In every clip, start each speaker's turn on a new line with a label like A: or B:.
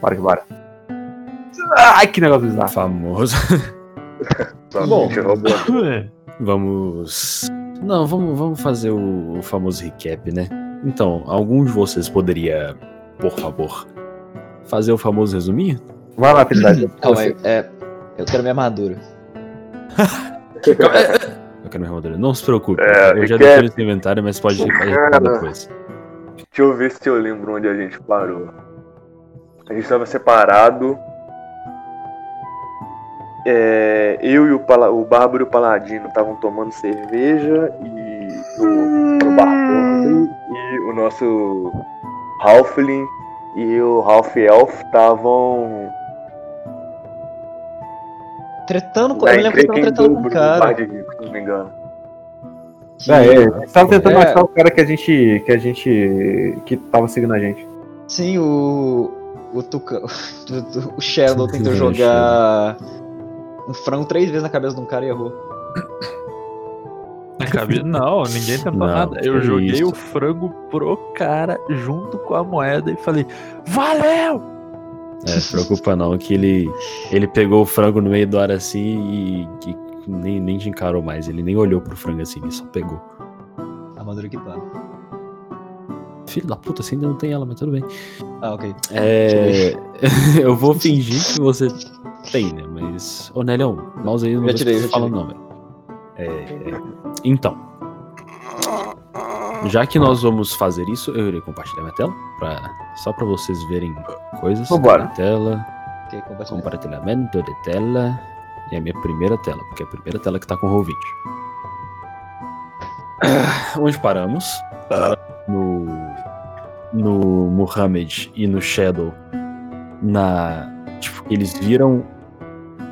A: Bora que bora. Ai, que negócio bizarro.
B: Famoso.
A: Bom.
C: Somente robô.
B: Vamos. Não, vamos, vamos fazer o, o famoso recap, né? Então, alguns de vocês poderia, por favor, fazer o famoso resuminho?
A: Vai lá, Trindade.
D: Calma aí, é, eu quero minha armadura.
B: Eu quero minha armadura. Não se preocupe,
C: É,
B: eu já
C: recap.
B: deixei esse inventário, mas pode
C: Cara.
B: reparar depois.
C: Deixa eu ver se eu lembro onde a gente parou. A gente tava separado. É, eu e o, Pala- o Bárbaro e o Paladino estavam tomando cerveja e o, o Bartolomeu e o nosso Halfling e o Half Elf estavam
D: Tretando com.
C: na
D: eu lembro que eu tava
C: encrenca em
D: tretando com
C: dobro
D: o
C: no bar
D: cara.
C: de rico, se não me engano.
D: que-
A: Ah, é, a gente tava tentando
D: É.
A: achar o cara que a gente. que a gente. que tava seguindo a gente.
D: Sim, o. O Tucano. O Shadow tentou jogar. Um frango três vezes na cabeça de um cara e errou.
E: Na cabeça- Não, ninguém tentou
B: Não,
E: nada. Eu
B: que
E: joguei
B: isso.
E: o frango pro cara junto com a moeda e falei, valeu!
B: É, se preocupa não, que ele, ele pegou o frango no meio da hora assim e, e nem, nem te encarou mais. Ele nem olhou pro frango assim, ele só pegou.
D: Armadura equipada.
B: Filho da puta, assim ainda não tem ela, mas tudo bem.
D: Ah, ok.
B: É, eu vou fingir que você tem, né? Mas. Ô, Nelion, mouse aí não
D: Já
B: vou
D: tirei, já
B: falar
D: tirei.
B: não, velho. É, Então. Já que nós vamos fazer isso, eu irei compartilhar minha tela. Pra, só pra vocês verem coisas.
A: Vambora.
B: Minha tela,
D: Ok, compartilha.
B: um compartilhamento de tela. E a minha primeira tela, porque é a primeira tela que tá com o roll 20. Ah, Onde paramos? no no Muhammad e no Shadow na tipo, eles viram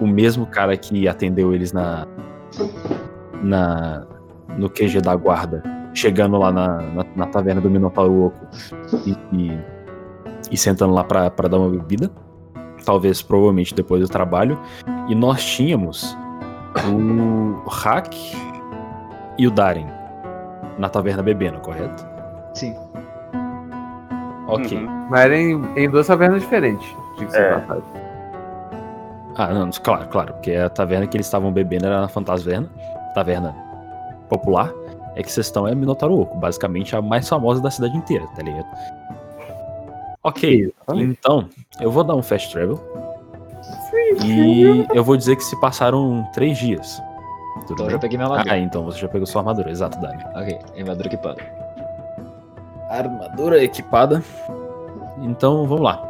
B: o mesmo cara que atendeu eles na na no QG da guarda chegando lá na, na, na taverna do Minotauro Oco e, e, e sentando lá pra pra dar uma bebida talvez provavelmente depois do trabalho e nós tínhamos o Hack e o Darren na taverna bebendo correto
D: Sim.
B: Ok.
C: Uhum.
A: Mas era em, em duas tavernas diferentes. diga-se de
C: É.
A: passagem.
B: Ah, não, claro, claro. Porque a taverna que eles estavam bebendo era na Fantasverna, taverna popular. É que vocês estão é Minotauro Oco, basicamente a mais famosa da cidade inteira, tá ligado? Ok,
A: Exatamente.
B: então eu vou dar um fast travel. E eu vou dizer que se passaram três dias. Tudo
D: Então eu já
B: bem?
D: peguei minha armadura.
B: Ah, então você já pegou sua armadura, exato, Dani.
D: Ok, armadura equipada.
B: armadura equipada. Então vamos lá.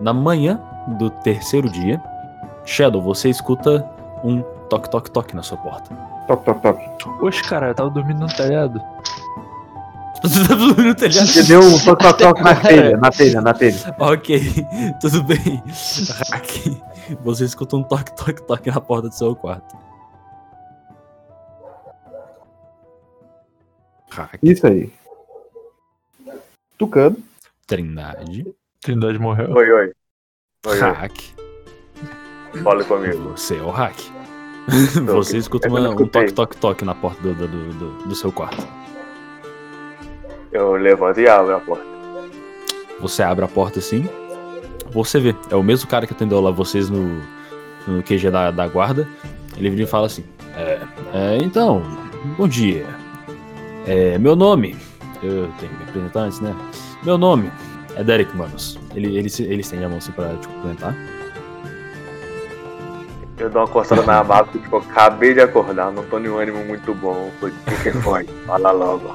B: Na manhã do terceiro dia, Shadow, você escuta um toque, toque, toque na sua porta.
A: Toc, toc, toc.
E: Oxe, cara, eu tava dormindo no telhado.
B: Você tá dormindo no telhado?
A: Você deu um toc, toc, toc na telha, na telha, na telha.
B: Ok, tudo bem. Hack, você escuta um toque, toque, toque na porta do seu quarto. Hack,
A: Isso aí. Tucano.
B: Trindade,
E: Trindade morreu.
C: Oi, oi. Oi, oi.
B: Hack,
C: Fala comigo.
B: Você é o hack. Você escuta uma-
C: Eu não
B: um
C: escutei.
B: toque, toque, toque na porta do, do, do- do- do seu quarto.
C: Eu levanto e abro a porta.
B: Você abre a porta assim. Você vê. É o mesmo cara que atendeu lá vocês no, no QG da, da guarda. Ele vira e fala assim: é, é, Então, bom dia. É, meu nome. Eu tenho que me apresentar antes, né? Meu nome é Derek Manos. Ele, ele, se- ele estende a mão assim pra te cumprimentar.
C: Eu dou uma coçada na barba, porque tipo, eu acabei de acordar, não tô em um ânimo muito bom. Foi o que que foi? Fala logo.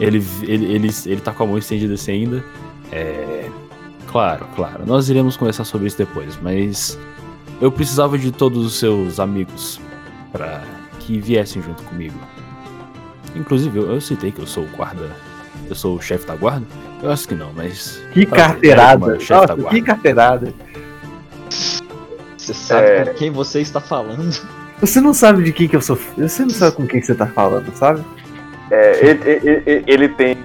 B: Ele, ele, ele, ele tá com a mão estendida assim ainda. É. Claro, claro. Nós iremos conversar sobre isso depois, mas. Eu precisava de todos os seus amigos para que viessem junto comigo. Inclusive, eu, eu citei que eu sou o guarda. Eu sou o chefe da guarda? Eu acho que não, mas.
A: Que
B: Prazer,
A: carteirada.
B: mano, chefe da
A: Nossa,
B: guarda.
A: que carteirada.
D: Você sabe
C: É.
D: com quem você está falando?
A: Você não sabe de quem que eu sou. Você não sabe com quem que você tá falando, sabe?
C: É, ele, ele- ele- ele tem.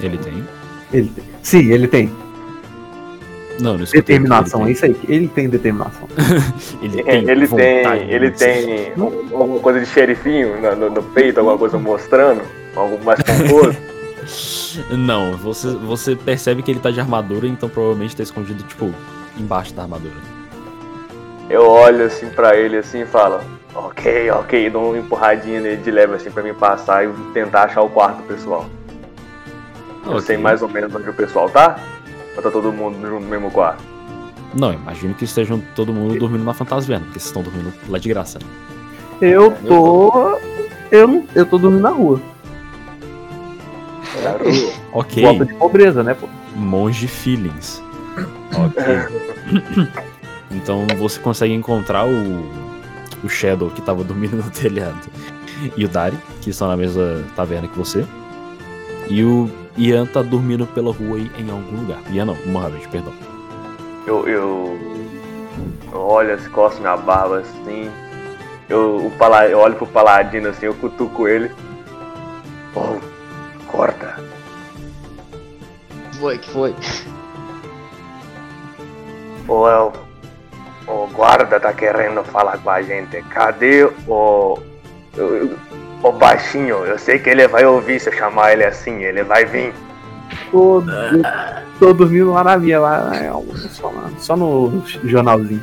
B: Ele tem.
A: Ele tem. Sim, ele tem
B: Não, não escutei.
A: determinação, é
B: Ele
A: isso aí. Ele tem determinação.
B: tem. Ele tem.
C: É, Ele
B: vontade,
C: tem. Ele
B: não sei.
C: tem alguma coisa de xerifinho no, no- no peito, alguma coisa mostrando, algo mais pomposo.
B: Não, você, você percebe que ele tá de armadura, então provavelmente tá escondido, tipo, embaixo da armadura.
C: Eu olho assim pra ele assim e falo, ok, ok, dou uma empurradinha nele de leve assim pra mim passar e tentar achar o quarto do pessoal. Eu
B: Ok.
C: sei mais ou menos onde o pessoal tá? Ou tá todo mundo junto no mesmo quarto?
B: Não, imagino que estejam todo mundo dormindo na Fantasverna, porque vocês estão dormindo lá de graça. né?
A: Eu tô. Eu, não- eu tô dormindo na rua.
B: Ok,
A: Bota de pobreza, né, pô?
B: monge feelings. Ok. então você consegue encontrar o, o Shadow que tava dormindo no telhado e o Dari, que estão na mesma taverna que você. E o Ian tá dormindo pela rua aí em algum lugar. Ian não, Mohamed, perdão.
C: Eu, eu, eu olho as costas, minha barba assim. Eu, o pala, eu olho pro paladino assim, eu cutuco ele. Oh, corta.
D: Foi, que foi.
C: Ou é o, o guarda tá querendo falar com a gente. Cadê o. O, o baixinho? Eu sei que ele vai ouvir se eu chamar ele assim, ele vai vir.
A: Tô, eu tô dormindo lá na minha, lá, é, só, lá- só no jornalzinho.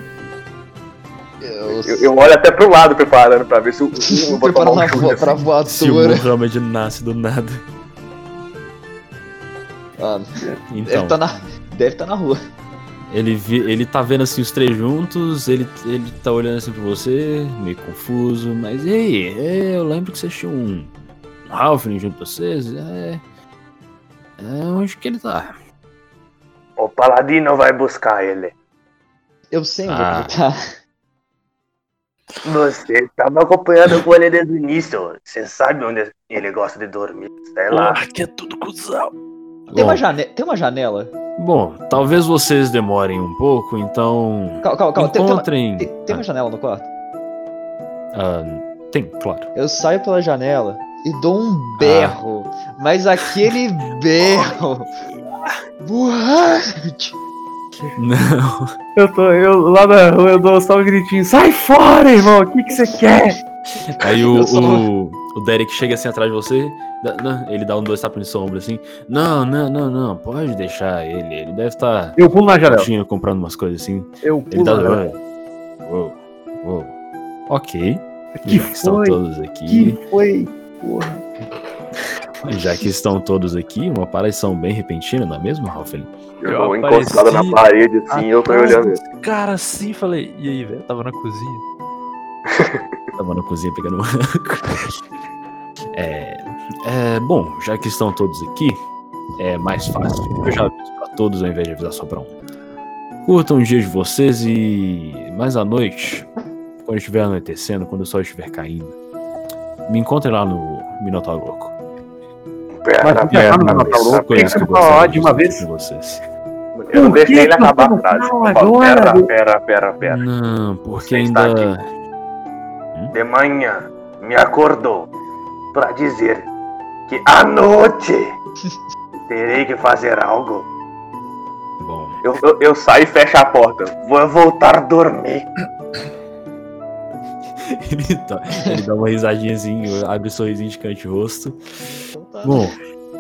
D: Eu,
C: Eu, eu olho até pro lado preparando pra ver se eu, eu vou tomar
D: preparando
C: um
D: a né?
C: chute.
D: vo pra
C: Assim.
B: Se o
D: voadora.
B: Mohamed nasce do nada.
D: Ah,
B: Então,
D: deve tá na, deve tá na rua.
B: ele, vi, ele tá vendo assim os três juntos, ele, ele tá olhando assim pra você, meio confuso, mas ei, é, eu lembro que vocês tinham um, um Halfling junto com vocês, é, é. Onde que ele tá?
C: O paladino vai buscar ele.
D: Eu é sempre
B: Ah.
D: vou gritar.
C: Você estava acompanhando com ele desde o início. Você sabe onde ele gosta de dormir. Sei lá.
E: Ah, que é tudo cuzão.
D: Tem
B: Bom,
D: uma, jane tem uma janela?
B: bom, talvez vocês demorem um pouco, então.
D: Calma, calma, calma. Tem, tem uma,
B: encontrem.
D: tem- tem uma janela no quarto?
B: Ah, ah, tem, claro.
D: Eu saio pela janela e dou
B: Ah.
D: um berro. Mas aquele berro. Mohamed!
B: Não.
A: Eu tô, eu lá na rua, eu dou só um gritinho, sai fora, irmão, o que que você quer?
B: Aí o,
D: Eu sou-
B: o, o Derek chega assim atrás de você, dá- dá- ele dá um dois tapas de sombra assim. Não, não, não, não, pode deixar ele. Ele deve tá estar
A: Eu pulo na janela.
B: fugindo, comprando umas coisas assim.
A: Eu pulo
B: Ele dá. né?
A: na janela.
B: Uou, uou. Ok.
A: Que
B: já que estão
A: foi?
B: todos aqui.
A: Que foi? Porra.
B: Já que estão todos aqui, uma aparição bem repentina, não é mesmo, Ralphin?
C: Eu
E: Eu
C: tô encostado na
E: apareci
C: parede, assim, eu tô
E: Atrás
C: olhando.
E: desse Cara, assim, falei. E aí, velho? Tava na cozinha.
B: Tava na cozinha pegando um é, é, Bom, já que estão todos aqui, é mais fácil. Eu já aviso pra todos ao invés de avisar só pra um. Curtam o dia de vocês e. Mais à noite, quando estiver anoitecendo, quando o sol estiver caindo, me encontrem lá no Minotauro Louco.
A: Mas
C: Pera,
A: você já tá no
C: pera,
A: Minotauro Louco?
C: pera,
A: Por que que você
B: Conheço
A: não
B: gostaria
A: fala lá de uma
B: discutir
A: vez?
B: com vocês.
C: Eu não
A: Por que
C: deixei ele
A: que
C: acabar
A: você
C: a
A: não
C: frase.
A: fala
C: Eu falo,
A: agora?
C: Pera, pera, pera, pera.
B: Não, porque
C: Você está
B: ainda.
C: De manhã, me acordou pra dizer que à noite terei que fazer algo.
B: Bom.
C: Eu, eu, eu saio e fecho a porta. Vou voltar a dormir.
B: Ele, tá- ele dá uma risadinha assim, abre um sorrisinho de canto de rosto. Bom,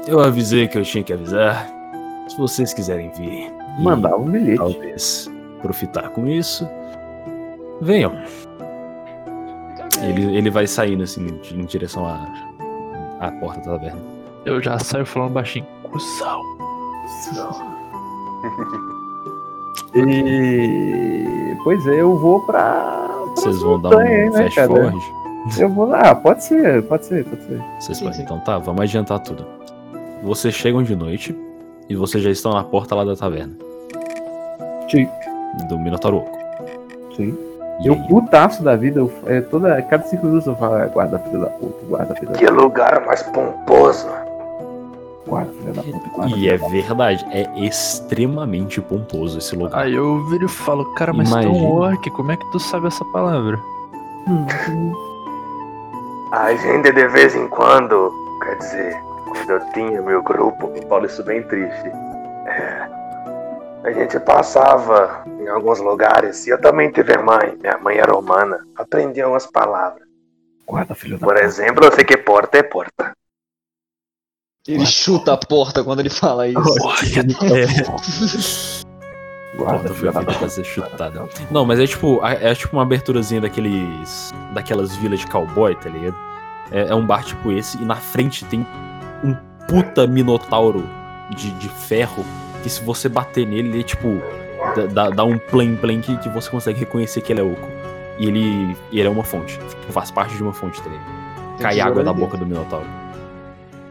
B: eu avisei que eu tinha que avisar. Se vocês quiserem vir, e
A: Mandar um bilhete.
B: talvez profitar com isso, venham. Ele, ele vai saindo assim de- em direção à, à porta da taverna.
E: Eu já saio falando baixinho. Cuzão.
A: E... Pois é, eu vou pra...
B: Vocês vão dar
A: montanhas, né,
B: um fast
A: cara?
B: forward?
A: Eu vou lá, pode ser, pode ser, pode ser.
B: Vocês
D: Sim,
B: podem.
D: sim.
B: Então tá, vamos adiantar tudo. Vocês chegam de noite e vocês já estão na porta lá da taverna.
A: Sim.
B: Do Minotauro Oco.
A: Sim.
B: E
A: eu
B: aí?
A: putaço da vida, eu, é, toda, cada cinco minutos eu falo, "Ah, guarda filho da puta, guarda filho da
C: Que
A: puta,
C: lugar mais pomposo.
A: guarda filho da puta, guarda
B: E é
A: filho da
B: verdade, é extremamente pomposo esse lugar.
E: Aí eu viro e falo, cara, mas tu é um
B: Imagina.
E: orc, como é que tu sabe essa palavra?
C: A gente de vez em quando, quer dizer, quando eu tinha meu grupo, eu falo isso bem triste. é, a gente passava em alguns lugares, e eu também tive mãe, minha mãe era romana, aprendi algumas palavras.
A: guarda filho da
C: Por exemplo, eu sei que porta é porta.
D: Ele chuta a porta quando ele fala isso.
B: É Porta foi feita pra ser chutada. Não, mas é tipo, é tipo uma aberturazinha daqueles. daquelas vilas de cowboy, tá ligado? É, é um bar tipo esse, e na frente tem um puta minotauro de, de ferro que se você bater nele, ele tipo. dá- Dá, dá um plen plen que, que você consegue reconhecer que ele é oco. E ele, e ele é uma fonte. Tipo, faz parte de uma fonte, tá ligado? Cai água da boca do minotauro.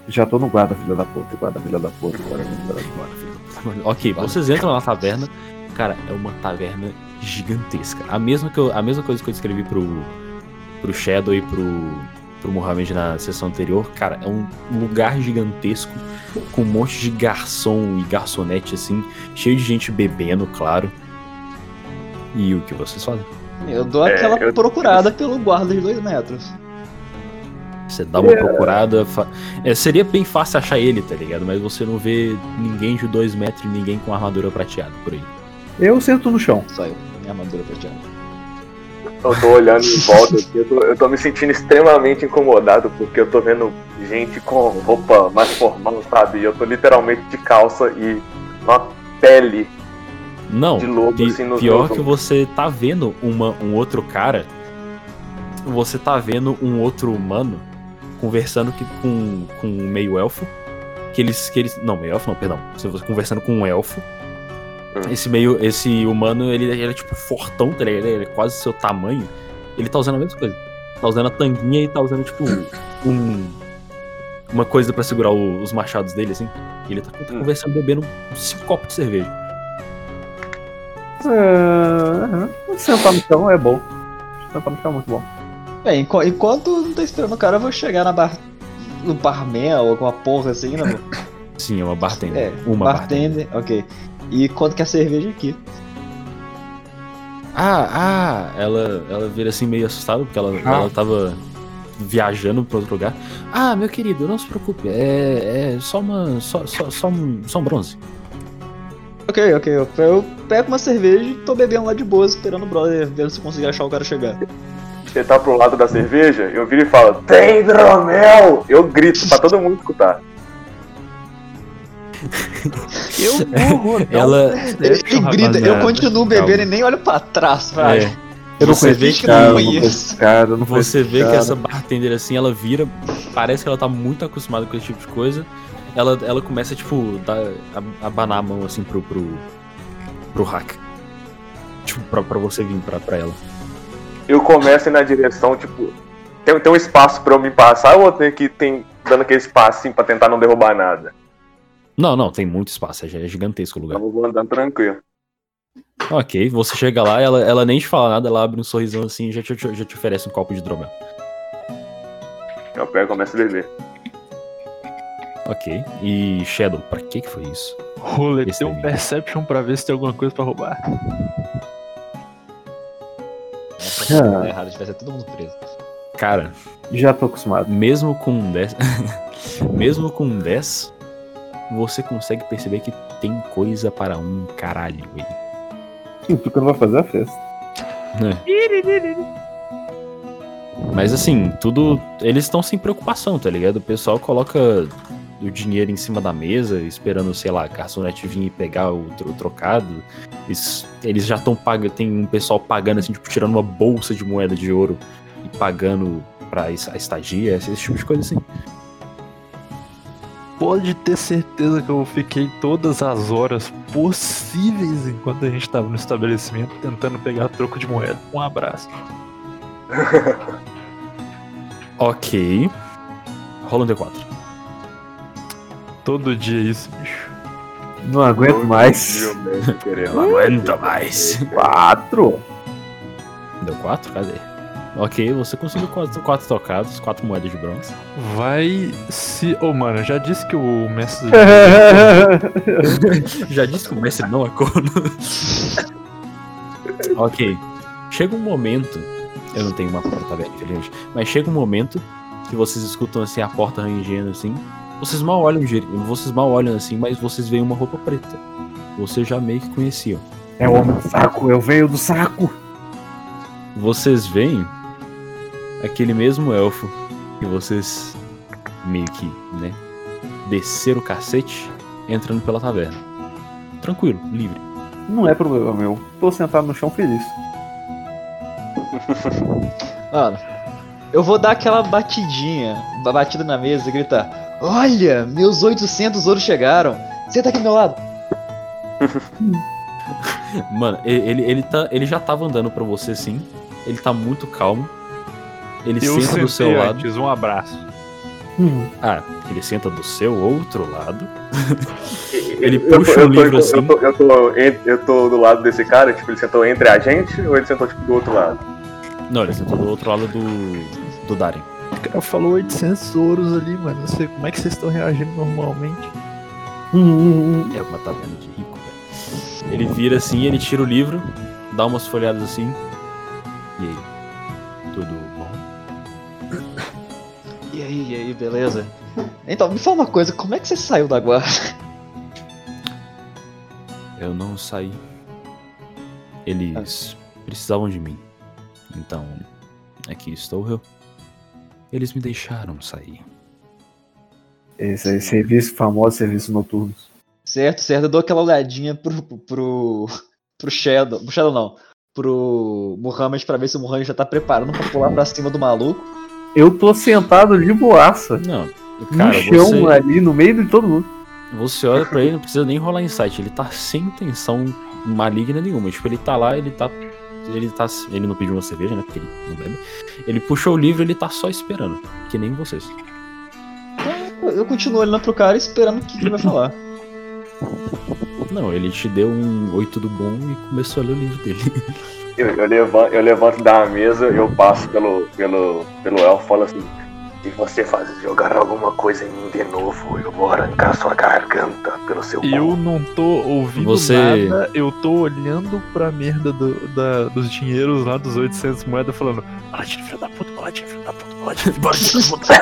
A: Já tô no guarda, filha da puta, guarda, filha da puta, guarda, filha da puta.
B: Ok, vocês entram na taverna. Cara, é uma taverna gigantesca. A mesma, que eu- a mesma coisa que eu descrevi pro, pro Shadow e pro, pro Mohamed na sessão anterior. Cara, é um lugar gigantesco com um monte de garçom e garçonete, assim, cheio de gente bebendo, claro. E o que vocês fazem?
D: Eu dou
C: É,
D: aquela
C: eu-
D: procurada pelo guarda de dois metros.
B: Você dá uma procurada. fa- é, seria bem fácil achar ele, tá ligado? Mas você não vê ninguém de dois metros e ninguém com armadura prateada por aí.
A: Eu sento no chão.
D: Só eu, minha armadura prateada.
C: Eu tô olhando em volta aqui, eu tô, eu tô me sentindo extremamente incomodado porque eu tô vendo gente com roupa mais formal, sabe? E eu tô literalmente de calça e uma pele
B: Não,
C: de lobo
B: Pi-
C: assim nos
B: pior
C: meus
B: que você tá vendo uma- um outro cara. Você tá vendo um outro humano conversando que- com, com um meio-elfo. Que eles, que eles. Não, meio-elfo não, perdão. Você você conversando com um elfo.
C: Hum.
B: Esse meio. Esse humano, ele, ele é tipo fortão, tá ligado? Ele é quase seu tamanho. Ele tá usando a mesma coisa. Tá usando a tanguinha e tá usando, tipo, um. Uma coisa pra segurar o- os machados dele, assim. E ele tá, tá
C: Hum.
B: conversando, bebendo cinco copos de cerveja.
A: Ah, aham. Sentar no chão é bom. Sentar no chão é muito bom.
D: É, enqu- enquanto não tá esperando o cara, eu vou chegar na bar... no barman ou alguma porra assim, né? mano?
B: Sim, é uma bartender.
D: É,
B: uma bartender.
D: bartender, ok. E quanto que é a cerveja aqui?
B: Ah, ah, ela, ela vira assim meio assustada, porque ela,
A: Ah.
B: ela tava viajando pra outro lugar. Ah, meu querido, não se preocupe, é, é só uma. Só, só, só, um, só um bronze.
D: Ok, ok. Eu, eu pego uma cerveja e tô bebendo lá de boa, esperando o brother, vendo se eu consigo achar o cara chegar.
A: É,
C: Você tá pro lado da cerveja, eu viro e falo, tem hidromel! Eu grito pra todo mundo escutar.
E: Eu morro, não.
B: ela.
D: Ele,
E: Deixa o
D: grita,
E: rapaz-
D: eu continuo
B: calma.
D: bebendo e nem olho pra trás,
B: é,
D: vai.
A: Eu não
B: você
A: conheço
B: vê
A: esse
B: que,
A: cara, eu não
D: conheço.
A: conheço esse cara, eu não conheço
B: você
A: esse
B: vê que
A: cara.
B: essa bartender assim, ela vira. Parece que ela tá muito acostumada com esse tipo de coisa. Ela, ela começa, tipo, dar, a- abanar a mão assim pro. pro, pro hack. Tipo, pra, pra você vir pra, pra ela.
C: Eu começo a ir na direção, tipo, tem, tem um espaço pra eu me passar ou eu tenho que tem dando aquele espaço assim pra tentar não derrubar nada?
B: Não, não, tem muito espaço, é gigantesco o lugar.
C: Eu vou andando tranquilo.
B: Ok, você chega lá, ela, ela nem te fala nada, ela abre um sorrisão assim e já te, já te oferece um copo de dromel.
C: Eu pego e começo a beber.
B: Ok. E Shadow, pra que que foi isso?
E: Rolê,
B: Esse
E: tem
B: aí.
E: um perception pra ver se tem alguma coisa pra roubar.
A: É,
D: Nossa,
A: Ah.
D: é errado, vai ser todo mundo preso.
B: Cara,
A: Já tô acostumado.
B: mesmo com um 10. mesmo com um 10, você consegue perceber que tem coisa para um caralho aí.
A: Sim, porque eu não vou fazer a festa.
B: Mas assim, tudo. Eles estão sem preocupação, tá ligado? O pessoal coloca o dinheiro em cima da mesa, esperando, sei lá, a garçonete vir e pegar o, tro- o trocado. Eles, eles já estão pagando. Tem um pessoal pagando, assim, tipo, tirando uma bolsa de moeda de ouro e pagando pra es- a estadia, esse, esse tipo de coisa assim.
E: Pode ter certeza que eu fiquei todas as horas possíveis enquanto a gente tava no estabelecimento tentando pegar troco de moeda. Um abraço.
B: Ok. Rola um D4.
E: Todo dia é isso, bicho.
A: Não aguento mais.
C: Meu Deus, querido.
B: mais.
A: Quatro.
B: Deu 4? Cadê? Ok, você conseguiu 4 quatro trocados, 4 moedas de bronze.
E: Vai se. Ô, mano, eu já disse que o mestre.
B: Já disse que o mestre não é corno. ok. Chega um momento. Eu não tenho uma porta aberta, infelizmente. Mas chega um momento que vocês escutam assim a porta rangendo assim. Vocês mal olham, gir- vocês mal olham assim, mas vocês veem uma roupa preta. Vocês já meio que conheciam.
A: É o homem do saco, eu venho do saco.
B: Vocês veem aquele mesmo elfo que vocês meio que, né, descer o cacete entrando pela taverna. Tranquilo, livre.
A: Não é problema meu. Tô sentado no chão feliz.
D: Mano, eu vou dar aquela batidinha, ba- batida na mesa e gritar: Olha, meus 800 ouros chegaram. Senta aqui do meu lado.
B: Mano, e- ele, ele, tá, ele já tava andando pra você sim. Ele tá muito calmo. Ele
E: Eu
B: senta
E: sentei
B: do seu lado.
E: antes, um abraço.
B: Ah, ele senta do seu outro lado. Ele
C: Eu tô-
B: puxa
C: eu
B: um
C: tô-
B: livro assim.
C: Eu tô, eu, tô, en- eu tô do lado desse cara, tipo, ele sentou entre a gente ou ele sentou tipo, do outro lado?
B: Não, ele sentou do outro lado do. do Darren.
E: O cara falou 800 ouros ali, mano. Não sei como é que vocês estão reagindo normalmente.
C: Uhum.
B: É uma taverna de rico, velho. Ele vira assim, ele tira o livro, dá umas folhadas assim. E aí? Tudo bom?
D: E aí, e aí, beleza? Então, me fala uma coisa: como é que você saiu da guarda?
B: Eu não saí. Eles precisavam de mim. Então, aqui estou eu. Eles me deixaram sair.
A: Esse aí, serviço famoso, serviço noturno.
D: Certo, certo. Eu dou aquela olhadinha pro. pro. pro, pro Shadow. Pro Shadow não. Pro Muhammad pra ver se o Muhammad já tá preparando pra pular pra cima do maluco.
A: Eu tô sentado de boaça.
B: Não,
A: no
B: cara,
A: chão
B: você,
A: ali, no meio de todo mundo.
B: Você olha pra ele, não precisa nem rolar insight. Ele tá sem intenção maligna nenhuma. Tipo, ele tá lá, ele tá. Ele tá. Ele não pediu uma cerveja, né? Porque ele não bebe. Ele puxou o livro ele tá só esperando. Que nem vocês.
D: Eu, eu continuo olhando pro cara esperando o que ele vai falar.
B: Não, ele te deu um oi tudo bom e começou a ler o livro dele.
C: Eu, eu levanto, eu levanto da mesa, eu passo pelo, pelo, pelo elfo e falo assim: Se você faz jogar alguma coisa em mim de novo, eu vou arrancar sua garganta pelo seu
E: Eu não tô ouvindo
B: Você-
E: nada, eu tô olhando pra merda do- da- dos dinheiros lá dos 800 moedas falando Paladino, filho da puta, paladino, filho da puta, paladino, bora, filho da puta."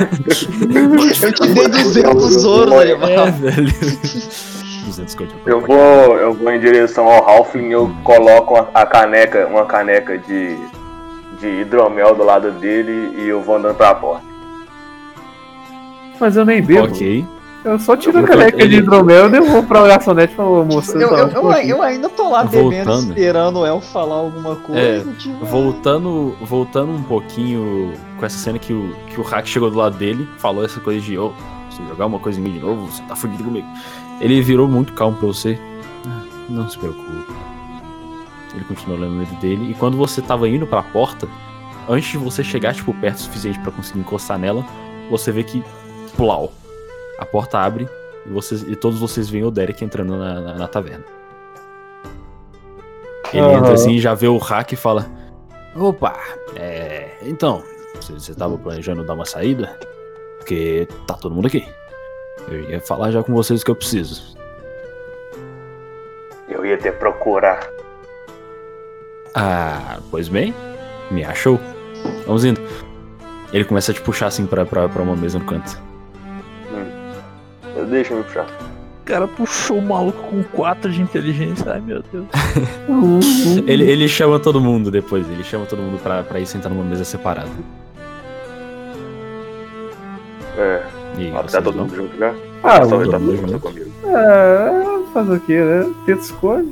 D: Eu te dei 200 ouros,
B: É,
D: animal.
B: velho. 200 conto.
C: Eu vou, eu vou em direção ao Halfling, eu coloco a, a caneca, uma caneca de, de hidromel do lado dele e eu vou andando pra porta.
A: Mas eu nem bebo.
B: Ok.
A: Eu só tiro a
B: Voltando,
A: caneca
B: ele-
A: de hidromel e devolvo pra garçonete e falo, moça,
D: Eu, eu,
A: tá um
D: eu,
A: pouquinho."
D: eu ainda tô lá bebendo,
B: Voltando.
D: esperando o El falar alguma coisa. tipo,
B: É, Voltando, voltando um pouquinho com essa cena que o, que o Hack chegou do lado dele, falou essa coisa de, ô, se jogar uma coisa em mim de novo, você tá fudido comigo. Ele virou muito calmo pra você. "Ah, Não se preocupe. Ele continuou lendo o livro dele. E quando você tava indo pra porta, antes de você chegar, tipo, perto o suficiente pra conseguir encostar nela, você vê que, plau, a porta abre e, vocês, e todos vocês veem o Derek entrando na, na- na taverna. Ele entra
A: Aham.
B: assim e já vê o hack e fala: Opa, é. Então, você- você tava planejando dar uma saída? Porque tá todo mundo aqui. Eu ia falar já com vocês o que eu preciso.
C: Eu ia te procurar.
B: Ah, pois bem, me achou. Vamos indo. Ele começa a te puxar assim pra, pra, pra uma mesa no canto.
C: Eu- Deixa eu me puxar.
E: O cara puxou o maluco com 4 de inteligência, ai meu Deus.
B: Ele, ele chama todo mundo depois, ele chama todo mundo pra, pra ir sentar numa mesa separada.
C: É,
B: E aí,
C: tá
B: vocês
C: todo
B: vão?
C: mundo junto já?
A: Ah, mano,
B: todo
C: Só tá
B: mundo
C: todo mundo
B: junto.
C: comigo.
A: é, faz o quê, né? Tenta escolha.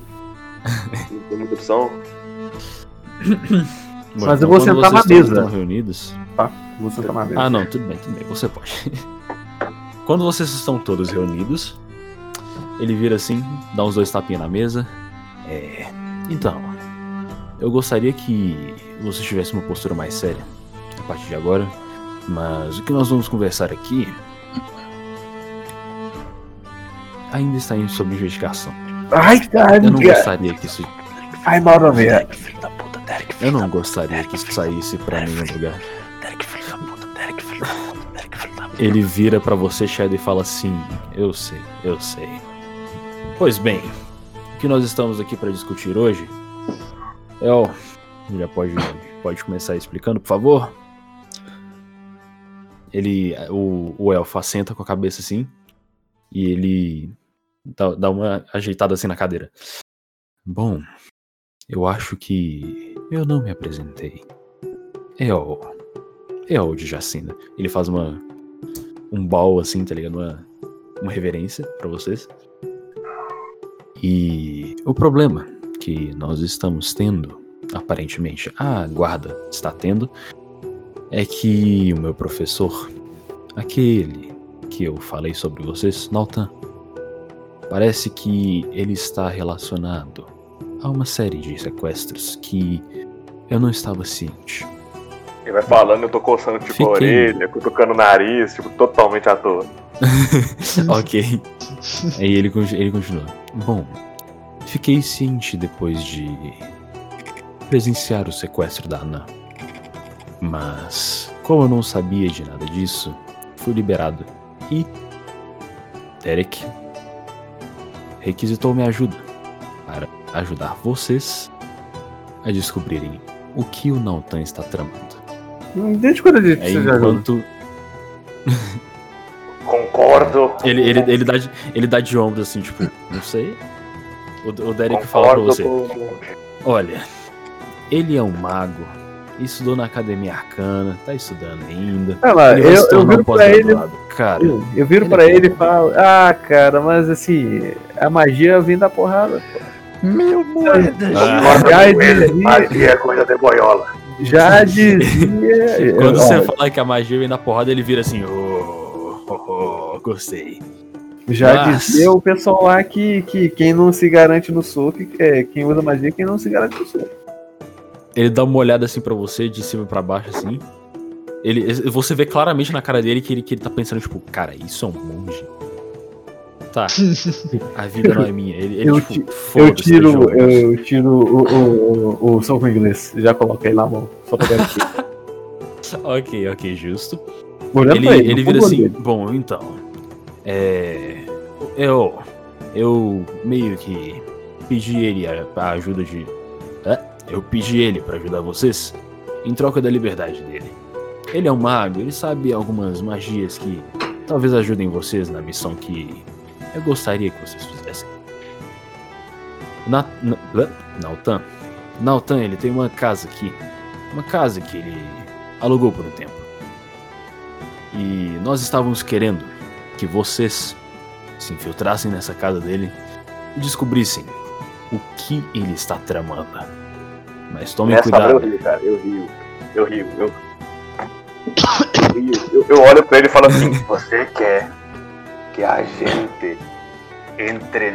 C: Não tem muita opção.
A: Mas
B: Bom,
A: eu
B: então
A: vou
B: quando
A: sentar na
B: vocês todos
A: mesa.
B: estão reunidos,
A: Vou sentar na mesa.
B: Ah, não, tudo bem, tudo bem, você pode. Quando vocês estão todos reunidos, ele vira assim, dá uns dois tapinhas na mesa. É. Então, eu gostaria que você tivesse uma postura mais séria a partir de agora, mas o que nós vamos conversar aqui ainda está indo sob investigação.
A: Ai,
B: Eu não
A: cara,
B: gostaria que isso,
A: ai, Mauro, velho.
E: Derek, filho da puta, Derek,
B: eu
E: filho da
B: não
E: puta,
B: gostaria que isso saísse pra nenhum lugar.
E: Derek, filho da puta, Derek, filho da puta, Derek, filho da puta.
B: Ele vira pra você, Shadow, e fala assim: Eu sei, eu sei. Pois bem, o que nós estamos aqui pra discutir hoje é o. Já pode, pode começar explicando, por favor? Ele. O, o elfo assenta com a cabeça assim e ele dá, dá uma ajeitada assim na cadeira. Bom, eu acho que eu não me apresentei. É o. É o de Jacinda. Ele faz uma um bal assim, tá ligado? Uma, uma reverência pra vocês. E o problema que nós estamos tendo, aparentemente a guarda está tendo, é que o meu professor, aquele que eu falei sobre vocês, Nautan, parece que ele está relacionado a uma série de sequestros que eu não estava ciente.
C: Ele vai falando, eu tô coçando tipo a
B: Fiquei.
C: orelha, cutucando o nariz, tipo, totalmente à toa.
B: ok. Aí ele, con- ele continua. Bom, fiquei ciente depois de presenciar o sequestro da Anã. Mas, como eu não sabia de nada disso, fui liberado. E. Derek requisitou minha ajuda para ajudar vocês a descobrirem o que o Nautan está tramando.
A: Desde quando ele
B: Aí,
A: precisa de ajuda?
B: enquanto
C: Concordo.
B: Ele, ele, ele, dá de, ele dá de ombro assim, tipo, não sei. O, o Derek fala pra
C: Concordo
B: você:
C: com-
B: Olha, ele é um mago, estudou na academia arcana, tá estudando ainda.
A: Sei lá,
B: Ele vai
A: Ah, eu,
B: se
A: eu
B: tornar um
A: viro pra ele.
B: pós-graduado. Cara,
A: Eu, eu viro
B: Ele
A: pra
B: é
A: ele e
B: bom.
A: falo, ah, cara, mas assim, a magia vem da porrada. Ah,
E: Meu moedas!
C: Concordo
A: Já
C: com
A: dizia-
C: ele. Aqui é coisa de boiola.
A: Já dizia.
B: quando
A: Ó,
B: você fala que a magia vem na porrada, ele vira assim: Ô, ô, ô, gostei.
A: Já
B: Nossa.
A: dizia o pessoal lá que, que quem não se garante no soco, é, quem usa magia, é quem não se garante no soco.
B: Ele dá uma olhada assim pra você, de cima pra baixo, assim. Ele, você vê claramente na cara dele que ele, que ele tá pensando, tipo, cara, isso é um monge. Tá, a vida não é minha. Ele, ele
A: Eu ti-
B: tipo,
A: Eu
B: foda-se,
A: tiro,
B: jogo.
A: eu, eu tiro o, o, o, o soco inglês, já coloquei na mão, só pra garantir.
B: Ok, ok, justo.
A: Olhando
B: Ele,
A: pra
B: ele
A: não
B: vira
A: pro
B: assim,
A: goleiro.
B: bom, então. É. Eu. Eu meio que pedi ele a, a ajuda de. é, eu pedi ele pra ajudar vocês em troca da liberdade dele. Ele é um mago, ele sabe algumas magias que talvez ajudem vocês na missão que eu gostaria que vocês fizessem. Na, na, blá, Nautan. Nautan, ele tem uma casa aqui. Uma casa que ele alugou por um tempo. E nós estávamos querendo que vocês se infiltrassem nessa casa dele e descobrissem o que ele está tramando. Mas tomem
C: Nessa hora eu
B: cuidado.
C: rio, cara. Eu rio. Eu rio. Eu, eu, rio. Eu- eu olho pra ele e falo assim: Você quer que a gente entre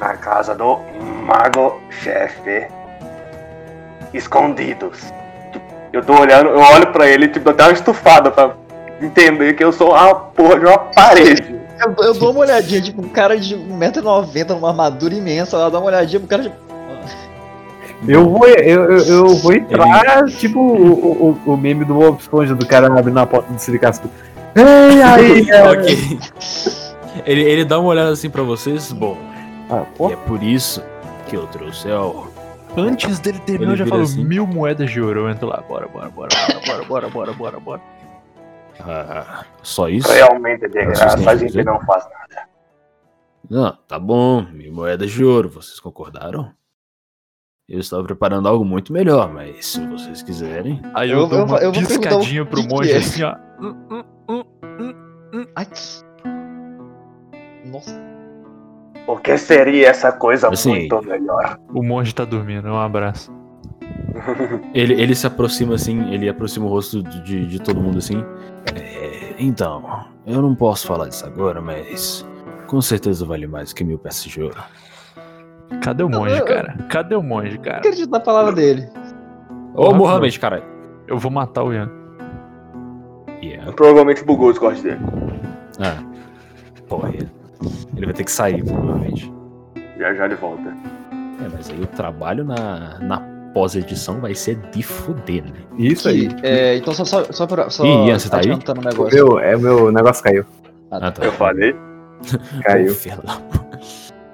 C: na casa do mago-chefe escondidos? Eu tô olhando, eu olho pra ele, tipo, dá uma estufada pra entender que eu sou a porra de uma parede.
B: É.
D: Eu, eu dou uma olhadinha, tipo, um cara de 1,90m numa armadura imensa, ela dá uma olhadinha pro cara tipo, de.
A: Eu vou, eu, eu, eu vou entrar, tipo o, o, o meme do Bob Esponja, do cara abrindo a porta do silicato. Ei, aí, cara.
B: Ok. Ele, ele dá uma olhada assim pra vocês, bom,
A: Ah,
B: e
A: pô,
B: é por isso que eu trouxe o
E: Antes dele
B: Ele
E: terminar, eu já
B: vira
E: falo
B: assim.
E: mil moedas de ouro. Eu entro lá, bora, bora, bora, bora, bora, bora, bora, bora, bora.
B: Ah, só isso?
C: Realmente é de
B: Vocês
C: graça,
B: têm
C: a
B: que
C: gente
B: dizer?
C: não faz nada.
B: Não, tá bom, mil moedas de ouro, vocês concordaram? Eu estava preparando algo muito melhor, mas se vocês quiserem.
E: Aí
D: Eu-
E: eu, dou
D: eu-
E: uma
D: eu vou perguntar o
E: piscadinha pro
D: que que
E: monge
D: é.
E: assim, ó.
D: Ai. Nossa.
C: O que seria essa coisa
B: Assim,
C: muito melhor?
E: O monge tá dormindo, um abraço.
B: Ele, ele se aproxima assim, ele aproxima o rosto de, de todo mundo assim. É, então, eu não posso falar disso agora, mas com certeza vale mais que mil peças de ouro.
E: Cadê o monge, cara? Cadê o monge,
D: Não
E: cara?
D: acredito na palavra dele.
B: Ô, Tá?
E: Nossa.
B: Mohamed, cara!
E: Eu vou matar o Ian.
B: Yeah.
C: Provavelmente bugou o Discord dele.
B: Ah, porra. Ele vai ter que sair, provavelmente.
C: Já já ele volta.
B: É, mas aí o trabalho na, na pós-edição vai ser de fuder, né?
A: isso aí.
D: Que, é, então só, só, só pra. Só
B: Ih, Ian, você tá aí?
D: adiantando o negócio.
A: Meu, é, meu negócio caiu.
B: Ah, tá.
C: Eu falei.
A: Caiu.
B: Filha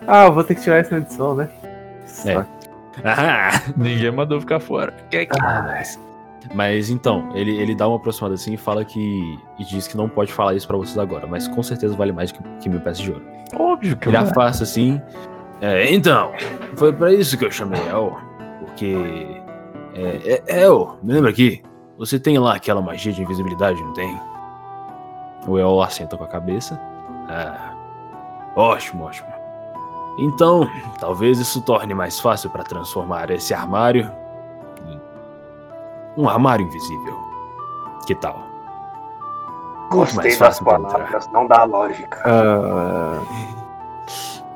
A: Ah, vou ter que tirar essa edição, né?
B: É.
A: Saco.
B: Ah,
E: Ninguém mandou ficar fora. é Que- que-
B: mas... mas então, ele, ele dá uma aproximada assim e fala que. E diz que não pode falar isso pra vocês agora, mas com certeza vale mais que, que mil peças de ouro.
E: Óbvio que eu
B: Ele afasta assim. É, então, foi pra isso que eu chamei El. Porque. É, é, El, me lembra aqui? Você tem lá aquela magia de invisibilidade, não tem? O El assenta com a cabeça. Ah, Ótimo, ótimo. Então, talvez isso torne mais fácil para transformar esse armário em um armário invisível. Que tal?
C: Gostei
B: Mais
C: das
B: fácil pra entrar.
C: palavras, não da lógica.
A: Ah,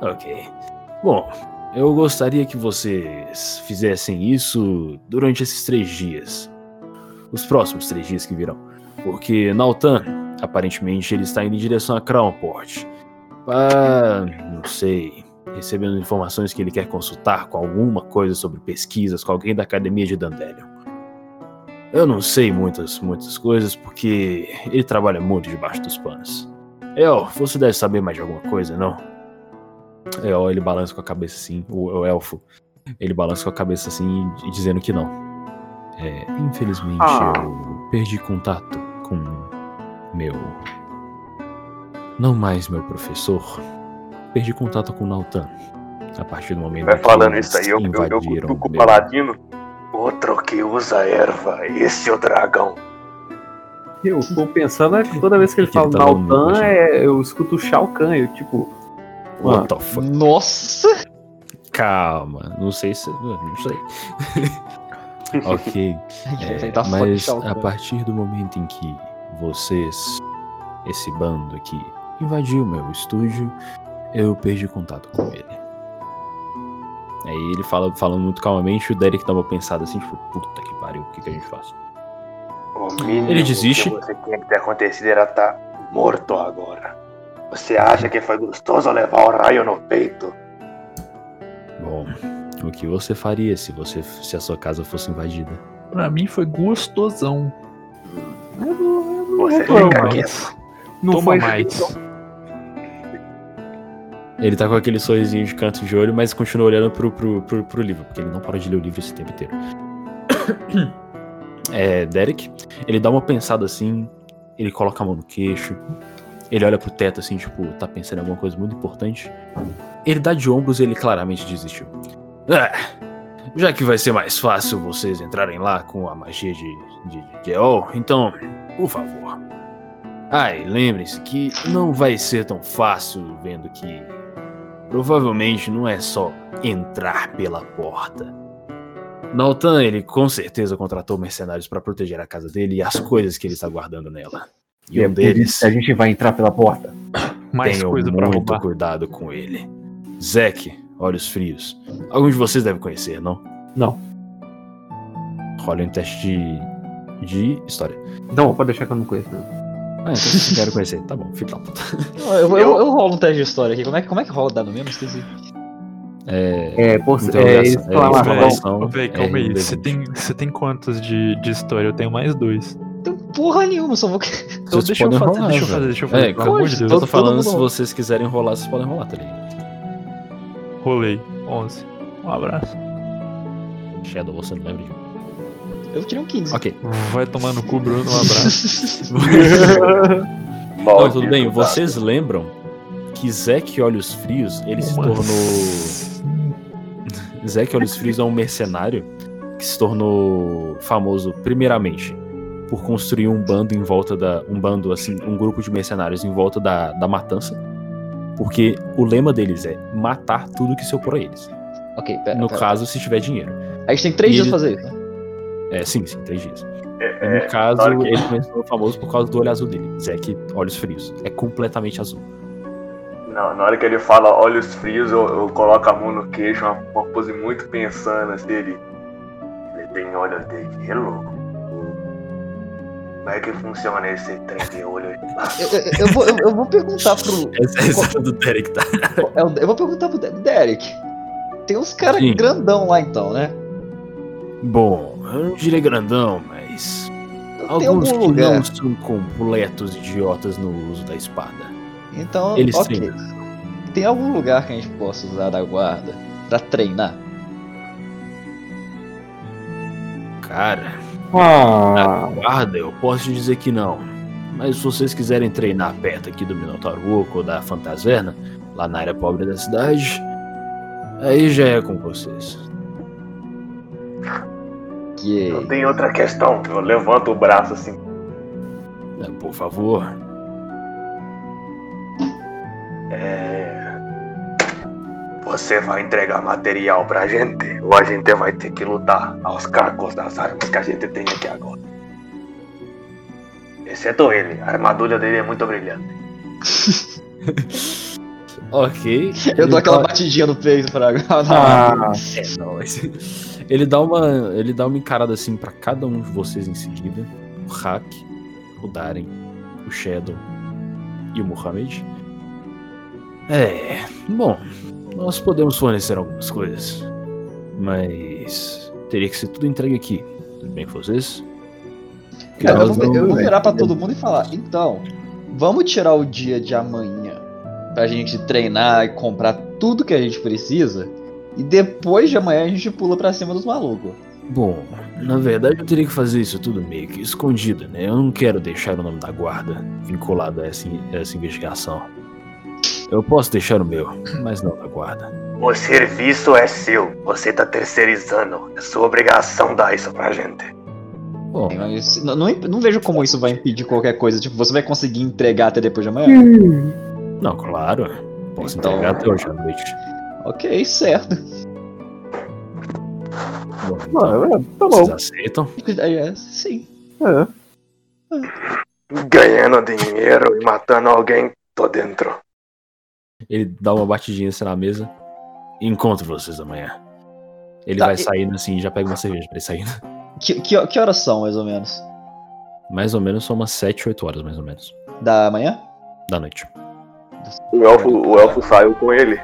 B: Ok. Bom, eu gostaria que vocês fizessem isso durante esses três dias. Os próximos três dias que virão. Porque Nautan, aparentemente, ele está indo em direção a Crownport. Para, não sei, recebendo informações que ele quer consultar com alguma coisa sobre pesquisas, com alguém da Academia de Dandelion. Eu não sei muitas, muitas coisas, porque ele trabalha muito debaixo dos panos. El, você deve saber mais de alguma coisa, não? É, ó, ele balança com a cabeça assim, o, o elfo. Ele balança com a cabeça assim e, e dizendo que não. É, infelizmente
A: Ah.
B: eu perdi contato com meu. Não mais meu professor. Perdi contato com o Nautan. A partir do momento
C: Vai
B: que
C: falando
B: eles
C: isso aí, eu, eu, eu
B: invadiram
C: cutuco o
B: meu-
C: paladino. Outro que usa erva, esse é o dragão.
A: eu tô pensando é que toda vez que ele
B: Ele
A: fala
B: tá
A: Nautan,
B: longe.
A: é, eu escuto o Shao Kahn, eu tipo.
B: What the fuck?
D: Nossa!
B: Calma, não sei se. Não sei. ok. É,
D: Tá foda,
B: mas
D: Shao
B: a
D: Kahn.
B: partir do momento em que vocês, esse bando aqui, invadiu meu estúdio, eu perdi contato com ele. Aí ele fala falando muito calmamente, o Derek dá uma pensada assim, tipo, puta que pariu, o que, que a gente faz?
C: O mínimo
B: Ele desiste.
C: que você tinha que ter acontecido era estar morto agora. Você acha que foi gostoso levar o raio no peito?
B: Bom, o que você faria se você se a sua casa fosse invadida?
E: Pra mim foi gostosão.
A: Eu não, eu não
C: Você
A: reclamo,
C: fica
A: não.
C: quieto.
A: Não
E: Toma
A: foi
E: mais.
B: Ele tá com aquele sorrisinho de canto de olho, mas continua olhando pro, pro, pro, pro livro, porque ele não para de ler o livro esse tempo inteiro. É, Derek, ele dá uma pensada assim, ele coloca a mão no queixo, ele olha pro teto assim, tipo, tá pensando em alguma coisa muito importante. Ele dá de ombros e ele claramente desistiu. Ah, já que vai ser mais fácil vocês entrarem lá com a magia de, de, de Eol, então, por favor. Ai, lembrem-se que não vai ser tão fácil vendo que Provavelmente não é só entrar pela porta. Nautan, ele com certeza contratou mercenários para proteger a casa dele e as coisas que ele está guardando nela. E
A: É
B: um
A: por isso
B: deles
A: que a gente vai entrar pela porta.
E: Mais
B: tenham
E: coisa pra
B: muito
E: roubar.
B: cuidado com ele. Zack, olhos frios. Alguns de vocês devem conhecer, não?
A: Não.
B: Olha um teste de, de história.
A: Não, pode deixar que eu não conheço. não.
B: Ah, então quero conhecer. Tá bom, fica lá.
D: Eu, eu, eu rolo um teste de história aqui. Como é, que- como é que rola o dado mesmo? Esqueci.
B: É,
A: É, por, é
B: Interrogação, é,
A: exclamação.
E: Ô, véi,
B: exclamação. Relação
E: ô, véi, calma aí.
B: é
E: Você tem, você tem quantos de, de história? Eu tenho mais dois.
D: Então, porra nenhuma, só vou.
E: Então
B: Vocês
E: deixa eu
B: podem
E: fazer,
B: rolar,
E: deixa eu
B: velho.
E: fazer, deixa eu fazer.
B: É,
E: pelo amor de Deus.
B: eu
D: todo
B: tô falando,
D: mundo
B: se
D: rola.
B: vocês quiserem rolar, vocês podem rolar, tá ligado?
E: Rolei. 11. Um abraço.
B: Shadow, você não lembra de um.
D: Eu tirei um 15.
B: Ok.
E: Vai tomar no cu, Bruno. Um abraço.
B: Não,
C: Maldito
B: tá tudo bem.
C: dado.
B: Vocês lembram que Zack Olhos Frios, ele se tornou. Zack Olhos Frios é um mercenário que se tornou famoso, primeiramente, por construir um bando em volta da. Um bando, assim, um grupo de mercenários em volta da, da matança. Porque o lema deles é matar tudo que se opor a eles.
D: Ok,
C: É,
D: pera.
B: No
D: pera.
B: caso, se tiver dinheiro.
D: A gente tem 3
B: E
D: dias
B: ele-
D: pra fazer isso. né?
B: É, sim, sim, três dias.
C: É,
B: no caso,
C: claro que-
B: ele começou famoso por causa do olho azul dele. Zack, olhos frios. É completamente azul.
C: Não, na hora que ele fala olhos frios, eu, eu coloco a mão no queixo, uma, uma pose muito pensando assim, ele. Ele tem olhos de gelo? Como é que funciona esse trem de olho? Ah,
D: Eu, eu- eu vou, eu, eu vou perguntar pro.
B: Essa é a risada do Derek, tá?
D: é o- Eu vou perguntar pro De- Derek. Tem uns caras
B: Sim.
D: grandão lá então, né?
B: Bom, eu não diria grandão, mas.
D: Então, Tem
B: Alguns
D: algum
B: que não
D: lugar.
B: são completos idiotas no uso da espada.
D: Então,
B: Eles
D: ok.
B: treinam.
D: Tem algum lugar que a gente possa usar da guarda pra treinar?
B: Cara,
A: Ah,
B: guarda, eu posso te dizer que não. Mas se vocês quiserem treinar perto aqui do Minotauro Oco ou da Fantaserna, lá na área pobre da cidade, aí já é com vocês.
D: Que.
C: Não tem outra questão. Eu levanto o braço assim.
B: Por favor,
C: É. Você vai entregar material pra gente ou a gente vai ter que lutar aos cacos das armas que a gente tem aqui agora? Exceto ele, a armadura dele é muito brilhante.
B: Ok.
D: Eu dou aquela
B: Ele
D: batidinha no peito pra.
A: Ah,
B: É, não, mas- ele dá uma ele dá uma encarada assim pra cada um de vocês em seguida o Hack o Darren o Shadow e o Mohamed é bom nós podemos fornecer algumas coisas mas teria que ser tudo entregue aqui tudo bem com vocês Que
D: Cara, É, eu
B: nós
D: vou,
B: não-
D: eu vou virar pra todo mundo e falar, então, vamos tirar o dia de amanhã pra gente treinar e comprar tudo que a gente precisa. E depois de amanhã a gente pula pra cima dos malucos.
B: Bom, na verdade eu teria que fazer isso tudo meio que escondido, né? Eu não quero deixar o nome da guarda vinculado a essa, a essa investigação. Eu posso deixar o meu, mas não da guarda.
C: O serviço é seu, você tá terceirizando. É sua obrigação dar isso pra gente.
B: Bom,
D: Mas Não, não, imp- não vejo como isso vai impedir qualquer coisa. Tipo, você vai conseguir entregar até depois de amanhã?
B: não, claro. Posso
D: Então-
B: entregar até hoje à noite.
D: Ok, certo.
B: Bom,
D: Ah,
B: então,
A: mano, é, tá
B: vocês
A: bom.
B: aceitam?
D: É, Sim.
A: É.
C: Ganhando dinheiro e matando alguém, tô dentro.
B: Ele dá uma batidinha assim na mesa. Encontro vocês amanhã. Ele
D: Tá,
B: vai
D: e-
B: saindo assim, já pega uma cerveja pra ele saindo.
D: Que, que, que horas são, mais ou menos?
B: Mais ou menos são umas 7, 8 horas, mais ou menos,
D: Da manhã?
B: da noite.
C: O elfo, o elfo saiu com ele.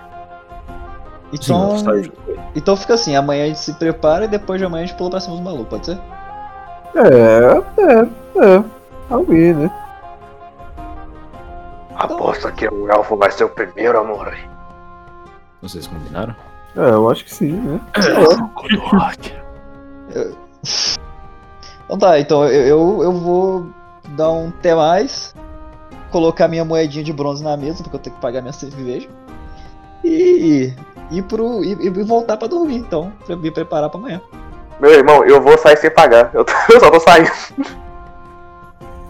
B: Sim, eu
D: Então,
B: saio-
D: então fica assim, amanhã a gente se prepara e depois de amanhã a gente pula pra cima dos malucos, pode ser?
A: É, é, é. Alguém, né?
C: Aposto que o elfo vai ser o primeiro a morrer.
B: Vocês combinaram?
A: É, eu acho que sim, né?
D: Então tá, então eu, eu, eu vou dar um T mais, colocar minha moedinha de bronze na mesa, porque eu tenho que pagar minha cerveja. E e ir pro. e, e voltar pra dormir, então, pra me preparar pra amanhã.
C: Meu irmão, eu vou sair sem pagar. Eu, tô- eu só tô saindo.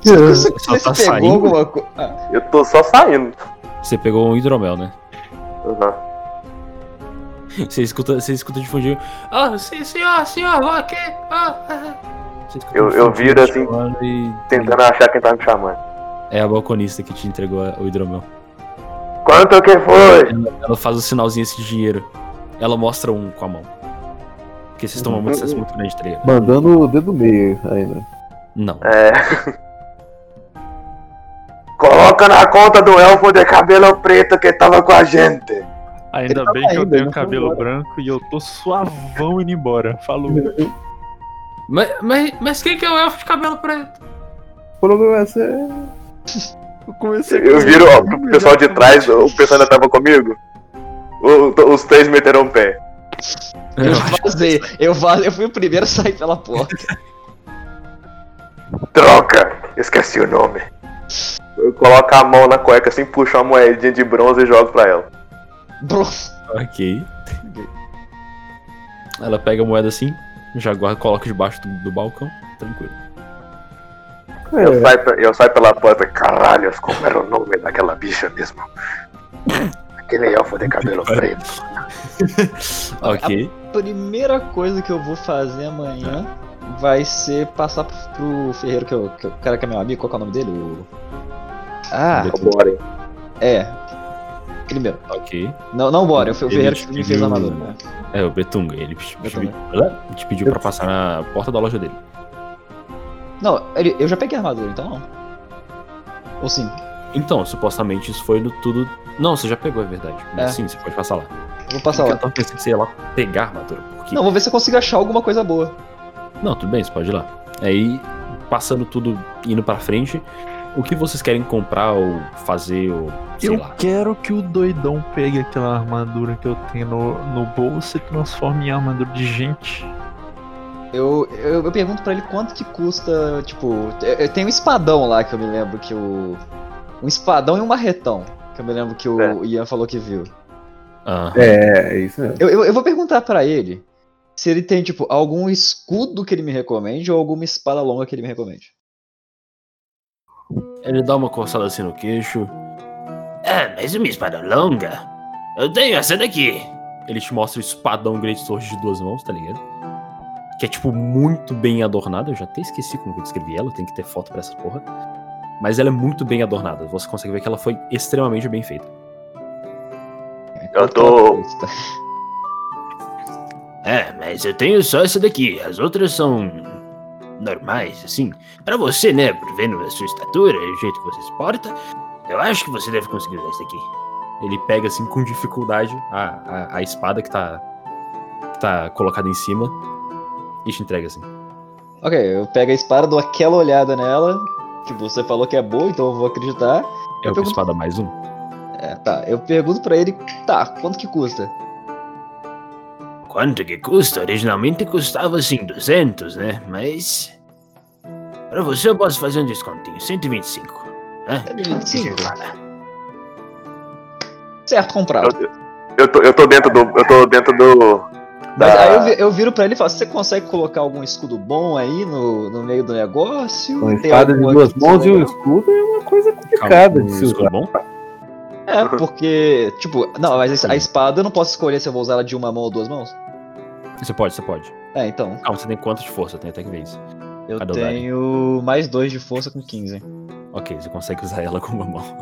D: Você,
B: só
D: você
B: tá
D: pegou
B: saindo?
D: alguma coisa. Ah,
C: Eu tô só saindo.
B: Você pegou um hidromel, né?
C: Uhum.
B: Você escuta, você escuta de fundinho. Ah, sim, senhor, senhor, vou aqui. ah, ah." Você escuta
C: Eu-
B: de
C: eu
B: fundinho
C: viro assim,
B: chamando e-
C: Tentando achar quem tá me chamando.
B: É a balconista que te entregou a- o hidromel.
C: Quanto que foi?
B: Ela, ela faz o sinalzinho esse de dinheiro. Ela mostra um com a mão. Porque vocês estão uma
C: Uhum.
B: distância muito grande, tá ligado?
A: Mandando o dedo no meio né? ainda.
B: Não.
C: É. Coloca na conta do elfo de cabelo preto que tava com a gente.
E: Ainda
D: Ele tá
E: bem que
D: ainda,
E: eu
D: ele
C: né?
E: tenho
D: não foi
E: cabelo
D: embora.
E: branco e eu tô suavão indo embora. Falou.
B: Mas, mas, mas quem que é o elfo de cabelo preto?
A: O problema é ser.
E: Eu comecei
C: Eu viro, ó, pro pessoal de trás, o pessoal ainda tava comigo. O- to- os três meteram o pé.
D: eu
B: É.
D: vazei, eu vazei, eu fui o primeiro a sair pela porta.
C: Troca! Esqueci o nome. Eu coloco a mão na cueca assim, puxo uma moedinha de bronze e jogo pra ela.
D: Bronze.
B: Ok. Ela pega a moeda assim, já guarda, coloca debaixo do, do balcão. Tranquilo.
C: Eu,
A: É,
C: saio, pe- eu saio pela porta, caralho, como era o nome daquela bicha mesmo? Aquele elfo de cabelo preto.
B: Ok.
D: primeira coisa que eu vou fazer amanhã vai ser passar pro, pro ferreiro que, eu, que eu- o cara que é meu amigo, qual que é o nome dele? O... Ah,
C: Vambora, hein?
D: é. Primeiro.
B: Ok.
D: Não, não, bora, eu fui o
B: Ele
D: ferreiro
B: te
D: que me fez
B: pediu-
D: a armadura. né?
B: É, o Betunga, ele te,
D: Betunga.
B: te- te pediu pra passar na porta da loja dele.
D: Não, ele- eu já peguei a armadura, então não. Ou sim,
B: Então, supostamente isso foi no tudo. Não, você já pegou, é verdade. Mas
D: É.
B: sim, você pode passar lá.
D: eu vou passar
B: Porque
D: lá.
B: Eu tava pensando que você ia lá pegar a armadura. Porque...
D: Não, vou ver se eu consigo achar alguma coisa boa.
B: Não, tudo bem, você pode ir lá. Aí, passando tudo, indo pra frente, o que vocês querem comprar ou fazer ou sei
E: Eu
B: lá.
E: quero que o doidão pegue aquela armadura que eu tenho no, no bolso e transforme em armadura de gente.
D: Eu, eu, eu pergunto pra ele quanto que custa, tipo, eu, eu tenho um espadão lá que eu me lembro que o um espadão e um marretão, que eu me lembro que o
C: É.
D: Ian falou que viu.
B: Ah,
A: é, é isso mesmo.
D: Eu, eu, eu vou perguntar pra ele se ele tem, tipo, algum escudo que ele me recomende ou alguma espada longa que ele me recomende.
B: Ele dá uma coçada É, assim no queixo. Ah, mas uma espada longa? Eu tenho essa daqui. Ele te mostra o espadão Great Sword de duas mãos, tá ligado? Que é, tipo, muito bem adornada. Eu já até esqueci como que eu descrevi ela, tem que ter foto pra essa porra. Mas ela é muito bem adornada. Você consegue ver que ela foi extremamente bem feita.
C: Eu tô-
B: É, mas eu tenho só essa daqui. As outras são normais, assim. Pra você, né? Vendo a sua estatura, o jeito que você se porta, eu acho que você deve conseguir usar isso daqui. Ele pega, assim, com dificuldade, a, a, a espada que tá, que tá colocada em cima e te entrega, assim.
D: Ok, eu pego a espada, dou aquela olhada nela, que você falou que é boa, então eu vou acreditar.
B: É uma
D: pergunto-
B: espada mais um.
D: É, tá, eu pergunto pra ele, tá, quanto que custa?
B: Quanto que custa? Originalmente custava, assim, 200, né? Mas... Pra você eu posso fazer um descontinho, 125.
D: É 25. Certo, comprado.
C: Eu, eu tô, eu tô dentro do. Eu tô dentro do.
D: Mas
C: da-
D: aí eu, vi- eu viro pra ele e falo, você consegue colocar algum escudo bom aí no, no meio do negócio?
A: Uma
D: Tem
A: espada de
D: alguma
A: duas
D: que
A: mãos e um
D: seja
A: escudo é uma coisa complicada de se usar.
B: um bom?
D: legal?" É, porque, tipo, não, mas a espada eu não posso escolher se eu vou usar ela de uma mão ou duas mãos.
B: Você pode, você pode.
D: É, então,
B: Calma, você tem quanto de força? Tem até que ver isso.
D: eu
B: Adorei.
D: tenho mais dois de força com 15.
B: Ok, você consegue usar ela com uma mão.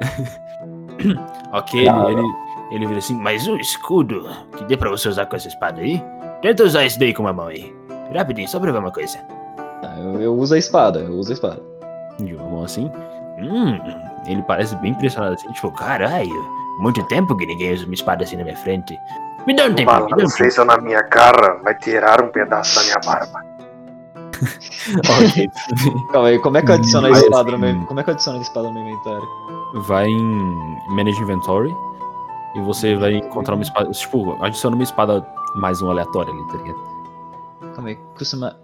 B: ok, ele, ele, ele vira assim, mas um escudo que dê pra você usar com essa espada aí? Tenta usar isso daí com uma mão aí. Rapidinho, só pra ver uma coisa.
D: Tá, eu, eu uso a espada, eu uso a espada.
B: De uma mão assim. Hum, ele parece bem impressionado assim, tipo, caralho, muito tempo que ninguém usa uma espada assim na minha frente. Me dá um
F: É,
B: tempo, me dá um tempo.
C: Balanceja na minha cara, vai tirar um pedaço da minha barba.
B: Ok,
D: Calma aí, como é que eu adiciono a
B: Mas,
D: espada no
B: assim,
D: meu. Como é que eu adiciono a espada no meu inventário?
B: vai em Manage Inventory e você vai encontrar uma espada. Tipo, adiciona uma espada mais um aleatório ali, tá ligado?
D: Calma aí, costuma.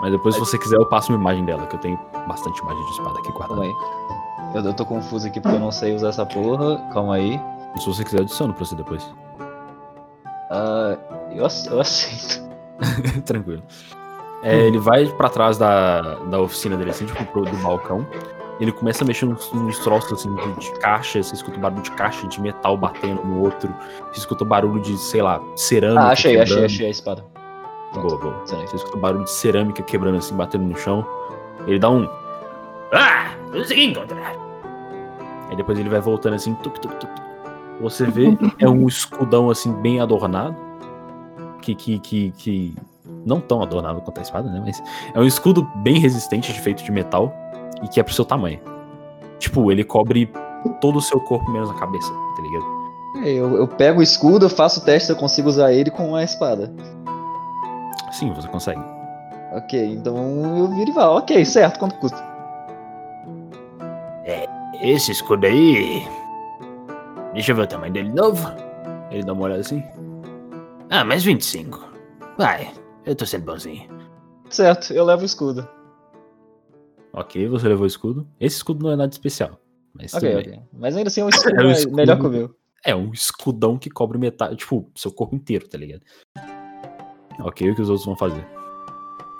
B: Mas depois, se você quiser, eu passo uma imagem dela, que eu tenho bastante imagem de espada aqui
D: Calma
B: guardada.
D: aí. Eu, eu tô confuso aqui porque eu não sei usar essa porra. Calma aí.
B: Se você quiser, eu adiciono pra você depois.
D: Ah, eu, ace- eu aceito.
B: Tranquilo. É, ele vai pra trás da, da oficina dele, assim, tipo, pro- do balcão. Ele começa a mexer nos, nos troços, assim, de, de caixa. Você escuta o barulho de caixa de metal batendo no outro. Você escuta o barulho de, sei lá, cerâmica.
D: Ah, achei, achei,
B: quebrando.
D: achei a espada.
B: Boa, boa.
D: Adicionei.
B: Você escuta o barulho de cerâmica quebrando assim, batendo no chão. Ele dá um. Ah! Eu consegui encontrar! Aí depois ele vai voltando assim. Tup, tup, tup, tup. Você vê, é um escudão assim, bem adornado. Que, que, que, que. Não tão adornado quanto a espada, né? Mas é um escudo bem resistente, de- feito de metal. E que é pro seu tamanho. Tipo, ele cobre todo o seu corpo menos a cabeça, tá ligado?
D: É, Eu, eu pego o escudo, eu faço o teste se eu consigo usar ele com a espada.
B: Sim, você consegue.
D: Ok, então eu viro e falo, ok, certo, quanto custa?
B: Esse escudo aí. Deixa eu ver o tamanho dele de novo. Ele dá uma olhada assim. Ah, mais 25. Vai, eu tô sendo bonzinho.
D: Certo, eu levo o escudo.
B: Ok, você levou o escudo. Esse escudo não é nada especial. Mas
D: Ok,
B: tudo bem.
D: ok. Mas ainda assim é um escudo,
B: É um
D: é
B: escudo.
D: melhor que o meu.
B: É um escudão que cobre metade. Tipo, seu corpo inteiro, tá ligado? É Ok, o que os outros vão fazer?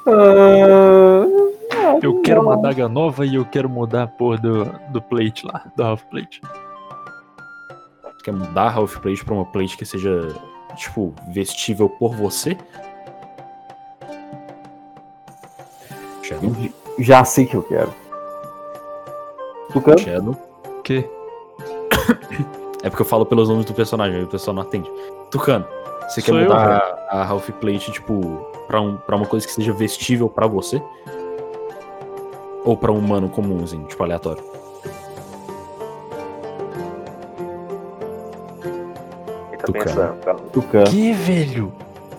A: Ah,
E: Eu quero uma daga nova e eu quero mudar a porra do, do plate lá, do half plate.
B: Você quer mudar a half plate pra uma plate que seja, tipo, vestível por você? Shadow.
A: Já sei que eu quero. Tucano?
B: Shadow.
E: Que?
B: É porque eu falo pelos nomes do personagem, aí o pessoal não atende. Tucano, você
E: Sou
B: quer
E: eu,
B: mudar a, a Ralph Plate, tipo, pra, um, pra uma coisa que seja vestível pra você? Ou pra um humano comum, assim, tipo, aleatório?
C: Ele tá
B: Tu, cara.
C: pensando, calma.
A: Tucano.
E: Que, velho?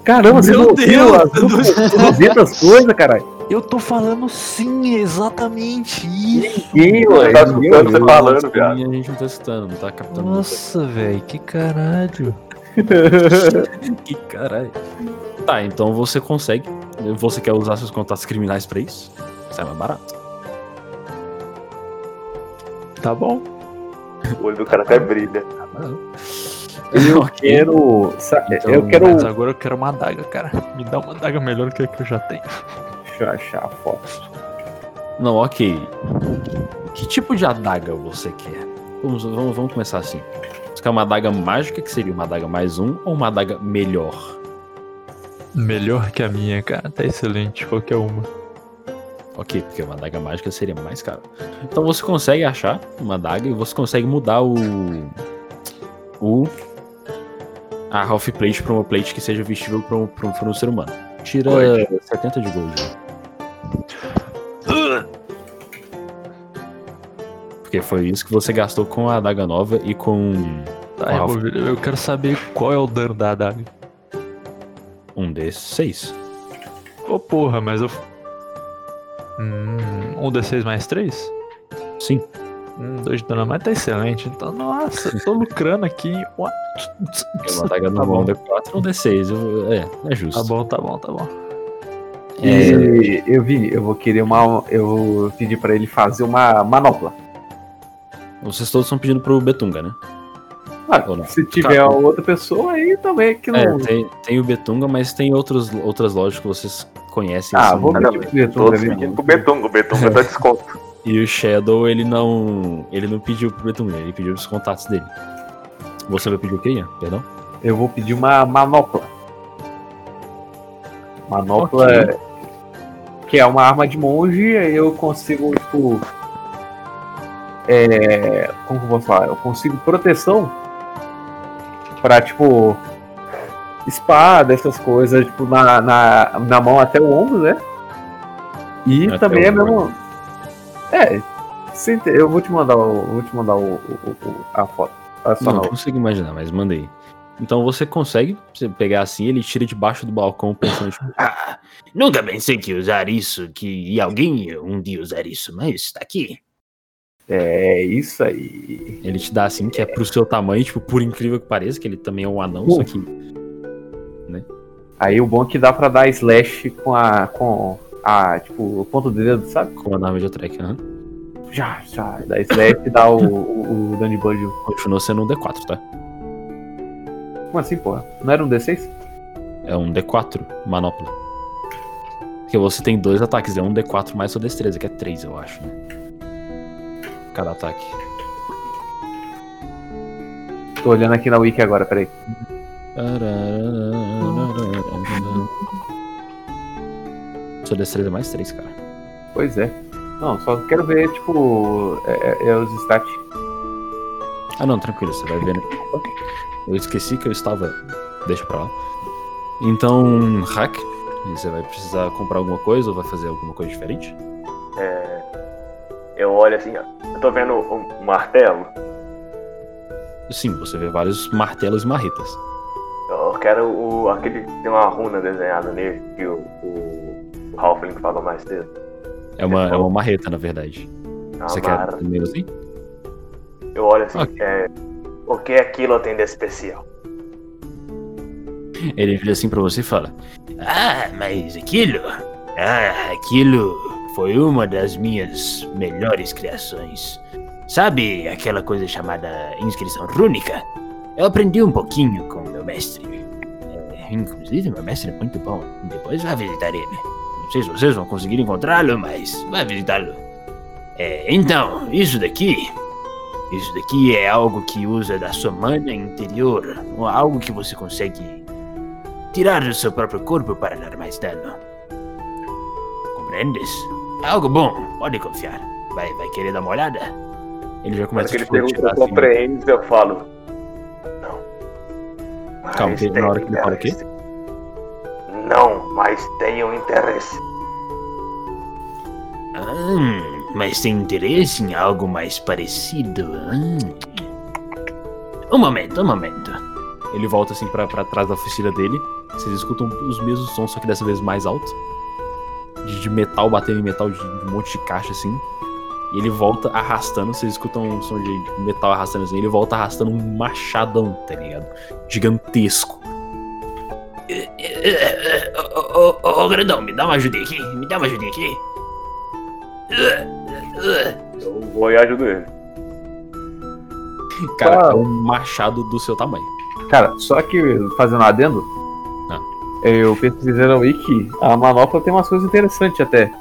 A: Caramba, você é um
E: Meu
A: não viu as
E: Deus, eu
A: duas- as outras coisas, caralho?
E: Eu tô falando sim, exatamente isso.
A: Ih,
C: Você tá
A: mano,
C: escutando
A: meu
C: você falando,
B: E a
C: viado.
B: gente não tá citando, não tá captando.
E: Nossa, velho, que caralho.
A: Deus.
B: Que caralho. Tá, então você consegue. Você quer usar seus contatos criminais pra isso? é Sai mais barato.
E: Tá bom.
C: O olho do cara até brilha.
B: Ah, não.
A: Eu
B: Ok.
A: quero. sa-
B: Então,
A: eu quero
E: Mas agora eu quero uma adaga, cara. Me dá uma adaga melhor que a que eu já tenho.
A: Deixa eu achar a foto.
B: Não, ok. Que tipo de adaga você quer? Vamos, vamos, vamos começar assim. Você ficar uma adaga mágica, que seria uma adaga mais um, ou uma adaga melhor?
E: Melhor que a minha, cara. Tá excelente, qualquer uma.
B: Ok, porque uma adaga mágica seria mais cara. Então você consegue achar uma adaga e você consegue mudar o. o. a half plate pra uma plate que seja vestível pra um, pra um, pra um ser humano. Tira
E: Oi.
B: 70 de gold. Porque foi isso que você gastou com a adaga nova e com
E: Tá,
B: Qual?
E: removido. eu quero saber qual é o dano da adaga.
B: um D6.
E: Ô porra, mas eu. Hum, um D6 mais 3?
B: Sim.
E: Hum, dois de dano a mais tá excelente. Então, nossa, eu tô lucrando aqui. hein? Uá.
B: É uma adaga
E: Tá
B: normal,
E: bom,
B: um D4 ou um D6. eu- é, é justo.
E: tá bom, tá bom, tá bom.
B: É,
A: E eu vi, eu vou querer uma. Eu vou pedir pra ele fazer uma manopla.
B: vocês todos estão pedindo pro Betunga, né?
A: Ah,
B: Ou não?
A: Se tiver outra pessoa aí também que não.
B: É, tem, tem o Betunga, mas tem outros, outras lojas que vocês conhecem.
A: ah,
B: assim.
A: vou
C: Nada
A: pedir pro Betunga
C: Todos
A: mesmo.
C: pedindo pro Betunga. O
B: É.
C: Betunga dá desconto.
B: E o Shadow, ele não. Ele não pediu pro Betunga, ele pediu os contatos dele. Você vai pedir o quê, Ian? Perdão?
A: Eu vou pedir uma manopla. Manopla. Que é uma arma de monge, eu consigo, tipo. É. Como que eu vou falar? Eu consigo proteção pra, tipo. Espada, essas coisas, tipo, na, na, na mão até o ombro, né? E
B: Até
A: também
B: o
A: é mesmo. É. sem te- Eu vou te mandar o. eu Vou te mandar o, o- o- a foto. A sua
B: não,
A: nova.
B: consigo imaginar, mas mandei. Então você consegue você pegar assim, ele tira debaixo do balcão pensando, tipo,
F: Ah, nunca pensei que usar isso, que e alguém ia um dia usar isso, mas está aqui.
A: É isso aí.
B: ele te dá assim, que é pro seu tamanho, tipo, por incrível que pareça, que ele também é um anão, só que
A: Aí o bom é que dá pra dar slash com a. com a. tipo, o ponto do dedo, sabe?
B: com a arma de né? track. aham.
A: Já, já. Dá slash e dá o, o, o dano de banjo.
B: Continua sendo um D4, tá?
A: Como assim, porra? Não era um D6?
B: É um D4, manopla. Porque você tem dois ataques, é um D4 mais sua destreza, que é 3, eu acho, né? Cada ataque.
A: Tô olhando aqui na wiki agora, peraí.
B: Sua destreza é mais 3, cara.
A: Pois é. Não, só quero ver, tipo, é, é os stats.
B: Ah não, tranquilo, você vai ver. né? Eu esqueci que eu estava. Deixa pra lá. Então, hack. e Você vai precisar comprar alguma coisa ou vai fazer alguma coisa diferente?
C: É, Eu olho assim, ó. Eu tô vendo um um martelo.
B: Sim, você vê vários martelos e marretas.
C: Eu quero o, aquele que tem uma runa desenhada nele, que o, o, o Halfling falou mais cedo.
B: É uma,
C: Você
B: é uma marreta, na verdade.
C: Ah,
B: Você quer
C: Amara.
B: primeiro assim?
C: Eu olho assim, é, o que aquilo tem de especial?
B: Ele vira assim pra você e fala:
F: Ah, mas aquilo. Ah, aquilo foi uma das minhas melhores criações. Sabe aquela coisa chamada inscrição rúnica? Eu aprendi um pouquinho com meu mestre. É, inclusive, meu mestre é muito bom. Depois vai visitar ele. Não sei se vocês vão conseguir encontrá-lo, mas vai visitá-lo. É, então, isso daqui. Isso daqui é algo que usa da sua mana interior. Algo que você consegue tirar do seu próprio corpo para dar mais dano. Compreendes? É algo bom, pode confiar. Vai, vai querer dar uma olhada?
B: Ele já
C: Mas
B: começa
C: ele
B: tipo,
C: pergunta se
B: tirar
C: eu
B: assim.
C: compreendo, eu falo. Não. Mas
B: Calma, que- na hora que ele
C: tenho
B: fala o quê?
C: interesse. Não, mas tenho interesse.
F: Hum, mas tem interesse em algo mais parecido? Hum. Um momento, um momento.
B: Ele volta assim pra, pra trás da oficina dele. Vocês escutam os mesmos sons, só que dessa vez mais alto. De, de metal batendo em metal, de, de um monte de caixa assim. E ele volta arrastando. Vocês escutam um som de de metal arrastando assim. Ele volta arrastando um machadão, tá ligado? Gigantesco.
F: Ô, ô, ô, ô, grandão, me dá uma ajudinha aqui, me dá uma ajudinha aqui.
C: Eu vou e ajudo ele.
B: Cara, é um machado do seu tamanho.
A: Cara, só que fazendo um adendo,
B: Ah.
A: eu pesquisei na Wiki, a manopla tem umas coisas interessantes até.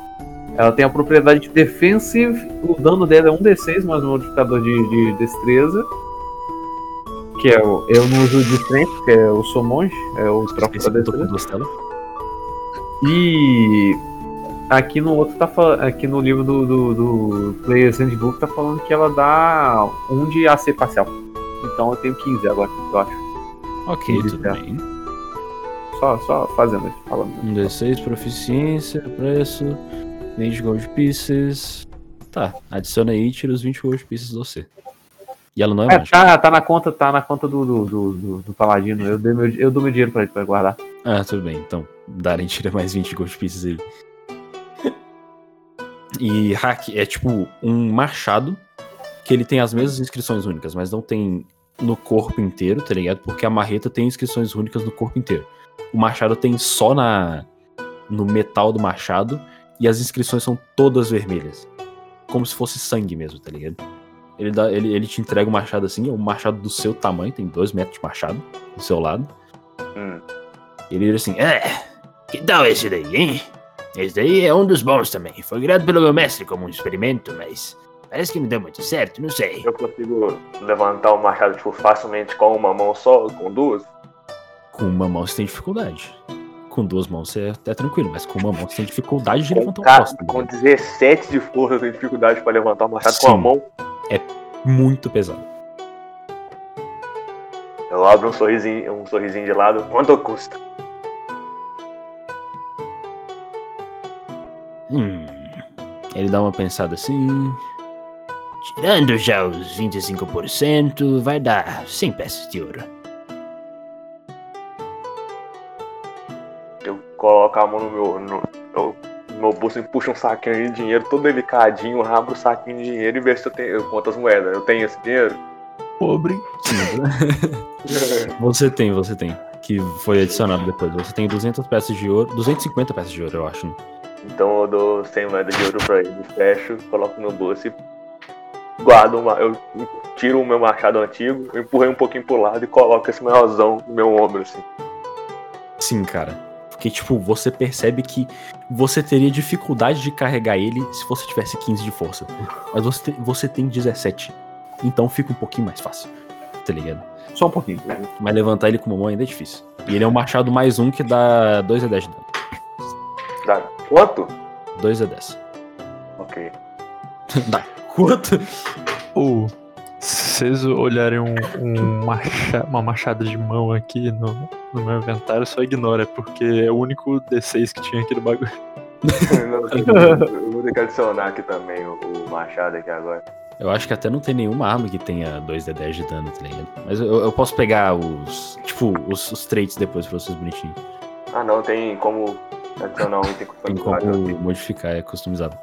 A: Ela tem a propriedade de um defensive, o dano dela é 1d6 mais um modificador de, de destreza. que é o. Eu não uso de frente, porque eu sou monge, é o troco
B: Esqueci
A: da
B: que eu tô com
A: destreza.
B: duas telas.
A: E aqui no outro tá fal- aqui no livro do, do, do Players Handbook tá falando que ela dá um de AC parcial. Então eu tenho 15 agora, eu acho.
B: Ok,
A: Ele
B: tudo
A: tá.
B: bem.
A: Só, só fazendo isso, falando.
B: 1, 2, 6, Um, proficiência, preço, 20 gold pieces. Tá, adiciona aí e tira os 20 gold pieces do você. E ela não é
A: É,
B: mágica.
A: tá, tá na conta, tá na conta do, do, do, do- do Paladino. Eu, dei meu, eu dou meu dinheiro pra ele pra guardar.
B: Ah, tudo bem, então. Darren tira mais 20 gold pieces aí. E hack é tipo um machado que ele tem as mesmas inscrições únicas, mas não tem no corpo inteiro, tá ligado? Porque a marreta tem inscrições únicas no corpo inteiro. O machado tem só na no metal do machado e as inscrições são todas vermelhas. Como se fosse sangue mesmo, tá ligado? Ele, dá, ele, ele te entrega o machado assim, é um machado do seu tamanho, tem dois metros de machado do seu lado.
C: Hum.
B: Ele vira assim,
F: É, que tal esse daí, hein? Esse daí é um dos bons também. Foi criado pelo meu mestre como um experimento, mas parece que não deu muito certo, não sei.
C: Eu consigo levantar o machado tipo, facilmente com uma mão só, com duas?
B: Com uma mão você tem dificuldade. Com duas mãos você é até tranquilo, mas com uma mão você tem dificuldade de
C: Com,
B: levantar um
C: ca-
B: troço. tá
C: com
B: ligado?
C: 17 de força, eu tenho dificuldade pra levantar o machado com
B: Sim.
C: a mão.
B: Muito pesado.
C: Eu abro um sorrisinho, um sorrisinho de lado. Quanto custa?
B: Hum. Ele dá uma pensada assim.
F: Tirando já os 25%, vai dar 100 peças de ouro.
C: Eu coloco a mão no meu, no, no- no meu bolso e puxo um saquinho de dinheiro todo delicadinho, abro o saquinho de dinheiro e vejo se eu tenho quantas moedas. Eu tenho esse dinheiro?
E: Pobre.
B: Você tem, você tem. Que foi adicionado depois. Você tem 200 peças de ouro. 250 peças de ouro, eu acho. né?
C: Então eu dou 100 moedas de ouro pra ele, fecho, coloco no bolso e guardo uma. Eu tiro o meu machado antigo, empurrei um pouquinho pro lado e coloco esse maiorzão no meu ombro, assim.
B: Sim, cara. Porque, tipo, você percebe que você teria dificuldade de carregar ele se você tivesse 15 de força. Mas você, te- você tem 17. Então fica um pouquinho mais fácil. Tá ligado?
A: Só um pouquinho.
B: Mas levantar ele com mamão ainda é difícil. E ele é um machado mais um que dá 2 a 10 de dano.
C: Dá quanto?
B: 2 a 10.
C: Ok.
B: dá quanto?
E: Ou se vocês olharem um, um macha- uma machada de mão aqui no, no meu inventário, só ignora, porque é o único D6 que tinha aqui no bagulho.
C: Não, eu vou ter que adicionar aqui também o, o machado aqui agora.
B: Eu acho que até não tem nenhuma arma que tenha 2 a 10 de dano, tá ligado? Mas eu, eu posso pegar os. Tipo, os, os traits depois pra vocês bonitinhos.
C: Ah não, tem como adicionar um item
B: Tem
C: customizado
B: como
C: aqui.
B: modificar, é customizado.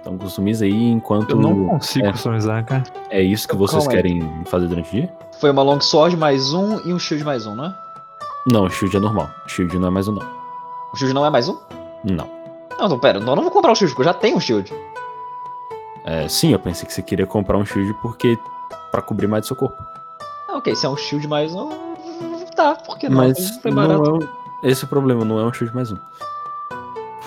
B: Então customiza aí enquanto.
E: Eu não consigo
B: é.
E: customizar, cara.
B: É isso que vocês
D: Calma aí.
B: querem fazer durante o dia?
D: Foi uma longsword mais um e um shield mais um, né?
B: Não, shield é normal. Shield não é mais um não.
D: O shield não é mais um?
B: Não.
D: Não, então pera, eu não vou comprar o shield, porque eu já tenho um shield.
B: É, sim, eu pensei que você queria comprar um shield porque. pra cobrir mais do seu corpo.
D: Ah, ok, se é um shield mais um. Tá, porque não?
B: Mas
D: Foi
B: não
D: barato.
B: é um- esse é o problema, não é um shield mais um.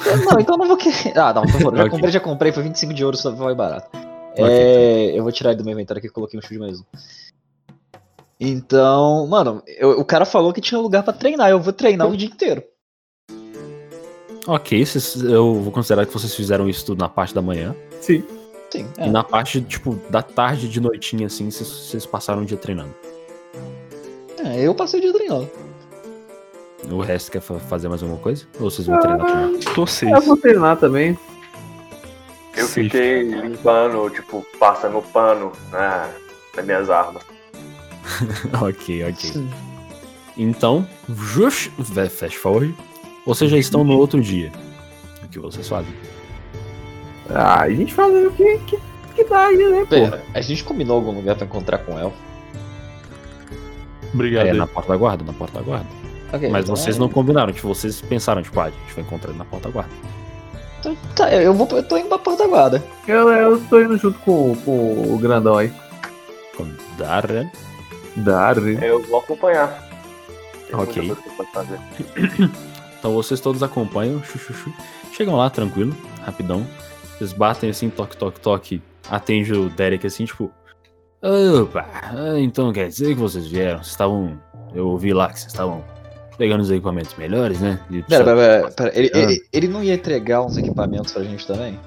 D: Não, então eu não vou querer. Ah, não, por favor, já
B: Ok.
D: comprei, já comprei, foi 25 de ouro, só foi barato.
B: Ok,
D: É, eu vou tirar ele do meu inventário aqui e coloquei um shield mais um. Então, mano, eu- o cara falou que tinha lugar pra treinar, eu vou treinar o dia inteiro.
B: Ok, vocês- eu vou considerar que vocês fizeram isso tudo na parte da manhã.
A: Sim.
D: Sim,
B: E
D: é.
B: na parte, tipo, da tarde, de noitinha, assim, vocês- vocês passaram o dia treinando.
D: É, eu passei o dia treinando.
B: O resto quer fa- fazer mais alguma coisa? Ou vocês vão treinar também?
E: Tô 6.
A: Eu vou treinar também.
C: Eu fiquei limpando, tipo, passando pano na, nas minhas armas.
B: ok, ok.
D: Sim.
B: Então, jush, ve- fast forward. Vocês já estão no outro dia. O que vocês fazem?
A: Ah, a gente faz o que, que, que dá aí, né, pô?
D: Pera, a gente combinou algum lugar pra encontrar com o elfo.
E: Obrigado.
B: É,
E: aí.
B: na porta da guarda, na porta da guarda.
D: Ok,
B: Mas
D: então
B: vocês
D: é-
B: não combinaram, tipo, vocês pensaram, tipo, ah, a gente vai encontrar ele na porta da guarda.
D: Então, tá, eu, vou, eu tô indo pra porta da guarda.
A: Eu, eu tô indo junto com, com o grandão aí.
B: Quando dá, né?
A: Darwin.
C: Eu vou acompanhar. Tem muita
B: Ok.
C: coisa que eu posso fazer.
B: Então vocês todos acompanham, chu, chu, chu. chegam lá tranquilo, rapidão. Vocês batem assim, toque, toque, toque. Atende o Derek assim, tipo, Opa, ah, então quer dizer que vocês vieram. Vocês estavam. Eu ouvi lá que vocês estavam pegando os equipamentos melhores, né? E
D: Pera, pera, pera, pera. Ele, ele- ele não ia entregar uns equipamentos pra gente também?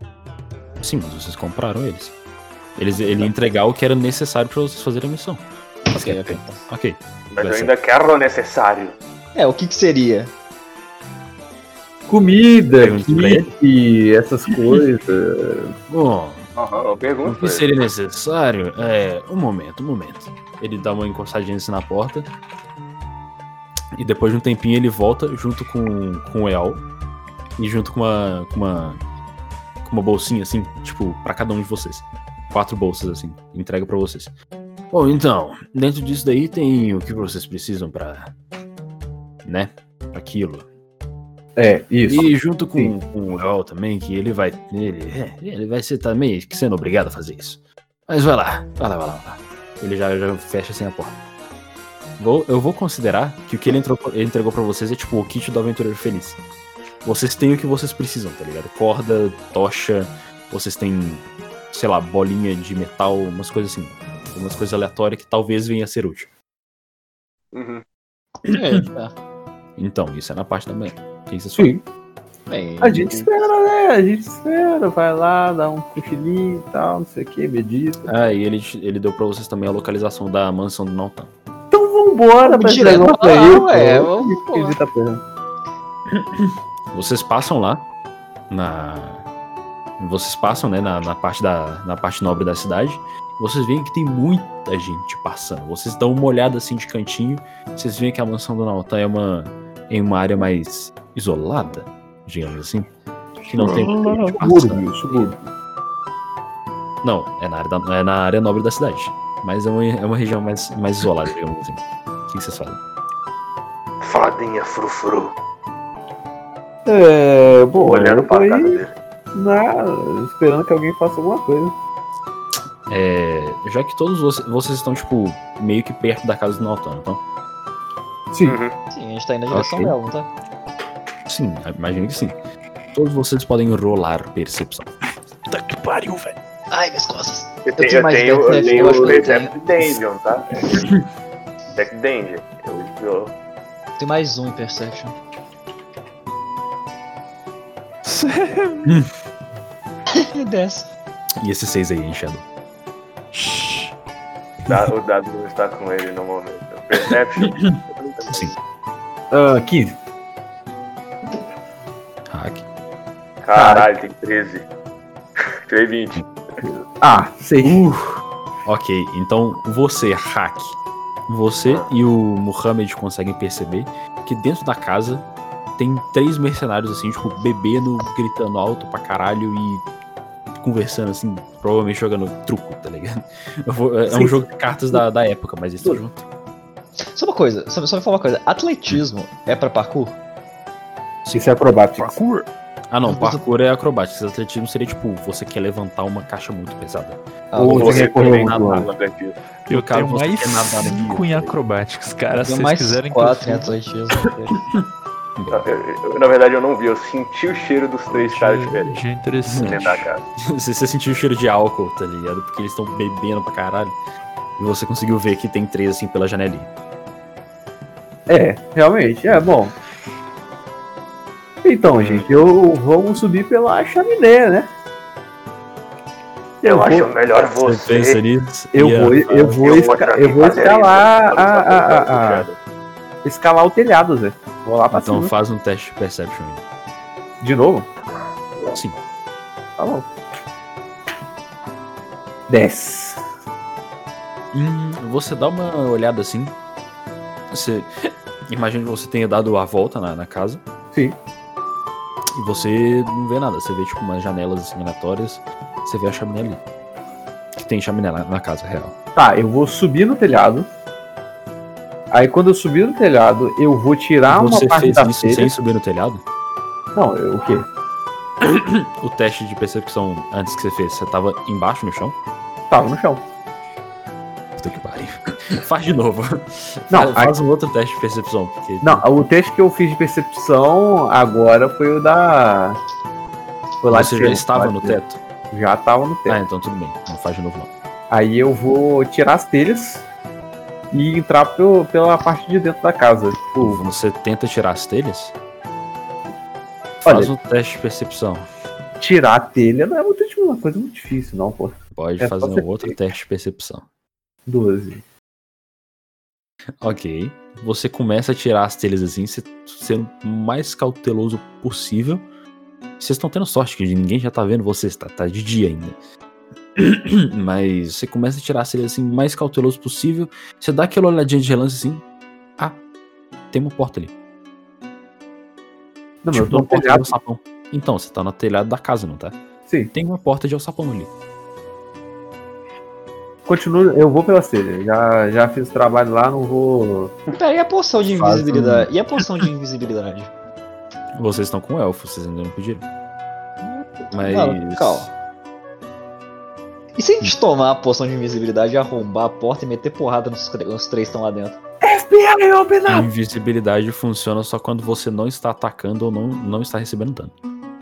D: tá.
B: Sim, mas vocês compraram eles. Eles ele ia entregar o que era necessário pra vocês fazerem a missão.
D: Ok, ok. então.
B: Ok.
C: Mas
B: Vai
C: eu
B: ser.
C: ainda quero o necessário.
D: É, o que que seria?
A: Comida,
B: Pergunta pra
A: kit, essas coisas.
B: Bom,
C: Aham, eu
B: o
C: pergunto.
B: que seria necessário? É. Um momento, um momento. Ele dá uma encostadinha assim na porta. E depois de um tempinho ele volta junto com, com o Eal. E junto com uma. com uma. com uma bolsinha assim, tipo, pra cada um de vocês. Quatro bolsas assim, entrega pra vocês. Bom, então, dentro disso daí tem o que vocês precisam pra. né? Pra aquilo.
A: É, isso.
B: E junto com,
A: Sim.
B: com o El também, que ele vai. Ele, é, ele vai ser também que sendo obrigado a fazer isso. Mas vai lá, vai lá, vai lá, vai lá. Ele já, já fecha assim a porta. Vou, eu vou considerar que o que ele, entrou, ele entregou pra vocês é tipo o kit do aventureiro feliz. Vocês têm o que vocês precisam, tá ligado? Corda, tocha, vocês têm, sei lá, bolinha de metal, umas coisas assim. Umas coisas aleatórias que talvez venha a ser útil.
C: Uhum.
D: É, tá.
B: Então, isso é na parte da manhã. O que vocês
A: Sim.
B: fazem?
D: Bem,
A: A gente espera, né? A gente espera, vai lá, dá um cochilinho e tal, não sei o que, medita.
B: Ah, e ele, te- ele deu pra vocês também a localização da mansão do Nautan.
A: Então vambora, pra
D: Direto
A: entregar pra
D: pra lá,
A: ele. tá
D: ué,
A: pô.
D: vamos
A: Que visita perna.
B: Vocês passam lá na. Vocês passam, né, na, na parte da, na parte nobre da cidade. Vocês veem que tem muita gente passando. Vocês dão uma olhada assim de cantinho. Vocês veem que a mansão do Nautan é uma em uma área mais isolada, digamos assim, que não tem muita gente passando.
A: Subúrbio, subúrbio.
B: Não, é na área, da- é na área nobre da cidade, mas é uma, é uma região mais, mais isolada, digamos assim. O que que vocês fazem?
C: Fadinha frufru.
A: É, bom,
C: Olhando
A: eu tô
C: pra
A: aí,
C: cara dele.
A: na- esperando que alguém faça alguma coisa.
B: É, já que todos vocês, vocês estão, tipo, meio que perto da casa do Nautan, então.
A: Sim,
C: Uhum.
D: Sim, a gente tá indo na direção
B: Ok.
D: dela, não tá?
B: Sim, imagino que sim. Todos vocês podem rolar percepção.
E: Puta que pariu, velho.
D: Ai, minhas costas.
C: Eu
D: tenho
C: tenho, eu
D: mais
C: tenho, eu
D: Death,
C: tenho
D: eu acho
C: o
D: que eu
C: Death Danger, tá? Death Danger. Eu, eu,
D: Tem mais um em Perception. Desce.
B: E esses seis aí, hein, Shadow?
C: da- o dado não está com ele no momento. Perception.
B: Sim.
A: Ah, 15.
B: Hack.
C: Caralho, tem 13. Tirei 20.
A: Ah, sei.
B: Ok, então você, Hack, você e o Muhammad conseguem perceber que dentro da casa tem três mercenários, assim, tipo, bebendo, gritando alto pra caralho e conversando, assim, provavelmente jogando truco, tá ligado? Eu vou- é um
A: Sim.
B: jogo de cartas da, da época, mas eles estão jogando truco.
D: Só uma coisa, só, só me fala uma coisa. Atletismo é pra parkour?
A: Isso é acrobático.
E: Parkour.
B: Ah, não, parkour é acrobática. Atletismo seria, tipo, você quer levantar uma caixa muito pesada.
D: Ah,
A: Ou
D: ok.
A: você recorreu
B: também
A: muito
B: nada.
A: longe.
E: Eu
B: cara,
E: tenho
B: você
E: mais
B: quer nadar no
E: cinco
B: rio,
E: em
B: velho.
E: acrobátics, cara. Se
D: Tem
E: vocês
D: mais
E: quiserem que eu
D: quatro em
E: fique-
D: atletismo.
C: Na verdade, eu não vi. Eu senti o cheiro dos três caras diferentes
E: Já é interessante.
C: dentro da casa.
B: você, você sentiu o cheiro de álcool, tá ligado? Porque eles estão bebendo pra caralho. E você conseguiu ver que tem três assim pela janelinha.
A: É, realmente, é bom. Então, gente, eu vamos subir pela chaminé, né?
C: Eu
A: vou-
C: acho melhor você.
B: nisso?
A: Eu
B: E a-
A: vou, eu vou, esca-
C: aqui
A: eu vou ah,
C: fazer
A: escalar
C: isso.
A: a, a- a- a- escalar o telhado, Zé. Vou lá pra
B: Então
A: cima.
B: faz um teste de perception aí.
A: De novo?
B: Sim.
A: Tá bom. 10.
B: Hum, você dá uma olhada assim. Você. Imagina que você tenha dado a volta na, na casa.
A: Sim.
B: E você não vê nada. Você vê, tipo, umas janelas assim, aleatórias. Você vê a chaminé ali. Que tem chaminé lá na casa real.
A: Tá, eu vou subir no telhado. Aí quando eu subir no telhado, eu vou tirar
B: você
A: uma parte
B: fez
A: da
B: isso
A: telha.
B: sem subir no telhado?
A: Não, eu- o quê?
B: O teste de percepção antes que você fez, você tava embaixo no chão?
A: Tava no chão.
B: Puta que pariu. Faz de novo.
A: Não,
B: Fa- faz um outro teste de percepção. Porque...
A: Não, o teste que eu fiz de percepção agora foi o da. Foi lá de
B: você já
A: cima,
B: estava
A: lá
B: no
A: de-
B: teto?
A: Já estava no teto.
B: É. Ah, então tudo bem. Não faz de novo, não.
A: Aí eu vou tirar as telhas e entrar pelo- pela parte de dentro da casa.
B: Pô,
A: Tipo,
B: Você tenta tirar as telhas? Faz
A: olha,
B: um teste de percepção.
A: tirar a telha não é muito, tipo, uma coisa muito difícil, não, pô.
B: Pode
A: É só
B: fazer
A: você-
B: um outro teste de percepção.
A: 12.
B: Ok. Você começa a tirar as telhas assim, se- sendo o mais cauteloso possível. Vocês estão tendo sorte, que ninguém já tá vendo vocês, tá, tá de dia ainda. Mas você começa a tirar as telhas assim, o mais cauteloso possível. Você dá aquela olhadinha de relance assim. Ah, tem uma porta ali.
A: Não, mas eu
B: Tipo, tem
A: tô
B: uma
A: no
B: porta de
A: telhado.
B: alçapão. Então, você tá no telhado da casa, não tá?
A: Sim.
B: Tem uma porta de alçapão ali.
A: Continuo, eu vou pelas telhas. Já, já fiz o trabalho lá, não vou.
D: Pera, e a poção de
B: Faz um-
D: invisibilidade? E a poção de invisibilidade?
B: Vocês estão com o elfo, vocês ainda não pediram. Mas.
D: Não, calma. E se a gente tomar a poção de invisibilidade, arrombar a porta e meter porrada nos, tre- nos três que estão lá dentro?
A: FBI, open
B: A invisibilidade funciona só quando você não está atacando ou não, não está recebendo dano.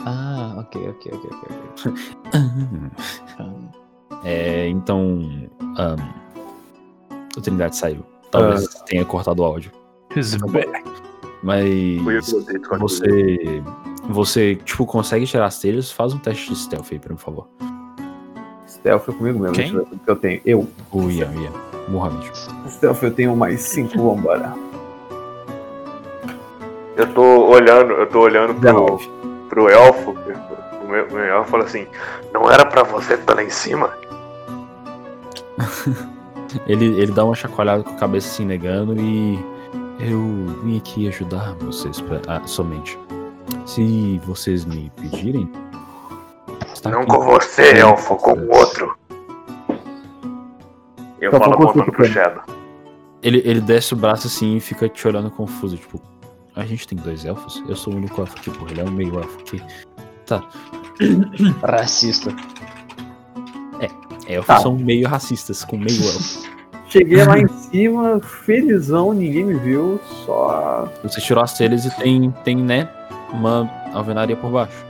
D: Ah, ok, ok, ok, ok. ok.
C: Uhum.
D: Ah,
B: É, então. ahn, o Trindade saiu. Talvez
C: Ah.
B: tenha cortado o áudio.
E: He's
B: Tá
E: back.
B: Mas.
C: Fui eu que botei, desculpa.
B: Você. Você, tipo, consegue tirar as telhas? Faz um teste de stealth aí, pra mim, por favor.
A: Stealth é comigo mesmo,
E: Quem?
A: deixa eu ver o que eu tenho. Eu.
B: O Ian, Ian. Mohamed.
A: Stealth eu tenho mais 5, vambora.
C: Eu tô olhando, eu tô olhando pro,
A: 19.
C: pro elfo. O meu, o meu elfo fala assim, não era pra você estar lá em cima?
B: Ele, ele dá uma chacoalhada com a cabeça assim, negando e. Eu vim aqui ajudar vocês pra- ah, somente. Se vocês me pedirem. está
C: não
B: aqui.
C: com você, elfo, com o outro. Eu
A: Tá bom,
C: falo
A: consigo,
C: apontando pro
A: cara.
C: Shadow.
B: Ele, ele desce o braço assim e fica te olhando confuso, tipo, a gente tem dois elfos? Eu sou o único elfo aqui, porra, ele é um meio elfo aqui.
D: Racista.
B: Elfos
A: Tá.
B: são meio racistas com meio elfo.
A: Cheguei lá em cima, felizão, ninguém me viu, só.
B: Você tirou as telhas e tem, tem, né, uma alvenaria por baixo.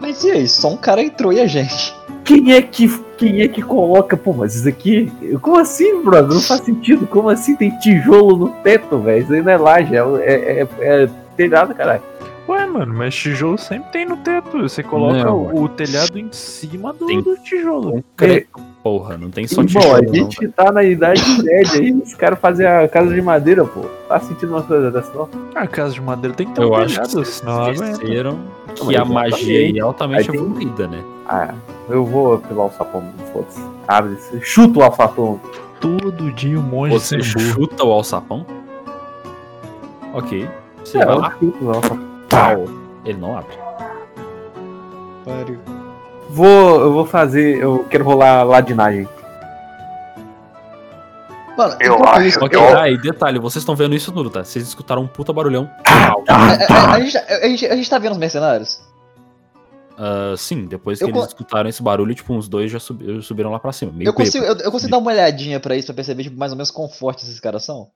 D: Mas e aí? Só um cara entrou e a gente.
A: Quem é que quem é que coloca? Pô, mas isso aqui. Como assim, brother? Não faz sentido. Como assim tem tijolo no teto, velho? Isso aí não é laje, é, é, é, é telhado, caralho.
E: Ué, mano, mas tijolo sempre tem no teto. Você coloca
B: Não, é.
E: o, o telhado em cima do,
B: Tem-
E: do tijolo.
B: Concreto, porra, não tem só
A: E,
B: tijolo.
A: bom, a
B: é não,
A: gente tá na idade média aí, os caras fazem a casa de madeira, pô. Tá sentindo uma coisa dessa, não?
E: Ah, A casa de madeira tem que ter
B: Eu
E: um
B: acho
E: telhado,
B: que
E: senão ela
B: vocês
E: aguenta.
B: esqueceram que
A: Mas
B: a magia aí é altamente
A: Aí tem- um
B: evoluída, né?
A: Ah, eu vou pegar o sapão, foda-se. Abre, esse- chuta o alfatão.
E: Todo dia um o monge
B: Você
E: sendo é burro.
B: chuta o alçapão? Ok. Você
A: É,
B: vai
A: eu
B: lá,
A: chuto o Tá, alçapão.
B: pau. Ele não abre.
D: Pariu.
A: Vou, eu vou fazer, eu quero rolar ladinagem.
D: Mano,
C: Eu
D: enquanto
C: acho
D: isso,
B: Ok,
C: Eu-
B: ah, e detalhe, vocês estão vendo isso tudo, tá? Vocês escutaram um puta barulhão.
D: a, é, a- a gente, a, gente, a gente tá vendo os mercenários?
B: Ah, sim, depois que
D: Eu
B: eles
D: co-
B: escutaram esse barulho, tipo, uns dois já subi- subiram lá pra cima. Meio
D: Eu consigo, eu, eu
B: Sim.
D: consigo dar uma olhadinha pra isso, pra perceber tipo, mais ou menos quão fortes esses caras são?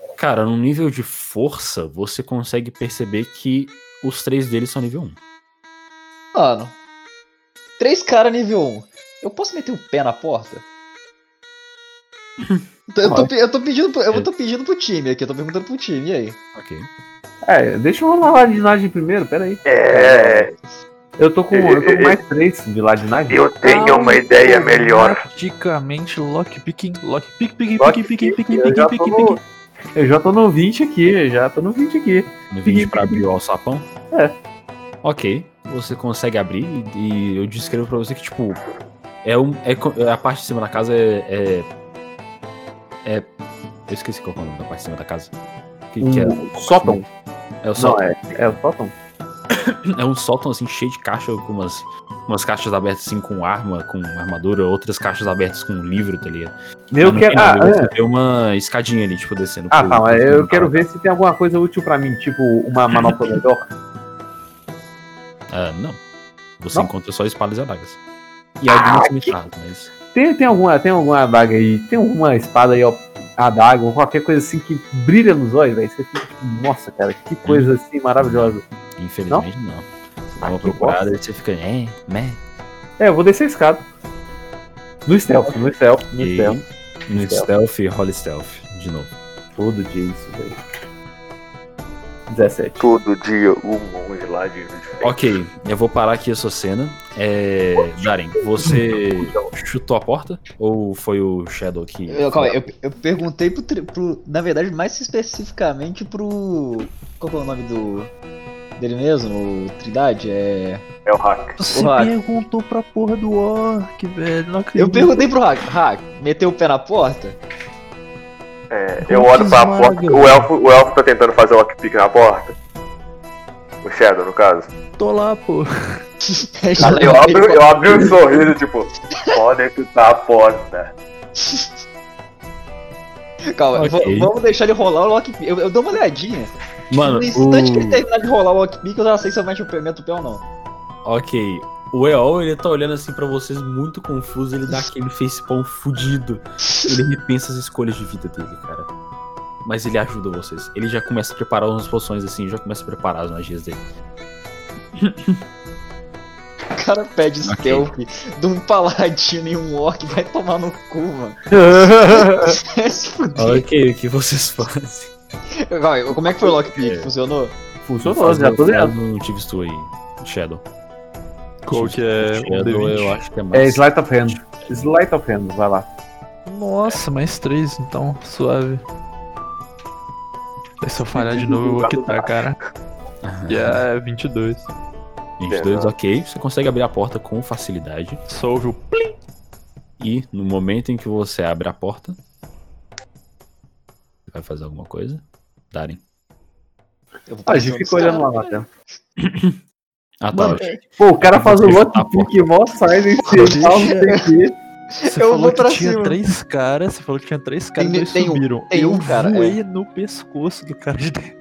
B: bêbado. Cara, no nível de força, você consegue perceber que os três deles são nível 1.
D: Mano, três caras nível 1. Eu posso meter o pé na porta? eu, tô,
A: Pode.
D: pe- eu tô pedindo pro, eu tô pedindo pro time aqui, eu tô perguntando pro time, e aí?
B: Ok.
A: É, deixa eu rolar ladinagem primeiro, pera aí.
C: É,
A: Eu tô com, eu tô com mais 3 de ladinagem.
C: eu tenho uma ideia melhor.
E: Praticamente lockpicking. Lockpick, pick,
A: Lockpick,
E: pick, pick, pick,
A: Eu
E: pick,
A: já,
E: pick,
A: tô no, eu já tô no 20 aqui, eu já tô no 20 aqui.
B: No 20 pra abrir o alçapão?
A: É.
B: Ok, você consegue abrir e, e eu descrevo pra você que, tipo, é, um, é co- é a parte de cima da casa é. É. é- eu esqueci qual que é o nome da parte de cima da casa. Que, que é,
A: Um sótão.
B: é o sótão.
A: Não, é, é o sótão.
B: É um sótão assim cheio de caixa, com umas, umas caixas abertas assim com arma, com armadura, outras caixas abertas com livro, tá ligado?
A: Eu
B: Mas no
A: quero.
B: final
A: Ah,
B: você
A: é.
B: vê uma escadinha ali, tipo, descendo.
A: Ah,
B: pro-
A: tá, mas
B: pro
A: eu
B: fundo,
A: quero
B: tá?
A: ver se tem alguma coisa útil pra mim, tipo uma manopla melhor.
B: Ah, não. Você
A: Não? Ah,
B: encontra só espadas e adagas. E algumas limitadas, mas.
A: Tem, tem, alguma, tem alguma adaga aí, tem alguma espada aí, ó, adaga, ou qualquer coisa assim que brilha nos olhos, velho. Você fica tipo, nossa, cara, que
B: Hum.
A: coisa assim maravilhosa.
B: Infelizmente não. Você dá
A: Ah,
B: uma
A: que
B: procurada e você fica, é, meh.
A: É, eu vou descer a escada. No stealth, no stealth, no
B: E-
A: stealth.
B: No
A: Stealth.
B: stealth e rola stealth, de novo.
A: Todo dia isso, velho. 17.
C: Todo dia um monge ladino diferente.
B: Ok, eu vou parar aqui essa cena. É. Darren, você
A: Então,
B: chutou a porta? Ou foi o Shadow que.
D: Eu, calma aí, eu, eu perguntei pro, tri- pro- Na verdade, mais especificamente pro. Qual que é o nome do. dele mesmo? O Trindade? É.
C: É o hack.
E: Você
D: Hack.
E: perguntou pra porra do Orc, velho. Não acredito.
D: Eu perguntei pro Hack, Hack, meteu o pé na porta?
C: É, eu olho pra
B: Desmaga.
C: porta. O elfo, o elfo tá tentando fazer o lockpick na porta. O Shadow, no caso.
E: Tô lá, pô.
D: Tá
C: Aí eu abro, eu abro um sorriso, tipo, pode escutar a porta.
D: Calma,
B: Ok.
D: v- vamos deixar ele rolar o lockpick. Eu, eu dou uma olhadinha.
B: Mano,
D: no instante
B: o-
D: que ele terminar de rolar o lockpick, eu já sei se eu mexo o meto o pé ou não.
B: Ok. O EOL, ele tá olhando assim pra vocês muito confuso, ele dá aquele facepalm fudido. Ele repensa as escolhas de vida dele, cara. Mas ele ajuda vocês. Ele já começa a preparar umas poções assim, já começa a preparar as magias dele.
D: O cara pede stealth de um paladino e um orc, vai tomar no cu, mano. Vai se fuder.
B: Ok, o que vocês fazem?
D: Calma aí, como é que foi o lockpick?
B: É.
D: Funcionou?
A: Funcionou, já tô ligado.
B: Não tive isso aí, Shadow.
E: Qual que é um
B: Shadow,
E: D20?
B: eu acho que é mais.
A: É Slight of Hand. Slight of Hand, vai lá.
E: Nossa, mais três, então. Suave. Se eu falhar de novo, eu vou quitar, cara.
B: Aham.
E: E é 22.
B: 22, ok. Você consegue abrir a porta com facilidade.
E: Só ouve o plim.
B: E no momento em que você abre a porta, você vai fazer alguma coisa? Darem.
D: Eu vou
A: Ah, a
D: passar
A: gente
D: um
A: fica olhando lá, Matheus.
B: Ah, tá.
D: Mano,
B: ótimo.
A: Pô, o cara faz o
B: Eu vou
A: lock
B: fechar a
A: pick mó silence e tal, não sei o quê.
E: Você
D: Eu
E: falou
D: vou pra
E: que tinha
D: cima.
E: três caras, você falou que tinha três caras,
D: Tem-
E: eles
D: tem um-
E: subiram.
D: tem
E: eu
D: um cara,
E: voei no pescoço do cara de dentro.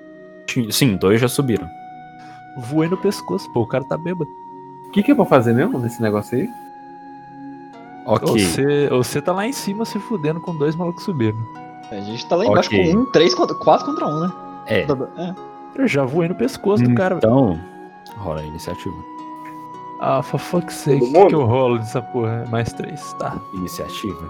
B: Sim, dois já subiram.
E: Voei no pescoço, pô, o cara tá bêbado.
A: O que, que é pra fazer mesmo nesse negócio aí?
B: Ok.
E: Você, você tá lá em cima se fudendo com dois malucos subindo.
D: A gente tá lá embaixo
B: Ok.
D: com um, três contra. Quatro contra um, né?
B: É.
D: É.
E: Eu já voei no pescoço do cara. velho.
B: Então, rola a iniciativa.
E: Ah, for fuck's sake,
C: Todo
E: o que, que
C: mundo?
E: eu rolo nessa porra? Mais três, tá.
B: Iniciativa.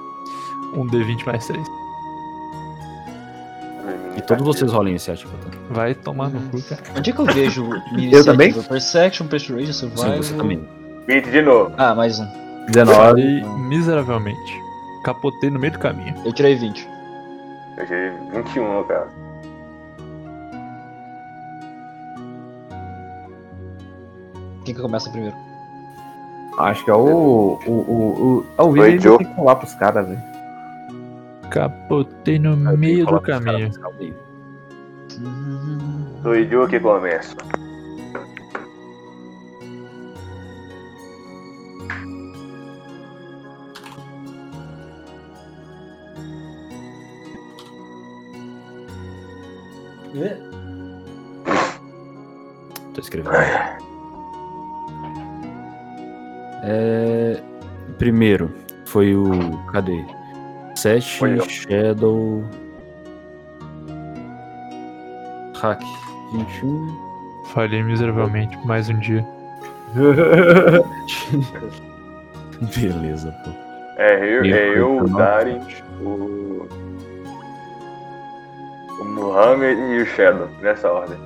E: Um D20 mais três.
C: Uhum.
B: E todos vocês rolam a iniciativa, tá?
E: Vai tomar no cu, cara.
D: Onde é que eu vejo minha
A: Eu também?
D: iniciativa? Perception, Persuasion,
B: Sim,
D: Survival.
B: você também.
C: 20 de novo.
D: Ah, mais um.
A: 19.
E: E miseravelmente. Capotei no meio do caminho.
D: Eu tirei 20.
C: Eu tirei 21, cara.
D: Quem que começa primeiro?
A: Acho que é o. O. O. o ah, o
C: Oi,
A: Vini ainda
C: Joe.
A: tem que rolar pros caras, né? velho.
E: Capotei no meio do caminho.
C: Sou eu que começo.
B: Tô escrevendo. É... Primeiro foi o. Cadê? Sete,
C: Foi eu.
B: Shadow. Hack 21.
E: Falhei miseravelmente, mais um dia.
B: Beleza, pô.
C: É eu, é eu o
B: Não.
C: Darin, o. O Muhammad e o Shadow, nessa ordem.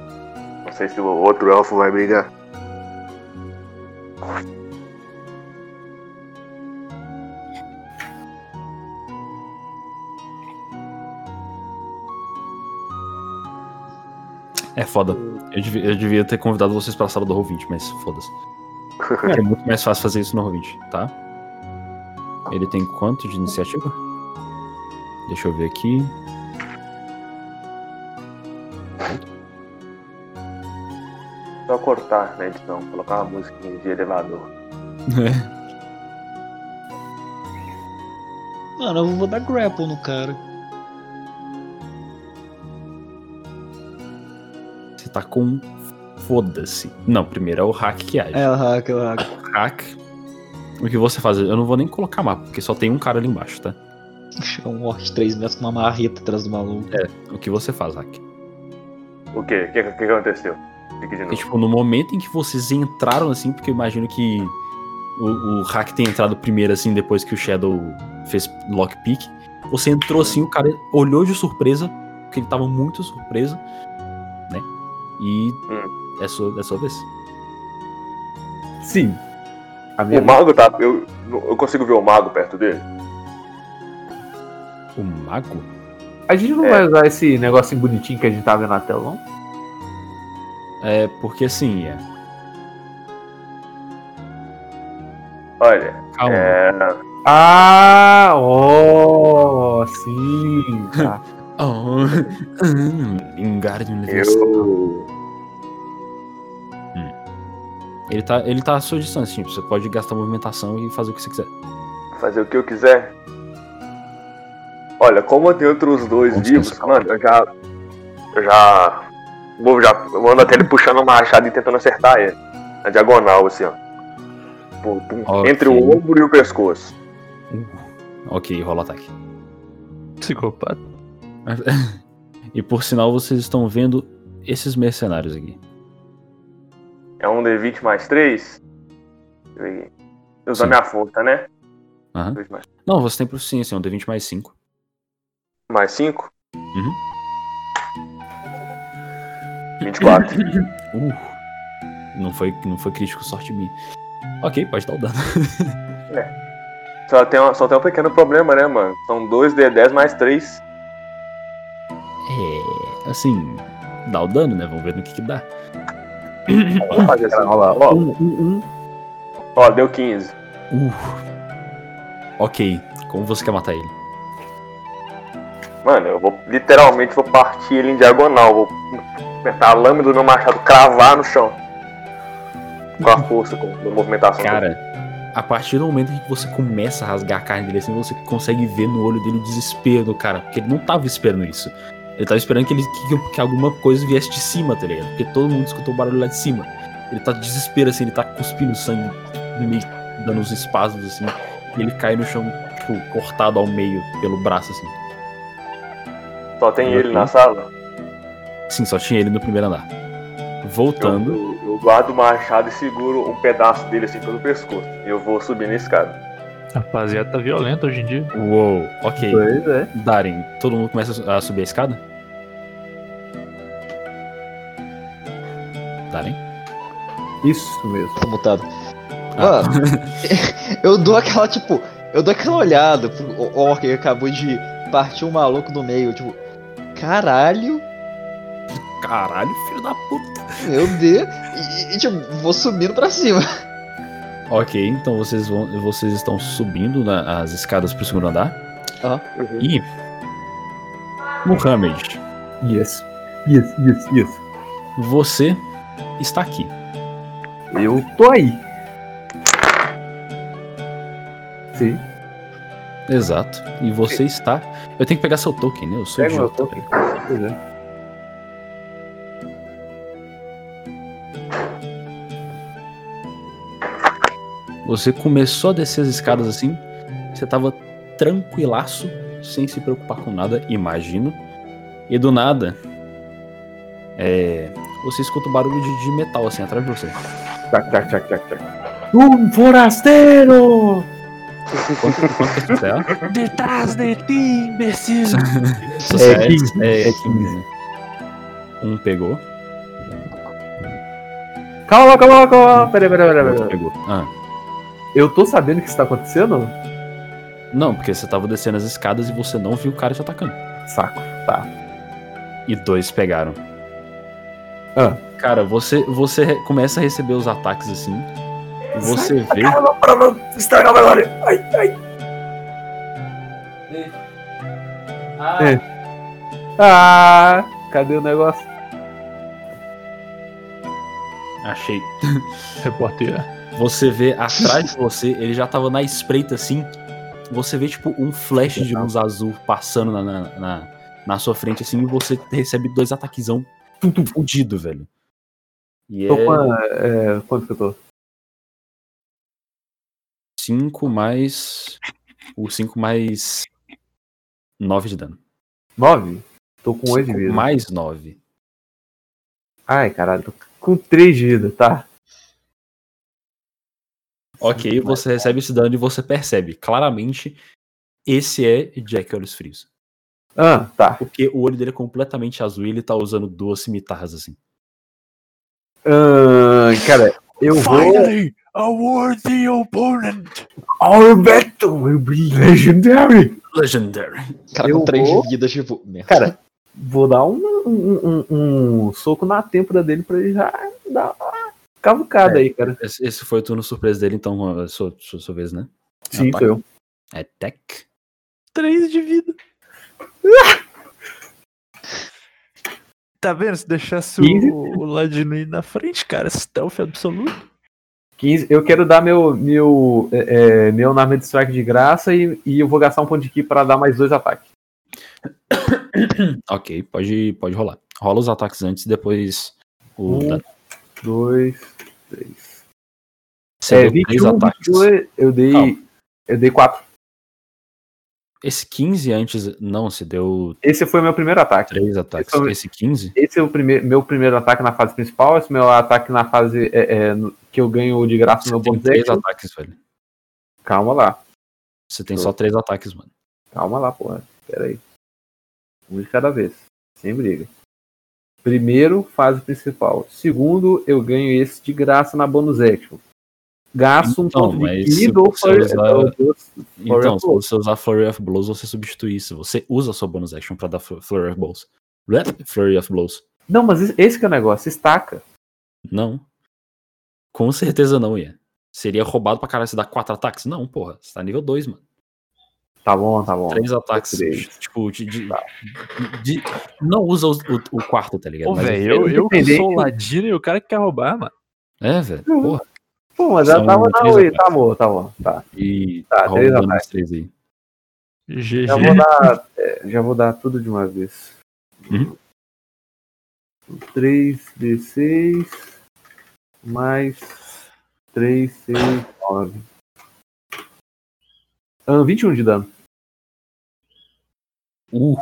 C: Não sei se o outro elfo vai brigar.
B: É foda. Eu devia, eu devia ter convidado vocês pra sala do Roll20, mas foda-se. É muito mais fácil fazer isso no Roll20, tá? Ele tem quanto de iniciativa? Deixa eu ver aqui.
C: Só cortar na edição, colocar uma musiquinha de elevador.
D: Mano, eu vou dar grapple no cara.
B: Você tá com. Foda-se. Não, primeiro é o hack que age.
D: É, o hack, é o hack.
B: hack. O que você faz? Eu não vou nem colocar mapa, porque só tem um cara ali embaixo, tá?
D: Chega um orc de 3 metros com uma marreta atrás do maluco.
B: O que você faz, hack?
C: O quê? O que, o que aconteceu? Fique de
B: Porque,
C: novo.
B: tipo, no momento em que vocês entraram assim, porque eu imagino que o, o hack tem entrado primeiro, assim, depois que o Shadow fez lockpick. Você entrou assim, o cara olhou de surpresa, porque ele tava muito surpreso, né? E é, sua, é sua vez.
A: Sim. A
C: O mago tá. Eu, eu consigo ver o mago perto dele?
B: O mago?
A: A gente não
C: É.
A: vai usar esse negocinho bonitinho que a gente tá vendo na tela, não?
B: É, porque assim, é.
C: Olha,
B: Calma.
C: é.
A: Ah, oh, sim. tá.
B: Oh, hum, Wingardium Leviosa.
C: Eu.
B: Ele tá, ele tá à sua distância, tipo, você pode gastar movimentação e fazer o que você quiser.
C: Fazer o que eu quiser. Olha, como eu tenho outros dois
B: Vamos
C: vivos,
B: descansar. um
C: mano, eu já. Eu já. Vou, já eu mando até ele puxando a machada e tentando acertar ele. Na diagonal, assim, ó. Pum, pum,
B: Ok.
C: Entre o ombro e o pescoço.
B: Ok, rola o ataque.
E: Psicopata.
B: E por sinal, vocês estão vendo esses mercenários aqui.
C: É um D20 mais 3. Deixa eu ver aqui. Eu uso a
B: Sim.
C: minha força, né?
B: Aham.
C: Dois mais-
B: Não, você tem proficiência, é um D20 mais 5.
C: um Mais 5?
B: Uhum.
C: 24.
B: Uh, não foi, não foi crítico, sorte minha. Ok, pode dar o dano.
C: só, tem um, só tem um pequeno problema, né, mano? São dois D10 mais 3.
B: É, assim, dá o dano, né? Vamos ver no que que dá.
C: Vamos fazer assim.
A: Olha lá, ó. Um, um, um.
C: Ó, deu 15.
B: Uh. Ok, como você quer matar ele?
C: Mano, eu vou literalmente vou partir ele em diagonal. Vou apertar a lâmina do meu machado, cravar no chão. Com a força, com a movimentação.
B: Cara, a partir do momento em que você começa a rasgar a carne dele assim, você consegue ver no olho dele o desespero do cara, porque ele não tava esperando isso. Ele tava esperando que, ele, que, que alguma coisa viesse de cima, tá ligado? Porque todo mundo escutou o barulho lá de cima. Ele tá de desespero, assim, ele tá cuspindo sangue, meio que dando uns espasmos, assim, e ele cai no chão, tipo, cortado ao meio pelo braço, assim.
C: Só tem ele na sala.
B: Sim, só tinha ele no primeiro andar.
C: Eu,
B: Voltando.
C: eu- eu guardo o machado e seguro um pedaço dele assim pelo pescoço. E eu vou subir na escada.
E: Rapaziada, tá violento hoje em dia.
B: Uou, ok.
A: Pois é.
B: Darem, todo mundo começa a su- a subir a escada? Darem?
A: Isso mesmo.
D: Tô mutado.
B: Ah.
D: Mano, eu dou aquela, tipo, eu dou aquela olhada pro orc que acabou de partir um maluco no meio, tipo, caralho,
B: Caralho, filho da puta.
D: meu Deus, e, e, tipo, vou subindo pra cima.
B: Ok, então vocês, vão, vocês estão subindo na- as escadas pro segundo andar.
D: Aham.
B: E. Muhammad,
A: Yes. Yes, yes, yes.
B: você está aqui.
A: Eu tô aí. Sim.
B: Exato. E você está. Eu tenho que pegar seu token, né? Eu sou
A: Pega o meu
B: idiota.
A: token. Pois é.
B: Você começou a descer as escadas assim, você tava tranquilaço, sem se preocupar com nada, imagino. E do nada, é, você escuta o barulho de, de metal assim atrás de você.
A: Tchac, tchac, tchac, tchac, tchac. Um forasteiro!
B: Quanto, quanto que você é?
E: Detrás de ti, imbecil!
B: Você
A: É 15,
B: é
A: é 15.
B: né? Um pegou,
A: Calma, lá, calma, lá, calma. lá. Pera, aí, pera, aí, pera, aí,
B: outro
A: pera. aí.
B: pegou. Ah,
A: Eu tô sabendo o que está acontecendo?
B: não, porque você tava descendo as escadas e você não viu o cara te atacando.
A: Saco. Tá.
B: E dois pegaram.
A: Ah.
B: Cara, você, você re- começa a receber os ataques assim. e Você vê.
A: Estraga a memória. Ai, ai. É. Ah, cadê o negócio?
B: Achei.
E: Repórter.
B: Você vê atrás de você, ele já tava na espreita assim. Você vê, tipo, um flash de luz azul passando na, na, na, na sua frente, assim, e você recebe dois ataquezão tum, tum, fudido, velho. E
A: Tô com
B: é
A: a- é, quanto que eu tô?
B: 5 mais. O 5 mais. 9 de dano.
A: Nove? Tô com oito de
B: Cinco
A: vida.
B: mais 9.
A: Ai, caralho, tô com três de vida, tá?
B: Ok, você recebe esse dano e você percebe claramente esse é Jack Olhos Frios.
A: Ah, tá.
B: Porque o olho dele é completamente azul e ele tá usando duas cimitarras assim.
A: Ah, cara, eu vou.
E: award the opponent!
A: Our battle will be legendary!
B: Legendary.
D: Cara, com
A: Eu
D: três
A: vou-
D: vidas, tipo. merda.
A: Cara, vou dar um, um, um- um soco na têmpora dele pra ele já dar uma cavucada
B: É.
A: aí, cara.
B: Esse, esse foi o turno surpresa dele, então, a sua, sua, sua vez, né?
A: Sim,
B: Rapaz.
A: foi eu.
B: Attack.
E: Três de vida. Tá vendo? Se deixasse
A: Quinze.
E: o, o Ladino ir na frente, cara, stealth absoluto.
A: 15. Eu quero dar meu meu, é, é, meu Narma de Strike de graça e, e eu vou gastar um ponto de ki pra dar mais dois ataques.
B: Ok, pode, pode rolar. Rola os ataques antes e depois o.
A: Um,
B: da-
A: Dois,
B: Você
A: é,
B: deu três
A: 21,
B: ataques.
A: 22, eu dei.
B: Calma.
A: Eu dei quatro.
B: Esse 15 antes. Não, você deu
A: Esse foi meu primeiro ataque.
B: três ataques.
A: Então-
B: Esse 15?
A: Esse é o primeiro, meu primeiro ataque na fase principal. Esse é meu ataque na fase é, é, no- que Tá, eu ganho de graça no
B: Você
A: meu
B: tem
A: bônus
B: três
A: action.
B: ataques, velho.
A: Calma lá.
B: Você tem só três ataques, mano.
A: Calma lá, porra. Pera aí. Um de cada vez. Sem briga. Primeiro, fase principal. Segundo, eu ganho esse de graça na bonus action. Gasto um
B: Então,
A: ponto de
B: mas
A: ki
B: se
A: e dou
B: você
A: flurry-
B: usar-
A: dou- dou- Flurry
B: Então,
A: of
B: se
A: Blows.
B: você usar Flurry of Blows, você substitui isso. Você usa a sua bonus action pra dar Fl- Flurry of Blows. Blep, Flurry of Blows.
A: Não, mas esse- esse que é o negócio. Estaca.
B: Não. Com certeza não, Ian. Seria roubado pra caralho você dar quatro ataques? Não, porra. Você tá nível 2, mano.
A: Tá bom, tá bom.
B: Três ataques.
A: três.
B: Tipo, de, de-
A: Tá.
B: de- Não usa os- o, o quarto, tá ligado?
E: Ô,
B: Mas-
E: velho, eu, eu que
A: Independente-
E: sou o Ladino e o cara que quer roubar, mano.
B: É, velho.
A: Uhum.
B: Porra.
A: Pô, mas já
B: São
A: tava na
B: três
A: Oi.
B: ataques.
A: Tá bom, tá bom. Tá.
B: E
A: Tá,
B: rola
A: três
B: o dano
A: ataques.
B: dos três aí.
E: GG.
A: Já vou dar, é, já vou dar tudo de uma vez.
B: Uhum.
A: 3d6 mais 3, 6, 9. Ah, 21 de dano.
B: Uh.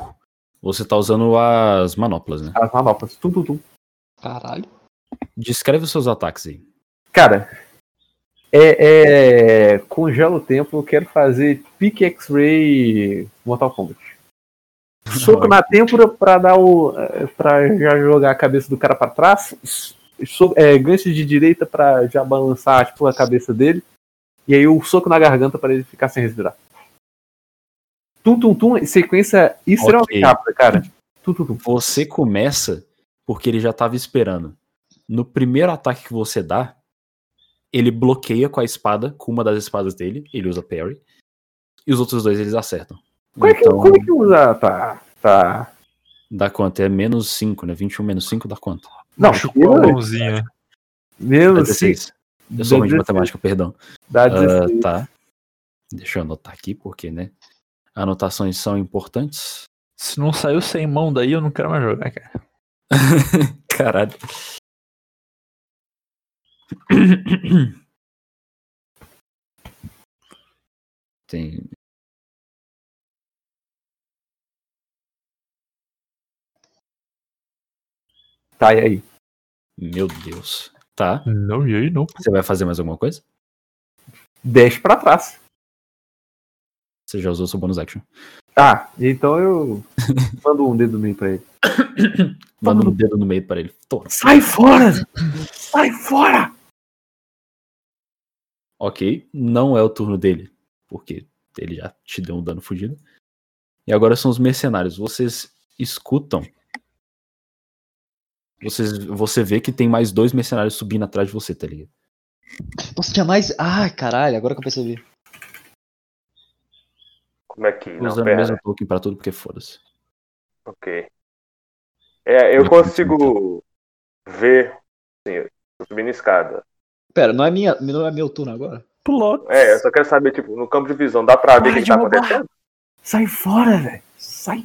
B: Você tá usando as manoplas, né?
A: As manoplas. Ah, tá, Tum, tum, tum.
D: Caralho.
B: Descreve os seus ataques aí.
A: Cara, é, é, congela o tempo. Eu quero fazer pique X-Ray Mortal Kombat. Soco na têmpora pra dar o. eh, pra já jogar a cabeça do cara pra trás. So, é, gancho de direita pra já balançar tipo, a cabeça dele. E aí o soco na garganta pra ele ficar sem respirar. Tum tum tum, sequência extremamente
B: Ok.
A: rápida, cara. Tum tum tum.
B: Você começa porque ele já tava esperando. No primeiro ataque que você dá, ele bloqueia com a espada, com uma das espadas dele, ele usa parry. E os outros dois eles acertam. Então,
A: Como é que, como é que usa? Tá. Tá.
B: dá quanto? É menos 5, né? 21 menos 5 dá quanto?
A: Não,
E: Machucou
A: né?
E: a mãozinha.
B: Dá
A: menos sim.
B: 16. É Eu sou ruim de matemática, perdão.
A: Dá
B: assim, Ah,
A: 16.
B: tá. Deixa eu anotar aqui, porque, né? Anotações são importantes.
E: Se não saiu sem mão daí, eu não quero mais jogar, cara.
B: Caralho. Tem.
A: Tá, e aí?
B: Meu Deus. Tá.
E: Não, e aí não.
B: Você vai fazer mais alguma coisa?
A: Desce pra trás.
B: Você já usou seu bonus action.
A: Tá, então eu mando um dedo no meio pra ele.
B: Manda um dedo no meio para ele. Toma.
A: Sai fora! Sai fora!
B: Ok, não é o turno dele, porque ele já te deu um dano fudido. E agora são os mercenários. Vocês escutam. Vocês, você vê que tem mais dois mercenários subindo atrás de você, tá ligado?
D: Nossa, tinha mais. Ah, caralho, agora que eu percebi.
C: Como é que. Não,
B: Usando o
C: pera.
B: mesmo token pra tudo, porque foda-se.
C: Ok. É, eu
B: Não,
C: consigo ver. Sim, tô subindo escada.
D: Pera, não é, minha, não é meu turno agora?
E: Plot.
C: É, eu só quero saber, tipo, no campo de visão, dá pra ver o que, que tá acontecendo?
A: Sai fora, velho. Sai.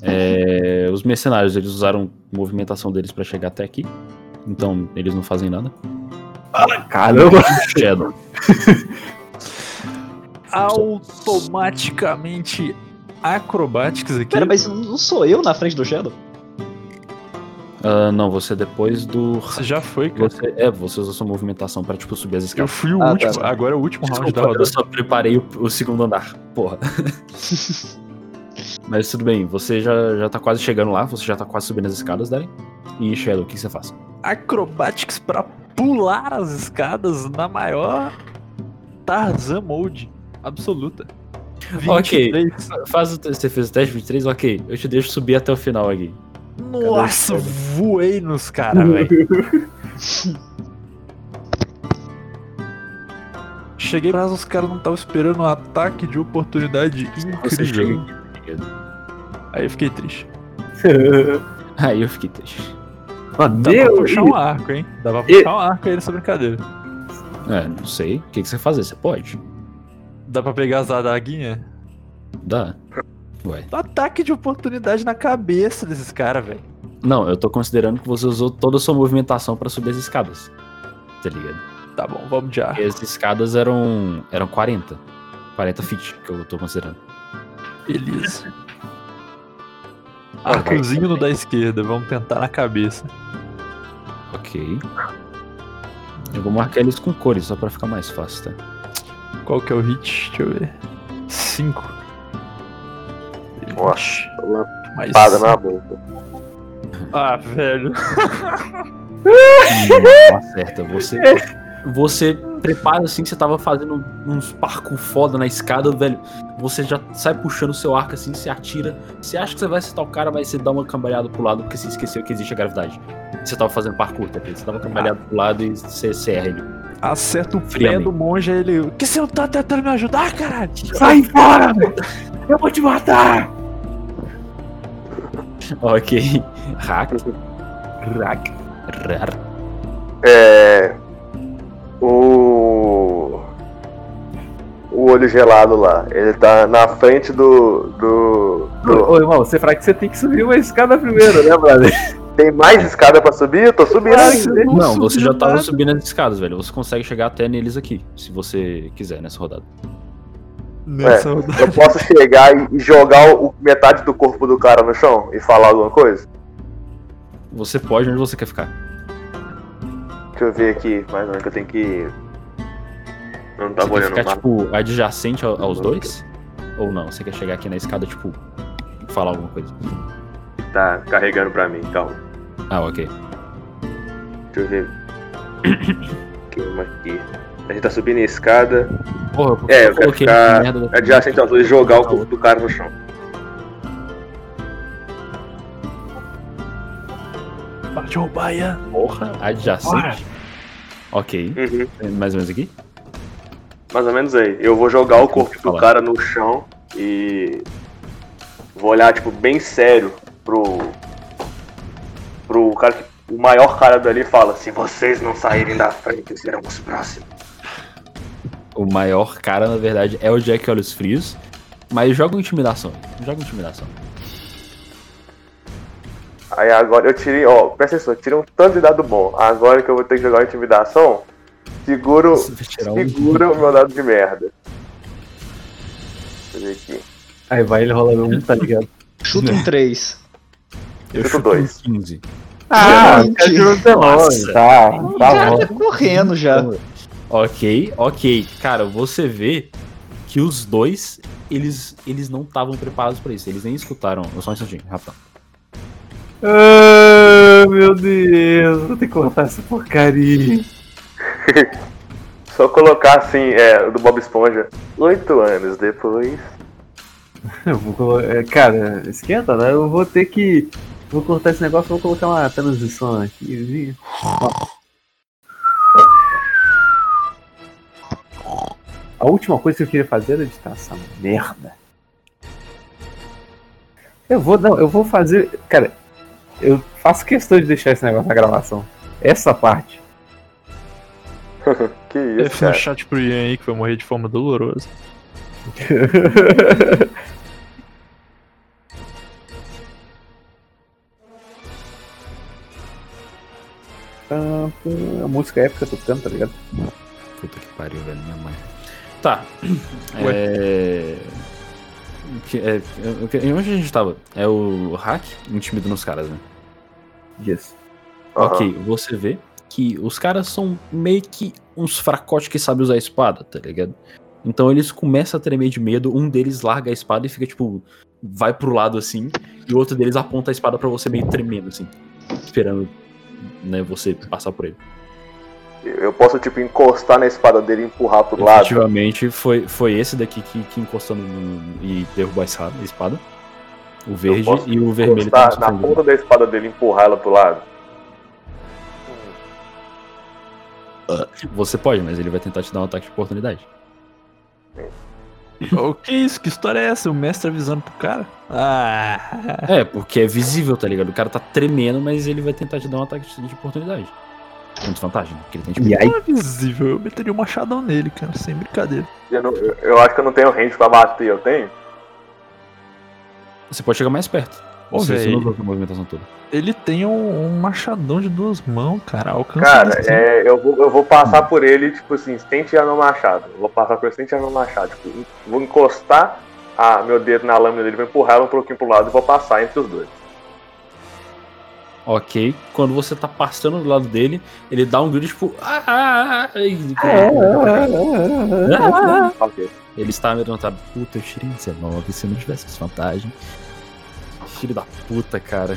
B: É, os mercenários, eles usaram a movimentação deles pra chegar até aqui. Então, eles não fazem nada.
A: Caramba.
B: Shadow.
E: Automaticamente acrobáticos aqui.
D: Pera, mas não sou eu na frente do Shadow?
B: Ah, não, você depois do.
E: Você já foi, cara.
B: Você, é, você usou sua movimentação pra, tipo, subir as
E: Eu
B: escadas.
E: fui o
D: Ah,
E: último,
D: tá.
E: agora é o último round da
B: Desculpa, eu
E: rodada.
B: só preparei o, o segundo andar. Porra. Mas tudo bem, você já, já tá quase chegando lá, você já tá quase subindo as escadas, Darren. E Shadow, o que que você faz?
E: Acrobatics pra pular as escadas na maior Tarzan mode absoluta.
B: Ok.
E: 23.
B: Ah, Faz o te- você fez o teste 23, ok. Eu te deixo subir até o final aqui.
E: Nossa, voei nos caras, velho. Cheguei lá, os caras não estavam esperando um ataque de oportunidade
B: Você chega
E: incrível.
B: aqui.
E: Aí eu fiquei triste.
B: Aí eu fiquei triste.
A: Mano,
E: Dá pra
A: meu,
E: puxar um arco, hein? Dá pra
A: E-
E: puxar um arco aí nessa brincadeira.
B: É, não sei. O que, que você vai fazer? Você pode?
E: Dá pra pegar as adaguinhas?
B: Dá. Ué.
E: Ataque de oportunidade na cabeça desses caras, velho.
B: Não, eu tô considerando que você usou toda a sua movimentação pra subir as escadas. Tá ligado?
E: Tá bom, vamos de arco.
B: E as escadas eram. eram 40. 40 feet que eu tô considerando.
E: Beleza. Arcozinho no da esquerda, vamos tentar na cabeça.
B: Ok. Eu vou marcar eles com cores, só pra ficar mais fácil, tá?
E: Qual que é o hit? Deixa eu ver. 5.
C: Nossa, é uma
E: Mais
C: espada
E: cinco.
C: na boca.
E: Ah, velho.
B: Não acerta. Você, você prepara assim que você tava fazendo uns parkour foda na escada, velho. Você já sai puxando o seu arco assim, você atira. Você acha que você vai acertar o cara, mas você dá uma cambalhada pro lado porque você esqueceu que existe a gravidade. Você tava fazendo parkour, tá? ligado? Você dá uma cambalhada pro lado e você serra ele.
E: Acerta o pé
B: Friamente.
E: do monge, aí ele. Que você não tá tentando me ajudar, caralho?
A: sai fora, velho! Eu vou te matar!
B: Ok. Hack.
A: Caraca.
B: Rar.
C: É. O. O olho gelado lá. Ele tá na frente do. do. do-
A: Ô, ô, irmão, você fala que você tem que subir uma escada primeiro, né, brother?
C: Tem mais escada pra subir? Eu tô subindo.
E: Claro que você
B: Não, você já
E: subiu
B: tava
E: nada.
B: subindo as escadas, velho. Você consegue chegar até neles aqui, se você quiser nessa rodada.
E: Nessa rodada.
C: Eu posso chegar e- e jogar o- metade do corpo do cara no chão e falar alguma coisa?
B: Você pode onde você quer ficar.
C: Deixa eu ver aqui, mais onde que eu tenho que. Eu não tá
B: Você
C: tava
B: quer
C: olhando o
B: ficar,
C: mapa.
B: tipo, adjacente ao- aos dois? Ou não? Você quer chegar aqui na escada, tipo, falar alguma coisa?
C: Tá carregando pra mim, calma.
B: Ah, ok.
C: Deixa eu ver. Queima aqui. A gente tá subindo a escada.
B: Porra, por que
C: É, eu
B: eu
C: quero
B: coloquei né?
C: ficar
B: essa merda da-
C: Adjacente aos dois e jogar o corpo do cara no chão.
E: Bate roubar, Ian.
C: é
B: Porra, adjacente. Ok,
C: Uhum.
B: mais ou menos aqui.
C: Mais ou menos aí. Eu vou jogar o corpo do
B: Falar.
C: cara no chão e. Vou olhar, tipo, bem sério pro. pro cara que. O maior cara dali e fala: Se vocês não saírem da frente, serão os próximos.
B: O maior cara, na verdade, é o Jack Olhos Frios. Mas joga uma intimidação. Joga uma intimidação.
C: Aí agora eu tirei, ó, presta atenção, eu tirei um tanto de dado bom. Agora que eu vou ter que jogar intimidação, seguro,
B: Você vai tirar um.
C: segura o meu dado de merda. Deixa eu ver aqui.
A: Aí vai ele rolando um, tá ligado?
D: Chuta um 3.
B: Eu
C: chuto
B: chuto
C: dois.
B: um 15.
A: Ah,
D: Gente.
A: o cara tirou 19,
B: Nossa.
A: tá,
D: O
A: tá
D: cara
A: bom. Então,
D: tá correndo já.
B: Ok, ok. Cara, você vê que os dois, eles, eles não estavam preparados pra isso. Eles nem escutaram. Só um instantinho, rapidão.
A: Ah, meu Deus, vou ter que cortar essa porcaria.
C: Só colocar assim, é, o do Bob Esponja. Oito anos depois.
A: Eu vou colo- é, Cara, esquenta, né? Eu vou ter que. Vou cortar esse negócio, vou colocar uma transição aqui. A última coisa que eu queria fazer era editar essa merda. Eu vou, não, eu vou fazer. Cara, eu faço questão de deixar esse negócio na gravação. Essa parte.
C: Que
B: É
E: Eu
C: isso, é.
E: fiz um
C: cara.
E: chat pro Ian aí que vai morrer de forma dolorosa.
A: Pam, pam, A música épica tocando, tá ligado?
B: Puta que pariu, velho, minha mãe. Tá.
E: Ué.
B: É... É Um que- é- eu- eu- Onde a gente tava? É o hack intimidando os caras, né?
A: disso.
B: Ok, você vê que os caras são meio que uns fracotes que sabem usar a espada, tá ligado? Então eles começam a tremer de medo, um deles larga a espada e fica tipo, vai pro lado assim, e o outro deles aponta a espada pra você meio tremendo assim, esperando né, você passar por ele.
C: Eu eu posso, tipo, encostar na espada dele e empurrar pro lado.
B: Efetivamente foi, foi esse daqui que, que encostou no, no- e derrubou a espada, a espada. O verde
C: posso
B: e o vermelho tá
C: Encostar na
B: encostando.
C: ponta da espada dele e empurrar ela pro lado.
B: "Ah, Você pode, mas ele vai tentar te dar um ataque de oportunidade.
E: O que é isso? Que história é essa? O mestre avisando pro cara? Ah,
B: É, porque é visível, tá ligado? O cara tá tremendo, mas ele vai tentar te dar um ataque de de oportunidade. Com desvantagem, né? porque ele tem tipo,
A: E aí,
E: não é visível. Eu meteria um machadão nele, cara, sem brincadeira.
C: Eu, não- eu- eu acho que eu não tenho range pra bater, eu tenho?
B: Você pode chegar mais perto.
E: Ô,
B: você, você
E: véi.
B: não usou essa movimentação toda.
E: Ele tem um, um machadão de duas mãos, cara. Alcança
C: Cara,
E: desse-
C: é, eu, vou, eu vou passar por ele, tipo assim, sem tirar meu machado. Vou passar por ele sem tirar meu machado. Tipo, en- vou encostar a, meu dedo na lâmina dele, vou empurrar ela um pouquinho pro lado e vou passar entre os dois.
B: Ok. Quando você tá passando do lado dele, ele dá um grito tipo. "Ah, ah, ah", e- Ah, ah, ah.
C: Ok.
B: Ele está amedrontado. Puta, eu tirei 19. Se eu não tivesse desvantagem. Filho da puta, cara.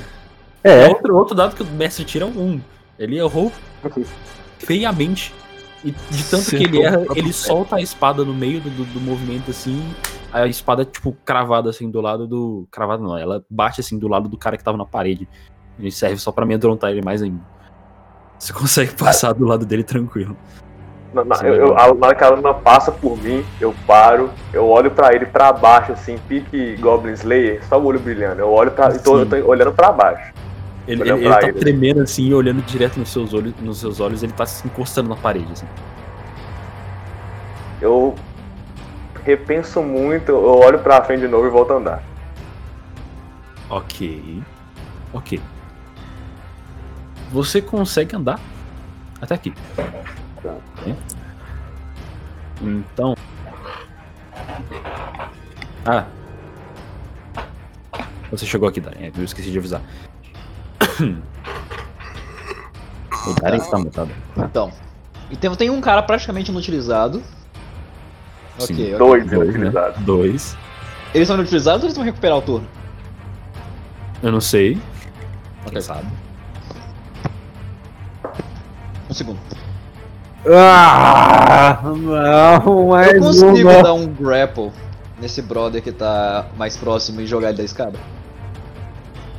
A: É.
B: Outro, outro dado que o mestre tira é um. Ele errou feiamente. E de tanto que ele
E: Acertou o
B: erra,
E: próprio
B: ele
E: pé.
B: solta a espada no meio do, do- do movimento assim. A espada, tipo, cravada assim do lado do. Cravada não, ela bate assim do lado do cara que tava na parede. Ele serve só pra amedrontar ele mais ainda. Você consegue passar do lado dele tranquilo.
C: Na, na-
B: Isso é
C: eu, eu,
B: legal.
C: a- na hora que a lâmina passa por mim, eu paro, eu olho pra ele pra baixo, assim, pique Goblin Slayer, só o olho brilhando. Eu olho pra. e tô- eu tô olhando pra baixo.
B: Ele,
C: Olhar
B: ele- ele
C: pra
B: tá
C: ele.
B: tremendo assim e olhando direto nos seus olhos, nos seus olhos, ele tá se encostando na parede. Assim.
C: Eu repenso muito, eu olho pra frente de novo e volto a andar.
B: Ok. Ok. Você consegue andar até aqui. Ok. Então. Ah. Você chegou aqui, Darren. É, Eu esqueci de avisar. o Darren está mutado.
D: Então. Então tem um cara praticamente inutilizado.
B: Sim.
D: Ok,
C: Dois
D: ok.
B: Dois, né?
C: inutilizados.
B: Dois.
D: Eles são inutilizados ou eles vão recuperar o turno?
B: Eu não sei. Quem
D: Ok.
B: sabe?
D: Um segundo.
A: Ah, não, mais
D: Eu consigo
A: uma.
D: dar um grapple nesse brother que tá mais próximo e jogar ele da escada?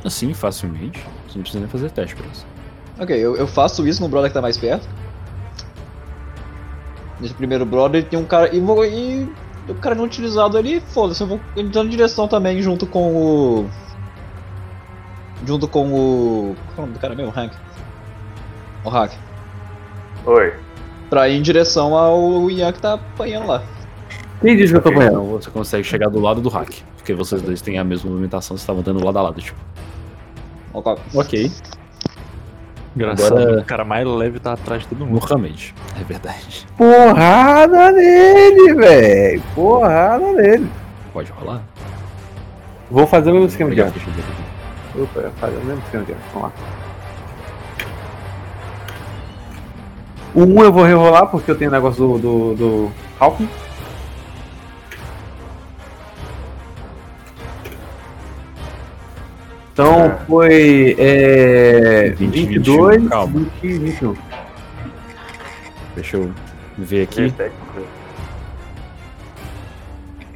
B: Assim, facilmente. Você não precisa nem fazer teste pra isso.
D: Ok, eu, eu faço isso no brother que tá mais perto. Nesse primeiro brother tem um cara. E, vou, e o cara é não utilizado ali, foda-se, eu vou entrando em direção também junto com o. Junto com o. Qual é o nome do cara mesmo? Hank. O Hack.
C: Oi.
D: Pra ir em direção ao Ian que tá apanhando lá.
A: Quem disse que eu tô apanhando?
B: Então você consegue chegar do lado do hack. Porque vocês dois têm a mesma movimentação, vocês estavam andando lado a lado, tipo.
D: Ó, qual-
B: Ok.
E: Engraçado.
B: Agora-
E: O cara mais leve tá atrás de todo mundo.
B: Muhammad. É verdade.
A: Porrada nele, velho. Porrada nele.
B: Pode rolar.
A: Vou fazer o mesmo esquema de
B: Obrigado,
A: antes.
B: deixa eu ver aqui.
A: Opa, eu vou fazer o mesmo esquema de antes. Vamos lá. O um eu vou rerolar porque eu tenho o negócio do. do. do. Hawking. Então foi. É,
B: 20,
A: 22,
B: 21, calma.
A: 20, 21.
B: Deixa eu ver aqui.
C: Dezessete.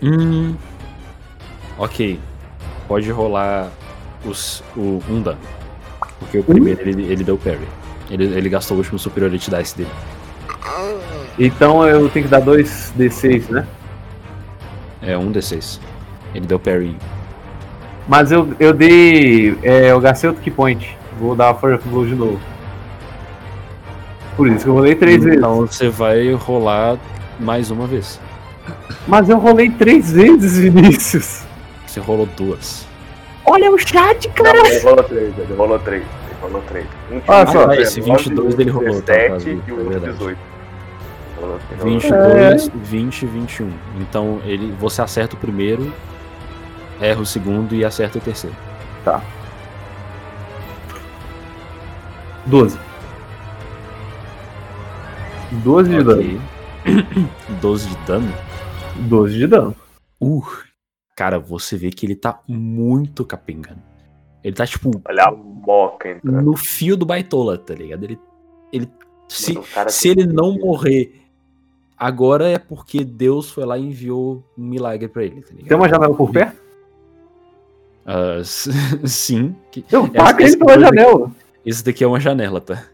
A: É.
B: Hum. Ok. Pode rolar os, o um dano. Porque o primeiro ele, ele deu parry. Ele, ele gastou o último superiority dice dele.
A: Então eu tenho que dar 2 D6, né?
B: É um D6. Ele deu parry.
A: Mas eu, eu dei. É, eu gastei outro key point. Vou dar a Fire of Blow de novo. Por isso que eu rolei três
B: Então
A: vezes.
B: você vai rolar mais uma vez.
A: Mas eu rolei três vezes, Vinícius.
B: Você rolou duas.
A: Olha o chat, cara.
C: Não, ele rolou três, ele rolou três. Ele rolou três.
A: Ah,
B: Ah,
A: só,
B: tá, esse 22 dele rolou, tá?
C: 17
B: Brasil,
C: e
B: é
C: o outro
B: verdade.
C: 18. Rolou, ele rolou.
B: 22, 20 e 21. Então ele, você acerta o primeiro, erra o segundo e acerta o terceiro.
A: Tá. 12. 12 de dano.
B: Ok. 12 de dano.
A: 12 de dano.
B: Uh, cara, você vê que ele tá muito capengando. Ele tá, tipo,
C: Olha a boca entrando.
B: no fio do baitola, tá ligado? Ele. ele se
C: Mano, o cara
B: se
C: tem
B: ele
C: que-
B: não morrer agora é porque Deus foi lá e enviou um milagre pra ele, tá ligado?
A: Tem uma janela por perto?
B: Ah, s- sim. que-
A: Eu
B: Essa-
A: taco ele
B: essa
A: pela
B: coisa
A: janela.
B: Esse daqui é uma janela, tá? Isso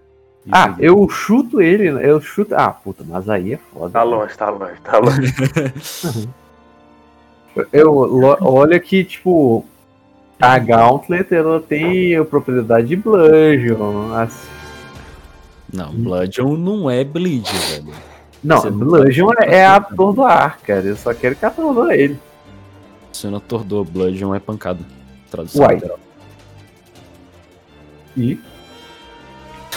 A: Ah,
B: aqui.
A: eu chuto ele. Eu chuto. Ah, puta, mas aí é foda.
C: Tá longe, tá longe, tá longe.
A: Eu, lo- olha que, tipo, a Gauntlet ela tem a propriedade de Bludgeon. assim. as-
B: Não, Bludgeon não é Bleed, velho.
A: Não,
B: Você- assim,
A: Bludgeon é, é atordoar, cara. Eu só quero que atordoa ele.
B: Você não atordou, Bludgeon é pancada. Tradução
A: Uai.
B: literal.
A: E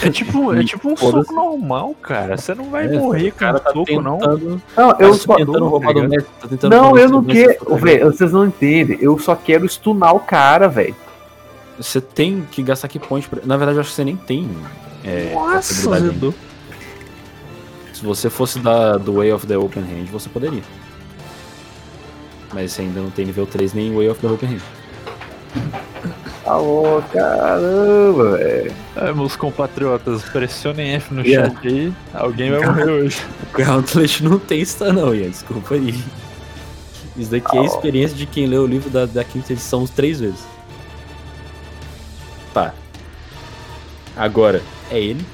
E: É tipo, é tipo um
B: Foda-se.
E: soco normal, cara. Você não vai
B: É,
E: morrer com
B: cara
E: um
B: tá
E: soco, não.
B: tentando,
A: não,
B: eu
A: eu
B: tá
A: só,
B: tentando roubar do
E: tá
B: mestre, tá tentando
A: não,
B: roubar
A: eu
B: do
A: não
B: mestre,
A: quero,
B: tá
A: velho, vocês não entendem. Eu só quero stunar o cara, velho.
B: Você tem que gastar que point pra... Na verdade, eu acho que você nem tem. É, essa habilidade ainda. Se você fosse da, do Way of the Open Hand, você poderia. Mas você ainda não tem nível 3 nem Way of the Open Hand.
A: Alô, Tá caramba, velho.
E: É, meus compatriotas, pressionem F no
B: Yeah.
E: chat aí. Alguém vai morrer hoje.
B: O Gauntlet não tem isso não, Ian. Desculpa aí. Isso daqui é a experiência de quem leu o livro da, da quinta edição três vezes. Tá. Agora, é ele.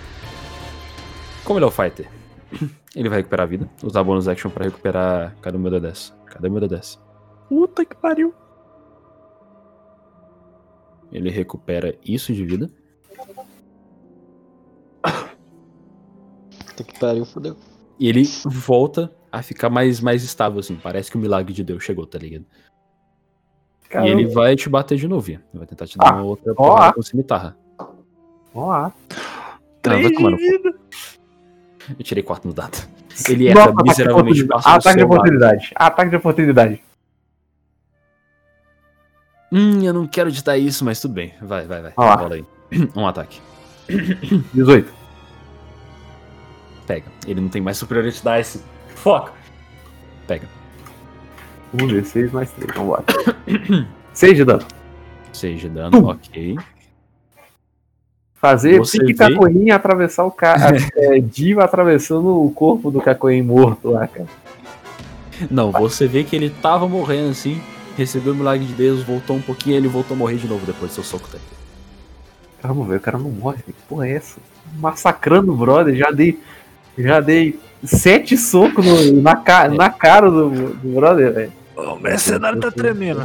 B: Como ele é o fighter, ele vai recuperar a vida. Usar bônus action pra recuperar... Cadê o meu D10? Cadê o meu D10?
E: Puta que pariu.
B: Ele recupera isso de vida.
D: Puta que pariu, fodeu.
B: E ele volta a ficar mais, mais estável, assim. Parece que o milagre de Deus chegou, tá ligado? E ele vai te bater de novo, Ian. Ele Vai tentar te dar
A: Ah,
B: uma outra porrada
A: ah.
B: com cimitarra.
A: Vamos lá.
B: Não, vai
E: Três
B: tomar
E: de
B: no cu.
E: vida.
B: Eu tirei 4 no dado. Ele erra
A: ataque de
B: é miseravelmente,
A: oportunidade.
B: passa do
A: Ataque de
B: seu lado.
A: oportunidade. Ataque de oportunidade.
B: Hum, eu não quero editar isso, mas tudo bem. Vai, vai, vai.
A: Vai lá.
B: Bola aí. Um ataque.
A: 18.
B: Pega. Ele não tem mais superioridade. Esse... Foca.
A: 1, 16 mais 3. Vambora. 6 de dano.
B: Seja dano,
A: Pum.
B: ok.
A: Fazer
B: Você
A: pique
B: vê-
A: Cacoim atravessar o cara. é, Diva atravessando o corpo do Cacoim morto lá, cara.
B: Não, você vê que ele tava morrendo assim, recebeu o milagre de Deus, voltou um pouquinho, ele voltou a morrer de novo depois do seu soco. Tá?
A: Caramba, velho, o cara não morre. velho. Que porra é essa? Massacrando o brother. Já dei. Já dei. Sete socos no- na, ca- na cara do, do brother, velho.
E: O mercenário tá tremendo.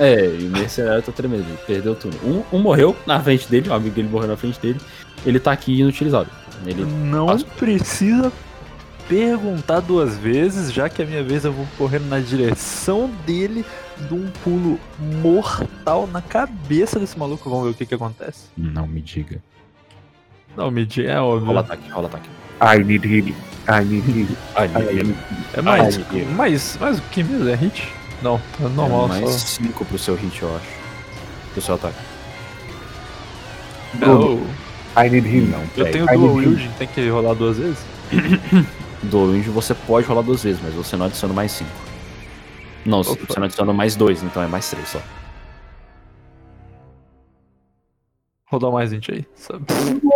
B: É, e o mercenário tá tremendo, ele perdeu tudo. Um, um morreu na frente dele, o amigo dele morreu na frente dele. Ele tá aqui inutilizável. Ele
E: Não precisa perguntar duas vezes, já que é a minha vez eu vou correndo na direção dele, de um pulo mortal na cabeça desse maluco. Vamos ver o que que acontece.
B: não me diga.
E: Não, Midi, é óbvio.
B: Rola ataque, rola ataque.
A: I need healing. I need healing.
B: Ai,
A: Ai,
B: meu
E: É mais,
B: Ai,
E: mais, mais o que mesmo? É hit? Não, é normal.
B: É mais
E: só.
B: 5 pro seu hit, eu acho. Pro seu ataque.
E: É, eu,
A: I need
B: Hum,
A: healing.
E: eu tenho
A: Ai,
E: dual
A: Midi.
E: wield, tem que rolar duas vezes?
B: Do Wind você pode rolar duas vezes, mas você não adiciona mais 5. Não,
E: Opa.
B: você não adiciona mais 2, então é mais 3 só.
E: Rodar mais 20 aí. sabe?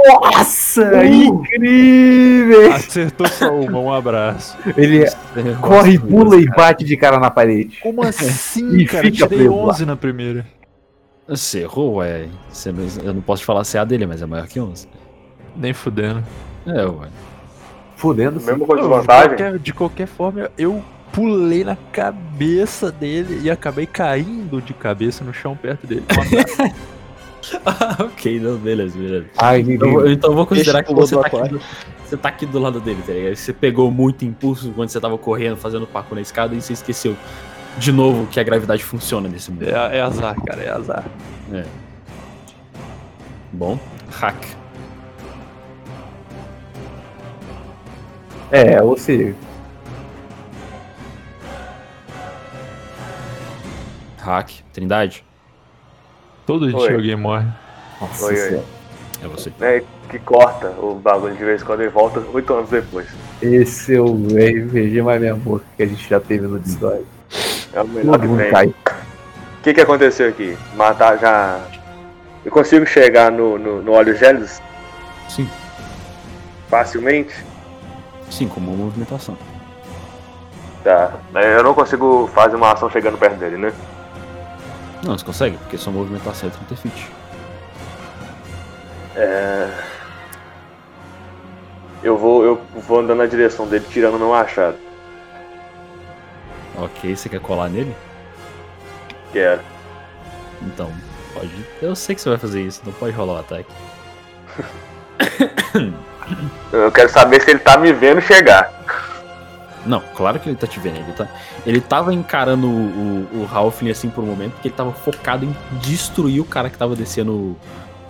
A: Nossa, é incrível!
E: Acertou só uma, um abraço.
A: Ele
B: é-
A: corre, pula e bate de cara na parede.
E: Como assim,
A: E
E: cara? Eu
A: fica
E: tirei
A: preso lá.
E: 11 na primeira.
B: Você errou, é. Você não- eu não posso te falar a CA dele, mas é maior que 11.
E: Nem fudendo.
B: É, ué.
A: Fudendo.
C: Mesmo com a
E: Não,
C: desvantagem,
E: qualquer- de qualquer forma, eu pulei na cabeça dele e acabei caindo de cabeça no chão perto dele.
B: Ah, ok, não, beleza, beleza.
A: Ai, Nidhi.
B: Então, eu vou- então eu vou considerar
D: Peixe
B: que
D: pulou
B: você
D: do
B: tá, aqui,
D: aquário.
B: do- você tá aqui do lado dele, tá ligado? Você pegou muito impulso quando você tava correndo, fazendo paco na escada e você esqueceu de novo que a gravidade funciona nesse mundo.
E: É, é azar, cara, é azar.
B: tá Bom, hack.
A: É, ou seja,
B: Hack, Trindade.
E: Todo dia
C: Oi.
E: alguém morre.
A: nossa
C: Oi, oi.
A: senhora.
B: É você.
C: né? Que corta o bagulho de vez em quando ele volta oito anos depois.
A: Esse é o RPG mais minha boca que a gente já teve no Discord.
C: É o melhor
A: Todo
C: que
A: mundo
C: tem.
A: cai.
C: O que, que aconteceu aqui? Matar já. Eu consigo chegar no, no, no óleo gélidos
B: Sim.
C: facilmente?
B: Sim, como uma movimentação.
C: Tá. Mas eu não consigo fazer uma ação chegando perto dele, né?
B: Não, você consegue, porque sua movimentação é 30 feet.
C: Eu vou, eu vou andando na direção dele, tirando meu machado.
B: Ok, você quer colar nele?
C: Que é- era.
B: Então, pode. Eu sei que você vai fazer isso, então pode rolar o ataque.
C: Eu quero saber se ele tá me vendo chegar.
B: Não, claro que ele tá te vendo. Ele, tá... ele tava encarando o, o, o Halfling assim por um momento, porque ele tava focado em destruir o cara que tava descendo.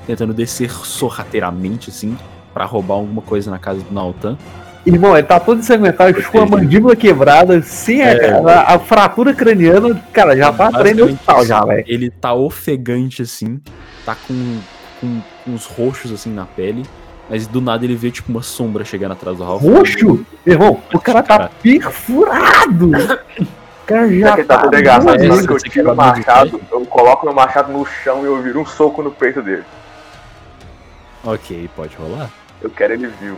B: Tentando descer sorrateiramente, assim, pra roubar alguma coisa na casa do Nautan.
A: Irmão, ele tá todo ensanguentado,
B: Gostei,
A: com a
B: gente.
A: mandíbula quebrada, sem a,
B: É.
A: a- a fratura craniana, cara, já tá treinando o
B: Basicamente
A: hospital
B: isso.
A: já, velho.
B: Ele tá ofegante, assim, tá com, com, com uns roxos, assim, na pele. Mas do nada ele vê, tipo, uma sombra chegando atrás do Halfling.
A: Roxo? Irmão, o cara tá
B: Cara.
A: perfurado! O cara já
C: Já que ele tá todo engraçado,
B: mas
C: na hora
B: isso
C: que eu
B: você
C: tiro
B: quer
C: o
B: dar muito
C: machado, eu coloco meu machado no chão e eu viro um soco no peito dele.
B: Ok, pode rolar.
C: Eu quero ele vivo.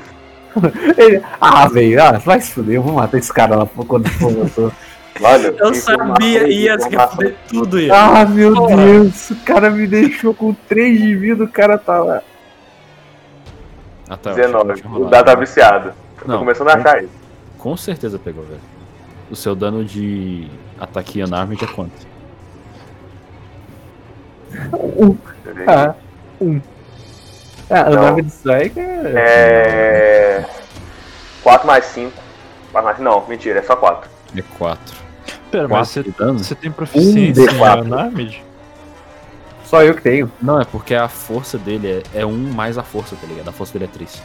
A: Ele- Ah, velho, ah, vai se fuder, eu vou matar esse cara lá quando for motor.
C: Mano, informação, informação.
B: tudo, Ian.
A: Ah, meu
B: Porra.
A: Deus, o cara me deixou com 3 de vida, o cara tá lá.
B: Ah, tá, eu achei que eu
C: 19.
B: tinha
C: O
B: rolado.
C: dado tá viciado.
B: Não,
C: Tô começando a achar isso.
B: Com certeza pegou, velho. O seu dano de ataque unarmed é quanto?
A: Um,
C: tá
A: ah, um. Ah, o
C: Não.
A: nome disso aí que é.
C: É. 4 mais 5. 4 mais Não, mentira, é só 4.
B: É 4.
E: Pera, mas você,
B: de dano?
E: você
D: Um
E: tem proficiência em
A: D4.
E: Unarmed?
A: Só eu que tenho.
B: Não, é porque a força dele é, é 1 mais a força, tá ligado? A força dele é 3.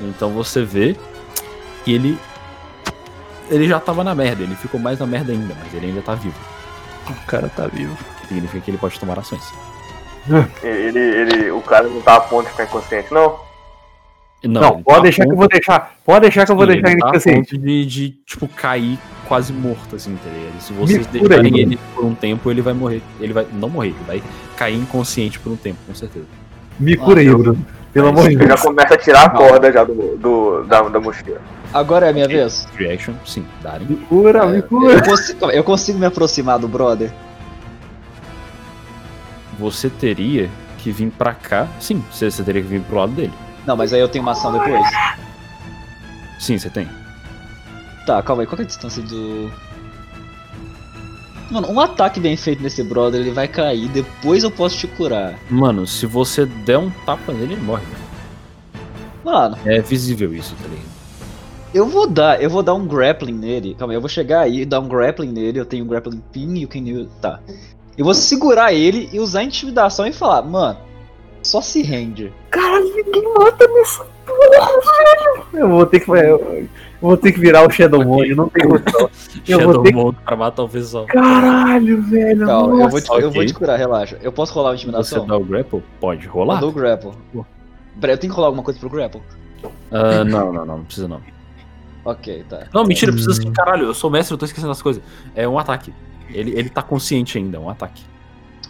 B: Então você vê que ele. Ele já tava na merda, ele ficou mais na merda ainda, mas ele ainda tá vivo.
E: O cara tá vivo.
B: Significa que ele pode tomar ações.
C: Ele, ele, o cara não tá a ponto de ficar inconsciente, não?
A: Não, pode deixar que eu vou deixar. Pode deixar que eu vou deixar ele
B: tá
A: assim.
B: ele tá a
A: inconsciente.
B: ponto de, de, tipo, cair quase morto, assim, tá ligado? Se vocês
A: Me cura aí,
B: deixarem ele por um tempo, ele vai morrer. Ele vai. Não morrer, ele vai cair inconsciente por um tempo, com certeza.
A: Me cura aí,
D: Ah,
A: Bruno. Pelo amor de
C: Ele
A: Deus.
C: já começa a tirar a corda já do, do, da, da mochila.
D: Agora é a minha vez.
B: Reaction, sim, Darem.
A: Me cura, me cura.
D: Eu consigo, eu consigo me aproximar do brother?
B: Você teria que vir pra cá. Sim, você, você teria que vir pro lado dele.
D: Não, mas aí eu tenho uma ação depois.
B: Sim, você tem.
D: Tá, calma aí, qual que é a distância do. Mano, um ataque bem feito nesse brother, ele vai cair, depois eu posso te curar.
B: Mano, se você der um tapa nele, ele morre, velho.
D: Mano,
B: É visível isso, tá ligado?
D: eu vou dar, eu vou dar um grappling nele. Calma aí, eu vou chegar aí e dar um grappling nele, eu tenho um grappling pin e o can Tá. Eu vou segurar ele e usar a intimidação e falar, mano, só se rende.
A: Caralho, ninguém mata nessa porra, velho. Eu vou ter que. Eu vou ter que virar o Shadow Monge, não tem condição. Eu vou
B: Shadow
A: ter que-
B: Mode pra matar o pessoal.
A: Caralho, velho.
D: Calma, eu vou, te,
A: nossa.
D: eu vou
B: ok.
D: te curar, relaxa. Eu posso rolar a
B: Você
D: intimidação?
B: dá o grapple? Pode
D: Eu
B: rolar.
D: dou o grapple.
B: Pô.
D: Pera, eu tenho que rolar alguma coisa pro grapple?
B: Ah, não, não, não, não precisa não. Hum.
D: Ok, tá.
B: Não, mentira, precisa sim, caralho. Eu sou mestre, eu tô esquecendo as coisas. É um ataque. Ele, ele tá consciente ainda, é um ataque.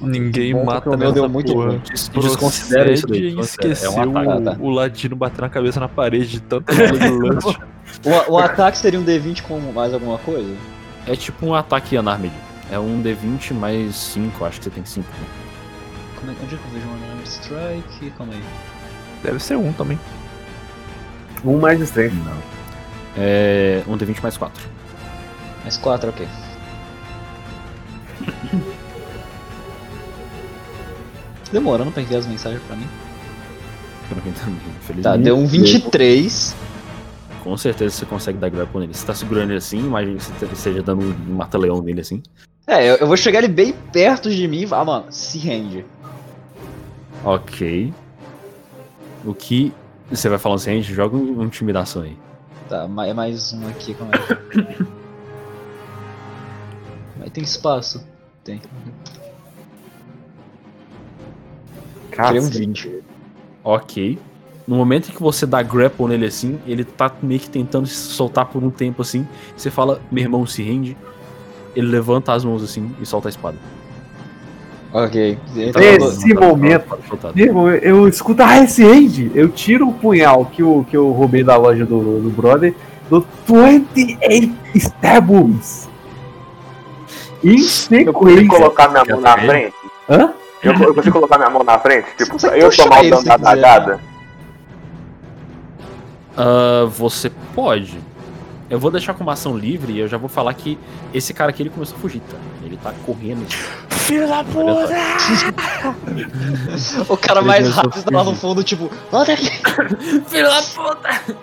E: Ninguém
D: Bom,
E: mata
D: porque o meu
E: nessa
D: deu muito
E: porra.
D: ruim.
B: Des-
E: Procede
B: Desconsidera isso daí.
E: em
B: desconsidera.
E: esquecer
B: É um ataque.
E: o,
D: Ah, tá.
E: o ladino bater na cabeça na parede de tanta bola de lance.
D: O, o ataque seria um D20 com mais alguma coisa?
B: É tipo um ataque unarmed. É um D20 mais 5, acho que você tem 5.
D: Como é, onde é que eu vejo um Unarmed Strike? Calma aí.
E: Deve ser um também.
A: Um mais estranho.
B: Não. É um D20 mais 4.
D: Mais 4, ok. Demorando pra enviar as mensagens pra mim.
B: Infelizmente.
D: Tá, deu um 23.
B: Com certeza você consegue dar grapple nele. Você tá segurando ele assim, imagina que você esteja dando um mata-leão nele assim.
D: É, eu, eu vou chegar ele bem perto de mim e falar, ah, mano, se rende.
B: Ok. O que. Você vai falando assim, gente, joga um um intimidação aí.
D: Tá, ma- é mais um aqui, calma aí. Mas tem espaço. Tem.
C: Tá,
A: Cacete.
D: Tirei um 20.
B: Ok. No momento em que você dá grapple nele assim, ele tá meio que tentando se soltar por um tempo assim. Você fala, meu irmão se rende. Ele levanta as mãos assim e solta a espada.
D: Ok. Então,
B: Tá
A: Esse
B: todo- tá- tá-
A: momento.
B: tá- tá- tá- tá-
A: Nego, eu- eu escuto a esse End. Eu tiro o punhal que eu, que eu roubei da loja do, do brother do 28 Stables. Em
C: Eu consigo
A: sequência.
C: colocar minha mão na
B: Quer
C: frente?
A: Hã?
C: Eu, eu consigo colocar minha mão na frente? Tipo,
D: Você
C: pra
D: consegue
C: eu
D: puxar
C: tomar o
D: ele
C: dano
D: se
C: da
D: quiser,
C: dagada?
B: Ah, você pode. Eu vou deixar com uma ação livre e eu já vou falar que esse cara aqui ele começou a fugir, tá? Ele tá correndo.
E: Filho da puta!
D: O cara
B: Ele
D: mais
B: começou a
D: rápido tá lá no
B: fugir.
D: fundo, tipo, volta aqui.
B: Filho da puta!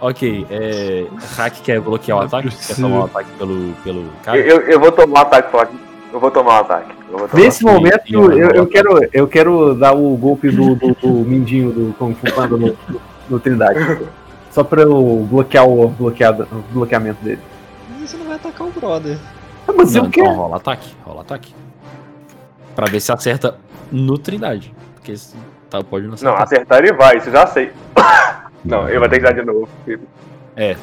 B: Ok, é. Hack quer bloquear o
E: Não é
B: ataque? Quer
E: possível.
B: tomar o ataque pelo, pelo
C: Eu,
B: cara?
C: eu- eu vou tomar um ataque, Flock. Eu vou tomar um ataque. Eu vou tomar.
A: Nesse
B: Nossa,
A: momento,
B: e- e ela
A: eu, eu,
B: volta.
A: quero, eu quero dar o golpe do, do, do Mindinho do Kung Fu Panda no, no Trindade. Só pra eu bloquear o, bloqueado, o bloqueamento dele.
D: Você não vai atacar o brother.
A: Ah, mas
B: Não,
A: eu quero.
B: então rola ataque, rola ataque. Pra ver se acerta no Trindade. Porque esse- tá, pode não
C: Não,
B: acertar.
C: acertar ele vai, isso eu já sei. Não, ele vai ter que dar de novo.
B: É,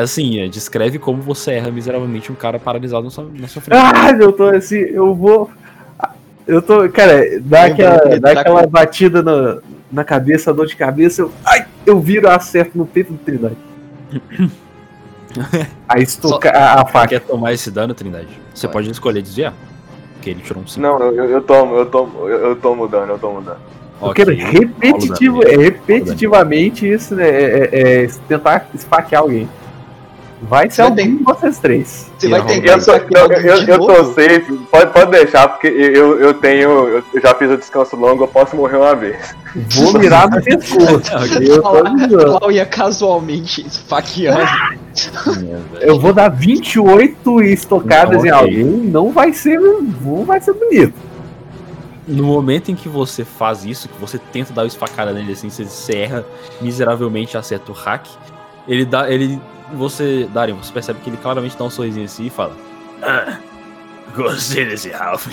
B: assim, é, descreve como você erra miseravelmente um cara paralisado na sua, na sua frente.
A: Ah, eu tô assim, eu vou. Eu tô. Cara, dá
D: Lembrando que
A: aquela,
D: ele
A: dá
D: tá
A: aquela batida na, na cabeça, dor de cabeça, eu. Ai, eu viro acerto no peito do Trindade. Aí estoca a, a faca.
B: Quer tomar esse dano, Trindade? Você
D: Vai.
B: pode escolher desviar. Porque ele tirou um 5.
C: Não, eu, eu tomo, eu tomo, eu, eu tomo dano, eu tomo dano.
A: Eu quero repetitivo, é, repetitivamente isso, né? É, é- é tentar esfaquear alguém. Vai ser
D: Você
A: alguém
D: tem-
A: de vocês três.
D: Você
B: E
D: vai
B: eu-
D: tentar
C: Eu tô,
D: esfaquear
C: eu,
D: alguém
C: eu,
D: é de
C: eu tô
D: novo?
C: safe, pode, pode deixar, porque eu, eu tenho. Eu já fiz o descanso longo, eu posso morrer uma vez.
A: Vou mirar no pescoço. eu, tô avisando.
D: Cláudia casualmente esfaqueando.
B: é.
A: Eu vou dar 28 estocadas
B: Não,
A: em
B: ok.
A: alguém. Não vai ser. Não vai ser bonito.
B: No momento em que você faz isso, que você tenta dar uma esfacada nele assim, você, você erra miseravelmente e acerta o hack. Ele dá. Ele. Você. Darren, você percebe que ele claramente dá um sorrisinho assim e fala.
F: Ah, gostei desse Ralph.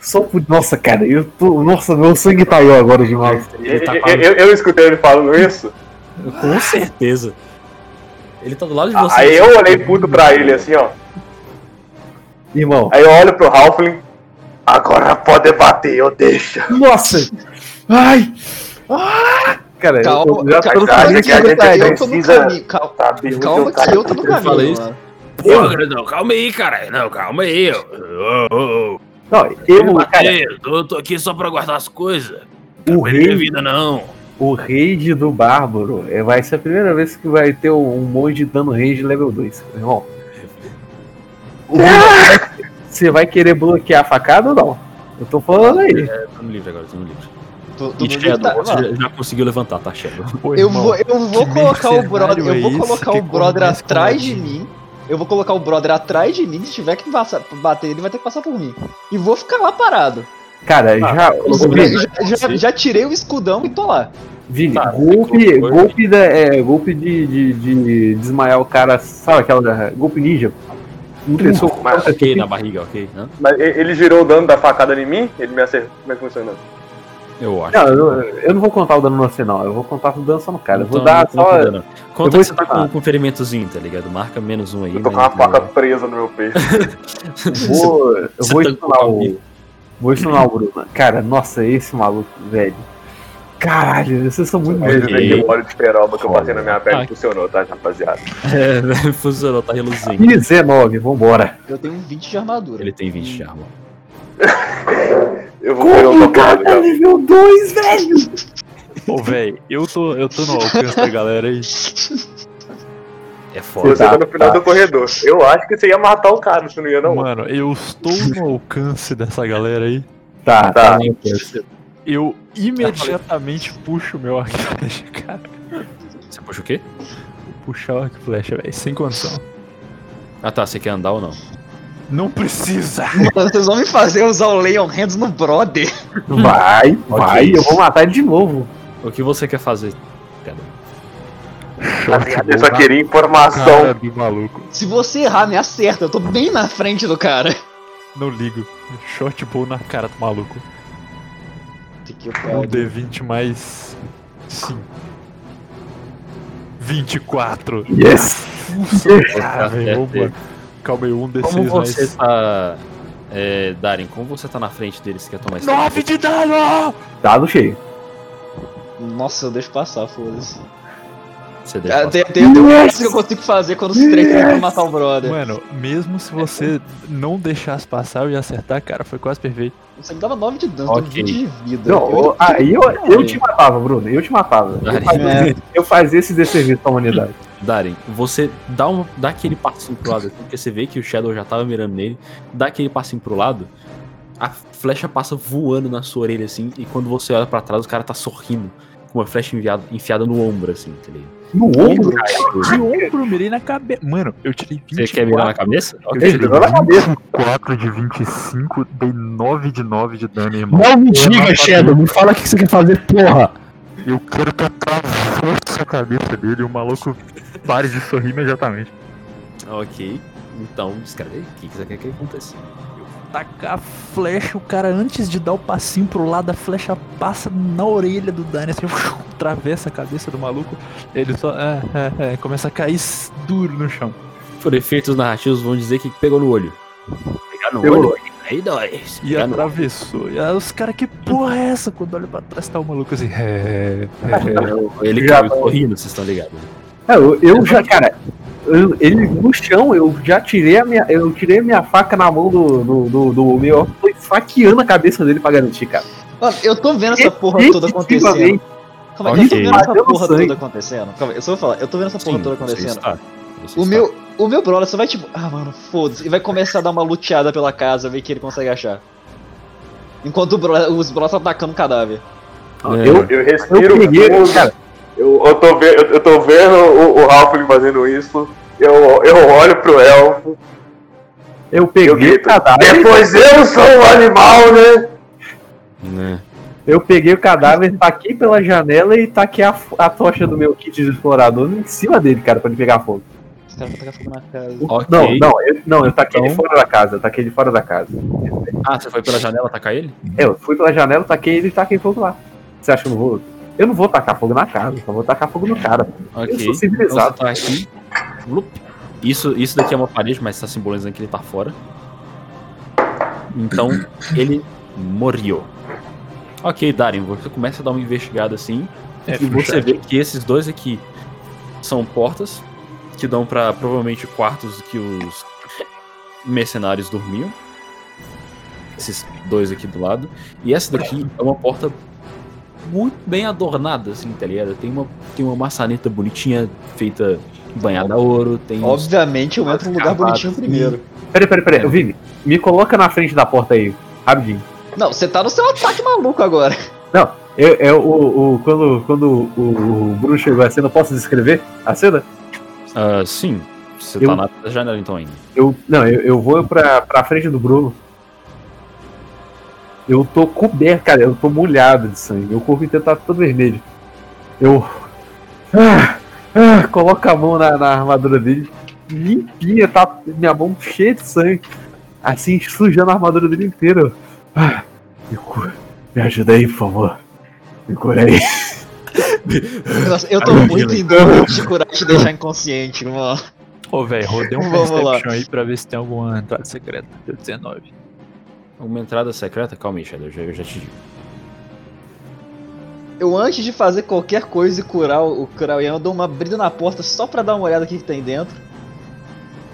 A: Só por. Nossa, cara, eu tô. Nossa, meu sangue taiou agora demais.
C: Eu,
B: Ele tá
C: eu,
B: quase-
C: eu, eu escutei ele falando isso.
A: Ah.
B: Com certeza. Ele tá do lado de você.
C: Aí eu olhei puto pra ele assim, ó.
A: Irmão.
C: Aí eu olho pro Halfling. Agora pode bater, eu deixo.
A: Nossa! Ai! Ah! Cara, eu tô,
D: Calma,
A: já
D: calma,
A: tô
C: cara,
A: no
C: que a gente
D: eu
A: caminho.
D: tô no
C: precisa-
D: caminho. Calma,
C: Sabe?
D: calma
C: eu um
D: que eu tô no
B: Eu falei
D: caminho,
B: isso.
D: mano.
F: Pô, grandão, calma aí, cara. Não, calma aí. Eu, eu, eu,
A: Não, eu, cara,
F: eu tô, tô aqui só pra guardar as coisas.
A: o
F: Não é
A: rei,
F: vida, não.
A: o rage do Bárbaro é, vai ser a primeira vez que vai ter um, um monge dando rage level 2, irmão. O-
B: Ah!
A: Você vai querer bloquear a facada ou não? Eu tô falando aí.
B: Tô no livre agora, tô no livre.
D: Tô- tô
B: E
D: no
B: Shadow,
D: tá-
B: você já, já conseguiu levantar, tá, Shadow?
E: Pô,
D: Eu
E: irmão,
D: vou, eu vou
E: que
D: colocar o
E: mercenário
D: brother, eu
E: é
D: vou
E: esse
D: colocar
E: que
D: o brother
E: come
D: atrás de
E: escoladinho?
D: mim. Eu vou colocar o brother atrás de mim, se tiver que passar, bater, ele vai ter que passar por mim. E vou ficar lá parado.
A: Cara,
B: Tá,
A: já.
B: Ô,
D: Já-
B: Vini,
D: já,
B: você-
D: já tirei o escudão e tô lá.
A: Vini,
B: Tá,
A: golpe,
B: você colocou,
A: golpe, da, é, golpe de, de, de desmaiar o cara, sabe aquela da- golpe ninja? Um
B: Hum.
A: pessoa
C: mas-
B: ok, na barriga, ok? Né?
C: Mas e- ele girou o dano da facada em mim? Ele me acertou. Como é que funciona?
B: Eu acho.
A: Não, eu, eu não vou contar o dano no você, não. Eu vou contar o dano só no cara. Eu vou
B: Então,
A: dar
B: não
A: só.
B: conta, não.
A: vou
B: Conta que você tá
A: escutar.
B: com, com ferimentozinho, tá ligado? Marca menos um aí.
C: Eu tô com
B: mas-
C: uma faca presa no meu peito.
A: Vou, eu
B: Você
A: vou
B: tancou
A: ensinar
B: o
A: o. Vou ensinar o Bruno. Cara, nossa, esse maluco, velho. Caralho, vocês são muito
C: Mas
A: velhos,
B: Ok.
C: esse aqui é o óleo de peroba que eu passei na minha
B: Ah.
C: pele funcionou, tá, rapaziada?
B: É, funcionou, tá reluzindo.
A: 19, vambora.
D: Eu tenho 20 de armadura.
B: Ele tem 20 de arma.
C: Eu vou ver
A: Como
C: o
A: o cara tá nível 2, velho?
E: Ô, velho, eu tô, eu tô no alcance da galera aí.
B: É
C: Você
B: foda.
A: Tá,
C: tá no final
A: tá.
C: do corredor. Eu acho que você ia matar o cara, se não ia Tipo, não.
E: Mano, eu estou no alcance dessa galera aí.
A: Tá,
C: Tá.
A: tá. meu Deus.
E: Eu imediatamente puxo o meu arco e flecha, cara.
B: Você puxa o quê?
E: Puxar o arco e flecha, velho, sem condição.
B: Ah tá, você quer andar ou não?
E: Não precisa!
D: Mano, vocês vão me fazer usar o Leon Hands no brother.
A: Vai, vai, eu vou matar ele de novo.
B: O que você quer fazer? Cara?
C: Rapaziada, Eu só queria informação.
E: Cara do maluco.
D: Se você errar, me acerta. Eu tô bem na frente do cara.
E: Não ligo. Short bow na cara do maluco.
D: Puta que
E: Um
D: pariu.
E: D20 mais 5. 24.
A: Yes!
E: Nossa,
B: Tá
E: ah, velho,
B: certo.
E: oba. Calma aí, um
B: Como
E: D6
B: você
E: mais.
B: tá. É, Darin, como você tá na frente deles que quer tomar esse
E: Nove de dano!
A: Dado cheio.
D: Nossa, eu deixo passar, foda-se.
B: Você deixa
D: Cara,
B: passar.
D: tem, tem, tem um negócio que eu consigo fazer quando os três tentam matar o brother.
E: Mano, mesmo se você não deixasse passar, eu ia acertar, cara, foi quase perfeito.
D: Você me dava 9 de dano,
B: Ok.
D: okay. 20 de vida.
A: Não,
D: Eu-
A: eu- aí eu, eu te matava, Bruno. Eu te matava. Eu
B: Darin,
D: É,
A: fazia, eu fazia esse desserviço pra humanidade.
B: Darin, você dá, um, dá aquele passinho pro lado, porque você vê que o Shadow já tava mirando nele, dá aquele passinho pro lado, a flecha passa voando na sua orelha assim, e quando você olha pra trás, o cara tá sorrindo, com uma flecha enviada- enfiada no ombro, assim, tá ligado?
A: No ombro?
E: De ombro, mirei na cabeça. Mano, eu tirei 24.
B: Você quer mirar na cabeça?
E: Eu
B: Ok.
E: tirei
A: Ele deu na cabeça.
E: 24 de 25, dei 9 de 9 de dano, irmão.
G: Não me
E: Eu
G: diga,
E: não-
G: Shadow, me fala o que você quer fazer, porra!
E: Eu quero que eu atravesse a cabeça dele e o maluco pare de sorrir imediatamente.
B: Ok. Então, escreve aí, o que que você quer que aconteça?
E: Tacar a flecha, o cara antes de dar o passinho pro lado, a flecha passa na orelha do Dani, assim, atravessa a cabeça do maluco, ele só é, é, é, começa a cair s- duro no chão.
B: Por efeitos narrativos, vão dizer que pegou no olho.
F: Pegar no
A: Pegou.
F: olho, aí dói. Se
E: E
F: pegar no-
E: atravessou. E aí os caras, que porra é essa? Quando olha pra trás, tá o maluco assim. É, é, é.
B: Ele
A: Já
B: caiu sorrindo, vocês estão ligados? né?
A: É, eu, eu já, cara, eu- ele no chão, eu já tirei a minha. Eu tirei a minha faca na mão do, do, do, do homem, ó, foi faqueando a cabeça dele pra garantir, cara.
D: Mano, eu tô vendo essa porra toda acontecendo.
A: Definitivamente.
D: Calma aí, eu tô
B: Ok.
D: vendo essa
A: Bateu no
D: porra
A: sangue.
D: toda acontecendo. Calma aí, eu só vou falar, eu tô vendo essa porra
B: Sim, tá,
D: toda
B: você
D: acontecendo.
B: está. Você
D: O
B: está.
D: meu, o meu brother só vai tipo, ah mano, foda-se, e vai começar a dar uma luteada pela casa, ver que ele consegue achar. Enquanto o bro, os brothers atacando o cadáver.
B: É.
A: Eu,
C: Eu respiro
A: eu peguei,
C: fundo,
A: cara.
C: Eu, eu tô vendo, eu, eu tô vendo o, o Halfling fazendo isso. Eu, eu olho pro elfo.
A: Eu peguei o
C: grito.
A: cadáver.
C: Depois eu sou um animal, né?
B: Né?
A: Eu peguei o cadáver, taquei pela janela e taquei a, f- a tocha do meu kit de explorador em cima dele, cara, pra ele pegar fogo.
D: Os caras vão tacar fogo na casa.
B: Ok.
A: Não, não, eu, não, eu taquei ele
B: Então-
A: fora da casa, eu taquei ele fora da casa. É,
B: Ah, você foi pela janela atacar ele?
A: Eu fui pela janela, taquei ele e taquei fogo lá. Você acha que eu não vou? Eu não vou tacar fogo na casa, só vou tacar fogo no cara.
B: Ok.
A: sou
B: então
A: civilizado.
B: você tá aqui. Blup. Isso, isso daqui é uma parede, mas tá simbolizando que ele tá fora. Então, ele morreu. Ok, Darin, você começa a dar uma investigada assim. e você vê que esses dois aqui são portas que dão pra provavelmente quartos que os mercenários dormiam. Esses dois aqui do lado. E essa daqui é uma porta muito bem adornada, assim, tá ligado? Tem uma, tem uma maçaneta bonitinha feita banhada a ouro, tem uns-
D: Obviamente eu entro num lugar
B: Cavado.
D: bonitinho primeiro.
A: Peraí, peraí, peraí, Vini, me coloca na frente da porta aí, rapidinho.
D: Não, você tá no seu ataque maluco agora.
A: Eu, eu, o, o- quando quando o, o Bruno chegou a cena, eu posso descrever a cena?
B: Ah, sim, você
A: Eu-
B: tá na janela então ainda.
A: Eu, não, eu, eu vou pra, pra frente do Bruno. Eu tô coberto, cara, eu tô molhado de sangue. Meu corpo inteiro tá todo vermelho. Eu. Ah, ah, coloco a mão na, na armadura dele, limpinha, tá minha mão cheia de sangue. Assim, sujando a armadura dele inteira. Ah, me, cu- me ajuda aí, por favor. Me cura aí.
D: Nossa, eu tô muito em dúvida de curar e te deixar inconsciente, mano.
E: Ô, velho, rodei um
D: Vamos lá.
E: perception aí pra ver se tem alguma entrada secreta. Deu 19.
B: Uma entrada secreta? Calma aí, Shadow, eu já, eu já te digo.
D: Eu antes de fazer qualquer coisa e curar o o curar o Ian, eu dou uma brida na porta só pra dar uma olhada aqui que tem dentro.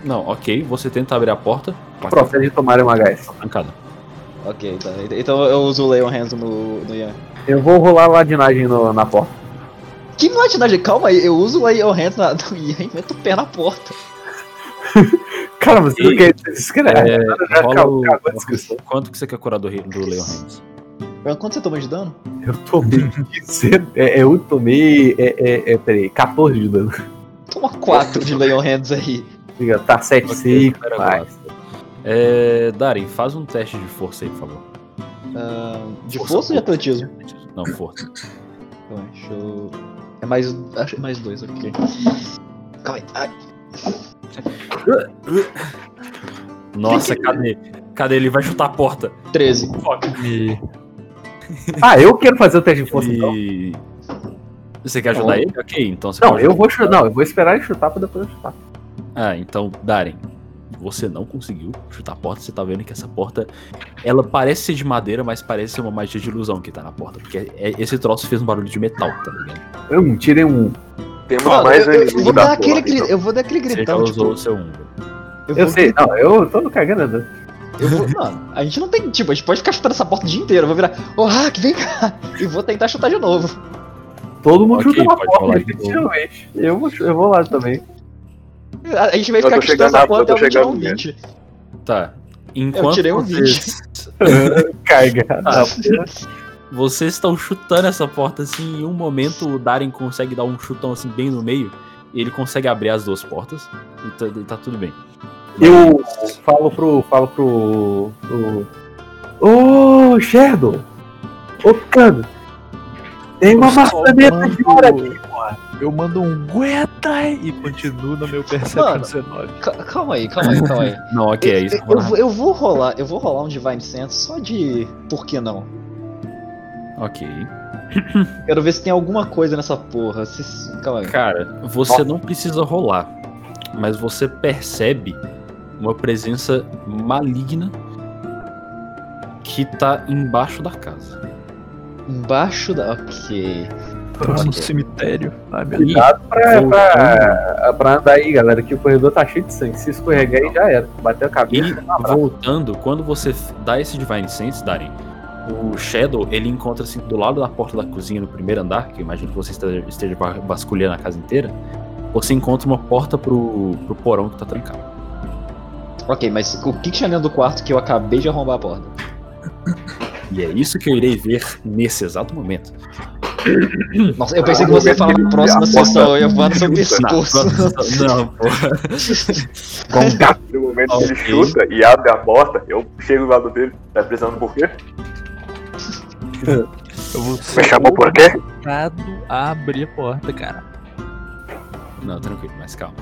B: Não, ok, você tenta abrir a porta. mas tá
A: Procede tomar uma gás.
B: trancada.
D: Ok, então, então eu uso o Leon Hands no, no Ian.
A: Eu vou rolar ladinagem no- na porta.
D: Que latinagem? Calma aí, eu uso o Leon Hands na, no Ian e meto o pé na porta.
A: Cara, você não
B: Ih.
A: quer descrever?
B: É,
A: já
B: rola
A: acabou-
B: o-
A: acabou a descrição.
B: Quanto que você quer curar do, rei- do Leon Hands?
D: Ian, Quanto você toma de dano?
A: Eu tomei 17. É, é, eu tomei. É, é, é, peraí, 14 de dano.
D: Toma 4 de Leon Hands aí.
A: Diga, Tá 7, 5.
B: Espera
A: vai.
B: agora. É, Darin, faz um teste de força aí, por favor.
D: De força ou de atletismo?
B: Não, força.
D: Então, deixa eu... É mais. Acho que é mais dois, ok. Calma aí. Ai,
B: Nossa, cadê? Cadê? Ele vai chutar a porta.
D: 13.
B: Fuck.
E: E
A: Ah, eu quero fazer o teste de força, então.
B: E. Você quer ajudar ele? Ok, então você
A: Não,
B: pode
A: eu
B: ajudar.
A: vou chutar. Não, eu vou esperar ele chutar pra depois eu chutar.
B: Ah, então, Darren, você não conseguiu chutar a porta. Você tá vendo que essa porta, ela parece ser de madeira, mas parece ser uma magia de ilusão que tá na porta. Porque é- esse troço fez um barulho de metal, tá ligado?
A: Eu não tirei um.
C: Temos
D: Mano,
C: mais
D: eu,
C: um
D: eu- eu
C: inimigo
D: vou
C: da
D: dar
C: porra,
D: aquele, gri-
C: então.
D: eu vou dar aquele
B: Você já
D: gritão, tipo,
B: usou o seu um.
A: Eu
D: vou
A: sei, não, eu tô no cagando. né?
D: Eu vou, mano, a gente não tem. Tipo, a gente pode ficar chutando essa porta o dia inteiro. Eu vou virar, ô Hack, vem cá! E vou tentar chutar de novo.
A: Todo mundo
B: Ok,
A: chuta uma
B: pode
A: porta,
B: rolar de novo.
A: definitivamente. Eu vou, eu vou lá também.
D: A a gente vai
C: Eu
D: ficar
C: tô
D: chutando
C: chegando
D: essa
C: rápido, eu
D: porta
C: tô
D: até eu tirar
C: chegando
D: um 20.
B: Tá. Enquanto
D: tirei um
B: vocês,
A: Carga.
B: Ah, vocês estão chutando essa porta assim, em um momento o Darren consegue dar um chutão assim bem no meio. E ele consegue abrir as duas portas e tá, e tá tudo bem.
A: Eu falo pro. Falo pro. pro... Ô, Shadow! Ô, Cano! Tem uma maçaneta de hora aqui!
E: Eu mando um gueta e continuo no meu Perception
D: Mano.
E: 19.
D: Ca- Calma aí, calma aí, calma aí.
B: Não, ok, é isso que eu vou
D: eu, eu,
B: narrar.
D: vou- eu vou rolar, eu vou rolar um Divine Sense só de. Por que não?
B: Ok.
D: Quero ver se tem alguma coisa nessa porra. Se- Calma aí.
B: Cara, você não precisa rolar, mas você percebe uma presença maligna que tá embaixo da casa.
D: Embaixo da. Ok.
E: Tô no cemitério. Ai, meu
B: E
A: É, Pra, pra, pra andar aí, galera, que o corredor tá cheio de sangue. Se escorregar aí já era. Bateu a
B: E
A: cabeça.
B: voltando, quando você dá esse Divine Sense, Darren, o Shadow ele encontra assim do lado da porta da cozinha no primeiro andar, que eu imagino que você esteja, esteja ba- vasculhando a casa inteira. Você encontra uma porta pro, pro porão que tá trancado.
D: Ok, mas o que que tinha dentro do quarto que eu acabei de arrombar a porta?
B: E é isso que eu irei ver nesse exato momento.
D: Nossa, eu pensei que você ia falar na próxima sessão, eu ia falar no seu pescoço.
B: Não, não, pô.
C: No momento que ele
B: Ok.
C: chuta e abre a porta, eu chego do lado dele. Tá precisando por quê?
E: Eu vou ser
C: Me chamou por quê?
E: obrigado a abrir a porta, cara.
B: Não, tranquilo, mas calma.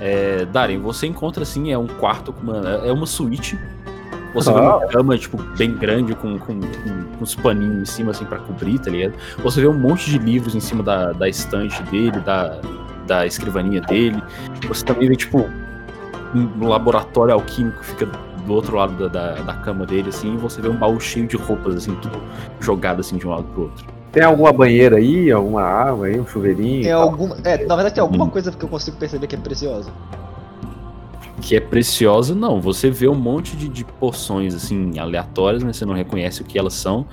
B: É, Darren, você encontra assim, é um quarto, com uma- é uma suíte. Você vê uma cama, tipo, bem grande, com, com, com, com uns paninhos em cima, assim, pra cobrir, tá ligado? Você vê um monte de livros em cima da, da estante dele, da, da escrivaninha dele. Você também vê, tipo, um laboratório alquímico fica do outro lado da, da, da cama dele, assim, e você vê um baú cheio de roupas, assim, tudo jogado, assim, de um lado pro outro.
A: Tem alguma banheira aí, alguma água aí, um chuveirinho?
D: É
A: e tal?
D: alguma. É, na verdade tem alguma
B: Hum.
D: coisa que eu consigo perceber que é preciosa.
B: que é preciosa, não. Você vê um monte de, de poções, assim, aleatórias, mas você não reconhece o que elas são.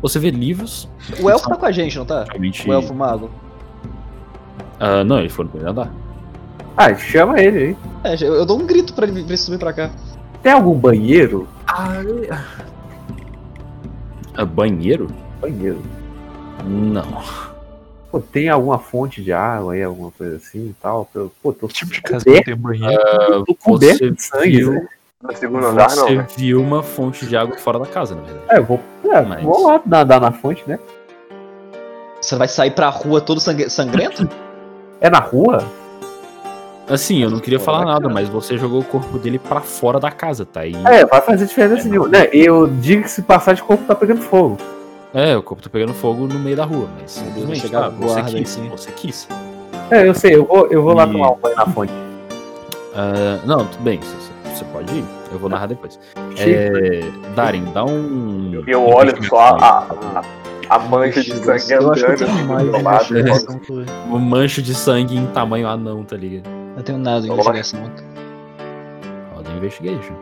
B: Você vê livros.
D: O elfo tá com a gente, não tá?
B: Realmente.
D: O
C: é
D: elfo mago.
B: Ah, não, ele foi no primeiro andar.
A: Ah, chama ele aí.
D: É, eu eu dou um grito pra ele, pra ele subir pra cá.
A: Tem algum banheiro?
B: Ah, banheiro?
A: Banheiro.
B: Não.
A: Pô, tem alguma fonte de água aí, alguma coisa assim e tal? Pô, Pô, tô
E: Que tipo de casa que tem banheiro?
B: Ah,
A: Tô
B: você
A: coberto de sangue,
B: viu,
A: né?
C: No segundo andar, não.
B: você
C: né?
B: viu uma fonte de água fora da casa, na verdade.
A: É, eu vou, é,
B: Mas-
A: vou lá nadar na fonte, né?
D: Você vai sair pra rua todo sangue- sangrento?
A: É na rua?
B: Assim, eu não queria
A: Fora
B: falar
A: da
B: nada, mas você jogou o corpo dele pra fora da casa, tá? E,
A: É, vai fazer diferença nenhuma. Né? Eu digo que se passar de corpo tá pegando fogo.
B: é, o corpo tá pegando fogo no meio da rua, mas
D: Meu Deus,
B: simplesmente,
D: vai chegar
B: tá,
D: o
B: você
D: guarda aí,
B: quis,
D: sim.
B: você quis.
A: É, eu sei, eu vou, eu vou lá
B: E-
A: tomar um banho na fonte.
B: Ah, não, tudo bem, você- você pode ir, eu vou narrar depois.
A: Chega.
B: É, Darren, dá um.
C: E eu olho só a, a, a mancha de sangue
D: Eu acho que eu
C: andando
D: tenho
C: assim
D: mais né?
C: do meu lado.
D: investigação
C: Eu
D: que eu-
B: Uma mancha um de sangue em tamanho anão, tá ligado?
D: Eu tenho nada de
C: Eu
D: investigação.
B: Roda investigation.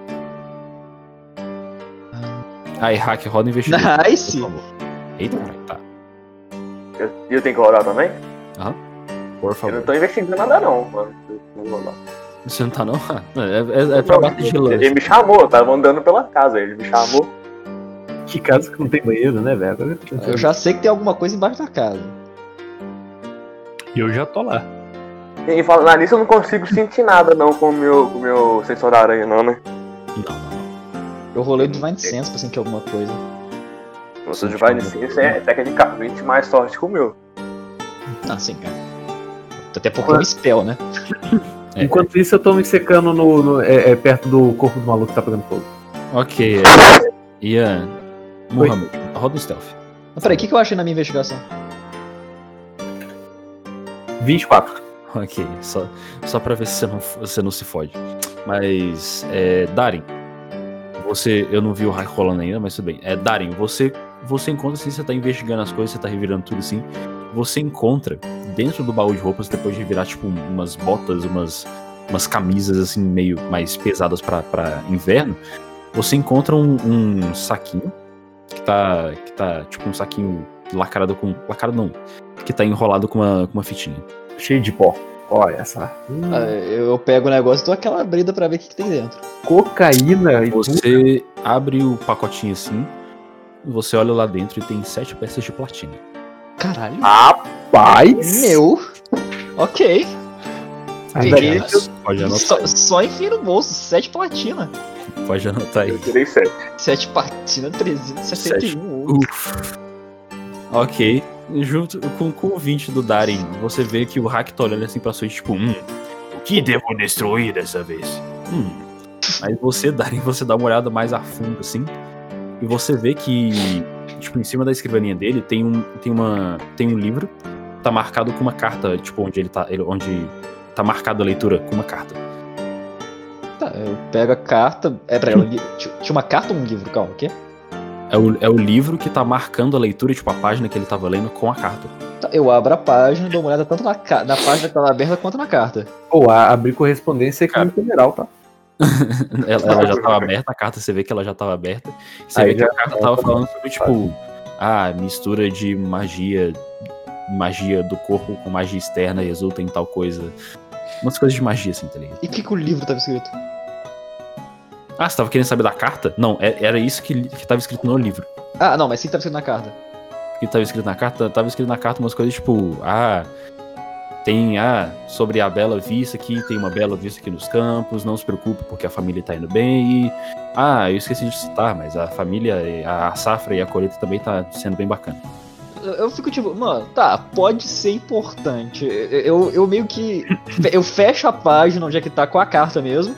B: Aí, hack, roda investigation.
D: Nice!
B: por favor. Eita, caralho, tá.
C: eu- E eu tenho que rolar também?
B: Por
C: Eu não
B: favor.
C: tô investigando nada, não, mano. Eu vou rolar.
B: Você não tá, não? Ah, É, é, é pra
C: Não,
B: bater de
C: Ele
B: lance.
C: me chamou, eu tava andando pela casa, ele me chamou.
A: Que casa que não tem banheiro, né, velho?
D: Eu já sei que tem alguma coisa embaixo da casa.
E: E eu já tô lá.
C: E falando ah, nisso, eu não consigo sentir nada, não, com o meu, com o meu sensor da aranha, não, né?
B: Não, não, não.
D: Eu rolei o Divine Sense pra sentir alguma coisa.
C: Nossa, de vai nisso é tecnicamente mais sorte que o meu.
D: Ah, sim, cara. Até porque é um spell, né?
B: É,
A: Enquanto isso, eu tô me secando no, no- é, é, perto do corpo do maluco que tá pegando fogo.
B: Ok. é. Ian. Muhammad, roda o stealth.
D: Mas peraí, o que, que eu achei na minha investigação?
A: 24.
B: Ok, só, só pra ver se você não, você não se fode. Mas, é, Darin, você. Eu não vi o hack rolando ainda, mas tudo bem. É, Darin, você, você encontra assim, você tá investigando as coisas, você tá revirando tudo assim. Você encontra dentro do baú de roupas, depois de virar, tipo, umas botas, umas, umas camisas assim, meio mais pesadas pra, pra inverno. Você encontra um, um saquinho que tá. que tá, tipo, um saquinho lacrado com. lacrado não. Que tá enrolado com uma, com uma fitinha.
A: Cheio de pó. Olha essa.
D: Ah, Eu, eu pego o negócio e dou aquela abrida pra ver o que, que tem dentro.
A: Cocaína e tudo.
B: Você abre o pacotinho assim, você olha lá dentro e tem sete peças de platina.
D: Caralho.
A: Rapaz!
D: Ah, Meu. Ok.
A: Ainda
D: peguei.
A: bem.
B: Pode anotar,
D: Só, só enfia no bolso. 7 platina.
B: pode anotar aí.
C: Eu tirei 7.
D: 7 platina, 361. ouro.
B: Uf. Ok. Junto com, com o 20 do Darin, você vê que o hack tá olhando assim pra sua e tipo, hum,
F: O que devo destruir dessa vez?
B: Hum. Aí você, Darin, você dá uma olhada mais a fundo, assim, e você vê que, tipo, em cima da escrivaninha dele tem um, tem uma, tem um livro, tá marcado com uma carta, tipo, onde ele tá, ele- onde tá marcada a leitura com uma carta.
D: Tá, eu pego a carta. É pra ela. li- Tinha tinha uma carta ou um livro? Calma, o quê?
B: É o, é o livro que tá marcando a leitura, tipo, a página que ele tava lendo com a carta.
D: Tá, eu abro a página e dou uma olhada tanto na, ca- na página que tava aberta quanto na carta.
A: Pô, a- abrir correspondência aqui
B: Cara.
A: no federal, tá?
B: Ela, ela já tava aberta, a carta, você vê que ela já tava aberta. Você
A: Aí
B: vê que
A: já-
B: a carta tava falando sobre, tipo, ah, mistura de magia, magia do corpo com magia externa resulta em tal coisa. Umas coisas de magia, assim, tá ligado?
D: E o que, que o livro tava escrito?
B: Ah, você tava querendo saber da carta? Não, é- era isso que, que tava escrito no livro.
D: Ah, não, mas sim que tava escrito na carta.
B: O que tava escrito na carta? Tava escrito na carta umas coisas tipo, ah, tem, ah, sobre a bela vista aqui, tem uma bela vista aqui nos campos, não se preocupe porque a família tá indo bem e, ah, eu esqueci de citar, mas a família, a safra e a colheita também tá sendo bem bacana.
D: Eu- Eu fico tipo, mano, tá, pode ser importante. Eu, eu- eu meio que. Eu fecho a página onde é que tá com a carta mesmo.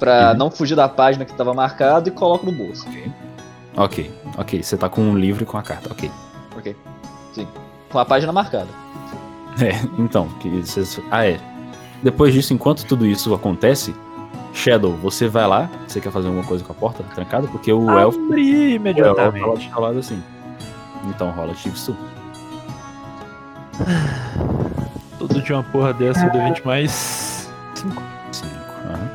D: Pra não fugir da página que tava marcada e coloco no bolso.
B: Ok, ok, você tá com um livro e com a carta, ok.
D: Com a página marcada.
B: É, então, que vocês... Ah, é. Depois disso, enquanto tudo isso acontece, Shadow, você vai lá, você quer fazer alguma coisa com a porta trancada? Porque o elfo...
E: Abri
B: Eu falo
E: imediatamente.
B: de calado assim. Então rola Chief Sul.
E: Todo dia uma porra dessa, eu dou 20 mais 5.
B: 5. aham.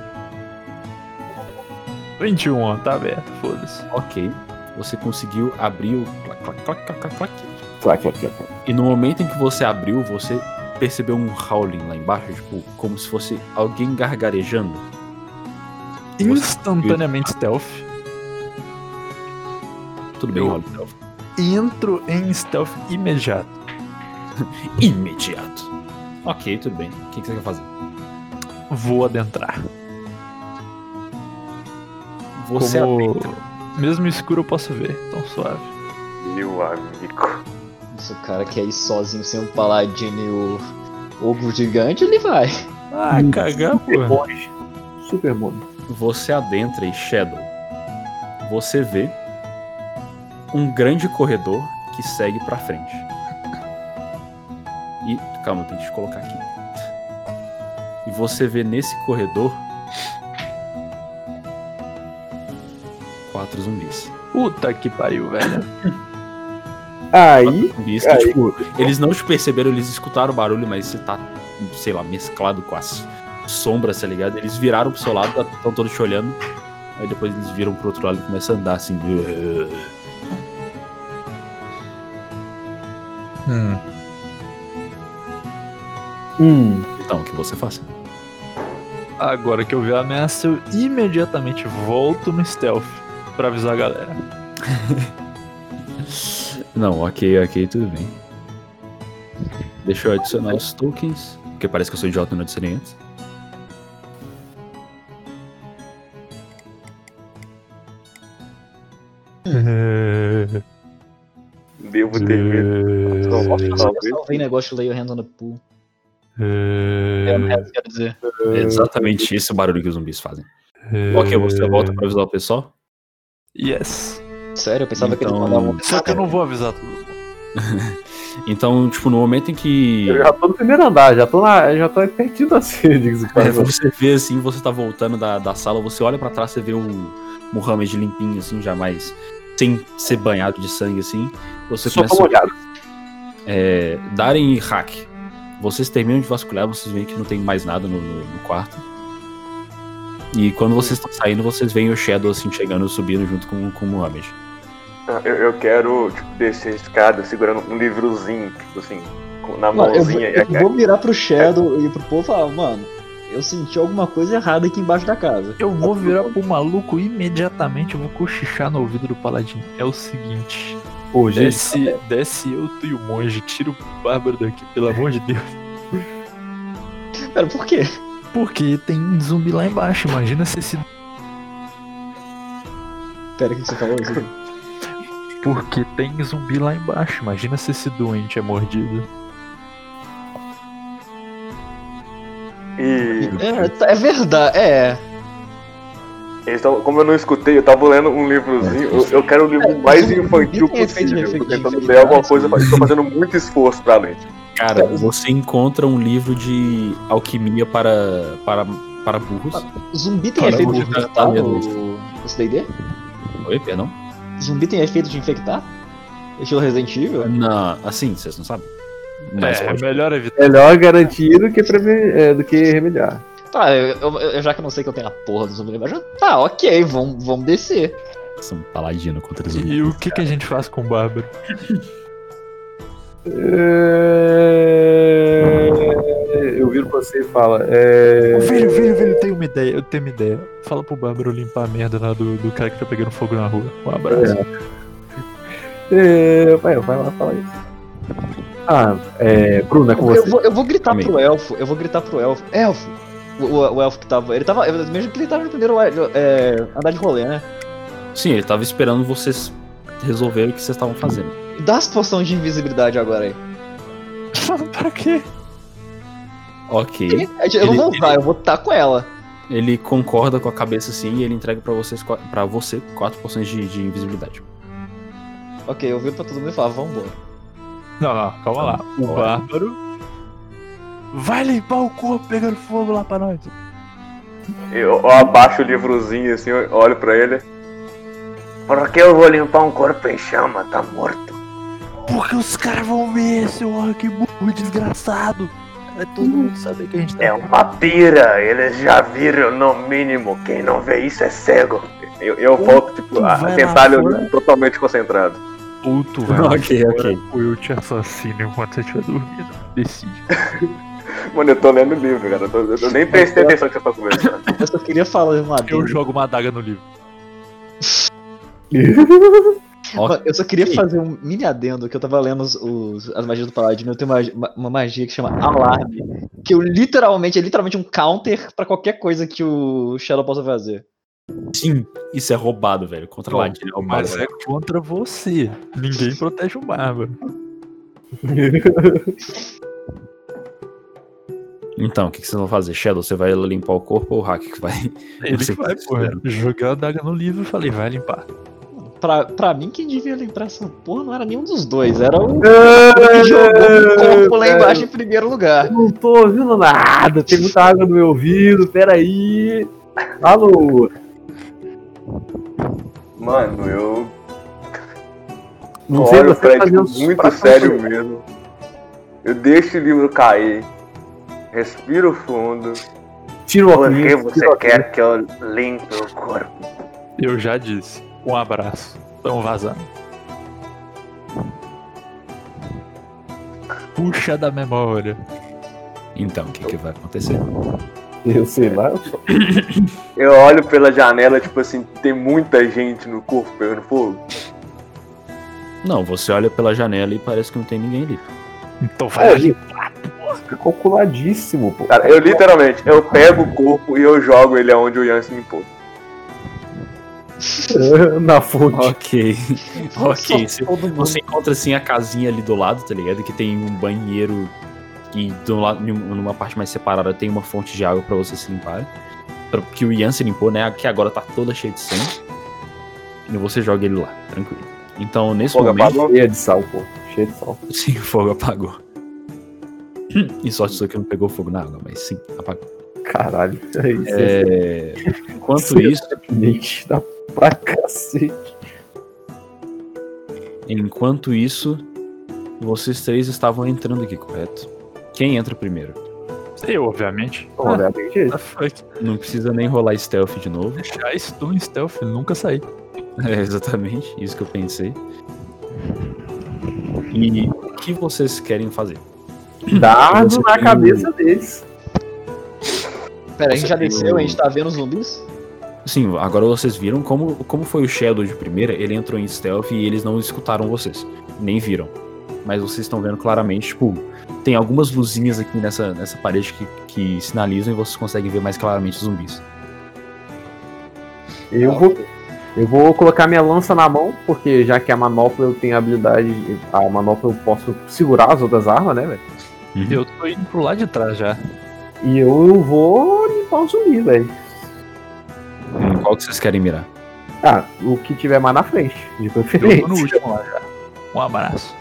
E: 21, ó, tá aberto, foda-se.
B: Ok. Você conseguiu abrir o. clac, clac, clac, clac, clac, clac.
A: Claro, claro, claro.
B: E no momento em que você abriu, você percebeu um howling lá embaixo, tipo, como se fosse alguém gargarejando.
E: Instantaneamente stealth.
B: Tudo bem,
E: Eu-
B: rola stealth.
E: Entro em stealth imediato.
B: Imediato. Ok, tudo bem. O que, que você quer fazer?
E: Vou adentrar.
B: Você
E: Como-
B: adentra.
E: Mesmo escuro eu posso ver, tão suave.
C: Meu amigo.
D: Se o cara quer ir sozinho sem o paladino e o ogro gigante, ele vai.
E: Ah, cagar,
A: Super
E: pô.
A: monge. Super monge.
B: Você adentra em Shadow. Você vê um grande corredor que segue pra frente. E calma, tem que te colocar aqui. E você vê nesse corredor quatro zumbis.
E: Puta que pariu, velho.
A: Aí,
B: Zumbis que,
A: Aí.
B: tipo, eles não te perceberam, eles escutaram o barulho, mas você tá, sei lá, mesclado com as sombras, tá ligado? Eles viraram pro seu lado, estão todos te olhando. Aí depois eles viram pro outro lado e começam a andar assim.
A: hum,
B: Então, o que você faz?
E: Agora que eu vi a ameaça, eu imediatamente volto no stealth pra avisar a galera.
B: Não, ok, ok, tudo bem. Deixa eu adicionar os tokens, porque parece que eu sou idiota e não adicionei antes.
C: Devo ter medo.
D: Eu
C: Talvez.
D: salvei negócio layer hand on the pool. Quer dizer,
B: É exatamente esse o barulho que os zumbis fazem. Ok, você volta pra avisar o pessoal?
E: Yes.
D: Sério, eu pensava que eles
B: Então-
D: mandavam.
E: Só que eu não vou avisar todo mundo.
B: Então, tipo, no momento em que
A: Eu já tô no primeiro andar, já tô, na, já tô perdido assim, diga-se de
B: é,
A: passagem.
B: você vê assim, você tá voltando da, da sala, você olha pra trás, você vê o Mohamed limpinho, assim, jamais sem ser banhado de sangue, assim. Você
A: Só um
B: começa
A: tô molhado.
B: É, Darren e Hack, vocês terminam de vasculhar, vocês veem que não tem mais nada no, no- no quarto. E quando vocês estão saindo, vocês veem o Shadow assim chegando, subindo junto com, com o Mohamed.
C: Ah, Eu, eu quero, tipo, descer a escada segurando um livrozinho, tipo assim, com- na
D: Mano, eu, vou-
C: mãozinha.
D: eu vou virar pro Shadow e pro povo e falar, mano, eu senti alguma coisa errada aqui embaixo da casa.
E: Eu vou virar pro maluco imediatamente, eu vou cochichar no ouvido do paladino. É o seguinte.
B: É,
A: Hoje,
E: Desce, desce eu, tu e o monge. Tira o bárbaro daqui, pelo amor de Deus.
D: Cara, por quê?
E: Porque tem zumbi lá embaixo. Imagina se esse.
D: Pera, o que você falou? Isso aqui.
E: Porque tem zumbi lá embaixo. Imagina se esse doente é mordido.
C: E
D: É, tá- é verdade, é.
C: eles tavam- como eu não escutei, eu tava lendo um livrozinho. Eu, eu quero um livro mais
D: zumbi
C: infantil
D: É, tem efeito de
C: possível. Eu tô
D: efeito de né?
C: tentando ler alguma
D: infinidade.
C: coisa, mas tô fazendo muito esforço pra ler.
B: Cara, você encontra um livro de alquimia para, para, para burros.
D: Ah. Zumbi tem
B: Cara,
D: efeito
B: eu
D: de
B: vou tentar
D: infectar
B: ler
D: no
B: isso.
D: esse DD?
B: Oi, perdão?
D: Zumbi tem efeito de infectar? Estilo Resident Evil?
B: Não, assim, vocês não sabem. Mas
E: é,
B: pode-
E: melhor evitar.
A: melhor garantir do que, prever, é, do que remediar.
D: Tá, eu, eu- eu- já que eu não sei que eu tenho a porra do zumbi lá embaixo, tá, ok, vamos vamos descer.
B: são um paladino contra os
E: E o que, que a gente faz com o bárbaro?
A: É... Eu viro pra você e falo. É...
E: Velho, velho, velho, eu tenho uma ideia, eu tenho uma ideia. Fala pro Bárbaro limpar a merda lá do, do cara que tá pegando fogo na rua. Um abraço.
A: É... Vai, vai lá, fala isso. Ah, é... Bruno, é com
D: Eu,
A: você.
D: vou, eu vou gritar
B: Amém.
D: pro elfo, eu vou gritar pro elfo. Elfo! O, o- o elfo que tava. Ele tava. eu- Mesmo que ele tava no primeiro é, andar de rolê, né?
B: Sim, ele tava esperando vocês resolverem o que vocês estavam fazendo.
D: Dá as poções de invisibilidade agora aí.
E: pra quê?
B: Ok.
D: É, Eu não
B: Ele-
D: vou usar, eu vou estar com ela.
B: Ele concorda com a cabeça sim e ele entrega pra vocês para você quatro poções de, de invisibilidade.
D: Ok, eu vi pra todo mundo e falar, vambora.
E: Não, não, calma lá. O Bárbaro. Vai limpar o corpo pegando fogo lá pra nós.
C: Eu, eu abaixo o livrozinho assim, eu olho pra ele. Por que eu vou limpar um corpo em chama? Tá morto.
E: Porque os caras vão ver, seu ó, que burro desgraçado. É todo mundo saber que a gente tá.
C: É uma pira, eles já viram no mínimo. Quem não vê isso é cego. Eu, eu volto, tipo, a
E: vai lá
C: tentar
E: fora.
C: olhar totalmente concentrado.
E: puto,
B: ok, ok.
E: Ou eu te é assassino enquanto você estiver dormindo. Decide.
C: Mano, eu tô lendo o livro, cara. Eu, tô- eu nem prestei atenção que você tá conversando.
D: Eu só queria falar um
E: Eu
D: adendo.
E: jogo uma adaga no livro.
D: Mano, Eu só queria fazer um mini adendo, que eu tava lendo os, os- as magias do Paladino, eu tenho uma, uma- uma magia que chama Alarme, que eu literalmente, é literalmente um counter pra qualquer coisa que o Shadow possa fazer.
B: Sim, isso é roubado, velho. Contra
E: Bom,
B: ladinho é roubado.
E: Mas é contra você. Ninguém protege o Bárbaro.
B: Então, o que, que vocês vão fazer? Shadow, você vai limpar o corpo ou o hack que vai?
E: Ele
B: Você
E: que vai,
B: faz,
E: porra.
B: cara.
E: Joguei a adaga no livro e falei, vai limpar.
D: Pra, pra mim, quem devia lembrar essa porra não era nenhum dos dois, era o que jogou o corpo lá
A: É...
D: embaixo em primeiro lugar.
A: Eu não tô ouvindo nada, tem muita água no meu ouvido, peraí. Alô,
C: Mano, eu
A: não sei
C: olho
A: você
C: pra ele
A: fazer um
C: tipo,
A: uns
C: muito
A: pratos
C: sério mesmo. Eu deixo o livro cair. Respiro fundo.
A: Tira o óculos, tira o óculos.
C: que eu limpe o corpo?
E: Eu já disse. Um abraço. Tamo vazando. Puxa da memória.
B: Então, o que, que vai acontecer?
A: Eu sei lá.
C: Eu olho pela janela, tipo assim, tem muita gente no corpo pegando fogo.
B: Não, você olha pela janela e parece que não tem ninguém ali.
E: Então vai
A: É,
E: ali.
A: gente, tá calculadíssimo, pô.
C: Cara, eu literalmente, eu pego o corpo e eu jogo ele aonde o Yancy limpou.
A: Na fonte.
B: Ok. ok. Você,
D: Todo mundo.
B: você encontra assim a casinha ali do lado, tá ligado? Que tem um banheiro e do lado, num- numa parte mais separada tem uma fonte de água pra você se limpar. Pra- Que o Ian se limpou, né? Que agora tá toda cheia de sangue. e você joga ele lá, tranquilo. Então, nesse
C: Fogo
B: momento,
C: apagou.
A: Cheia de sal, pô. Cheia de sal.
B: sim, o fogo apagou. E sorte só que não pegou fogo na água, mas sim, apagou.
A: Caralho. Isso é
B: É, enquanto
A: Sim.
B: isso,
A: gente dá pra cacete.
B: enquanto isso, vocês três estavam entrando aqui, correto? Quem entra primeiro?
E: Eu, obviamente.
A: Não, velho, tem jeito.
E: Ah, fuck.
B: Não precisa nem rolar stealth de novo.
E: Deixar estou em stealth, nunca saí.
B: É exatamente isso que eu pensei. E o que vocês querem fazer?
A: Dardo
B: Você
A: na
B: tem-
A: cabeça deles.
D: Pera, a gente já
B: Você-
D: desceu, a gente tá vendo os zumbis?
B: Sim, agora vocês viram como, como foi o Shadow de primeira. Ele entrou em stealth e eles não escutaram vocês. Nem viram. Mas vocês estão vendo claramente, tipo, tem algumas luzinhas aqui nessa, nessa parede que, que sinalizam e vocês conseguem ver mais claramente os zumbis.
A: Eu vou, eu vou colocar minha lança na mão, porque já que a manopla eu tenho a habilidade. A manopla eu posso segurar as outras armas, né, velho?
E: Eu tô indo pro lado de trás já.
A: E eu vou limpar os zumbis, velho.
B: Em Hum, Qual que vocês querem mirar?
A: Ah, o que tiver mais na frente, de
E: Eu tô no
A: preferência.
E: último lá já. Um abraço.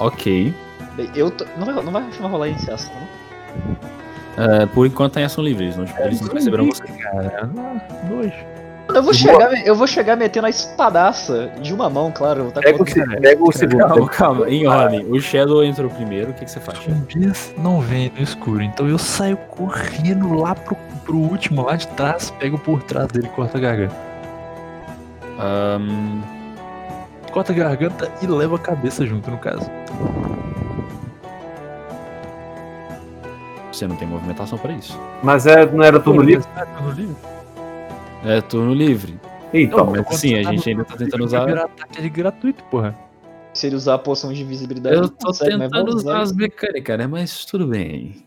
B: Ok.
D: Bem, eu tô... não, vai, não vai chamar rolar iniciação, né?
B: Ah, por enquanto tá em ação livre, eles não, eles não perceberam vocês.
E: Cara, ah, dois.
D: Eu vou, chegar, eu vou chegar metendo a espadaça de uma mão, claro. Eu vou tá com
A: Pega o,
D: outra.
A: se- pega o segundo.
B: Calma, calma, em ordem. O Shadow entrou primeiro, o que, que você faz? Shadow?
E: Zumbis um não vêm no escuro, então eu saio correndo lá pro, pro último, lá de trás, pego por trás dele, corta a garganta.
B: Ahn,
E: Corta a garganta e leva a cabeça junto, no caso.
B: você não tem movimentação pra isso.
A: Mas é, não era tudo livre?
E: Ah, turno livre?
B: É turno livre.
A: Então,
B: mas
E: quando
B: sim,
E: você
B: a
E: no
B: gente ainda
E: turno
B: tá tentando
E: livre,
B: usar-
E: vai virar ataque de gratuito, porra.
D: Se ele usar a poção de invisibilidade,
B: Eu
D: ele
B: tô
D: consegue, mas é
B: tentando
D: vamos
B: usar
D: usar.
B: as mecânicas, né? Mas tudo bem.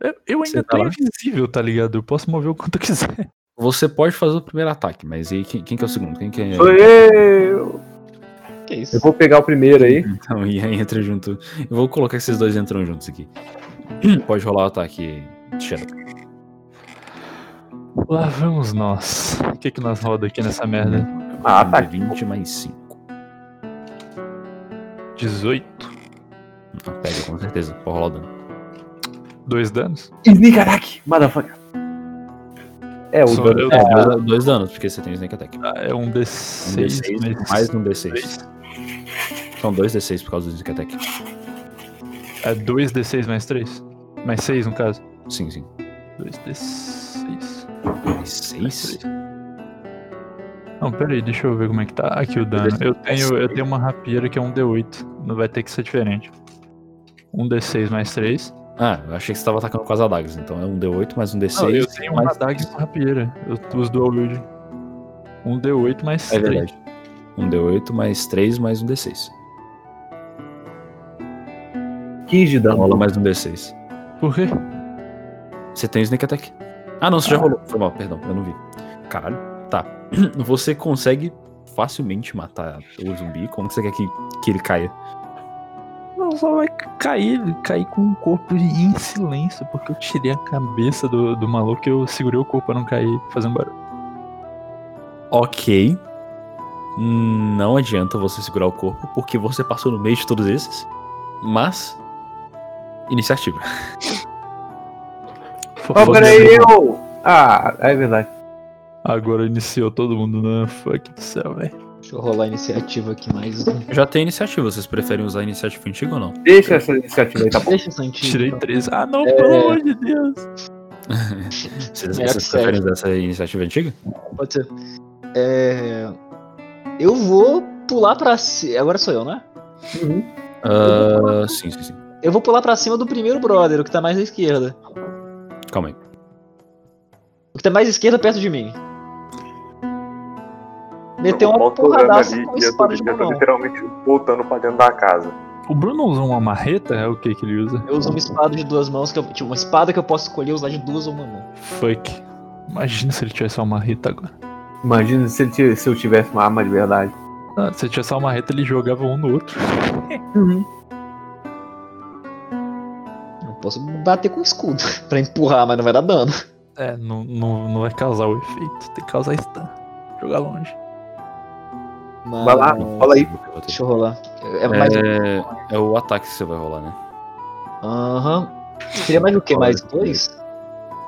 E: Eu, eu
B: Você
E: ainda
B: tá
E: tô
B: lá?
E: invisível, tá ligado? Eu posso mover o quanto eu quiser.
B: Você pode fazer o primeiro ataque, mas aí quem, quem que é o segundo? Quem que é.
A: sou eu.
D: Que isso?
A: Eu vou pegar o primeiro aí.
B: Então, e aí entra junto. Eu vou colocar que vocês dois entram juntos aqui. Pode rolar o ataque. Shadow.
E: Lá vamos nós. O que que nós roda aqui nessa merda?
A: Ah,
B: Um
A: tá.
B: de 20 mais 5.
E: 18.
B: Ah, pega, com certeza. Pode rolar o dano.
E: Dois danos?
A: Sneak attack, motherfucker. É, o
E: Só
A: dano.
E: eu-
B: É, dois, dois danos, porque você tem sneak attack. Um
E: Ah, é um D6,
B: D6,
E: mas-
B: mais um D6.
E: três.
B: São dois D6 por causa do sneak attack.
E: É 2d6 mais 3? Mais 6 no caso?
B: Sim, sim.
E: 2d6.
B: Mais 6?
E: Não, pera aí, deixa eu ver como é que tá aqui o dano. Eu tenho, eu tenho uma rapieira que é um d8. Não vai ter que ser diferente. Um d6 mais 3.
B: Ah, eu achei que você tava atacando com as adagas, então é um D8 mais um D6.
E: Não, eu tenho uma
B: mais
E: adaga e uma rapieira. Eu uso dual wield. Um d8 mais
B: É
E: 3.
B: verdade. Um D8 mais 3 mais um D6.
A: 15 de
B: Então rola
A: dano.
B: mais um D6.
E: Por quê?
B: Você tem o Sneak Attack. Ah, não, você já rolou. Foi mal, perdão, eu não vi. Caralho. Tá. Você consegue facilmente matar o zumbi. Como que você quer que, que ele caia?
E: Não, só vai cair, cair com o corpo em silêncio, porque eu tirei a cabeça do, do maluco e eu segurei o corpo pra não cair fazendo barulho.
B: Ok. Hum, Não adianta você segurar o corpo, porque você passou no meio de todos esses. Mas. Iniciativa.
A: Oh, peraí, eu! Ah, é verdade.
E: né? Agora iniciou todo mundo na fuck do céu, velho.
D: Deixa eu rolar a iniciativa aqui mais um.
B: Já tem iniciativa. Vocês preferem usar a iniciativa antiga ou não?
A: Deixa essa iniciativa aí, tá bom?
D: Deixa essa antiga.
E: Tirei
D: então.
E: 3. Ah, não, pelo amor de Deus.
B: Vocês,
D: É,
B: vocês
D: sério.
B: preferem usar essa iniciativa antiga?
D: então, Pode ser. É... Eu vou pular pra cima. Agora sou eu, né?
B: Ah, sim, sim, sim.
D: Eu vou pular pra cima do primeiro brother, o que tá mais à esquerda.
B: Calma aí.
D: O que tá mais à esquerda perto de mim. Meteu
C: Eu
D: uma
C: volto olhando
D: porradaça
C: ali
D: com
C: e eu tô,
D: espada de
C: eu tô
D: mão.
C: literalmente voltando pra dentro da casa.
E: O Bruno usou uma marreta? É o que que ele usa?
D: Eu uso uma espada de duas mãos, que eu, tipo, uma espada que eu posso escolher usar de duas ou uma mão.
E: Fuck. Imagina se ele tivesse uma marreta agora.
A: Imagina se, ele tivesse- se eu tivesse uma arma de verdade.
E: Ah, se ele tivesse uma marreta, ele jogava um no outro.
D: Eu posso bater com escudo pra empurrar, mas não vai dar dano.
E: É, não, não, não vai causar o efeito. Tem que causar stun. Jogar longe.
D: Mas...
A: Vai lá, fala aí.
D: Deixa eu rolar. É mais.
B: É, é o ataque que você vai rolar, né?
D: Aham. Seria mais o quê? Mais dois?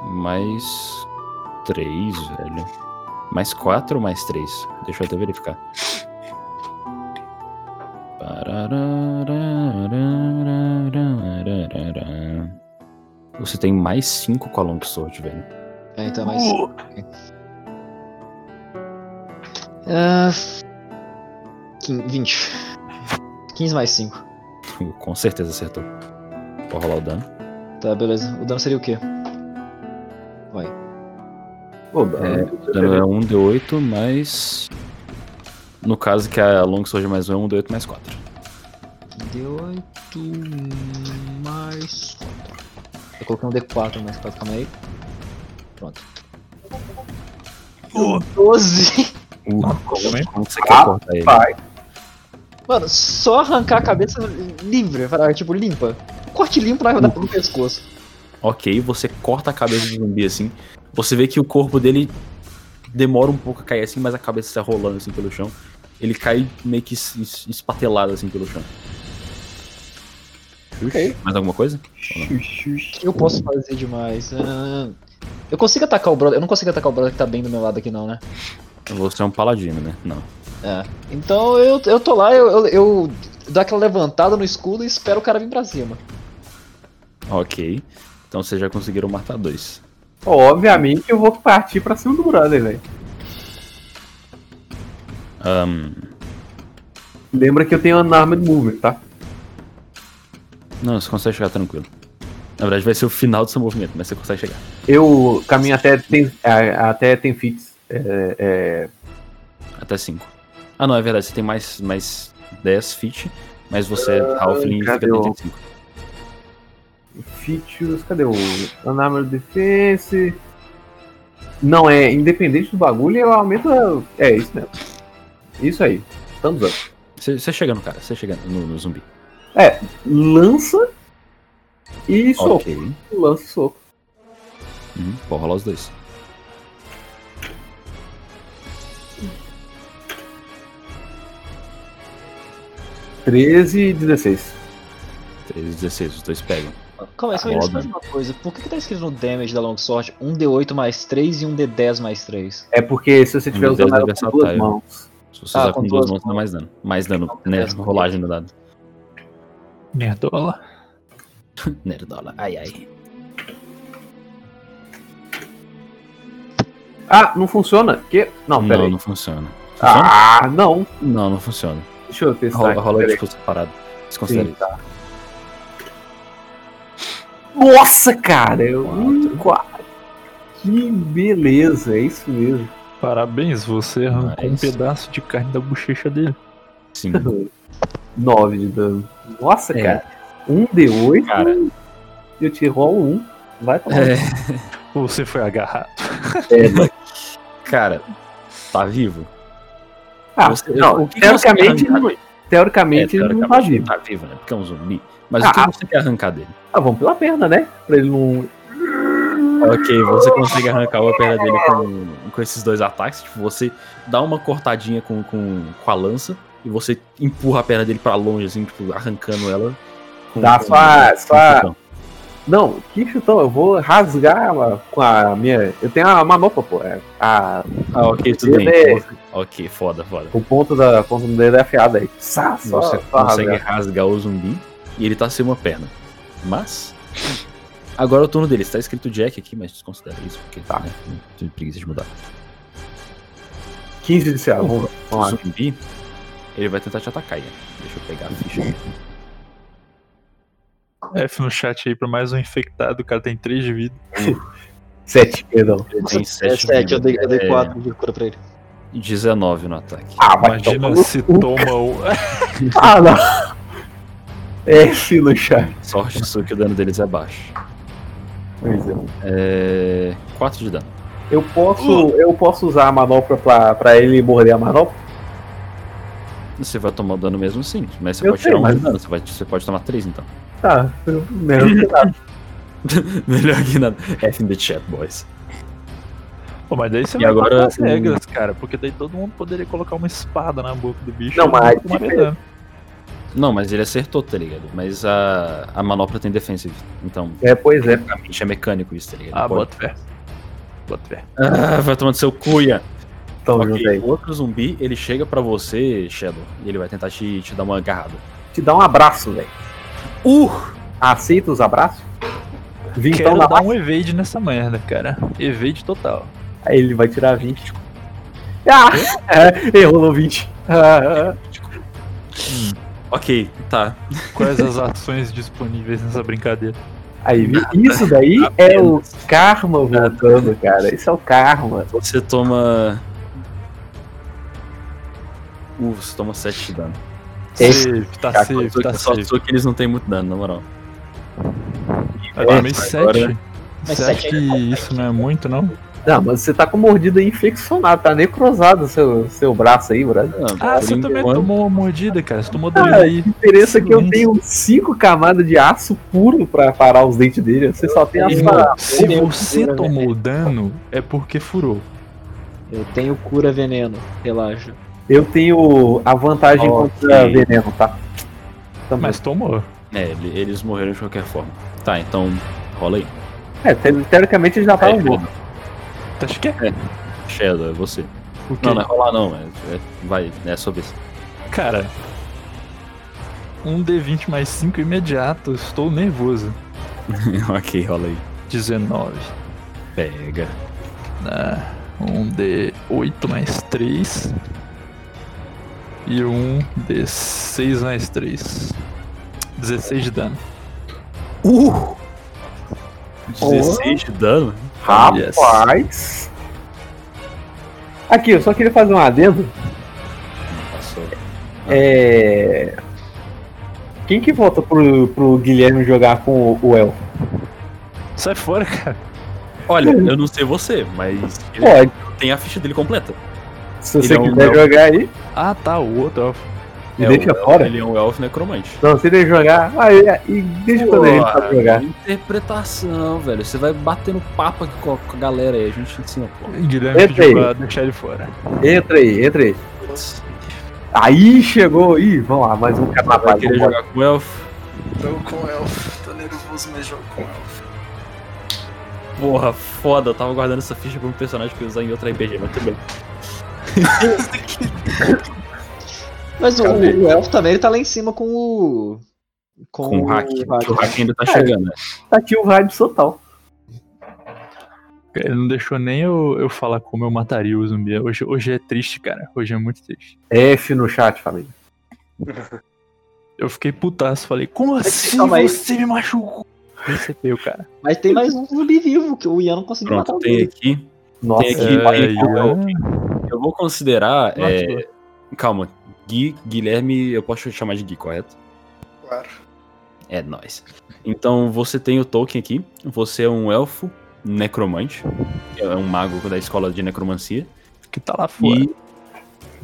B: Mais três, velho. Mais quatro ou mais três? Deixa eu até verificar. Parararararararararará. Você tem mais cinco com a Longsword, velho.
D: É, então é mais. Ah, É, quin- 20. 15 mais 5.
B: Com certeza acertou. Pode rolar o dano.
D: Tá, beleza. O dano seria o quê?
A: Pô,
B: O dano é 1d8 mais. No caso que a Longsword é mais um é 1d8 mais 4.
D: D8 mais 4. Eu coloquei um D4 mais 4, calma aí. Pronto. 12!
B: Como é? que você quer cortar ele?
D: Mano, só arrancar a cabeça livre, pra, tipo, limpa. Corte limpo na no pescoço.
B: Ok, você corta a cabeça do zumbi assim. Você vê que o corpo dele demora um pouco a cair assim, mas a cabeça está rolando assim pelo chão. Ele cai meio que es- es- espatelado assim pelo chão.
A: Ok.
B: Mais alguma coisa?
D: O que eu posso fazer demais? Ah, eu consigo atacar o brother. Eu não consigo atacar o brother que tá bem do meu lado aqui, não, né?
B: Você é um paladino, né? Não.
D: É. Então eu, eu tô lá, eu, eu, eu dou aquela levantada no escudo e espero o cara vir pra cima.
B: Ok. Então vocês já conseguiram matar dois.
A: Obviamente eu vou partir pra cima do brother, velho.
B: Ahn,
A: Lembra que eu tenho Unarmed Movement, tá?
B: não, você consegue chegar tranquilo. Na verdade, vai ser o final do seu movimento, mas você consegue chegar.
A: Eu caminho até tem, é, a- até tem fits. É, é,
B: Até 5. Ah, não, é verdade. Você tem mais, mais 10 feet, mas você, Halfling, fica
A: Ah, cadê o-
B: 35.
A: features, cadê o Unarmed Defense? Não, é independente do bagulho, eu aumento. a- É isso mesmo. Isso aí. Estamos up.
B: Você você chega no cara, você chega no, no zumbi.
A: Lança e soco.
B: Ok.
A: Lança e soco.
B: Uhum, vou rolar os dois.
A: Treze e 16.
B: 13 e 16, os dois pegam.
D: Calma aí, só me
B: Roda.
D: responde uma coisa. Por que, que tá escrito no damage da Longsword um D8 mais 3 e um D10 mais 3?
A: É porque se você tiver
B: Meu Deus,
A: usando ela
B: deve ser
A: com duas
B: atalho.
A: mãos.
B: Se você
D: Ah,
B: usar
D: com
B: com duas
D: duas
B: mãos, dá mais dano. Mais dano, né?
D: dez.
B: Rolagem no dado.
E: Nerdola.
B: Nerdola, ai ai.
A: Ah, não funciona? Que? Não,
B: Não,
A: peraí.
B: não funciona. Funciona?
A: Ah, não.
B: Não, não funciona.
A: Deixa eu testar.
B: Rola,
A: aqui,
B: rola
A: peraí.
B: tipo separado. Desconsidera
A: Sim,
B: isso.
A: Nossa, cara! Eu... Hum, quatro. Que beleza, é isso mesmo.
E: Parabéns, você arrancou um
B: Nice.
E: pedaço de carne da bochecha dele.
A: tá.
B: Sim.
A: 9 de dano. Nossa,
B: É.
A: cara. Um D8.
B: Cara.
A: Eu te rolo um. Vai tomar.
B: É,
E: Você foi agarrado.
B: cara, tá vivo?
A: ah,
B: você-
A: não,
B: o que que
A: teoricamente,
B: você quer
A: ele não- teoricamente,
B: É,
A: ele não tá
B: teoricamente,
A: vivo.
B: Tá vivo, né? Porque é um zumbi. Mas o
A: Ah.
B: que você quer arrancar dele?
A: Ah, vamos pela perna, né? Pra ele não.
B: Ok, você consegue arrancar uma perna dele com, com esses dois ataques. Tipo, você dá uma cortadinha com, com, com a lança e você empurra a perna dele pra longe, assim, tipo, arrancando ela. com-
A: Dá,
B: com-
A: faz,
B: com
A: faz.
B: chutão.
A: Não, que chutão, eu vou rasgar ela com a minha. Eu tenho a manopla, pô. é, A...
B: Ah, ok, tudo bem.
A: Beleza.
B: Ok, foda, foda.
A: O ponto da a ponta do dedo é afiada aí. Sá, só, né?
B: Você
A: só
B: consegue
A: rasgar.
B: rasgar o zumbi e ele tá sem uma perna. Mas. Agora é o turno dele. Está escrito Jack aqui, mas desconsidera isso, porque tá. Né, tenho preguiça de mudar.
A: 15 de céu. Vamos, lá,
B: O
A: vamos lá.
B: zumbi, ele vai tentar te atacar, Ian. Deixa eu pegar a ficha.
E: F no chat aí pra mais um infectado. O cara tem 3 de vida.
A: 7, perdão.
B: Ele tem
D: É
B: 7
D: 7, eu dei, eu dei
B: É.
D: 4 de cura pra ele.
B: 19 no ataque.
A: Ah, vai tomar
E: Imagina assim.
A: no-
E: se toma o.
A: Ah, não. É, filo chat.
B: Sorte sua que o dano deles é baixo.
A: Pois é.
B: É. 4 de dano.
A: Eu posso, eu posso usar a manopla pra, pra ele morder a manopla?
B: Você vai tomar o dano mesmo sim, mas você
A: Eu
B: pode
A: sei,
B: tirar um
A: mas-
B: de dano, você, vai- você pode tomar 3 então.
A: Tá. eu- Melhor que nada.
B: Melhor que nada. F in the chat, boys.
E: Pô, mas daí você
B: E
E: vai
B: agora,
E: contra as
B: hum.
E: regras, cara, porque daí todo mundo poderia colocar uma espada na boca do bicho.
A: Não,
E: e ele
A: mas-
B: tipo,
E: tomar dano.
B: Não, mas ele acertou, tá ligado? Mas a, a manopla tem defensive. Então,
A: É, pois é.
B: realmente é mecânico isso, tá ligado?
E: Ah,
B: Pode-
E: bota fé. Bota fé.
B: Ah, vai tomando seu cuia.
A: Tamo
B: Ok,
A: junto aí.
B: o outro zumbi, ele chega pra você, Shadow, e ele vai tentar te, te dar uma agarrada.
A: Te dá um abraço, velho.
B: Uh!
A: Aceita os abraços? Vintão
B: Então,
E: Quero
A: na
E: dar
A: mão.
E: um evade nessa merda, cara. Evade total.
A: Aí ele vai tirar 20. Ah! É, errou no 20. Ah,
B: Ok, tá.
E: Quais as ações disponíveis nessa brincadeira?
A: Aí, vi- isso daí é o karma voltando, cara. Isso é o karma.
B: Você toma. Uh, você toma 7 de dano.
E: Save, tá
B: Cara,
E: safe,
B: só-
E: tá
B: só
E: safe.
B: só que eles não têm muito dano, na moral.
E: Eu tomei
B: agora-
E: 7.
D: Mas
E: Você acha
D: sete né?
E: que isso não é muito, não?
A: Não, mas você tá com mordida aí infeccionada, tá necrosado o seu, seu braço aí, brother.
B: Não,
E: Ah,
B: por
E: você também
B: enquanto-
E: tomou uma mordida, cara. Você tomou dois
A: Ah, a
E: aí.
A: diferença é que eu
E: Sim.
A: tenho cinco camadas de aço puro pra parar os dentes dele. Você só
B: tá
A: tem as
D: Irmão,
E: Se
A: eu-
E: você
A: eu-
E: tomou
B: né?
E: dano, é porque furou.
D: Eu tenho cura veneno, relaxa.
A: Eu tenho a vantagem
B: Ok.
A: contra veneno, tá? Também.
E: Mas tomou.
B: É, ele- eles morreram de qualquer forma. Tá, então rola aí.
A: É, te- teoricamente ele já tá tava
B: É,
A: morto.
E: Tá acho que é.
B: Shadow, é você.
E: O quê?
B: Não, não é rolar não, é, é- vai, é sua vez.
E: Cara. Um D20 mais 5 imediato. Estou nervoso.
B: ok, rola aí.
E: 19.
B: Pega.
E: Ah, um D8 mais 3. E um D6 mais 3. 16 de dano.
B: Uh! 16 de dano?
A: Rapaz. Aqui, eu só queria fazer um adendo.
B: Passou. Ah.
A: É. Quem que volta pro, pro Guilherme jogar com o, o Elfo?
E: Sai fora, cara.
B: Olha, eu não sei você, mas ele
A: Pode.
B: tem a ficha dele completa.
A: Se
B: Ele
A: você
B: é um
A: quiser
B: elfo.
A: jogar aí,
E: Ah, tá. O outro. ó.
A: me
B: É
A: deixa
B: um elfo-
A: fora.
B: Ele é um elfo necromante.
A: Não, se ele jogar, aí, e deixa quando ele
B: Porra.
A: pode jogar.
B: Interpretação, velho. Você vai batendo papo aqui com a, com a galera aí. A gente ensina, pô.
E: Guilherme
A: Entra
E: pediu
A: aí.
E: pra deixar ele fora.
A: Entra aí, entra aí.
B: Putz,
A: Aí chegou, ih, vamos lá, mais um
B: Vai
A: carnaval.
B: querer jogar com o elfo?
H: Jogo com elfo. Tô nervoso, mas jogo com elfo.
B: Porra, foda. Eu tava guardando essa ficha pra um personagem que eu ia usar em outro RPG, mas tudo bem.
D: Mas o,
B: Cadê?
D: o elfo também ele tá lá em cima com o.
B: Com o hack.
D: hack.
B: O hack ainda tá chegando, né?
A: Tá aqui o rádio total.
E: Ele não deixou nem eu, eu falar como eu mataria o zumbi. Hoje, hoje é triste, cara. Hoje é muito triste.
A: F no chat, família.
E: Eu fiquei putaço. Falei, como assim
D: calma aí.
E: você me machucou? Recebeu, cara.
D: Mas tem mais um zumbi vivo que o Ian não conseguiu matar
B: Pronto,
D: o
B: tem
D: dele.
B: aqui.
A: Nossa,
B: Tem aqui,
A: que
B: vai,
E: É,
A: pariu.
E: Ian,
B: Eu vou considerar. é,
E: matou.
B: Calma, Gui, Guilherme, eu posso te chamar de Gui, correto?
H: Claro.
B: É nóis. Então você tem o token aqui. Você é um elfo necromante. É um mago da escola de necromancia.
E: que tá lá fora.
B: E.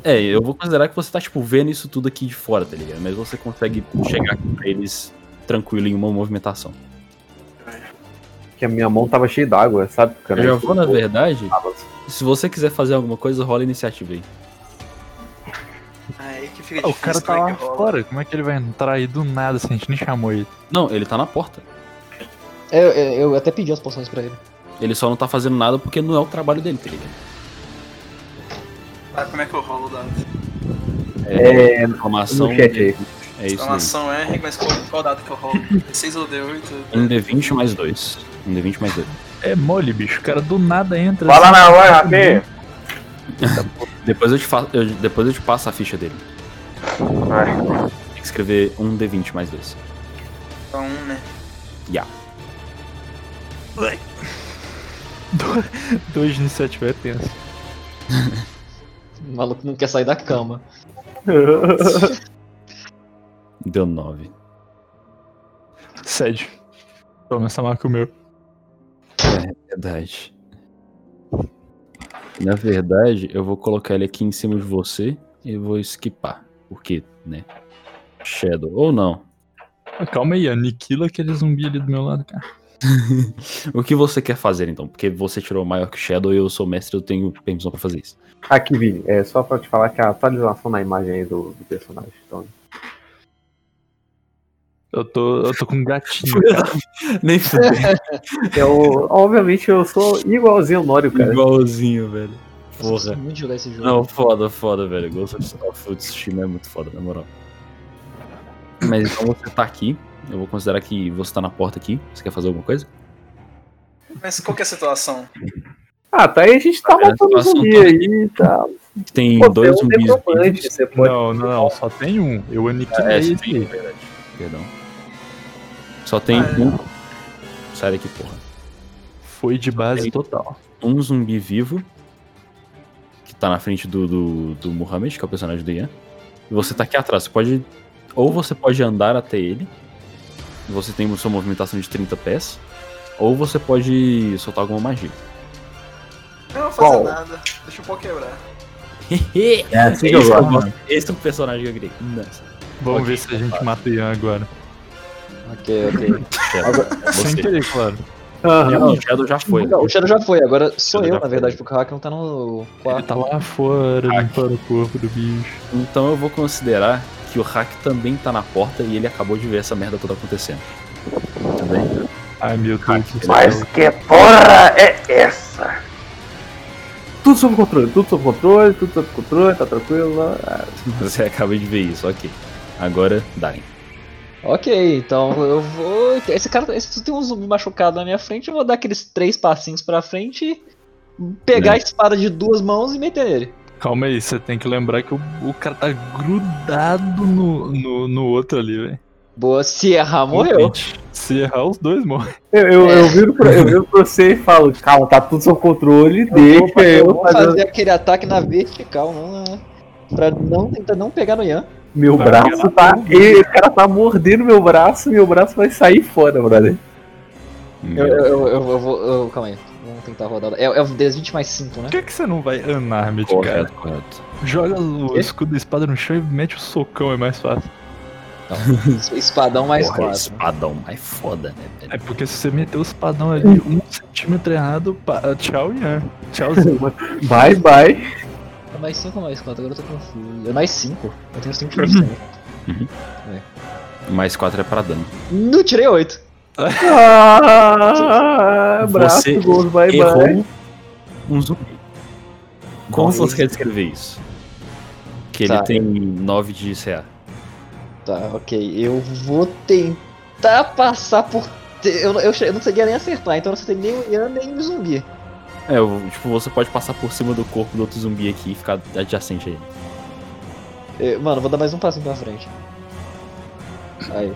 B: É, eu vou considerar que você tá, tipo, vendo isso tudo aqui de fora, tá ligado? Mas você consegue chegar aqui pra eles tranquilo em uma movimentação.
A: é, Que a minha mão tava cheia d'água, sabe?
B: Eu já vou, na verdade.
A: Ah,
B: Se você quiser fazer alguma coisa, rola a iniciativa aí.
H: Aí que fica
E: Ah,
H: difícil.
E: o cara tá
H: como é
E: lá
H: que rola?
E: fora. Como é que ele vai entrar aí do nada se a gente nem chamou ele?
B: Não, ele tá na porta.
D: É, Eu, eu, eu até pedi as poções pra ele.
B: Ele só não tá fazendo nada porque não é o trabalho dele, tá ligado?
H: Ah, como é que eu rolo o dado?
A: É,
B: Informação.
A: no chat aí.
B: É isso
H: Então,
B: mesmo.
H: ação R, mas qual, qual dado que eu rolo? 6 ou D8?
B: Um D20 mais 2. Um D20 mais 2.
E: É mole, bicho. O cara do nada entra.
C: Fala
E: assim,
C: na hora, Rafinha.
B: Depois eu te, fa- eu- depois eu te passo a ficha dele. Tem que escrever um D20 mais 2.
H: Então, um, né?
E: Dois de iniciativa é tenso.
D: O maluco não quer sair da cama.
B: Deu 9.
E: Sede. Toma essa marca o meu.
B: Verdade. Na verdade, eu vou colocar ele aqui em cima de você e vou skipar. Porque, né? Shadow. Ou não.
E: Ah, Calma aí, aniquila aquele zumbi ali do meu lado, cara.
B: O que você quer fazer então? Porque você tirou maior que Shadow e eu sou mestre, eu tenho permissão pra fazer isso.
A: Aqui, Vini, é só pra te falar que a atualização na imagem aí do, do personagem. Então,
E: Eu tô, eu tô com um gatinho.
B: Nem fudeu.
A: eu, obviamente eu sou igualzinho ao Nório, cara.
B: Igualzinho, velho.
D: Nossa, eu preciso
B: Porra.
D: muito jogar esse jogo.
B: Não, foda, foda, velho. Ghost of Tsushima é muito foda, na moral. Mas então você tá aqui. Eu vou considerar que você tá na porta aqui. Você quer fazer alguma coisa?
H: Mas qual que é a situação?
A: Ah, tá aí a gente tá
B: É,
A: matando
B: situação
A: zumbi
B: toda.
A: aí, tá.
B: Tem
A: Pô,
B: dois
A: tem um
B: zumbis.
A: necromante, você pode.
E: Não, não, não, só tem um. Eu aniquilei
B: É, só
E: esse.
B: tem um, verdade. Perdão. Só tem
H: Ah, é.
B: um. Sai daqui, porra.
E: Foi de base
B: Tem.
E: total.
B: Um zumbi vivo. Que tá na frente do, do, do Muhammad, que é o personagem do Ian. E você tá aqui atrás. Você pode. Ou você pode andar até ele. e Você tem sua movimentação de 30 pés. Ou você pode soltar alguma magia.
H: Eu não vou fazer
A: Qual?
H: nada. Deixa o pau quebrar.
A: É assim que eu
B: Esse é o
A: gosto.
B: nosso- Esse é o personagem que eu criei. Nossa.
E: Vamos
B: Ok,
E: ver se a gente mata o Ian agora.
D: Ok, ok.
B: Shadow,
E: Sem
B: você.
E: querer, claro.
A: Aham.
B: O Shadow já foi.
D: Não, o Shadow já foi, agora sou
B: Shadow
D: eu,
B: já
D: na verdade,
B: foi.
D: porque o Hack não tá no
E: Ele
D: quarto.
E: tá lá fora,
B: Hack.
E: limpando o corpo do bicho.
B: Então eu vou considerar que o hack também tá na porta e ele acabou de ver essa merda toda acontecendo. Tá bem?
E: Ai, meu Deus. do céu.
C: Mas que porra é essa?
A: Tudo sob controle, tudo sob controle, tudo sob controle, tá tranquilo. Ah,
B: Você acaba de ver isso, ok. Agora, Dain.
D: Ok, então eu vou. Esse cara, esse tem um zumbi machucado na minha frente, eu vou dar aqueles três passinhos pra frente, pegar a espada de duas mãos e meter nele.
E: Calma aí, você tem que lembrar que o, o cara tá grudado no, no, no outro ali, velho.
D: Boa, se errar, morreu.
E: Se errar, os dois morrem.
A: Eu, eu, eu, viro pra, eu viro pra você e falo, calma, tá tudo sob controle, deixa eu,
D: Eu vou
A: fazer,
D: fazer aquele ataque na vertical, não na... pra não tentar não pegar no Ian.
A: meu
E: Vai
A: braço, tá? E o cara tá mordendo meu braço, meu braço vai sair fora, brother.
D: Eu, eu, eu, eu- eu vou. eu- calma aí, vamos tentar rodar. É, é o D20 mais 5, né?
E: Por que, que você não vai unarmed, cara?
B: Correto, correto.
E: Joga o
D: Quê?
E: escudo e espada no chão e mete o socão, é mais fácil.
D: Espadão mais né?
B: Porra, é
D: 4.
B: espadão mais foda, né, velho?
E: É porque se você meter o espadão ali um centímetro errado, pa- tchau, Ian. Tchau, Zé.
A: Bye, bye.
D: É mais 5 ou mais 4? Agora eu tô confuso. É mais 5. Eu tenho 5 de vista, né?
B: Mais quatro é pra dano.
D: Não, tirei 8.
A: Ah, braço,
B: Você
A: gordo,
D: É,
A: bye, bye.
B: Errou um zumbi. Como
D: Nossa.
B: você quer descrever isso? Que ele
D: Tá.
B: tem 9 de CA.
D: Tá, ok. Eu vou tentar passar por. te- Eu, não- eu, che- eu não conseguia nem acertar, então eu não acertei nem o Ian nem o zumbi.
B: É, eu- tipo, você pode passar por cima do corpo do outro zumbi aqui e ficar adjacente a ele.
D: É, Mano, eu vou dar mais um passinho pra frente. Aí.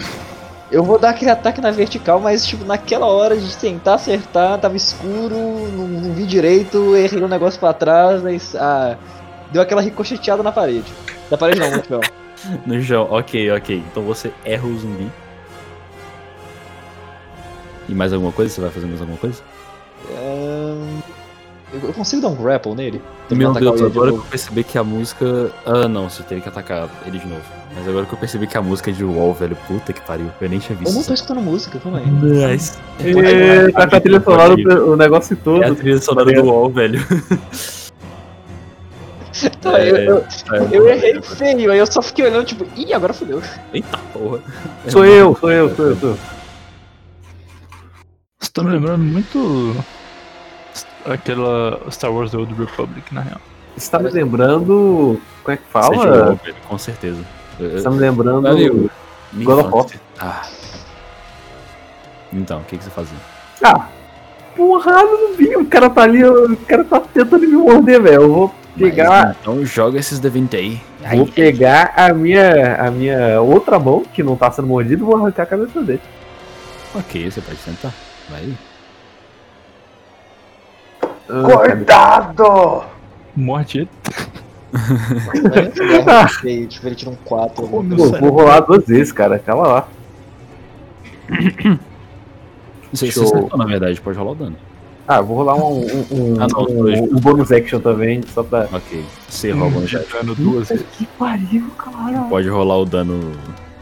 D: Eu vou dar aquele ataque na vertical, mas tipo, naquela hora de tentar acertar, tava escuro, não, não vi direito, errei um negócio pra trás, mas. Ah, deu aquela ricocheteada na parede. Na parede não, no chão.
B: No chão, ok, ok. Então você erra o zumbi. E mais alguma coisa? Você vai fazer mais alguma coisa?
D: Ahn, Eu eu consigo dar um grapple nele? Tentar
B: Meu
D: atacar o
B: Deus,
D: Ian de
B: agora que
D: novo?
B: eu percebi que a música. Ah, não, você teve que atacar ele de novo. Mas agora que eu percebi que a música é de wall, velho. Puta que pariu. Eu nem tinha
D: Eu
B: visto
D: não
B: isso.
D: tô escutando música, calma aí. Então,
B: Nice.
A: E tá com a trilha sonora, o negócio
B: É a
A: todo.
B: trilha sonora do wall, velho.
D: Tá, eu, eu-
B: É,
D: eu errei feio, aí eu só fiquei olhando, tipo, ih, agora fodeu.
B: Eita porra. é
A: Sou eu, sou eu, sou eu, sou eu.
E: Você tá me lembrando muito aquela Star Wars The Old Republic, na real.
A: Você tá me lembrando. Como é que
B: Você é de
A: fala?
B: wall, velho, com certeza.
A: Você tá me lembrando.
B: Valeu. Minha
A: God of
B: infância. Ah. Então, o que, que você fazia?
A: Ah, porrada no bico. O cara tá ali, o cara tá tentando me morder, velho. Eu vou pegar,
B: Mas, então joga esses D20 aí.
A: vou pegar a minha, a minha outra mão que não tá sendo mordida, e vou arrancar a cabeça dele.
B: Ok, você pode tentar. Vai. aí.
A: Ah,
C: Cuidado!
E: Morde ele.
D: Aí, tipo, ele tira um 4.
E: Como
A: Pô, vou rolar duas vezes, cara. Calma lá.
B: Você você
A: Show.
B: acertou, na verdade, pode rolar o dano.
A: Ah, vou rolar um, um, um,
B: Ah, não,
A: um-
B: dois.
A: um bônus action também, só pra.
B: Ok. Você
E: Hum,
B: rola o dano.
E: Dano duas vezes.
A: Que pariu, cara.
B: Pode rolar o dano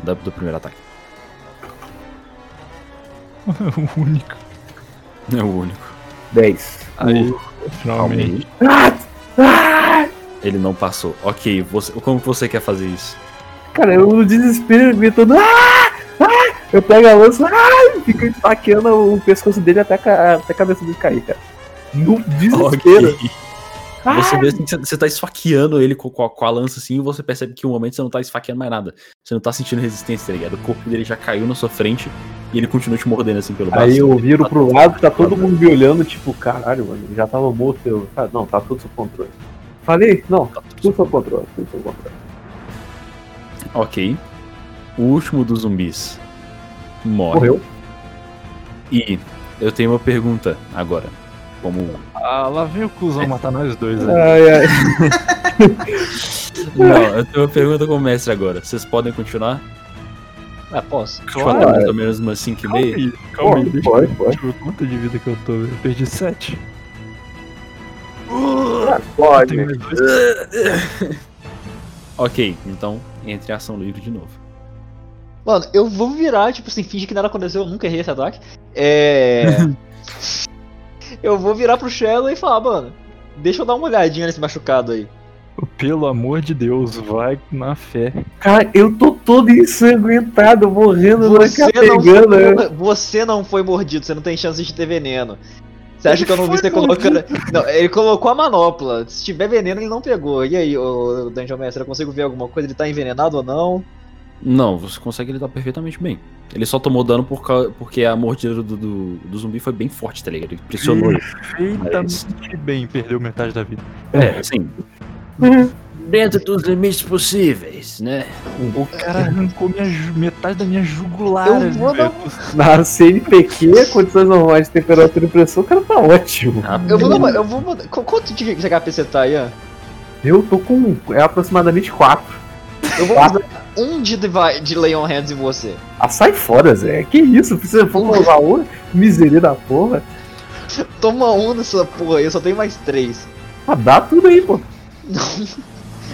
B: da- do primeiro ataque.
E: o único.
B: É o único.
A: 10.
E: Aí,
B: Calma
G: Finalmente.
B: aí. Ele não passou. Ok, você, como você quer fazer isso?
A: Cara, eu no desespero gritando. "Ah! Ah!" Eu pego a lança ah! e fico esfaqueando o pescoço dele até, a ca- até a cabeça dele cair, cara. No desespero.
B: Ok. Você vê assim que você- você tá esfaqueando ele com, com a, com a lança assim e você percebe que em um momento você não tá esfaqueando mais nada. Você não tá sentindo resistência, tá ligado? O corpo dele já caiu na sua frente e ele continua te mordendo assim pelo braço.
A: Aí eu viro pro lado, tá todo mundo me olhando, tipo, caralho, mano, já tava morto. Eu, "Ah, não, tá tudo sob controle. Falei, não,
B: Tá tudo
A: tudo sob controle, tudo sob controle.
B: Ok. O último dos zumbis morre.
A: Morreu.
B: E eu tenho uma pergunta agora. Como. um-
E: ah, lá vem o cuzão matar nós
B: É.
E: dois. né?
A: Ai, ai.
B: Não, eu tenho uma pergunta como mestre agora. Vocês podem continuar?
D: Ah, posso.
B: Tipo, até mais ou menos umas 5 e
E: Calma
B: meia?
E: aí, calma aí.
A: Pode,
E: Deixa
A: pode, pode.
E: eu ver quanto de vida que eu tô. Eu perdi 7.
C: Pode.
E: Tenho mais dois.
B: Ok, então entre em ação livre de novo.
D: Mano, eu vou virar, tipo assim, finge que nada aconteceu, eu nunca errei esse ataque. É. eu vou virar pro Shadow e falar, mano, deixa eu dar uma olhadinha nesse machucado aí.
E: Pelo amor de Deus, vai na fé.
A: Cara, eu tô todo ensanguentado, morrendo, não
D: Você não, né?
A: pegando. né? eu-
D: foi, você não foi mordido, você não tem chance de ter veneno. Você acha que eu não vi você colocando. Não, ele colocou a manopla. Se tiver veneno, ele não pegou. E aí, ô Dungeon Master, eu consigo ver alguma coisa? Ele tá envenenado ou não?
B: Não, você consegue lidar perfeitamente bem. Ele só tomou dano por cau- porque a mordida do, do- do zumbi foi bem forte, tá ligado? Ele pressionou ele.
E: Perfeitamente bem, perdeu metade da vida.
B: É, sim.
F: Uhum. Dentro dos limites possíveis, né?
E: O
B: É.
E: cara arrancou minha ju- metade da minha jugular.
D: Eu vou dar- um
A: Na CNPq, condições normais de temperatura e pressão, o cara tá ótimo.
B: Ah,
D: Eu vou dar uma. Eu vou mandar. qu- Quanto de de HP você tá, Ian?
A: Eu tô com. É aproximadamente 4.
D: Eu vou usar um de, Divi- de Lay on Hands em você.
A: Ah, sai fora, Zé. Que isso? Você falou usar o miseria da porra.
D: Toma um nessa porra aí, eu só tenho mais três.
A: Ah, dá tudo aí, pô.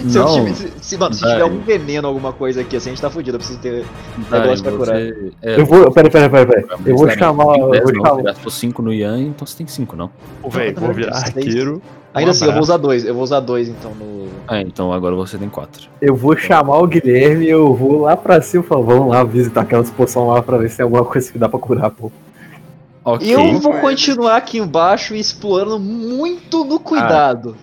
D: Se, eu
B: Não.
D: tiver, se, se- mano, se tiver
B: Vai.
D: algum veneno, alguma coisa aqui, assim, a gente tá fudido. Eu preciso ter.
B: Dai,
D: negócio pra
B: você-
D: curar.
B: é,
A: Eu vou. Pera, pera, pera, pera.
B: mas
A: Eu vou
B: dá não.
A: chamar.
B: Tem
A: Eu
B: dez
A: vou
B: não,
A: chamar.
B: Então, Você gastou 5 no Ian, então você tem 5, não?
E: Ô, velho,
D: um
E: vou virar
D: Seis.
E: arqueiro. Um
D: Ainda assim, eu vou
E: abraço.
D: usar dois. Eu vou usar dois, então, no.
B: Ah, então agora você tem 4.
A: Eu vou chamar o Guilherme eu vou lá pra cima e falar, vamos lá visitar aquelas poções lá pra ver se tem alguma coisa que dá pra curar, pô.
B: Ok.
F: um
D: Eu vou
H: Mas-
D: continuar aqui embaixo e explorando muito no cuidado.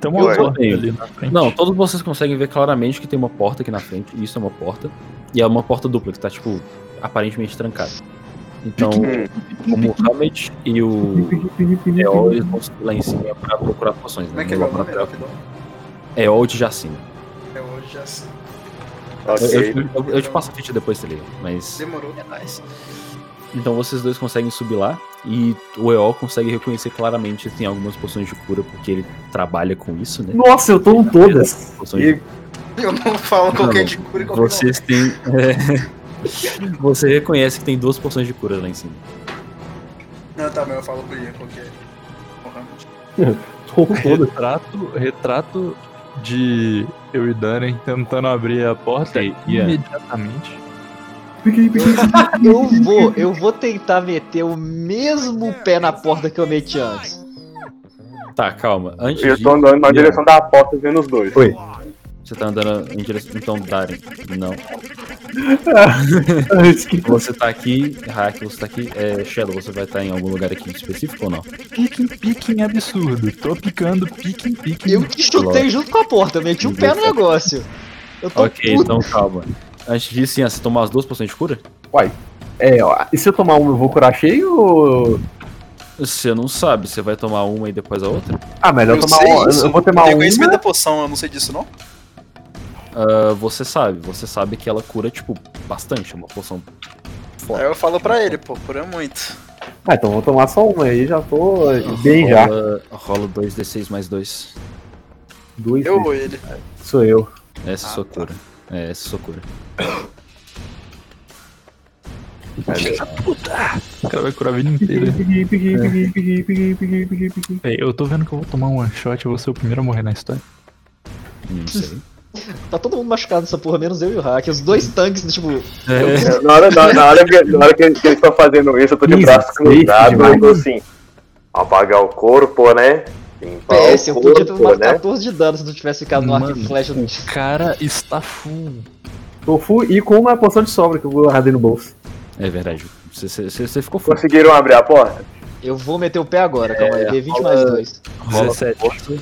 E: Tem uma
C: Eu
E: porta
B: tenho.
E: ali na frente.
B: Não, todos vocês conseguem ver claramente que tem uma porta aqui na frente. Isso é uma porta. E é uma porta dupla que tá, tipo, aparentemente trancada. Então, como o Hamed e o Eol, eles vão subir lá em cima pra procurar poções, né?
H: Como é que é
B: No
H: o nome?
B: laboratório.
H: Rapidão.
B: Eol de Jacina.
H: É hoje já sim.
B: Eu,
C: Ok.
B: eu- eu- eu te passo a ficha depois, tá ligado? Mas
H: Demorou.
B: é nóis. Então vocês dois conseguem subir lá e o Eol consegue reconhecer claramente que tem algumas poções de cura, porque ele trabalha com isso, né?
A: Nossa, eu tô um todas.
B: Poções de
A: E,
H: Eu não falo qualquer tipo de cura e qualquer
B: Vocês têm. é. Você reconhece que tem duas poções de cura lá em cima.
H: não. Não, tá, mas eu falo pro Ian qualquer. Porra.
A: tô um todas.
E: Retrato, retrato de eu e Daren tentando abrir a porta
B: Ok, Ian.
E: imediatamente.
A: Ah.
D: Eu vou, eu vou tentar meter o mesmo pé na porta que eu meti antes.
B: Tá, calma. Antes
C: Eu
B: de...
C: tô andando na
B: Ian,
C: direção da porta vendo os dois.
A: Oi.
B: Você tá andando em direção. Então, Darren. Não.
A: Eu esqueci.
B: Você tá aqui, Hack, você tá aqui. É, Shadow, você vai estar em algum lugar aqui específico ou não?
E: Pique em pique em absurdo. Tô picando pique em pique.
D: Eu que chutei junto com a porta, eu meti o pé no negócio. Eu tô
B: Ok,
D: puto.
B: então calma. Antes disso, Ian, você tomou as duas poções de cura?
A: É, ó, e se eu tomar uma eu vou curar cheio ou.
B: Você não sabe, você vai tomar uma e depois a outra?
A: Ah, melhor
H: Eu
A: tomar
H: sei
A: uma.
H: isso.
A: Eu vou tomar
H: Tem
A: uma.
H: conhecimento da poção, eu não sei disso não?
B: Ah, você sabe, você sabe que ela cura, tipo, bastante. é Uma poção.
H: Aí eu falo pra ele, pô, cura muito.
A: Ah, então vou tomar só uma aí, já tô bem já.
B: Rola- Rola 2d6 mais 2.
A: Dois,
H: Eu
A: né?
H: ou ele?
A: sou eu.
B: Essa é sua cura. É, essa é sua cura.
E: O cara vai curar a vida inteira. Véi, eu tô vendo que eu vou tomar um one shot e vou ser o primeiro a morrer na história.
B: Não sei.
D: Tá todo mundo machucado nessa porra, menos eu e o Hack. Os dois tanques, tipo.
C: É, Na hora, na, na hora que, na hora que eles estão fazendo isso, eu tô de
A: Isso,
C: braço cruzado,
A: demais.
C: eu tô assim. Apagar o corpo, né?
A: Tá
C: Limpar
D: PS,
C: o
D: eu podia ter
C: corpo,
D: tomado
C: né?
D: 14 é de dano se tu tivesse ficado no arco e
E: Mano,
D: flecha do
E: O cara está full.
A: Tofu e com uma poção de sobra que eu guardei no bolso.
B: É verdade. Você- Você você- você ficou foda.
C: Conseguiram abrir a porta?
D: Eu vou meter o pé agora, calma
A: É,
D: aí. D20 mais 2.
B: 17.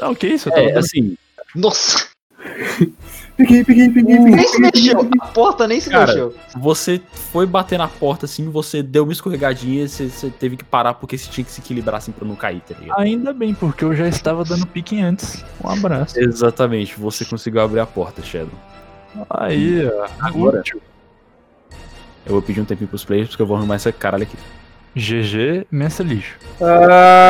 E: Ah, o que isso? Eu tava
B: É,
E: dando-
B: assim,
D: Nossa!
A: Peguei, peguei, peguei, peguei.
D: Nem se mexeu! A porta nem se
B: Cara,
D: mexeu.
B: você foi bater na porta assim, você deu uma escorregadinha, você, você teve que parar porque você tinha que se equilibrar assim pra não cair, tá ligado?
E: Ainda bem, porque eu já estava dando pique antes. Um abraço.
B: Exatamente, você conseguiu abrir a porta, Shadow.
E: Aí, ó.
B: Agora? Eu vou pedir um tempinho pros players porque eu vou arrumar essa caralho aqui.
E: GG, mensa lixo.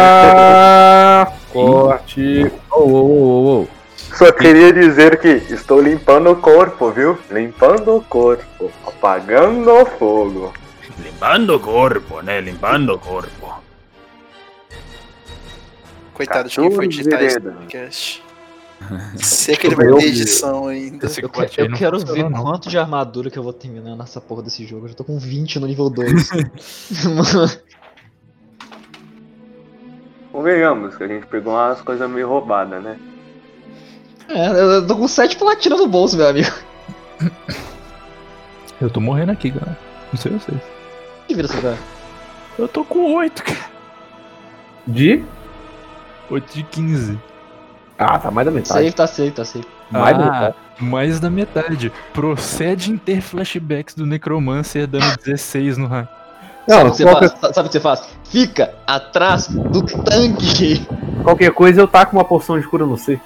A: Ah, corte.
B: Oh, oh, oh, oh,
C: Só queria dizer que estou limpando o corpo, viu? Limpando o corpo. Apagando o fogo.
F: Limpando o corpo, né? Limpando o corpo.
H: Coitado de quem
C: 14
H: foi digitar esse
C: dedos.
H: podcast. Sei que ele vai
A: Eu-
H: ter edição ainda.
E: Esse
D: Eu, que-
E: corte aí
D: eu
E: não
D: quero ver
E: funcionou, não.
D: quanto de armadura que eu vou terminar nessa porra desse jogo. Eu já tô com 20 no nível 2. Mano,
C: Convenhamos que a gente pegou umas coisas meio roubadas, né?
D: é, eu tô com 7 platina no bolso, meu amigo.
E: Eu tô morrendo aqui, galera. Não sei vocês.
D: Que vira esse cara?
E: Eu tô com 8, cara.
A: De.
E: 8 de 15.
A: Ah, tá mais da metade.
D: Safe, tá safe, tá safe.
A: Mais da
E: Ah.
A: metade.
E: Mais da metade. Procede em ter flashbacks do Necromancer dando 16 no rank.
D: Sabe o
A: Não,
D: que você
A: qualquer,
D: faz? Sabe o que você faz? Fica atrás do tanque!
A: qualquer coisa eu taco uma poção de cura no C.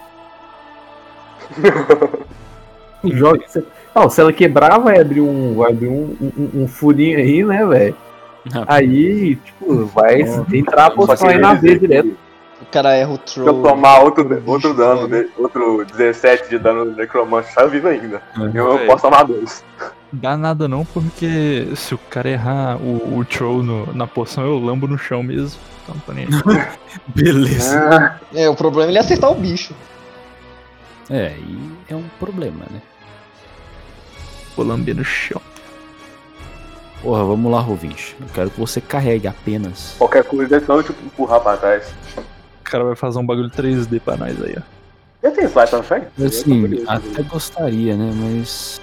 A: Joga. Não, se ela quebrar, vai abrir um. Vai abrir um, um, um furinho aí, né, velho?
B: Ah.
A: Aí, tipo, vai entrar a
C: Só
A: poção aí
C: queria
A: na
C: dizer
A: V direto.
C: que
D: O cara erra o
C: Se eu
D: troll.
C: tomar outro, outro
D: Bicho,
C: dano,
A: né?
D: velho.
C: de- outro 17 de dano do necromante, tá vivo ainda.
A: É.
C: Eu
H: Velho.
C: posso tomar dois.
E: Dá nada não, porque se o cara errar o, o troll no- na poção, eu lambo no chão mesmo. Então, não tô nem aí.
B: oh. Beleza.
D: É, o problema é ele acertar o bicho.
B: É, e é um problema, né?
E: Vou lamber no chão.
B: Porra, vamos lá, Rovinch. Eu quero que você carregue apenas.
C: Qualquer coisa, senão eu te empurrar pra trás.
E: O cara vai fazer um bagulho 3D pra nós aí, ó.
C: Eu tenho flash não tem?
B: Assim, até gostaria, né? Mas.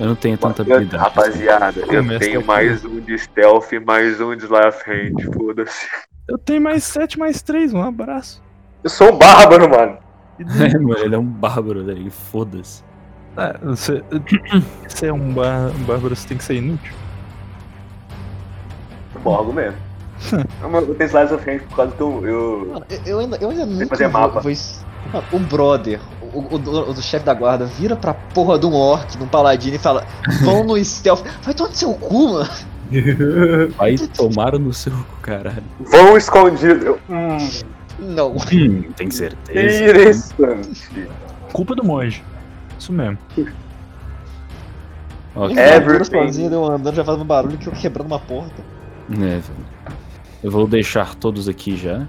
B: Eu não tenho tanta habilidade.
C: Rapaziada, eu
E: Começa
C: tenho
E: aqui.
C: mais um de stealth e mais um de last hand, foda-se.
E: Eu tenho mais 7, mais 3, um abraço.
C: Eu sou um bárbaro, mano.
B: É, mano, ele é um bárbaro, velho. Foda-se.
E: Ah, você, você é um bar- bárbaro, você tem que ser inútil.
C: É Bom argumento. Não, mas Eu tenho slice of hand por causa que eu. eu...
D: Mano, eu- eu ainda, eu ainda nunca
C: fazer
D: vou-
C: mapa.
D: vou es- Mano, o brother, o, o, o- o chefe da guarda, vira pra porra de um orc, de um paladino e fala: Vão no stealth. Vai tomar no seu cu, mano.
B: Vai tomar no seu cu, caralho.
C: Vão escondido. Eu...
D: Não.
B: Hum, tem certeza.
C: Interessante.
E: Culpa do monge. Isso mesmo.
B: Ok.
C: É,
B: É,
D: Eu
C: Everton.
D: sozinho, eu um andando, já fazendo barulho que eu quebrando uma porta.
B: É, velho. Eu vou deixar todos aqui já.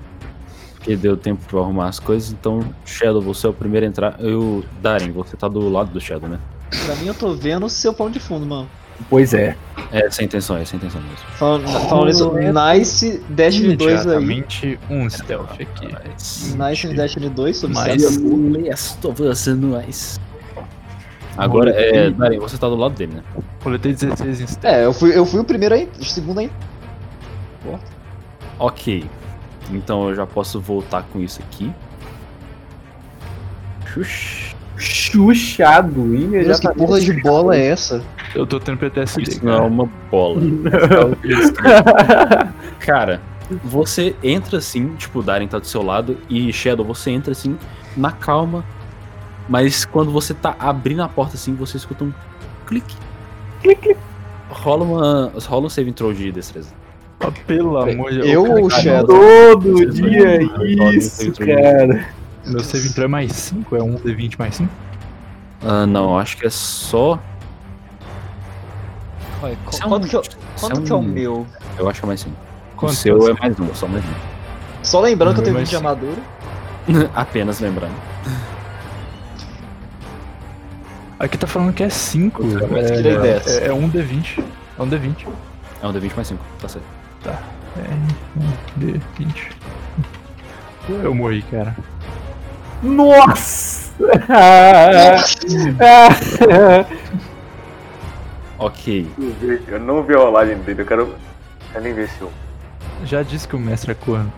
B: Porque deu tempo pra eu arrumar as coisas. Então, Shadow, você é o primeiro a entrar. Eu, Darren, você tá do lado do Shadow, né?
D: Pra mim, eu tô vendo o seu pão de fundo, mano.
A: Pois é.
B: É, sem intenção, é sem intenção mesmo.
D: Falando, falando isso, nice
A: É
D: Destiny 2 aí.
E: Exatamente um stealth aqui.
B: Mas...
D: Nice Destiny 2 sobre
E: Mas-
D: Celta.
B: estou fazendo mais. Agora, é, Darren, você tá do lado dele, né?
E: Coletei 16 em stealth.
D: É, eu fui, eu fui o primeiro aí, o segundo aí.
B: Ok. Então eu já posso voltar com isso aqui. Xuxa.
A: Chuchado
D: Deus, que
A: imediatamente.
D: porra de bola é essa?
E: Eu tô tendo PTSD.
B: Isso não é uma bola.
D: é
B: Cara, você entra assim, tipo, o Darren tá do seu lado e Shadow, você entra assim, na calma. Mas quando você tá abrindo a porta assim, você escuta um clique. Clique, clique. Rola uma. Rola um saving throw de destreza.
E: Ah, Pelo amor de
D: Eu ou o
E: Cara,
D: Shadow?
A: Todo
B: Vocês
A: dia é
B: vão- vão-
A: isso,
B: vão-
A: cara.
E: Meu save entrou é mais 5, é 1 de 20 mais 5?
B: Ah, não, acho que é só.
D: Ué, qu-
B: Isso é um-
D: Quanto que eu-
B: isso
D: quanto que é o
B: um-
D: meu?
B: Eu acho que é mais 5. O
E: Quanto
B: seu
E: você
B: é mais um, só mais um.
D: Só lembrando que eu
E: Meu
D: tenho
E: vai
D: 20 de
E: ser-
D: armadura.
B: Apenas lembrando.
E: Aqui tá falando que é 5.
D: Mas tirei 10.
E: É, é um D20. É um D20.
B: É um D20 mais 5, tá certo.
E: D20. Eu morri, cara.
A: Nossa!
B: Ok.
C: Eu vi- Eu não vi a rolagem dele, eu quero. Eu nem ver se eu.
E: Já disse que o mestre é corno.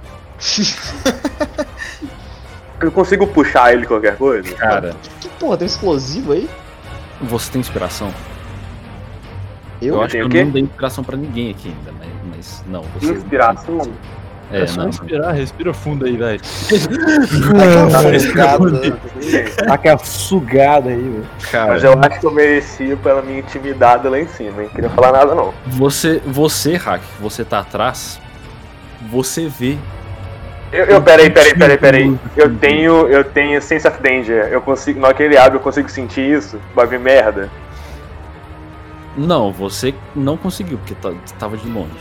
C: Eu consigo puxar ele qualquer coisa?
B: Cara,
D: Que porra, tem um explosivo aí?
B: você tem inspiração?
D: Eu?
B: acho que
C: tenho
B: eu
C: o quê?
B: não dei inspiração pra ninguém aqui ainda, mas, mas não. Você
C: Inspiração.
B: É,
E: só
B: não.
E: respirar, respira fundo aí, velho.
D: Tá ligado?
A: Tá aquela sugada aí, velho.
C: Mas eu acho que eu merecia pela minha intimidade lá em cima, hein? Queria falar nada não.
B: é, Você, você, Hack, que você tá atrás, você vê.
C: Eu, eu peraí, peraí, peraí, peraí. Eu tenho. Eu tenho Sense of Danger. Eu consigo. Na hora que ele abre, eu consigo sentir isso. Vai vir merda.
B: Não, você não conseguiu, porque tá- tava de longe.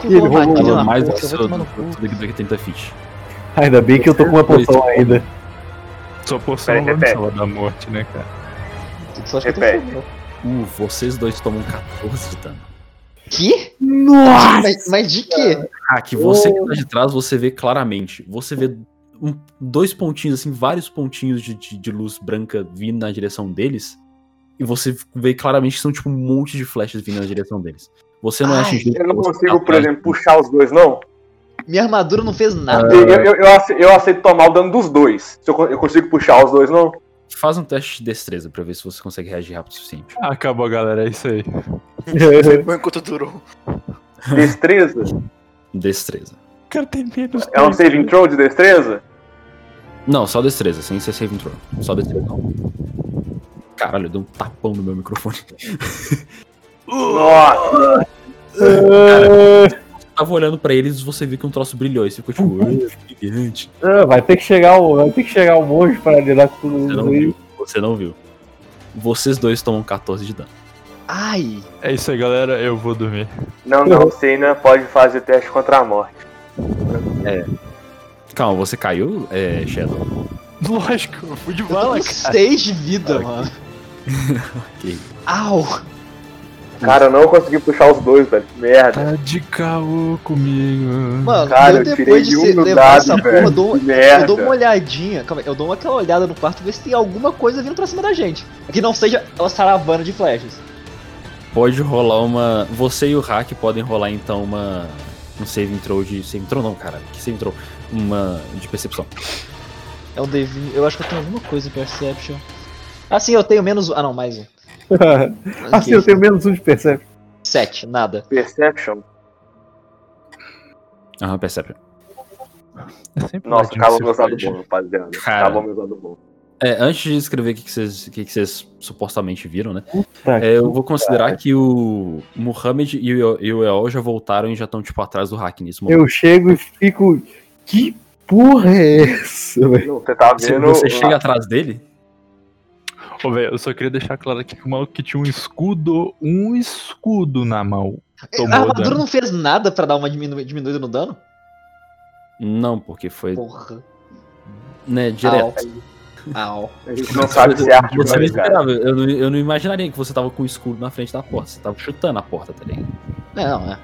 D: Que ele
B: Tava
D: roubou
B: mais do que
D: você
B: seu.
D: vai tomar no cu.
B: do que- do que 30 feet.
A: Ainda bem que eu tô com uma
B: Pois.
A: poção ainda.
E: Sua porção
C: Peraí,
E: não vai me
C: repete.
E: salvar da morte, né, cara?
D: Tu só acha que eu tô
C: Repete.
D: fodendo.
B: Uh, vocês dois tomam 14 de dano.
D: Que?
A: Nossa!
D: Mas, mas de quê?
B: Hack, você que tá de trás, você vê claramente. Você vê um- dois pontinhos, assim, vários pontinhos de, de- de luz branca vindo na direção deles. E você vê claramente que são, tipo, um monte de flechas vindo na direção deles. Você não é
D: Ai,
B: atingido.
C: Eu não
B: você tá
C: consigo, por
B: atrás.
C: exemplo, puxar os dois, não?
D: Minha armadura não fez nada.
C: Eu, eu, eu, ace- eu aceito tomar o dano dos dois. Se eu, con- eu consigo puxar os dois, não?
B: Faz um teste de destreza pra ver se você consegue reagir rápido o suficiente.
E: Acabou, galera, é isso aí.
H: Foi enquanto durou.
C: Destreza?
B: Destreza.
E: O cara tem menos.
C: É um saving throw de destreza?
B: Não, só destreza, sem ser saving throw. Só destreza. Caralho, deu um tapão no meu microfone.
C: Nossa!
B: Tava olhando pra eles, você viu que um troço brilhou e você ficou tipo, "Ah, brilhante.
A: Ah, vai ter que chegar o, vai ter que chegar o monge pra lidar com tudo
B: Você
A: isso
B: não
A: aí.
B: viu. Você não viu. Vocês dois tomam 14 de dano.
D: Ai,
E: É isso aí, galera, eu vou dormir.
C: Não, não, você ainda pode fazer teste contra a morte.
B: Calma, você caiu, é, Shadow?
E: Lógico, eu fui de
D: eu tô
E: bala,
D: com
E: cara.
D: 6 de vida, mano.
B: Ok.
D: Au!
C: Cara, eu não consegui puxar os dois, velho. Merda.
E: Tá de caô comigo.
D: Mano,
C: Cara, eu
D: eu
C: tirei
D: depois de
C: de um
D: você
C: no
D: levar
C: dado,
D: essa porra,
C: velho.
D: eu dou,
C: Merda.
D: eu dou uma olhadinha. Calma aí, eu dou aquela olhada no quarto ver se tem alguma coisa vindo pra cima da gente. Que não seja uma saravana de flechas.
B: Pode rolar uma. Você e o Hack podem rolar então uma. Um saving throw de. Saving throw não, cara. Que saving throw? Uma. De percepção.
D: É o Devin. Eu acho que eu tenho alguma coisa em Perception. Ah, sim, eu tenho menos. um. Ah, não, mais um.
C: Ah,
A: assim eu tenho menos um de percepção.
D: 7, nada.
C: Perception?
B: Aham, percebe.
E: É sempre
C: Nossa,
E: ladinho
C: acabou
E: que
C: meu
E: se
C: lado
E: fode.
C: bom, rapaziada.
B: Cara.
C: Acabou meu lado bom.
B: É, antes de escrever o que que vocês que que vocês supostamente viram, né?
A: Tá,
B: É, eu vou considerar que o Muhammad e o, e o Eol já voltaram e já estão, tipo, atrás do hack nesse momento.
A: Eu chego e fico. Que porra é essa, velho?
C: Não, Você tá
B: Se
C: vendo.
B: você chega atrás dele,
E: Ô, velho, eu só queria deixar claro aqui que o maluco que tinha um escudo, um escudo na mão. Tomou
D: Ah, a armadura
E: dano.
D: não fez nada pra dar uma diminu- diminuída no dano?
B: não, porque foi,
D: Porra.
B: né, direto.
D: Au.
C: A gente não sabe se é arte
B: Você não
C: mais, cara.
B: esperava, eu não, eu não imaginaria que você tava com o escudo na frente da porta, você tava chutando a porta, tá ligado?
D: É, não, é.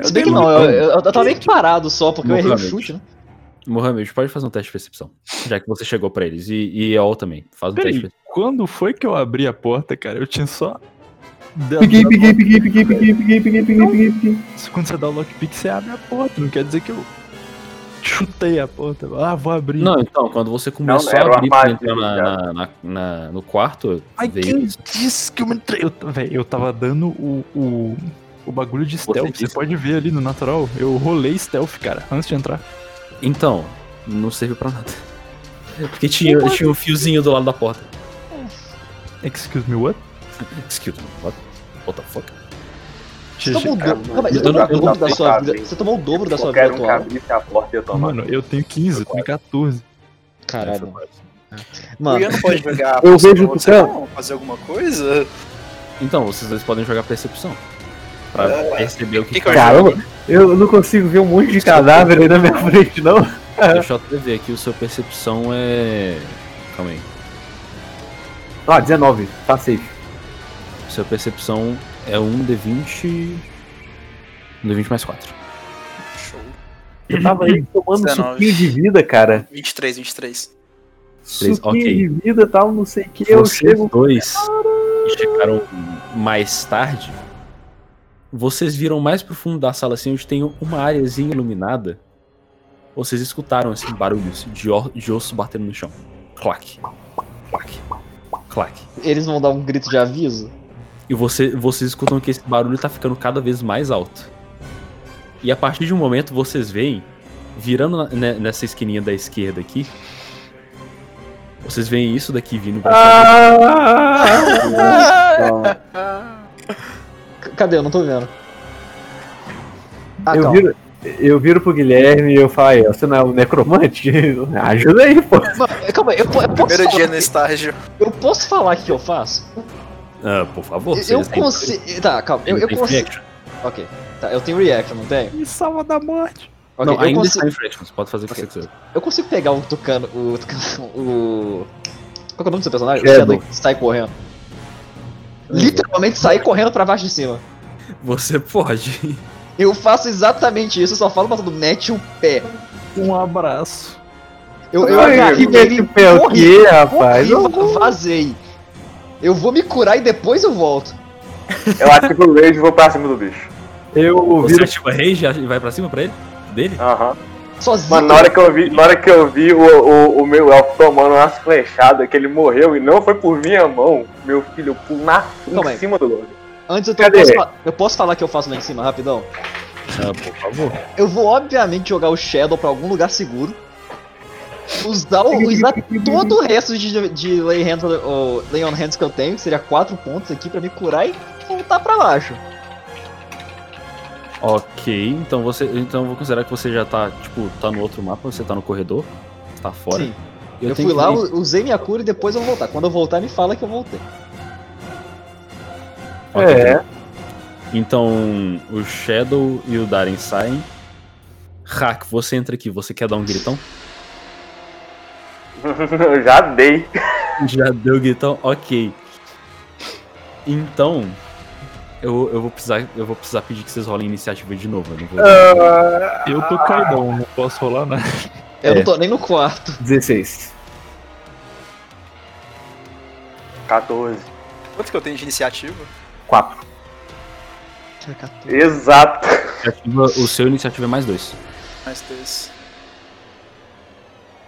E: Eu
D: Se bem que
E: dei
D: não,
E: um
D: eu,
E: dano.
D: eu, eu tava meio que parado só, porque eu errei o
B: Mohamed.
D: chute, né?
B: Mohamed, pode fazer um teste de percepção, já que você chegou pra eles, e, e Eol também, faz um teste de
E: Peraí,
B: percepção.
E: quando foi que eu abri a porta, cara? Eu tinha só. dado-
A: Piquei, piquei, piquei, piquei, piquei, piquei, piquei, piquei, piquei, piquei.
E: Quando você dá o lockpick, você abre a porta. Não quer dizer que eu chutei a porta. Ah, vou abrir.
B: Não, então, quando você começou
C: era
B: a abrir pra
C: armadilha,
B: entrar na- na- na- na- no quarto,
E: Ai, quem
B: veio...
E: disse que eu me entrei? Eu, t- véi, eu tava dando o, o, o bagulho de stealth. Você
B: disse.
E: pode ver ali no natural. Eu rolei stealth, cara, antes de entrar.
B: Então, não serviu pra nada. Porque tinha, tinha um fiozinho do lado da porta.
E: Excuse me, what?
B: Excuse me, what, what the fuck?
D: Você tomou o
C: cara,
D: dobro.
C: não,
D: Calma aí, você
B: eu
D: tomou
B: não-
D: o
B: eu não
D: dobro da
C: sei,
D: sua
C: cara,
D: vida.
C: hein.
D: Você tomou o dobro da sua vida
C: Qualquer um que
D: atual.
C: abrisse a porta
A: Tá
C: ia tomar.
E: Mano, eu tenho 15, eu tenho 14.
B: É, foi
D: Caralho.
B: quase.
H: O Ian
D: Mano,
H: não pode jogar.
A: Eu vejo
H: pra
A: o
H: você,
A: céu.
H: não, fazer alguma coisa?
B: Então, vocês dois podem jogar percepção. Pra
H: Ah,
B: perceber o que,
H: que
B: que
H: que
A: Caramba, eu não consigo ver um monte de cadáver aí na minha frente, não.
B: Deixa eu até ver aqui, o seu percepção é. Calma aí.
A: Ah, 19. Tá safe.
B: Sua percepção é um D20. Um D20 mais 4.
H: Show.
A: Eu tava aí tomando
H: 19.
A: suquinho de vida, cara.
H: 23, 23.
B: Três,
A: Suquinho
B: ok.
A: de vida tal, não sei o que. Eu
B: Vocês
A: chego.
B: dois que chegaram mais tarde. Vocês viram mais pro fundo da sala assim, onde tem uma areazinha iluminada. Vocês escutaram assim barulhos de, or- de osso batendo no chão. Clac. Clac. Clac.
D: Eles vão dar um grito de aviso?
B: E você- vocês escutam que esse barulho tá ficando cada vez mais alto. E a partir de um momento vocês veem, virando na- né, nessa esquininha da esquerda aqui, vocês veem isso daqui vindo pra cá.
C: tá-
A: Ah!
D: C- Cadê? Eu não tô vendo. Ah,
A: eu,
C: Então.
D: calma.
A: viro, eu viro pro Guilherme e eu falo, "Aí, ó, você não é um necromante? Ajuda aí, pô.
D: Mano, é, calma, aí, eu, po- eu posso
H: Primeiro dia
D: falar,
H: no estágio.
D: eu posso falar o que eu faço?
B: Ah, por favor, vocês
D: eu
B: têm-
D: consigo. Tá, calma. Eu, eu
B: têm
D: consigo.
B: reaction.
D: Ok. Tá, eu tenho reaction, não tenho?
E: Me salva da morte.
D: Ok,
B: Não,
D: eu,
B: ainda
D: consigo,
B: está em reaction, você pode fazer o que você quiser.
D: eu consigo pegar o Tucano. O Tucano. O. Qual que é o nome do seu personagem?
A: Shadow.
D: O Shadow que sai correndo. Literalmente sair correndo pra baixo de cima.
B: Você pode.
D: Eu faço exatamente isso, eu só falo pra todo mundo, mete o pé.
E: Um abraço.
D: Eu, eu
A: Ai,
D: agarrei
A: mete
D: dele,
A: o pé É o
D: corri,
A: quê, rapaz?
D: corri,
A: Eu-
D: vazei. Eu vou me curar e depois eu volto.
C: Eu ativo o rage e vou pra cima do bicho.
A: Eu
B: Você
A: viro.
B: ativa range e vai pra cima pra ele? Dele?
C: Aham.
D: Sozinho.
C: Mano, na hora que eu vi, na hora que eu vi o, o, o meu elfo tomando umas flechadas, que ele morreu e não foi por minha mão, meu filho, eu pulo na,
D: Calma
C: em
D: aí.
C: cima do Lorde.
D: Antes eu, tô,
A: Cadê?
D: posso, fa- eu posso falar que eu faço lá em cima, rapidão?
B: Ah, por favor.
D: Eu vou, obviamente, jogar o Shadow pra algum lugar seguro. Usar, o, usar todo o resto de, de lay, hands, ou lay on Hands que eu tenho, que seria 4 pontos aqui pra me curar e voltar pra baixo.
B: Ok, então você. Então eu vou considerar que você já tá, tipo, tá no outro mapa, você tá no corredor, tá fora.
D: Sim.
B: E
D: Eu,
B: tenho
D: fui
B: que
D: lá,
B: ver-
D: u- usei minha cura e depois eu vou voltar. Quando eu voltar, me fala que eu voltei.
B: Ok.
A: É.
B: Então, o Shadow e o Darren saem. Hack, você entra aqui, você quer dar um gritão?
C: eu já dei.
B: Já deu gritão? Ok. Então, eu, eu, vou precisar, eu vou precisar pedir que vocês rolem a iniciativa de novo. Eu não vou...
E: Eu
A: Ah.
E: tô caidão, não posso rolar nada.
D: Eu
B: É.
D: não tô nem no quarto.
A: 16.
C: 14.
H: Quanto que eu tenho de iniciativa?
A: 4.
C: Exato.
B: Iniciativa- o seu iniciativa é mais dois.
H: Mais dois.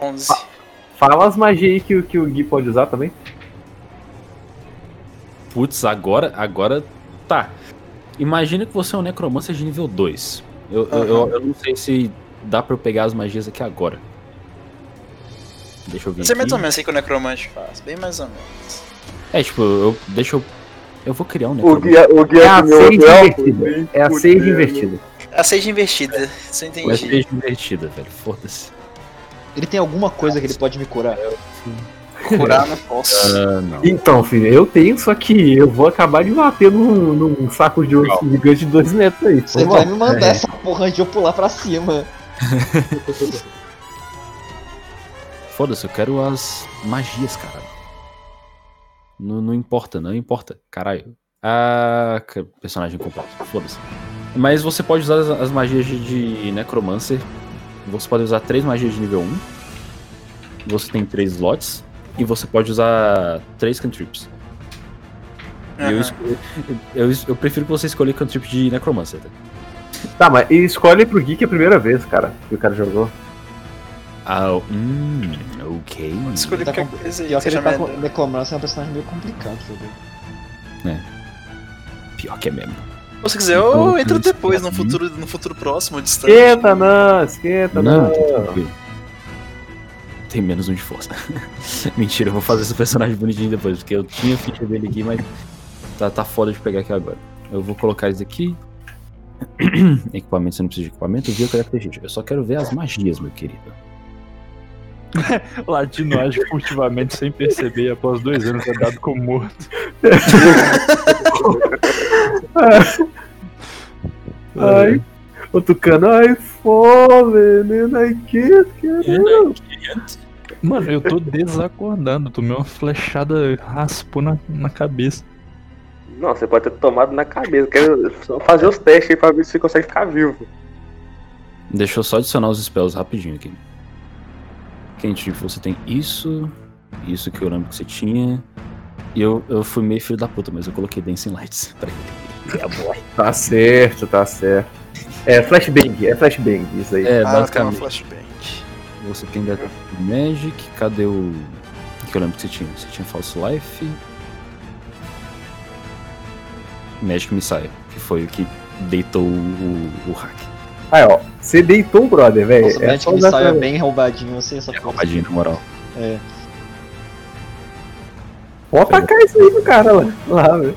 H: 11.
A: Fala as magias aí que, o- que o Gui pode usar também.
B: Putz, agora, agora tá. Imagina que você é um necromancer de nível 2. Eu, eu- eu, eu não sei se dá pra eu pegar as magias aqui agora. Deixa eu ver.
H: Você
B: aqui.
H: é mais ou menos sei que o necromante faz. Bem mais ou menos.
B: É, tipo, eu, deixa eu. Eu vou criar um
C: O
B: necromancer.
C: guia, o guia
A: É a
C: do meu
A: seis
C: outro elfo.
A: invertida. É a
C: Fudeu.
A: 6 invertida.
H: É A seja invertida. Você
B: Vai
H: entendi.
B: ser divertida, velho. Foda-se.
D: Ele tem alguma coisa que ele pode me curar?
H: Curar não posso.
B: Ah, não.
A: Então, filho, eu tenho, só que eu vou acabar de bater num, num saco de osso gigante de 2 metros aí. É.
D: Você
A: Vamos
D: vai
A: lá.
D: me mandar essa porra antes de eu pular pra cima.
B: Foda-se, eu quero as magias, caralho. Não, não importa, não importa. Caralho. Ah, ca- personagem completo. Foda-se. Mas você pode usar as, as magias de, de Necromancer. Você pode usar três magias de nível 1. Você tem três slots. E você pode usar três cantrips. E eu,
H: Aham.
B: escolhi- eu, es- eu prefiro que você escolha cantrip de Necromancer. Tá?
A: Tá, mas e escolhe pro Gui que é a primeira vez, cara, que o cara jogou.
B: Ah, hum, ok.
H: Escolhi
D: Tá
H: qualquer
D: com-
H: coisa aí.
D: Pior que ele
H: seja
D: tá com.
H: merda.
D: Necromancer é um personagem meio complicado, entendeu?
B: Pior que é mesmo.
H: Se quiser,
B: Então,
H: eu entro
B: isso.
H: depois, no futuro, no futuro próximo, Ah, distante.
A: Esquenta, não, esquenta, não.
B: Não, tá tranquilo. Tem menos um de força. Mentira, eu vou fazer esse personagem bonitinho depois, porque eu tinha a ficha dele aqui, mas tá, tá foda de pegar aqui agora. Eu vou colocar isso aqui. equipamento, você não precisa de equipamento, via característica. Eu só quero ver as magias, meu querido.
E: Ladino age furtivamente sem perceber e após dois anos é dado como morto. É.
A: Ai, o Tucano, ai, fome, menina, ai, que.
B: É, né?
E: Mano, eu tô desacordando. Tomei uma flechada, raspou na, na cabeça.
C: Não, você pode ter tomado na cabeça. Quero só fazer os testes aí pra ver se você consegue ficar vivo.
B: Deixa eu só adicionar os spells rapidinho aqui. Quente, você tem isso, isso que eu lembro que você tinha. E eu, eu fui meio filho da puta, mas eu coloquei Dancing Lights. Peraí. É, boy.
A: Tá certo, tá certo. É flashbang, é flashbang, isso aí.
B: é
H: Ah, tem uma
B: basicamente.
H: flashback.
B: Você tem Death Magic, cadê o. O que eu lembro que você tinha? Você tinha False Life. Magic Messiah, que foi o que deitou o, o hack.
A: Aí, ó. Você deitou, brother, velho.
D: Nossa, o
A: É
D: Magic
A: só usar
D: Missile é
A: essa-
D: bem roubadinho, assim, essa porra.
B: Roubadinho, na moral.
D: É.
A: Pode tacar isso aí no cara lá, lá velho.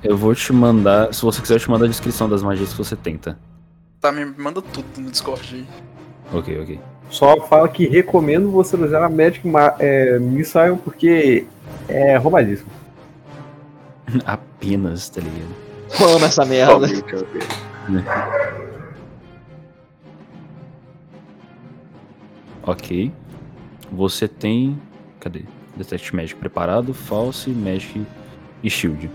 B: Eu vou te mandar. Se você quiser, eu te mandar a descrição das magias que você tem, tá?
H: Tá, me manda tudo no Discord aí.
B: Ok, ok.
A: Só fala que recomendo você usar a Magic Ma- é, Missile porque é roubadíssimo.
B: Apenas, tá ligado?
D: Pão nessa merda.
C: Somente, eu sei.
B: Ok. Você tem. Cadê? Detect Magic preparado, False, Magic e Shield.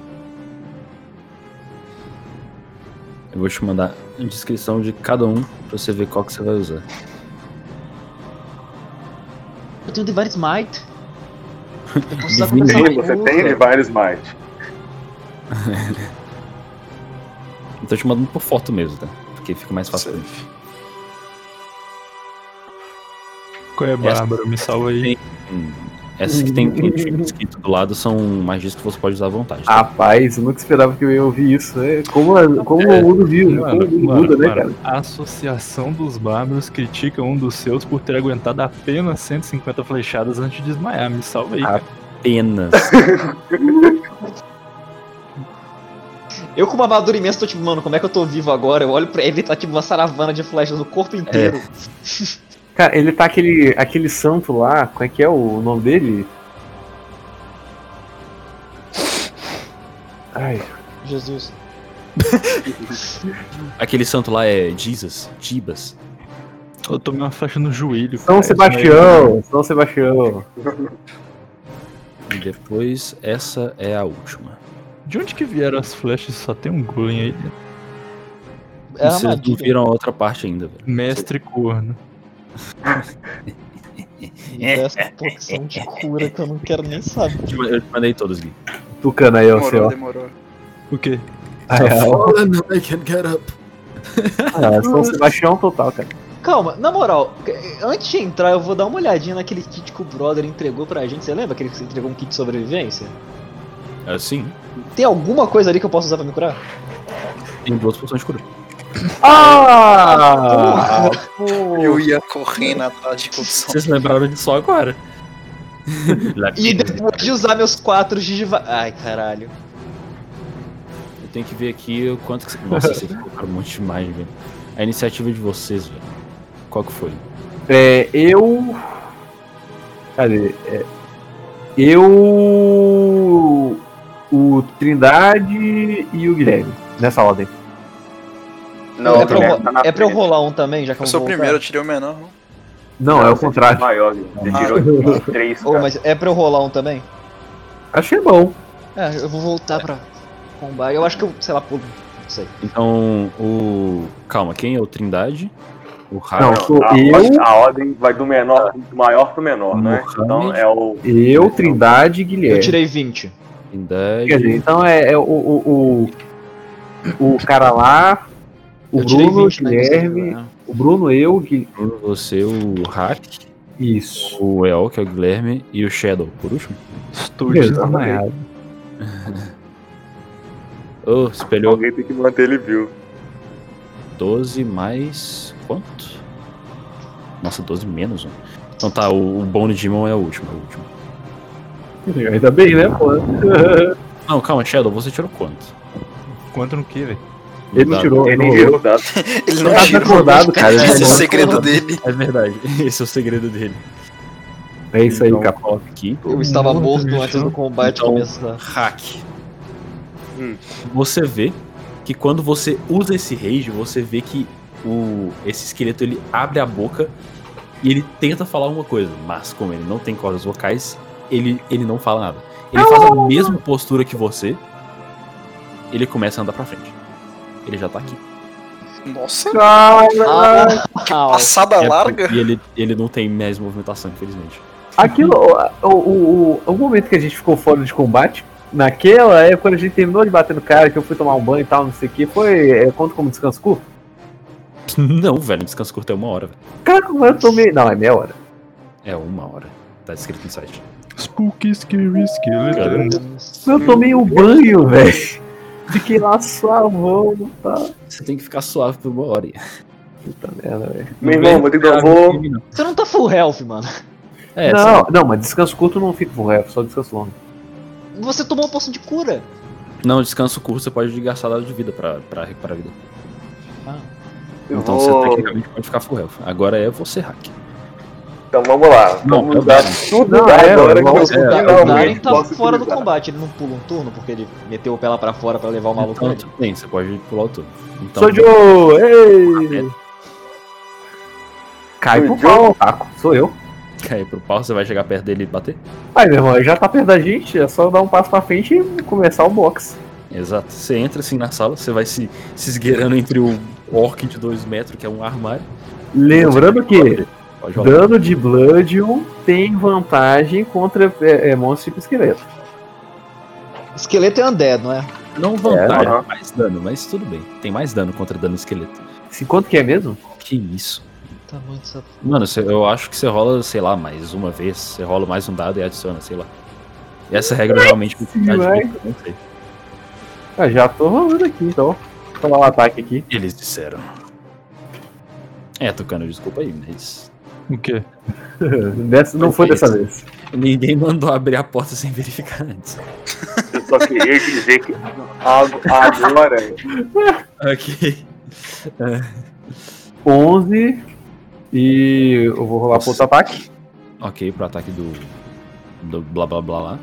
B: Eu vou te mandar a descrição de cada um pra você ver qual que você vai usar.
D: Eu tenho Divine Smite. Eu posso usar
B: Divine
D: contra
C: Sim,
D: essa
C: você
D: maluca.
C: tem né? Divine Smite.
B: Então, Eu tô te mandando por foto mesmo, tá? Porque fica mais fácil. pra mim.
H: Safe.
E: Qual é, Bárbara? Me salva aí.
B: Hum, Essas que tem que tem escrito do lado são magias que você pode usar à vontade. tá?
A: Rapaz, eu nunca esperava que eu ia ouvir isso, né? Como, a- como
E: É,
A: o mundo vive, como
E: Mano,
A: o mundo
E: mano,
A: muda, né, cara?
E: mano, a associação dos bárbaros critica um dos seus por ter aguentado apenas 150 flechadas antes de desmaiar. Me salva aí.
B: Ah.
E: cara.
B: Apenas.
D: Eu com uma armadura imensa tô tipo, mano, como é que eu tô vivo agora? Eu olho pra ele e tá tipo uma saravana de flechas no corpo inteiro.
A: Cara, ele tá aquele, aquele santo lá, como é que é o nome dele? Ai,
D: Jesus.
B: Aquele santo lá é Jesus, Jibas.
E: Eu tomei uma flecha no joelho.
A: São
E: cara.
A: Sebastião, São Sebastião.
B: E depois essa é a última.
E: De onde que vieram as flechas? Só tem um golem aí. dentro.
D: É
B: e vocês não
D: armadilha.
B: viram a outra parte ainda, velho.
E: Mestre corno.
D: Me dá essa porção de cura que eu não quero nem saber.
B: Eu te- Eu te mandei todas, Gui.
A: Tucano aí, ó,
H: Demorou,
A: seu.
H: demorou.
E: O quê? tá
A: Ai, ó.
E: né,
B: I can get up.
A: Ah, São Sebastião total, cara.
D: Calma, na moral, antes de entrar, eu vou dar uma olhadinha naquele kit que o brother entregou pra gente. Você lembra aquele que você entregou um kit de sobrevivência?
B: Assim,
D: Tem alguma coisa ali que eu posso usar pra me curar?
B: tem duas poções de cura.
A: Ah!
H: Eu ia correndo atrás de corrupção.
B: Vocês lembraram de só agora.
D: E depois de usar meus quatro digiva... Ai, caralho.
B: Eu tenho que ver aqui o quanto que... Nossa, vocês colocaram um monte de imagem, velho. A iniciativa de vocês, velho. Qual que foi?
A: É, eu. Cadê? É, eu. O Trindade e o Guilherme. Nessa ordem.
C: Não,
D: é, pra eu,
C: Guilherme
D: ro-
C: tá na
D: é pra eu
C: frente.
D: rolar um também, já que eu
H: Eu
D: não
H: sou o
D: vou
H: primeiro, eu tirei o menor.
A: Não, é o
C: você
A: contrário. Ah.
C: tirou Maior, Guilherme. você tirou de três.
D: voltar? Ô, mas é pra eu rolar um também?
A: Achei bom.
D: É, eu vou voltar pra combar. Eu acho que eu, sei lá, pulo. Não sei.
B: Então, o... Calma, quem é o Trindade? O
A: Não,
B: Rafa.
A: sou
C: a,
A: eu.
C: ordem, a ordem vai do menor, do maior pro menor, né?
B: Mohamed.
C: Então é o.
A: Eu, Trindade e
D: Eu
A: Guilherme.
D: tirei 20.
B: Trindade...
A: Quer dizer, então é, é o, o, o. O cara lá. O
D: eu tirei
A: Bruno, o
D: na iniciativa,
A: Guilherme.
D: né?
A: O Bruno, eu, o Guilherme.
B: é Você, o Hack,
A: Isso.
B: o El, que é o Guilherme, e o Shadow, por último.
E: Estou
D: tá
E: desmaiado.
A: Exatamente.
B: Oh, espelhou
C: Alguém tem que manter ele vivo.
B: 12 mais. quanto? Nossa, 12 menos um. Então tá, o, o Bone Demon é o último, é o último.
A: Ainda bem, né, pô?
B: Não, calma, Shadow, você tirou quanto?
E: Quanto no quê, velho?
A: Ele
B: Dado.
A: não tirou.
C: Ele
A: não-
C: tirou dado.
H: Ele não
A: Tá
H: tirou.
A: acordado, cara. ele
H: Esse é o
A: não-
H: segredo dele.
B: É verdade, esse é o segredo dele.
A: É isso aí,
B: Então,
A: cara.
B: coloca aqui.
D: Eu estava
E: Nossa,
D: morto
E: bicho.
D: antes do combate
B: Então-
D: começar.
B: Hack.
C: Hum.
B: Você vê que quando você usa esse rage, você vê que o, esse esqueleto ele abre a boca E ele tenta falar alguma coisa, mas como ele não tem cordas vocais, ele, ele não fala nada. Ele faz
A: Ah!
B: a mesma postura que você. Ele começa a andar pra frente. Ele já tá aqui.
H: Nossa,
D: Ah, ah,
H: passada
B: É,
H: Tá larga.
B: E ele, ele não tem mais movimentação, infelizmente.
A: Aquilo, o, o, o, o momento que a gente ficou fora de combate, naquela é quando a gente terminou de bater no cara, que eu fui tomar um banho e tal, não sei o que, foi. É, conta como descanso curto?
B: Não, velho, descanso curto é uma hora, velho.
A: Cara, como eu tomei. Não, é meia hora.
B: É uma hora. Tá escrito no site.
E: Spooky, scary, skeleton.
A: Eu tomei um banho, velho. Fiquei lá suavão e tal.
B: Você tem que ficar suave por uma hora.
A: Puta merda, velho.
C: Meu irmão, vou ter que eu vou.
D: Você não tá full health, mano.
B: É,
A: não, não, mas descanso curto eu não fica por ré, só descanso longo.
D: Você tomou uma poção de cura.
B: Não, descanso curto, você pode gastar dado de vida pra, pra recuperar a vida.
C: Eu
B: então
C: vou-
B: você tecnicamente pode ficar full health. Agora é você, hack.
C: Então vamos lá.
B: Não,
C: Vamos
B: eu
C: mudar
B: não.
C: tudo
A: Não, é,
C: agora que eu
A: vamos-
D: O Da- o Darin
C: finalmente
D: tá
C: posso
D: fora do
C: utilizar.
D: combate, ele não pula um turno porque ele meteu o pé lá pra fora pra levar o maluco.
B: Então,
D: ali.
B: tudo bem, você pode pular o turno. Então, É.
A: Sou Joe! Ei! Cai
C: Sou
A: pro pau, Taco. Sou eu.
B: cair pro pau, você vai chegar perto dele e bater?
A: Aí, meu irmão, já tá perto da gente, é só dar um passo pra frente e começar o box.
B: Exato. Você entra assim na sala, você vai se, se esgueirando entre o orc de 2 metros, que é um armário.
C: um
A: Lembrando que
B: Pode rolar.
A: dano de Bloodion tem vantagem contra é, é, monstros tipo esqueleto. tipo,
D: Esqueleto é undead, não é?
B: Não vantagem,
C: É, aham.
B: mais dano, mas tudo bem. Tem mais dano contra dano esqueleto.
A: Se quanto que é mesmo?
B: Que isso?
D: Tá muito sap-
B: Mano, você- eu acho que você rola, sei lá, mais uma vez. Você rola mais um dado e adiciona, sei lá. E essa regra realmente me
A: vai.
B: admira, não sei.
A: Ah, já tô rolando aqui, então. Vou tomar um ataque aqui.
B: Eles disseram. É, Tucano, desculpa aí, mas.
E: O quê?
A: Dessa, não foi dessa vez.
B: Ninguém mandou abrir a porta sem verificar antes.
C: Eu só queria dizer que ag- agora.
B: Ok.
A: 11. E eu vou rolar pro outro ataque.
B: Ok, pro ataque do. Do blá blá blá lá.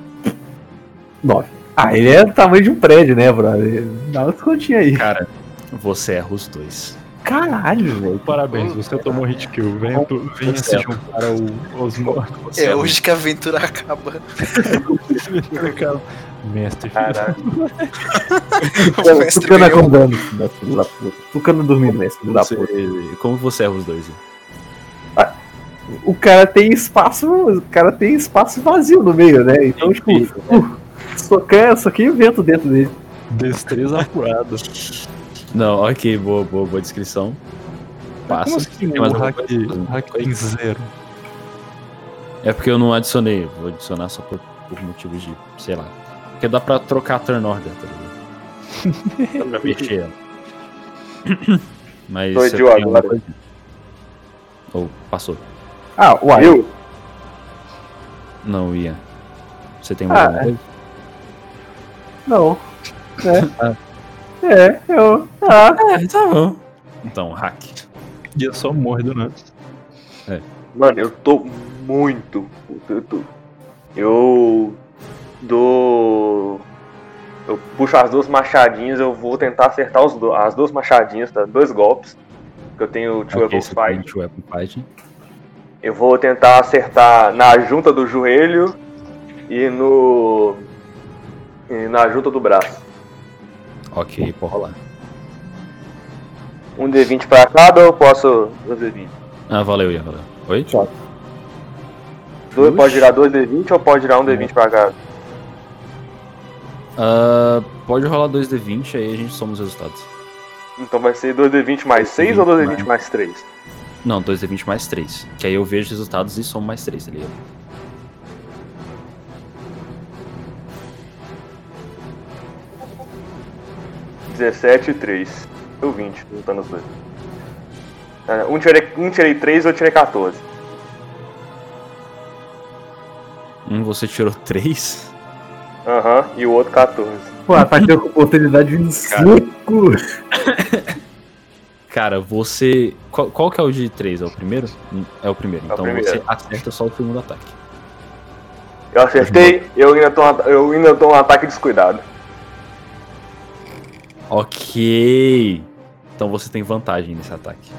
A: 9. Ah, ele é do tamanho de um prédio, né, brother? Dá uma descontinha aí.
B: Cara, você erra os dois.
A: Caralho, velho.
E: Parabéns, você tomou hit kill. Vento, venha um se juntar ao, aos mortos.
B: Você
H: É
B: erra
H: hoje que a aventura acaba.
E: né, Cara, Mestre.
C: Caralho.
H: O mestre
A: Tucano
H: ganhou.
A: acordando. filho da puta, da puta. Tucano dormindo nesse, filho da
B: Você-
A: puta.
B: como você erra os dois?
A: O cara tem espaço. O cara tem espaço vazio no meio, né? Então, tipo, uh, só quer, só quer vento dentro dele.
E: Destreza apurada.
B: Não, ok, boa, boa, boa descrição. Passa.
E: Como assim?
B: Tem mais
E: O
B: alguma
E: hack,
B: coisa?
E: hack tem zero.
B: É porque eu não adicionei, eu vou adicionar só por, por motivos de, sei lá. Porque dá pra trocar a turn order, tá ligado? dá pra mexer ela. Mas
C: Tô
B: você
C: idiota,
B: tem alguma
C: agora.
B: coisa? Ou passou.
A: Ah, uai.
C: Viu?
B: Não, Ian. Você tem
A: Ah,
B: alguma coisa?
A: Não. É. é, eu. Ah.
B: É, tá bom. Então, hack.
E: E eu só mordo, né?
C: Mano, eu tô muito puto. Eu, tô- eu dou. Eu puxo as duas machadinhas, eu vou tentar acertar os do- as duas machadinhas, tá? dois golpes. Que eu tenho
B: Ok,
C: Two
B: é
C: Apples
B: você tem
C: Fight.
B: two weapon fight.
C: Eu vou tentar acertar na junta do joelho e no. E na junta do braço.
B: Ok, pode rolar.
C: Um D20 pra cada ou eu posso. Dois D20?
B: Ah, valeu, Ian, valeu. Oi?
C: Dois,
B: Ux.
C: pode girar dois D20 ou pode girar um D20 pra cada?
B: Ah, pode rolar 2d20, aí a gente soma os resultados.
C: Então vai ser dois D20 mais 6 ou dois D20 mais 3?
B: Não, 2d20 mais 3. Que aí eu vejo os resultados e somo mais 3, tá ligado?
C: dezessete e 3. Deu 20, juntando os dois. Ah, Um tirei, um tirei 3, eu tirei 14.
B: Um você tirou 3?
C: Aham, e o outro 14.
A: Pô, rapaz, deu oportunidade de um suco.
B: Cara, você. Qual, qual que é o de 3? É o primeiro? Hum, É o primeiro.
C: É o
B: Então
C: primeiro.
B: você acerta só o segundo ataque.
C: Eu acertei, eu ainda tô, eu ainda tô um ataque descuidado.
B: Ok. Então você tem vantagem nesse ataque.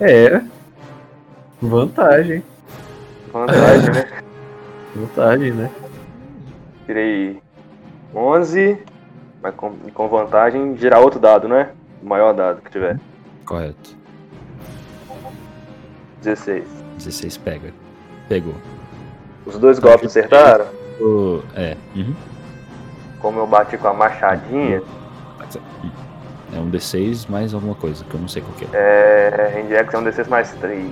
A: É. Vantagem.
C: Vantagem, né?
A: Vantagem, né?
C: Tirei 11, mas com, com vantagem girar outro dado, né? O maior dado que tiver.
B: Correto.
C: 16.
B: 16 pega. Pegou.
C: Os dois golpes acertaram?
B: O- é. uhum.
C: Como eu bati com a machadinha,
B: É um D6 mais alguma coisa, que eu não sei qual que é.
C: é. Range Action D6 mais 3.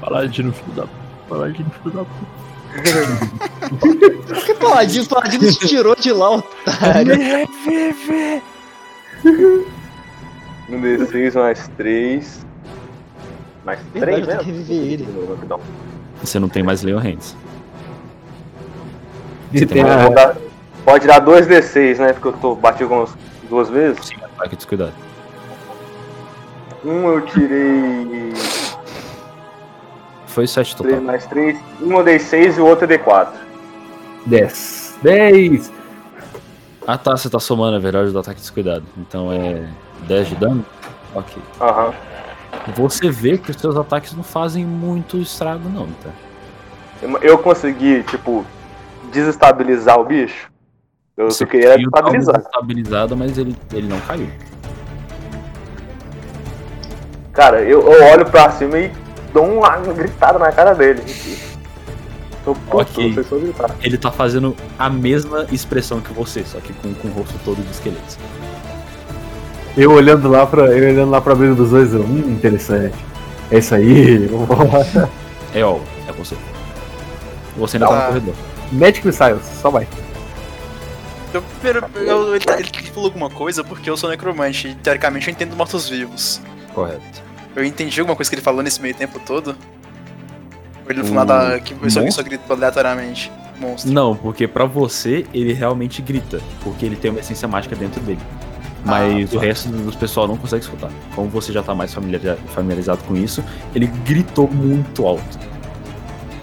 E: Paladino, filho da. Paladino, filho da puta.
D: Por que Paladino? Paladino te tirou de lá, otário.
C: Um D6 mais 3. Mais né?
D: Verdade,
C: 3
D: eu tenho
C: mesmo?
D: que rever ele.
C: Não,
B: Você não tem mais Leon Hands.
A: E
B: É.
A: tem
C: Eu
A: a-
C: vou dar- Pode dar 2d6, né? Porque eu tô, bati algumas duas vezes.
B: Sim, ataque descuidado.
C: Um eu tirei
B: Foi 7
C: 3
B: total.
C: mais 3. Um eu dei 6 e o outro eu dei 4.
A: 10. 10!
B: Ah tá, você tá somando, é verdade, do ataque descuidado. Então é 10 de dano? Ok.
C: Aham.
B: Você vê que os seus ataques não fazem muito estrago, não, tá?
C: Eu- Eu consegui, tipo, desestabilizar o bicho. Eu só queria era
B: conseguiu dar uma
C: desestabilizar.
B: desestabilizada, tá um mas ele, ele não caiu. um-
C: Cara, eu, eu olho pra cima e dou uma gritada na cara dele. Tô puto,
B: Ok.
C: não sei se eu gritar.
B: Ele tá fazendo a mesma expressão que você, só que com, com o rosto todo de esqueleto.
A: Eu olhando lá pra, eu olhando lá pra mesa dos dois, eu, hum, interessante. É isso aí, vambora.
B: É ó, é você. Você ainda
H: Tá.
B: tá no corredor.
A: Magic Missiles, só vai.
H: Eu, primeiro, eu- ele, tá- ele falou alguma coisa porque eu sou necromante e teoricamente eu entendo mortos-vivos.
B: Correto.
H: Eu entendi alguma coisa que ele falou nesse meio tempo todo? Ou ele não falou nada que eu só, eu só grito aleatoriamente? Monstro.
B: Não, porque pra você ele realmente grita, porque ele tem uma essência mágica dentro dele. Mas o resto do pessoal não consegue escutar. Como você já tá mais familiar- familiarizado com isso, ele gritou muito alto.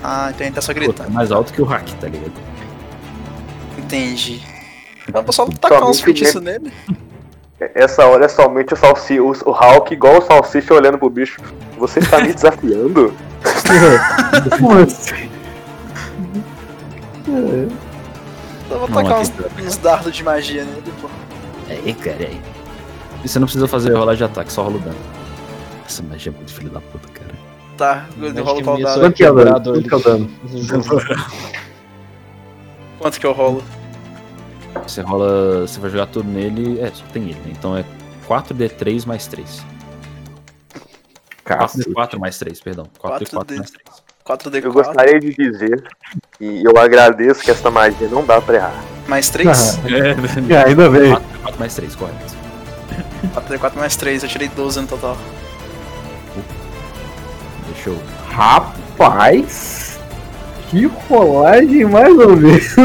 H: Ah, então ele tá
B: Pô,
H: só
B: tá
H: gritando.
B: mais alto que o hack, tá ligado?
H: Entendi. Então eu posso só tacar uns
C: Somente
H: feitiços nele.
C: Essa hora é somente o, salsi, o, o Hulk, igual o Salsicha, olhando pro bicho. Você está me desafiando?
H: Então eu vou
B: Não,
H: tacar
B: aqui
H: uns, uns dardos de magia nele, pô.
B: Aí, É, cara, aí. E você não precisa fazer rolar de ataque, só rola o dano. Essa magia é muito filho da puta, cara.
H: Tá, eu rolo qual dado?
A: Quanto que é o dano? Quanto que é o dano?
H: Quanto que eu rolo?
B: Você rola. Você vai jogar tudo nele. É, só tem ele, né? Então é 4D3 mais 3.
A: Cacete.
B: 4D4 mais 3, perdão. 4D4
H: 4D4
B: mais 3.
H: 4D4,
C: Eu gostaria de dizer, e eu agradeço que essa magia não dá pra errar.
H: mais 3?
B: É, velho.
A: E ainda bem.
B: 4 mais 3, correto.
H: 4D4 mais 3, eu tirei 12 no total.
B: Deixa eu.
A: Rapaz! Que rolagem mais ou menos.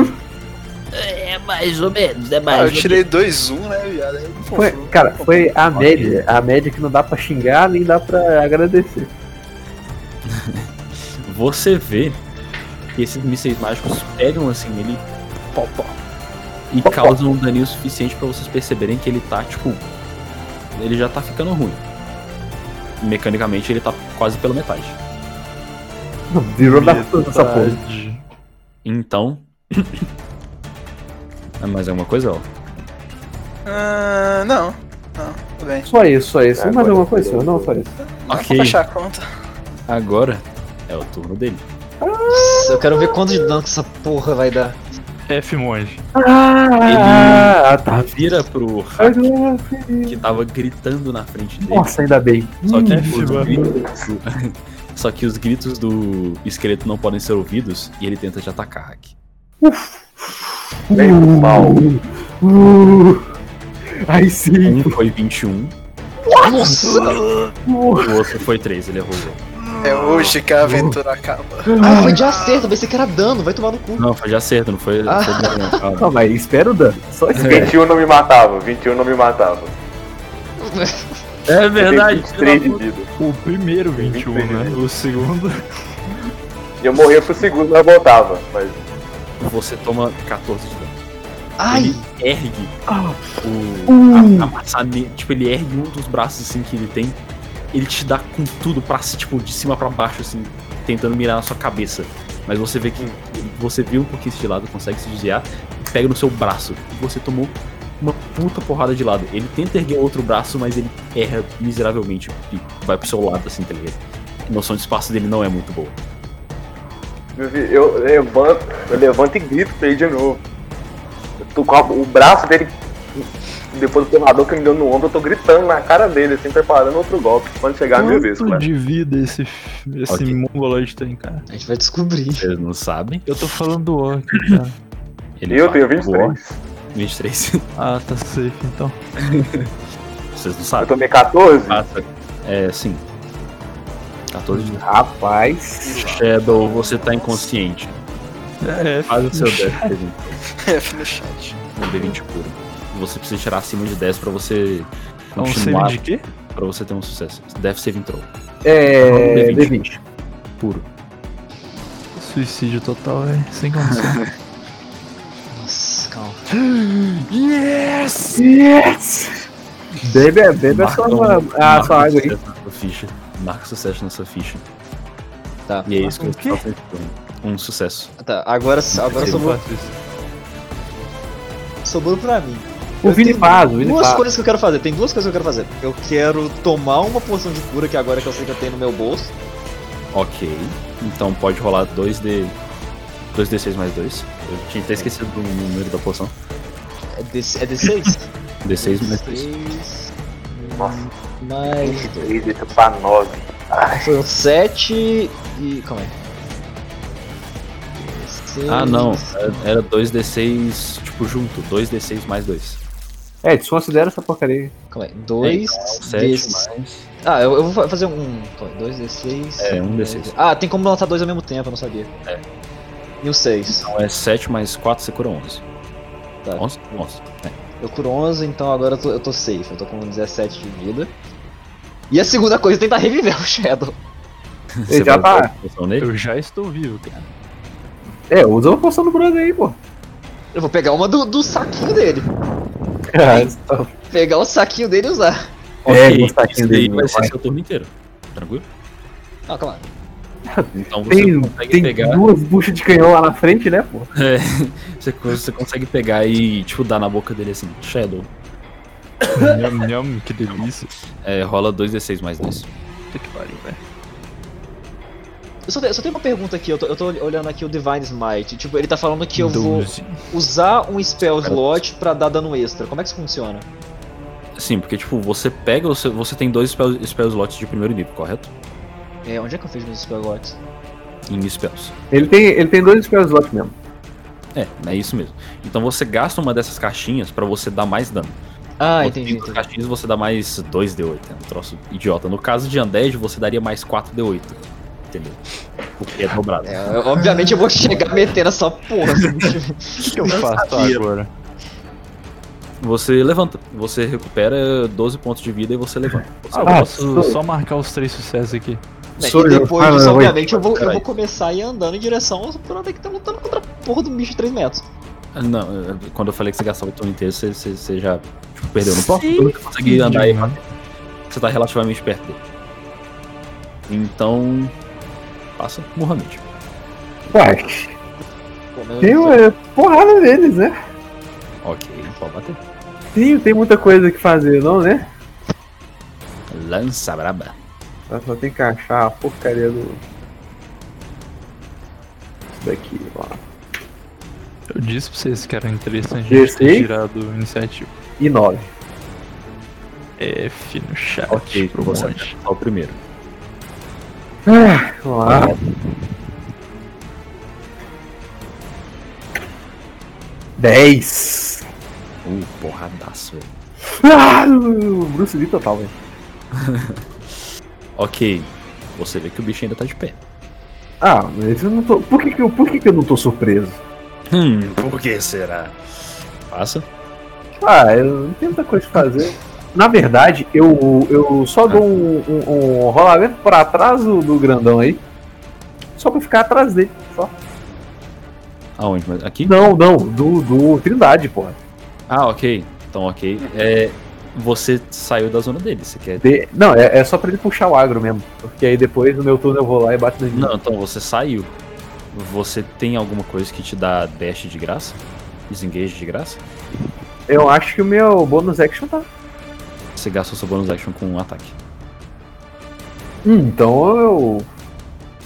F: É mais ou menos, é mais
H: Ah,
F: ou
H: eu
F: menos.
H: tirei 2, 1, né, viado? Aí, pô,
A: Foi,
H: pô,
A: cara,
H: pô.
A: foi a média. A média que não dá pra xingar nem dá pra agradecer.
B: Você vê que esses mísseis mágicos pegam assim ele pó, pó, e causam um daninho suficiente pra vocês perceberem que ele tá, tipo. Ele já tá ficando ruim. Mecanicamente ele tá quase pela metade.
A: Virou da puta
B: tá.
A: essa porra.
E: Metade.
B: Então. é mais alguma coisa, ó?
H: Ah, não. Não, tudo bem.
A: Só isso, só
B: É,
A: isso. Não mais
C: Agora
B: tá
A: alguma coisa,
C: virou.
A: senhor? Não, só isso.
H: Dá
B: Ok.
H: pra fechar a conta.
B: Agora é o turno dele.
D: Nossa, Eu quero ver quanto de dano que essa porra vai dar.
E: F monge.
A: Ah, tá.
B: Vira pro Hack que tava gritando na frente dele.
A: Nossa, ainda bem.
B: Só que,
E: Hum,
B: os
E: Shiba.
B: gritos, só que os gritos do esqueleto não podem ser ouvidos e ele tenta te atacar, Hack.
C: Bem mal.
A: Uh, aí sim.
B: Um foi 21,
D: Nossa!
A: Uh,
B: o outro foi 3, ele errou.
H: É hoje que a aventura acaba.
D: Ah, foi de acerto, pensei que era dano, vai tomar no cu.
B: Não, foi de acerto, não foi.
E: Ah.
B: não foi de dano, não, calma.
A: Não, mas espera o dano. Só espera.
C: 21 não me matava, 21 não me matava.
B: É
C: Eu
B: verdade,
C: Dei 23 de
B: filho da
C: vida.
E: O primeiro 21, né? O segundo.
C: E eu morria pro segundo, mas voltava. Mas
B: puta. Você toma 14 de dano.
D: Ai!
B: Ele ergue o. A, a maçaneta, tipo, ele ergue um dos braços assim que ele tem ele te dá com tudo pra, c- tipo, de cima pra baixo, assim, tentando mirar na sua cabeça. Mas você vê que você viu um pouquinho esse de lado, consegue se desviar, pega no seu braço. E você tomou uma puta porrada de lado. Ele tenta erguer outro braço, mas ele erra miseravelmente e vai pro seu lado, assim, tá ligado? A noção de espaço dele não é muito boa.
C: Meu filho, eu levanto, eu levanto e grito pra ele de novo. Eu tô com a- o braço dele, depois do torrador que ele me deu no ombro, eu tô gritando na cara dele, assim, preparando outro golpe. Quando chegar né? a minha vez,
E: Quanto
C: claro.
E: de vida esse, f- esse
B: Ok.
E: mongoloide tem, cara?
D: A gente vai descobrir.
B: Vocês não sabem.
E: Eu tô falando do Orc, cara.
B: Ele
C: Eu
B: vai-
C: tenho
B: voa.
C: 23.
B: 23.
E: Ah, tá safe então.
B: Vocês não
C: Eu
B: sabem.
C: tomei 14.
B: Passa. É, sim. 14
A: Hum.
B: de
A: Rapaz.
B: Shadow, você tá inconsciente.
E: É,
B: Faz o seu death saving
H: F no chat.
B: um D20 puro. Você precisa tirar acima de 10 pra você
E: é um save
B: continuar,
E: de quê?
B: pra você ter um sucesso. Death saving throw.
A: É.
B: D20. Um Puro.
E: Suicídio total, velho. Sem condição.
D: Nossa, calma.
B: Yes!
A: Bebe, é, bebe a sua, a sua água Ah, aí.
B: Ficha. Marca sucesso na sua ficha.
D: Tá.
B: E é isso que
E: um
B: eu tô tentando. Um sucesso.
D: Tá, agora, agora
E: Eu
D: sobrou,
E: faço isso.
D: sobrou pra mim.
A: O
D: Eu
A: Vini
D: tenho
A: faz, o Vini
D: Duas
A: faz.
D: coisas que eu quero fazer. Tem duas coisas que eu quero fazer. Eu quero tomar uma porção de cura que agora que eu sei que eu tenho no meu bolso.
B: Ok. Então pode rolar 2D. 2D6 mais 2. Eu tinha até esquecido do número da poção.
D: É D- É D6?
B: D6 mais 2.
D: Seis,
C: Nossa.
D: Mais dois.
C: 23, deixa pra 9.
D: Foi um 7 e. Calma aí. Seis,
B: Ah, não. Era- Era 2D6, tipo, junto. 2D6 mais 2.
A: É, desconsidera essa porcaria.
D: Calma aí. 2
B: 7 É, mais.
D: Ah, eu, eu vou fa- fazer um. Calma aí. 2 D6.
B: É, um D6.
D: Ah, tem como lançar dois ao mesmo tempo, eu não sabia.
B: É.
D: E um 6.
B: Então é 7 mais 4, você cura 11.
D: Tá.
B: 11? 11.
D: Eu curo 11, então agora eu tô, eu tô safe. Eu tô com 17 de vida. E a segunda coisa é tentar reviver o Shadow.
B: Você
A: já
B: vai
A: tá.
B: usar a poção nele?
E: Eu já estou vivo, cara.
A: É, usa uma poção do brother aí, pô.
D: Eu vou pegar uma do, do saquinho dele. Pegar o saquinho dele e usar.
A: É,
B: É, Ok,
A: gostar
B: isso daí
A: dele,
B: vai
A: meu
B: ser
A: pai.
B: seu turno inteiro. Tranquilo?
D: Ah, calma.
B: Então você
A: Tem,
B: consegue
A: tem
B: pegar.
A: duas buchas de canhão lá na frente, né, pô?
B: Você, você consegue pegar e, tipo, dar na boca dele assim, Shadow.
E: nham, nham, que delícia.
B: É, rola 2D6 mais 2.
E: Puta que pariu, velho.
D: Eu só, te- eu só tenho uma pergunta aqui, eu tô, eu tô olhando aqui o Divine Smite. Tipo, ele tá falando que eu vou
E: Doze.
D: usar um spell slot pra dar dano extra. Como é que isso funciona?
B: Sim, porque, tipo, você pega, você, você tem dois spell, spell slots de primeiro nível, correto?
D: É, onde é que eu fiz meus spell slots?
B: Em spells.
A: Ele tem, ele tem dois spells slot mesmo.
B: É, é isso mesmo. Então você gasta uma dessas caixinhas pra você dar mais dano.
D: Ah,
B: Você
D: entendi.
B: tem duas
D: entendi.
B: caixinhas você dá mais 2D8, é um troço idiota. No caso de Undead, você daria mais 4D8. Entendeu? Porque é dobrado.
D: É, eu- obviamente eu vou chegar metendo essa porra. se não tiver-
E: O que eu faço agora?
B: Você levanta, você recupera 12 pontos de vida e você levanta. Você
E: Ah, eu
B: levanta.
E: posso
A: sou-
E: só marcar os três sucessos aqui.
D: Né,
A: Sou
D: e
A: eu.
D: depois
A: Ah,
D: disso,
A: não, wait.
D: obviamente, eu vou, eu
B: Peraí.
D: vou começar a ir andando em direção ao Pronto que tá lutando contra a porra do bicho de 3 metros.
B: Não, é, quando eu falei que você gastava o turno inteiro, você, você- você já tipo, perdeu. Não posso você conseguir andar e
E: Mano.
B: você tá relativamente perto dele. Então. Passa Mohamed.
A: Uai,
D: Pô, mas
A: tem
D: eu-
A: uma porrada deles, né?
B: Ok, pode bater.
A: Sim, tem muita coisa que fazer, não, né?
B: Lança braba.
A: Ela só tem que achar a porcaria do. Isso daqui, ó.
E: Eu disse pra vocês que era interessante a gente ter
A: Dezesseis?
E: tirado iniciativa.
A: E nove.
E: F no chat.
B: Ok,
E: pro
B: você
E: monte.
B: acertar o primeiro.
A: Vamos lá. Dez.
B: Uh, porradaço, velho.
A: Ah, Bruce Lee total, velho.
B: Ok. Você vê que o bicho ainda tá de pé.
A: Ah, mas eu não tô. Por que, que, eu... Por que, que eu não tô surpreso?
B: Hum, por que será? Passa.
A: Ah, eu não tenho muita coisa pra fazer. Na verdade, eu, eu só dou um, um- um rolamento por atrás do, do grandão aí. Só pra ficar atrás dele. Só.
B: Aonde? Mas Aqui?
A: Não, não, do, do Trindade, porra.
B: Ah, ok. Então, ok. É, você saiu da zona dele. Você quer.
A: De- Não, é, é só pra ele puxar o agro mesmo. Porque aí depois no meu turno eu vou lá e bato nele.
B: Não, então você saiu. Você tem alguma coisa que te dá dash de graça? Disengage de graça?
A: Eu acho que o meu bônus action tá.
B: Você gastou seu bonus action com um ataque.
A: Hum, então eu.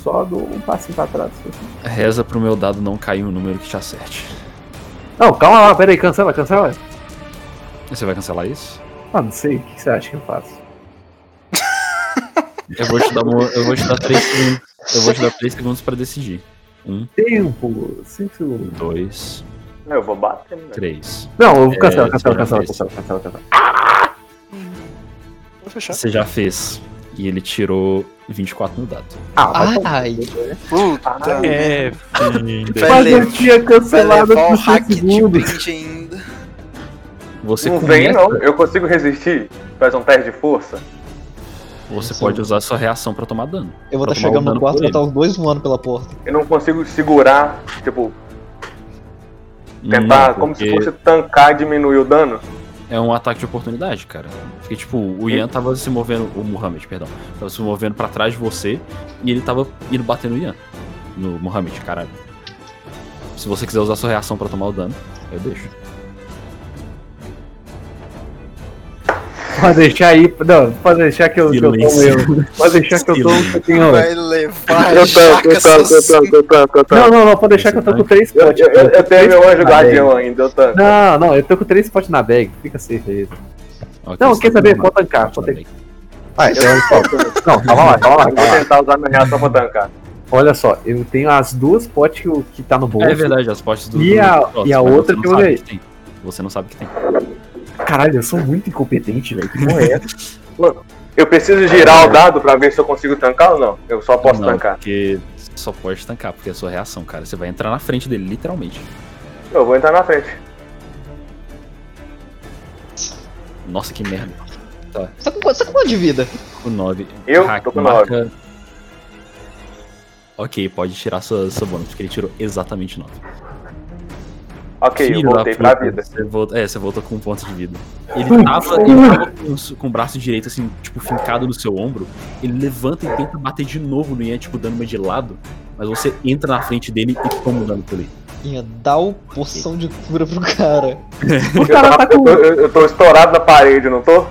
A: Só dou um passinho pra trás. assim.
B: Reza pro meu dado não cair um número que te acerte.
A: Não, calma lá, pera aí, cancela, cancela.
B: Você vai cancelar isso?
A: Ah, não sei, o que você acha que eu faço?
B: Eu vou te dar, uma- eu vou te dar três segundos. Eu vou te dar três segundos pra decidir.
A: Tempo, 5 segundos.
B: Um, dois,
C: Eu vou bater, né?
B: três.
A: Não, eu vou cancelar,
B: É,
A: cancela,
B: segura
A: cancela,
B: a vez.
A: cancela, cancela, cancela.
H: Vou fechar.
B: Você já fez. E ele tirou 24 no dado.
A: Ah, vai tomar.
D: Ai,
H: Puta.
E: É, fim.
A: mas
H: Vai
A: eu tinha
H: Vai
A: cancelado
H: levar um
A: por
H: hack
A: 5
H: de
C: tipo
A: segundos.
H: brinde ainda.
B: Você
C: não
B: começa-
C: vem, não. Eu consigo resistir. Faz um teste de força.
B: Você
D: Sim.
B: pode usar sua reação pra tomar dano.
D: eu vou
B: Pra tomar
D: estar
B: um
D: chegando
B: dano
D: no quarto
B: por
D: e botar os dois voando pela porta.
C: Eu não consigo segurar, tipo, tentar,
A: É, tá,
B: Não,
C: como se
B: porque
C: fosse tancar e diminuir o dano.
B: É um ataque de oportunidade, cara. Porque, tipo, o Ian tava se movendo. O Muhammad, perdão. Tava se movendo pra trás de você. E ele tava indo bater no Ian. No Muhammad, caralho. Se você quiser usar sua reação pra tomar o dano, eu deixo.
A: Pode deixar aí, não, pode deixar que eu, que eu tomo
B: Silêncio.
A: eu. Pode deixar que eu um tomo que eu tenho.
H: Vai levar
A: Eu
H: jaca assassina.
A: Não, não, não, pode deixar que eu tô com 3
C: Eu,
A: potes.
C: eu- eu- eu tenho meu anjo
A: Tá bem.
C: guardião ainda, eu tanco.
A: Não, não, eu tô com 3 potes na bag, fica safe aí.
B: Ok,
A: Não,
B: você
A: quer
B: tá
A: saber? é
B: tomando
A: Pode tancar, pode
B: dano
A: tancar.
B: também.
A: Ah, então eu falo. Não, calma lá, calma lá,
C: Eu vou
A: calma lá.
C: tentar usar minha reação pra tancar.
A: Olha só, eu tenho as duas potes que, eu- que tá no bolso.
B: É verdade, as postes do.
A: E
B: do-
A: a-
B: do-
A: e a
B: mas
A: outra
B: você
A: que
B: não
A: eu
B: sabe
A: olhei?
B: tem. Você não sabe que tem.
A: Caralho, eu sou muito incompetente, velho. Que porra é essa?
C: Eu preciso girar o dado pra ver se eu consigo tancar ou não. Eu só posso
B: não,
C: tancar.
B: Porque só pode tancar, porque é a sua reação, cara. Você vai entrar na frente dele, literalmente.
C: Eu vou entrar na frente.
B: Nossa, que merda.
D: Você tá com quanto, você tá com quanto de vida?
B: Com 9.
C: Eu tô com nove.
B: Ok, pode tirar sua, sua bônus, porque ele tirou exatamente 9.
C: Ok, eu voltei pra vida.
B: Você voltou, é, você voltou com um ponto de vida. Ele tava, ele tava com, os- com o braço direito, assim, tipo, fincado no seu ombro. Ele levanta e tenta bater de novo no Ian, tipo, dando uma de lado. Mas você entra na frente dele e toma o dano por ele.
D: Ia dar o poção de cura pro cara.
A: O
C: Eu,
A: cara
C: tava-
A: tá com.
C: eu- eu- eu tô estourado na parede, não tô?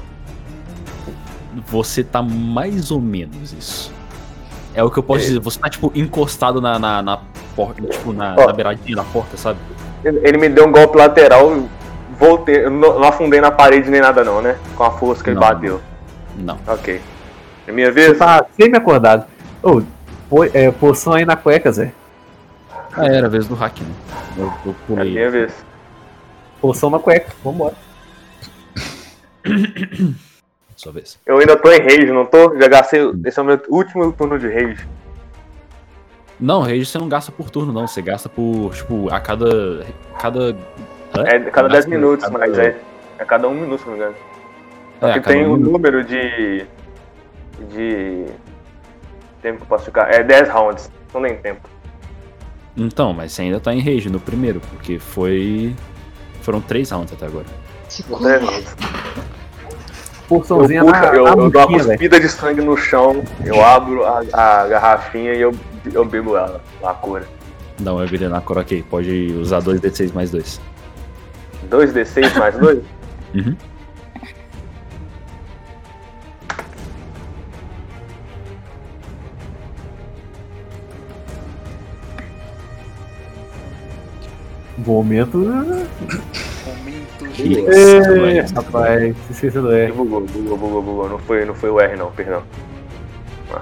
B: Você tá mais ou menos isso. É o que eu posso dizer. Você tá, tipo, encostado na, na, na porta, tipo, na,
C: Ó.
B: na beiradinha da porta, sabe?
C: Ele ele me deu um golpe lateral, eu voltei. Eu não, não afundei na parede nem nada, não, né? Com a força que ele
B: Não.
C: bateu.
B: Não.
C: Ok. É minha
A: Você
C: vez?
A: tá sempre acordado. Ô, po- é, poção aí na cueca, Zé.
B: Ah, era a vez do hack, né? Eu, eu
C: É
B: pulei.
C: minha vez.
A: Poção na cueca, vambora.
B: Sua vez.
C: Eu ainda tô em rage, não tô? Já gastei. Esse é o meu último turno de rage.
B: Não, rage você não gasta por turno, não. Você gasta por, tipo, a cada. Cada.
C: É a cada 10
B: Gasta
C: minutos,
B: cada-
C: mas é. É cada um minuto, se não me engano.
B: É,
C: que
B: a cada
C: tem
B: um
C: o
B: minuto.
C: número de. de. tempo que eu posso ficar. É 10 rounds, não tem tempo.
B: Então, mas você ainda tá em rage no primeiro, porque foi. Foram três rounds até agora.
D: Você
C: Não
D: como?
C: tem rounds. Eu,
A: Porçãozinha na,
C: puxo, eu,
A: na
C: eu dou uma
A: boquinha, velho.
C: cuspida de sangue no chão, eu abro a, a garrafinha e eu, eu bebo ela, a cura.
B: Dá uma vida na cor, ok. Pode usar 2d6 mais dois.
C: 2d6 mais 2?
B: Uhum.
A: Momento. né?
H: Momento
B: Ih.
H: de-
B: Esqueci do
A: É,
B: R.
A: rapaz, se esqueceu do R.
C: Bugou, bugou, bugou, bugou. Não foi, não foi o R, não, perdão. Ah.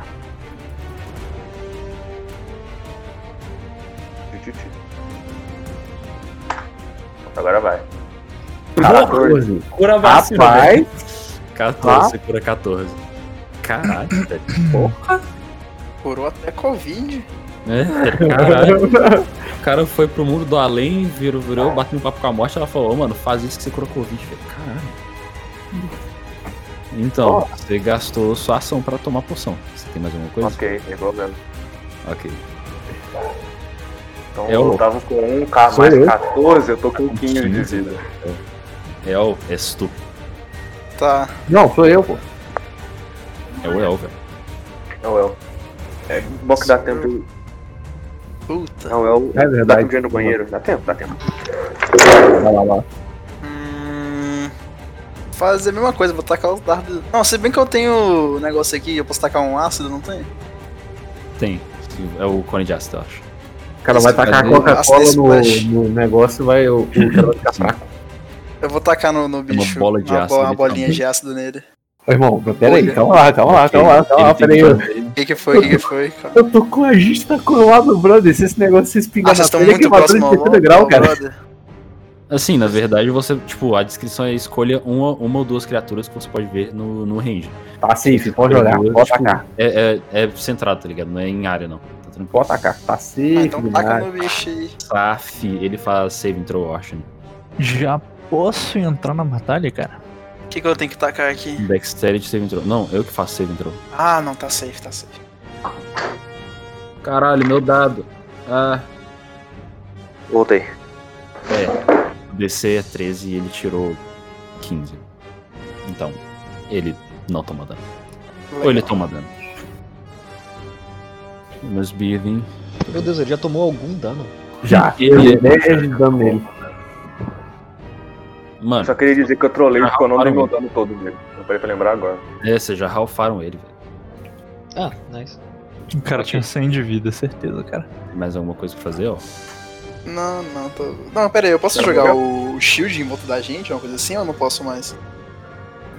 C: Tchu, tchu, tchu. Agora vai.
B: Cura
A: vacina, Rapaz.
B: 14, você cura 14. Caralho, velho.
H: Curou até Covid.
B: É, velho, caralho. O cara foi pro mundo do além, virou, virou, bateu um papo com a morte, ela falou, "Ô, mano, faz isso que você curou Covid, velho. Caralho. Então, você gastou sua ação pra tomar poção. Você tem mais alguma coisa?
C: Ok, sem problema.
B: Ok.
C: Então
B: É
C: eu
B: o-
C: tava com 1k
A: Sou
C: mais
A: eu.
C: 14, eu tô com 15 de vida.
B: É, ó, és tu.
H: Tá.
A: Não, sou eu, pô.
B: É o Elver.
C: É o El. É bom que dá tempo.
H: Puta.
C: Não, é o.
A: É
C: Dá
A: verdade.
C: tempo de ir no banheiro. Dá tempo, dá tempo.
A: Vai lá, lá.
H: Hum, fazer a mesma coisa, vou tacar os dardos. Não, se bem que eu tenho um negócio aqui, eu posso tacar um ácido, não tem?
B: Tem. É o cone de ácido, eu acho.
A: O cara vai tacar a
B: Esse
A: Coca-Cola
H: splash.
A: no, no negócio e vai. O, o cara vai ficar fraco.
H: Eu vou tacar no, no bicho.
B: bola de ácido,
H: bo- uma
B: ele
H: bolinha
B: tá
H: de ácido nele.
A: Ô, irmão, peraí,
H: Olha.
A: calma lá, calma lá, calma lá, calma lá,
B: Ele tem
A: peraí.
B: que
H: O que que foi? O que que foi? cara?
A: Eu tô com a gente tá colado, brother. Se esse negócio se espingar
H: Ah, vocês
A: na
H: estão
A: pele, é
H: muito
A: queimadura
H: próximos
A: de
H: ao, né?
A: terceiro grau,
H: ao
A: cara.
H: brother.
B: Assim, na verdade, você, tipo, a descrição é escolha uma, uma ou duas criaturas que você pode ver no, no range.
A: Tá safe, pode jogar,
B: Tipo,
A: pode tacar,
B: É, é, é centrado, tá ligado? Não é em área, não. Tá tranquilo.
A: pode tacar. Tá
H: Ah,
A: safe,
H: então taca
A: demais.
H: no bicho aí.
B: Saf, ele faz save throw, eu acho. Né?
E: Já posso entrar na batalha, cara?
H: O que que eu tenho que tacar aqui?
B: Dexterity save throw. Não, eu que faço save throw.
H: Ah, não, tá safe, tá safe.
B: Caralho, meu dado. Ah,
C: Voltei.
B: é. O DC é 13 e ele tirou 15. Então, ele não toma dano. Ou ele toma dano. Mas Birvin.
D: Meu Deus, ele já tomou algum dano?
A: Já,
B: Ele-
A: ele 10 de dano nele.
B: Mano,
C: Só queria dizer que eu trolei
B: Ah,
C: porque eu não
B: para
C: dei meu
B: mim.
C: dano todo mesmo. Eu parei pra lembrar agora.
B: é, vocês já ralfaram ele, velho.
D: Ah, nice.
E: O cara tinha 100 de vida, certeza, cara.
B: Tem Mais alguma coisa pra fazer, ó?
H: Não, não, tô. Não, pera aí, eu posso
C: Quero
H: jogar o, o shield em volta da gente, uma coisa assim, ou eu não posso mais?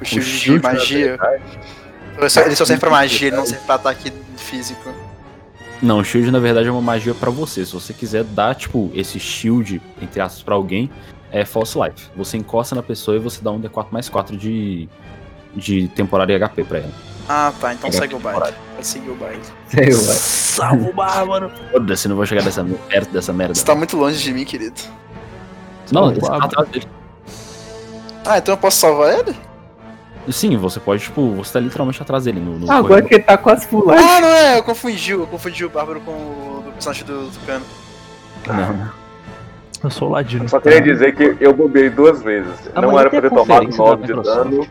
H: O shield,
B: shield,
H: de magia. Ele só- ele só serve pra magia, ele não serve pra ataque físico.
B: Não, o shield na verdade é uma magia pra você. Se você quiser dar, tipo, esse shield, entre aspas, pra alguém, é false life. Você encosta na pessoa e você dá um D4 mais 4 de, de temporário e HP pra ela.
H: Ah, tá, então
B: É,
H: segue o baile. Pode seguir o baile.
A: Sei lá.
E: Salvo o bárbaro!
B: Foda-se, não vou chegar dessa, perto dessa merda.
H: Você tá muito longe de mim, querido.
B: Não,
E: Tá
B: você tá
E: bom.
B: atrás dele.
H: Ah, então eu posso salvar ele?
B: Sim, você pode, tipo, você tá literalmente atrás dele no, no
A: Agora
B: corredor.
A: que ele tá quase pulando.
H: Ah, não é, eu confundi, eu confundi o Bárbaro com o do personagem do Tucano.
B: Não,
E: Eu sou o Ladino.
C: Só queria dizer que eu bobei duas vezes.
D: Ah,
C: não
D: mas
C: era
D: e
C: pra
D: que
C: ter
D: a
C: tomado
D: conferência
C: 9
D: da
C: de dano.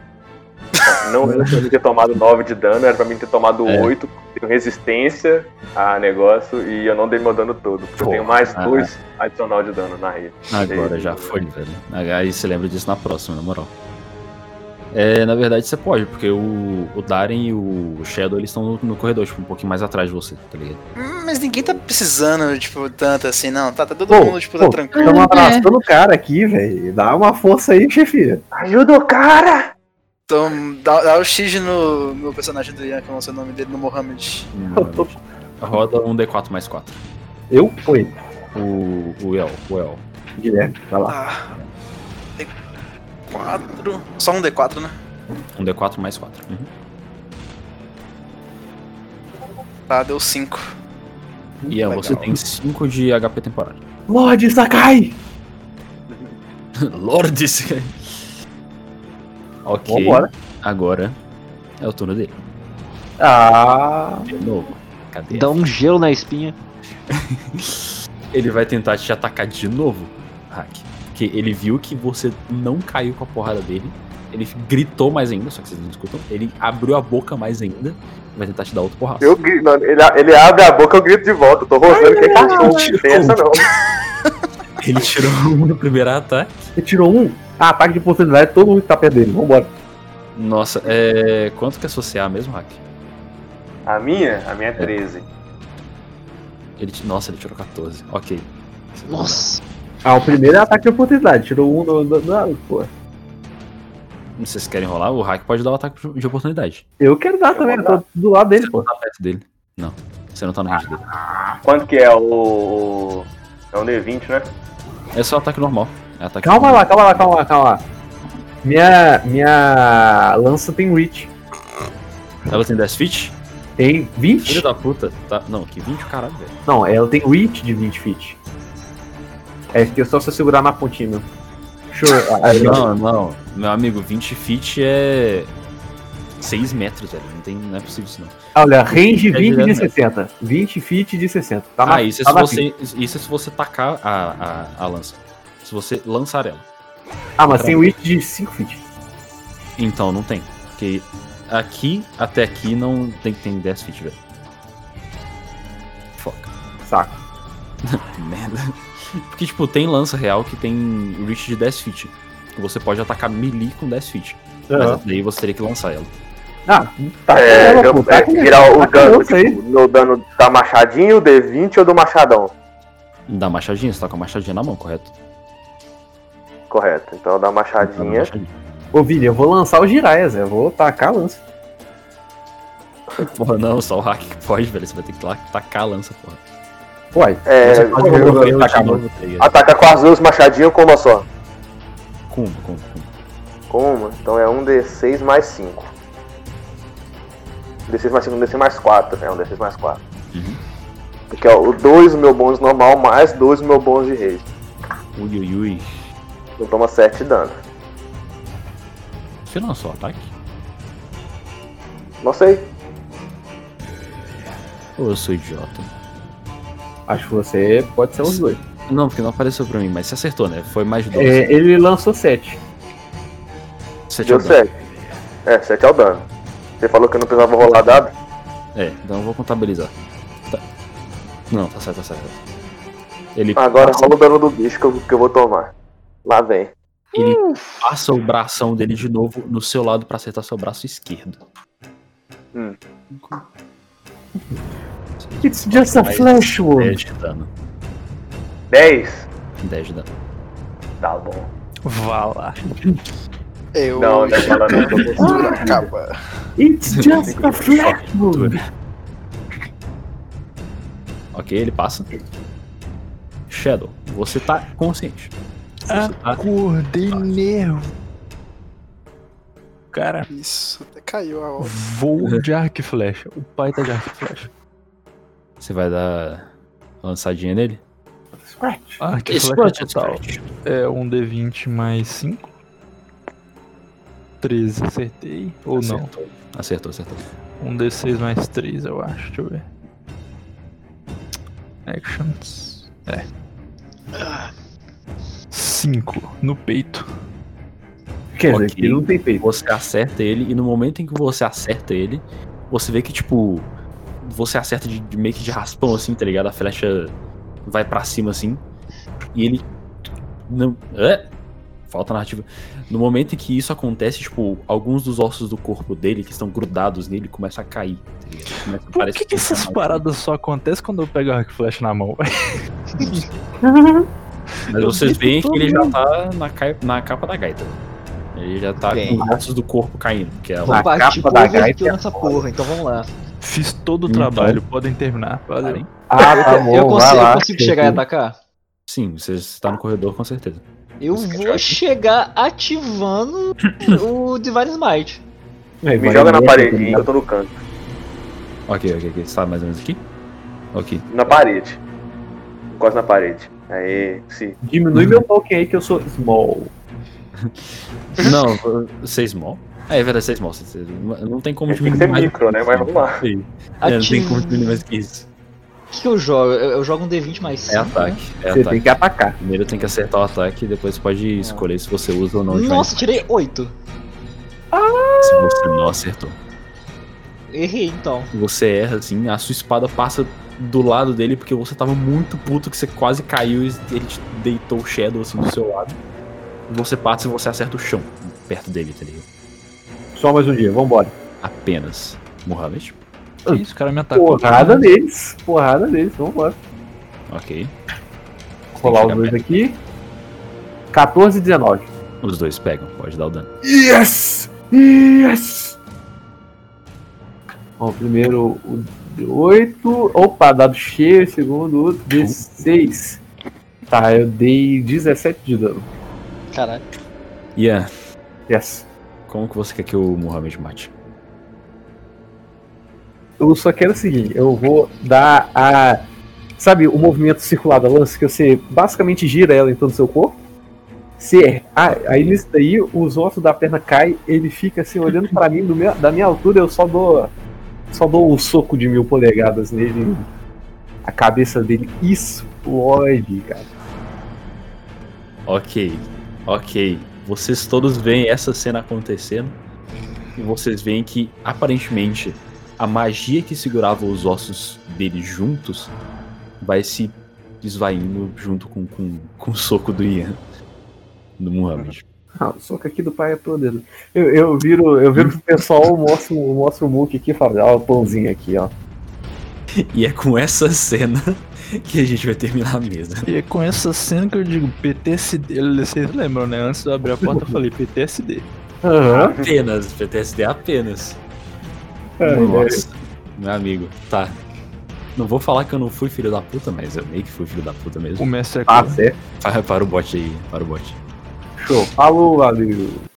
C: Não era pra mim ter tomado 9 de dano, era pra mim ter tomado
B: É.
C: 8. Tenho resistência a negócio e eu não dei meu dano todo. Porque eu
B: Pô,
C: tenho mais
B: ah.
C: 2 adicional de dano na rede.
B: agora já foi, velho. Aí você lembra disso na próxima, na moral. É, na verdade você pode, porque o, o Darren e o Shadow eles estão no, no corredor, tipo, um pouquinho mais atrás de você, tá ligado?
H: Hum, Mas ninguém tá precisando, tipo, tanto assim, não. Tá, tá todo
A: Pô,
H: mundo, tipo, tá
A: pô,
H: tranquilo.
A: Estamos abraçando o um cara aqui, velho. Dá uma força aí, chefia.
C: Ajuda o cara!
H: Então, dá, dá o X no, no personagem do Ian, que eu não sei o nome dele, no Mohammed.
B: Roda um D4 mais 4.
A: Eu? Foi.
B: O, o El, o El.
A: Guilherme, vai lá.
H: Tá. D4. Só um D4, né?
B: Um D4 mais 4.
H: Tá, deu 5.
B: E El,
H: Legal.
B: você tem 5 de HP temporário.
A: Lorde Sakai!
B: Lordes! ok.
A: Vambora.
B: Agora é o turno dele.
A: Ah.
B: De novo. Cadê?
D: Dá um gelo na espinha.
B: Ele vai tentar te atacar de novo, Hack. Porque ele viu que você não caiu com a porrada dele. Ele gritou mais ainda, só que vocês não escutam. Ele abriu a boca mais ainda. Vai tentar te dar outro porraço.
C: Eu grito, mano, ele, ele abre a boca, eu grito de volta. Eu tô rosando que é cachorro. Não tem essa não.
B: Ele tirou um no primeiro ataque.
A: Ele tirou um. Ah, ataque de oportunidade, todo mundo que tá perto dele. Vambora.
B: Nossa, é. Quanto que associar mesmo, Hack?
C: A minha? A minha é 13.
B: Ele ti- Nossa, ele tirou 14. Ok.
D: Nossa.
A: Ah, o primeiro é ataque de oportunidade. Tirou um no. no, no- pô.
B: Vocês querem rolar? O hack pode dar o ataque de oportunidade.
A: Eu quero dar também, eu tô do lado dele, pô.
B: Tá perto dele. Não. Você não tá no range dele.
C: Quanto que é o. o- É um D20, né?
B: É só ataque normal. É ataque
A: Calma
B: normal.
A: lá, calma lá, calma lá, calma lá. Minha, minha lança tem reach.
B: Ela tem 10 feet?
A: Tem
B: Filho
A: 20?
B: da puta. Tá... Não, que 20, caralho, velho.
A: Não, ela tem reach de 20 feet. É que é só se eu segurar na pontinha. meu. Sure. ah, ah,
B: Não, não. Meu amigo, 20 feet é. 6 metros, velho. Não, tem... não é possível isso, não.
A: Olha, range
B: É
A: 20 de
B: direto,
A: 60. 20 feet de 60. Tá
B: ah,
A: na,
B: isso é,
A: tá
B: se
A: na
B: você... isso é se você tacar a, a, a lança. Se você lançar ela.
A: Ah, mas tem reach de 5 feet.
B: Então, não tem. Porque aqui até aqui não tem que ter 10 feet, velho. Foca.
A: Saco.
B: Merda. Porque, tipo, tem lança real que tem reach de 10 feet. Que você pode atacar melee com 10 feet. Mas daí você teria que lançar ela.
A: Ah, tá.
C: É,
A: ela,
C: eu-
A: pô, tá
C: é,
A: com-
C: virar o
A: tá com
C: dano,
A: lança aí.
C: tipo, no dano da machadinho, D20 ou do machadão?
B: Dá machadinha, você tá com a machadinha na mão, correto?
C: Correto, então da
B: Dá
C: machadinha.
B: machadinha.
A: Ô, Vini, eu vou lançar o Jiraiya, Zé. Eu vou tacar a lança.
B: Porra, não, só o hack que pode, velho. Você vai ter que lá tacar a lança, porra.
A: Uai,
C: É,
A: você pode
C: eu-
A: resolver
B: Eu
A: tacar a
B: te
A: lança.
B: dou, tá ligado?
C: Ataca com as duas machadinhas com uma só.
B: Com uma, com uma, com uma.
C: Com uma. Então é um D6 mais 5. D6 mais 5, um D6 mais 4, né? Um D6 mais 4.
B: Uhum.
C: Porque é o 2 do meu bônus normal, mais 2 do meu bônus de rage.
B: Ui, ui, ui.
C: Então toma 7 dano.
B: Você lançou o ataque?
C: Não sei.
B: Ou eu sou idiota?
A: Acho que você pode ser os dois.
B: Não, porque não apareceu pra mim, mas você acertou, né? Foi mais de 12.
A: É, ele lançou 7.
B: Você
C: Deu
B: tinha dado.
C: 7. É, 7 é o dano. Você falou que eu não precisava rolar dado?
B: É, então eu vou contabilizar. Tá. Não, tá certo, tá certo. Ele,
C: Agora
B: passa,
C: rola o dano do bicho que eu, que eu vou tomar. Lá vem.
B: ele passa o bração dele de novo no seu lado pra acertar seu braço esquerdo.
C: Hum.
A: It's just a
B: Mas
A: flash, mano.
B: 10 de dano.
C: 10?
B: 10 de dano.
C: Tá bom.
E: Vá lá.
H: Eu
C: Não, né? não fala não. tô com-
H: acaba.
A: It's just a flash, mano.
B: Ok, ele passa. Shadow, você tá consciente. Você tá...
E: Acordei nervo. Cara,
H: Isso, até caiu a hora.
E: voo de arco e flecha. O pai tá de arco e flecha.
B: Você vai dar uma lançadinha nele?
A: Scratch.
E: Arco e
B: Scratch,
E: flecha total.
B: scratch.
E: É um D20 mais 5. 13, acertei. Ou não?
B: Acertou. Acertou, acertou.
E: Um D6 mais 3, eu acho. Deixa eu ver. Actions. É. 5 no peito.
A: Quer
B: Ok.
A: dizer, que ele não tem peito.
B: Você acerta ele e no momento em que você acerta ele, você vê que tipo você acerta de, de meio que de raspão assim, tá ligado? A flecha vai pra cima assim e ele não é? Falta narrativa. No momento em que isso acontece, tipo, alguns dos ossos do corpo dele que estão grudados nele começam a cair. Tá ligado? Começa,
E: Por que, que essas
B: tá
E: paradas só acontecem quando eu pego arco e flecha na mão?
A: Ah.
B: Mas vocês veem que ele já tá na, cai- na capa da gaita. Ele já tá
D: Bem.
B: com os ossos do corpo caindo, que é
D: Vamos
A: Na capa
D: partir pro
A: da
D: overkill
A: gaita é
D: tipo, nessa porra, então vamos lá.
E: Fiz todo o
B: Então.
E: trabalho, podem terminar. Valeu.
A: Ah, tá bom, vai
D: eu consigo,
A: lá.
D: eu consigo chegar
A: tá?
D: e atacar?
B: Sim, você está no corredor com certeza.
D: Eu
B: Você quer
D: vou chegar ativando o Divine Smite.
A: É,
C: Me
A: vai
C: joga na
A: mesmo,
C: parede,
A: tá
C: que
A: ligado?
C: eu tô no canto.
B: Ok, ok, ok. Você tá mais ou menos aqui? Ok.
C: Na parede. Quase na parede. Aí, sim.
A: Diminui meu token aí que eu sou small.
B: Não, seis mol. É, é verdade, seis mol. Vocês- Não tem como
C: É, tem que ser micro, né? Mas vamos lá.
B: Sim. É, não tem
D: Ativo.
B: como diminuir
D: O
B: mais que isso.
D: que, que eu jogo? Eu, eu jogo um D20 mais 5.
B: É ataque. É
A: Você
B: ataque.
A: tem que atacar.
B: Primeiro tem que acertar o ataque e depois pode escolher se você usa ou não. Divine
D: Nossa, tirei 8.
B: Smite. Se você não acertou.
D: Errei então.
B: Você erra, assim, a sua espada passa do lado dele porque você tava muito puto que você quase caiu e ele te deitou o Shadow, assim, do seu lado. Você passa e você acerta o chão perto dele, tá ligado?
A: Só mais um dia, vambora.
B: Apenas. Mohamed.
E: Que isso, o cara me
A: Tá
E: atacou.
A: Ah, Porrada neles, porrada neles, vambora.
B: Ok.
A: Vou rolar os dois aqui. 14 e 19.
B: Os dois pegam, pode dar o dano.
A: Yes! Yes! Bom, primeiro o 8. Opa, dado cheio. Segundo o 16. Tá, eu dei 17 de dano.
D: Caralho.
B: Ian,
A: Yes.
B: como que você quer que o Mohamed mate?
A: Eu só quero o seguinte: eu vou dar a. Sabe o movimento circular da lança que você basicamente gira ela em todo o seu corpo? Você, ah, aí nisso daí, os ossos da perna caem, ele fica assim olhando pra mim, do meu- da minha altura, eu só dou. Só dou um soco de mil polegadas nele. A cabeça dele explode, cara.
B: Ok, ok. Vocês todos veem essa cena acontecendo e vocês veem que, aparentemente, a magia que segurava os ossos dele juntos vai se esvaindo junto com, com, com o soco do Ian, do Muhammad.
A: Ah, o soco aqui do pai é poderoso. Eu, eu viro, eu viro pro pessoal, eu mostro, eu mostro o Mook aqui e falo, ó, o pãozinho aqui, ó.
B: E é com essa cena que a gente vai terminar a mesa.
E: E é com essa cena que eu digo PTSD. Vocês lembram, né? Antes de eu abrir a porta eu falei PTSD.
A: Aham.
B: Apenas, PTSD apenas. Nossa, meu amigo, tá. Não vou falar que eu não fui filho da puta, mas eu meio que fui filho da puta
E: O
B: mesmo.
E: mestre é
A: Ah,
E: claro.
A: certo.
B: Para, para o bot aí, para o bot.
A: Show. Falou, valeu.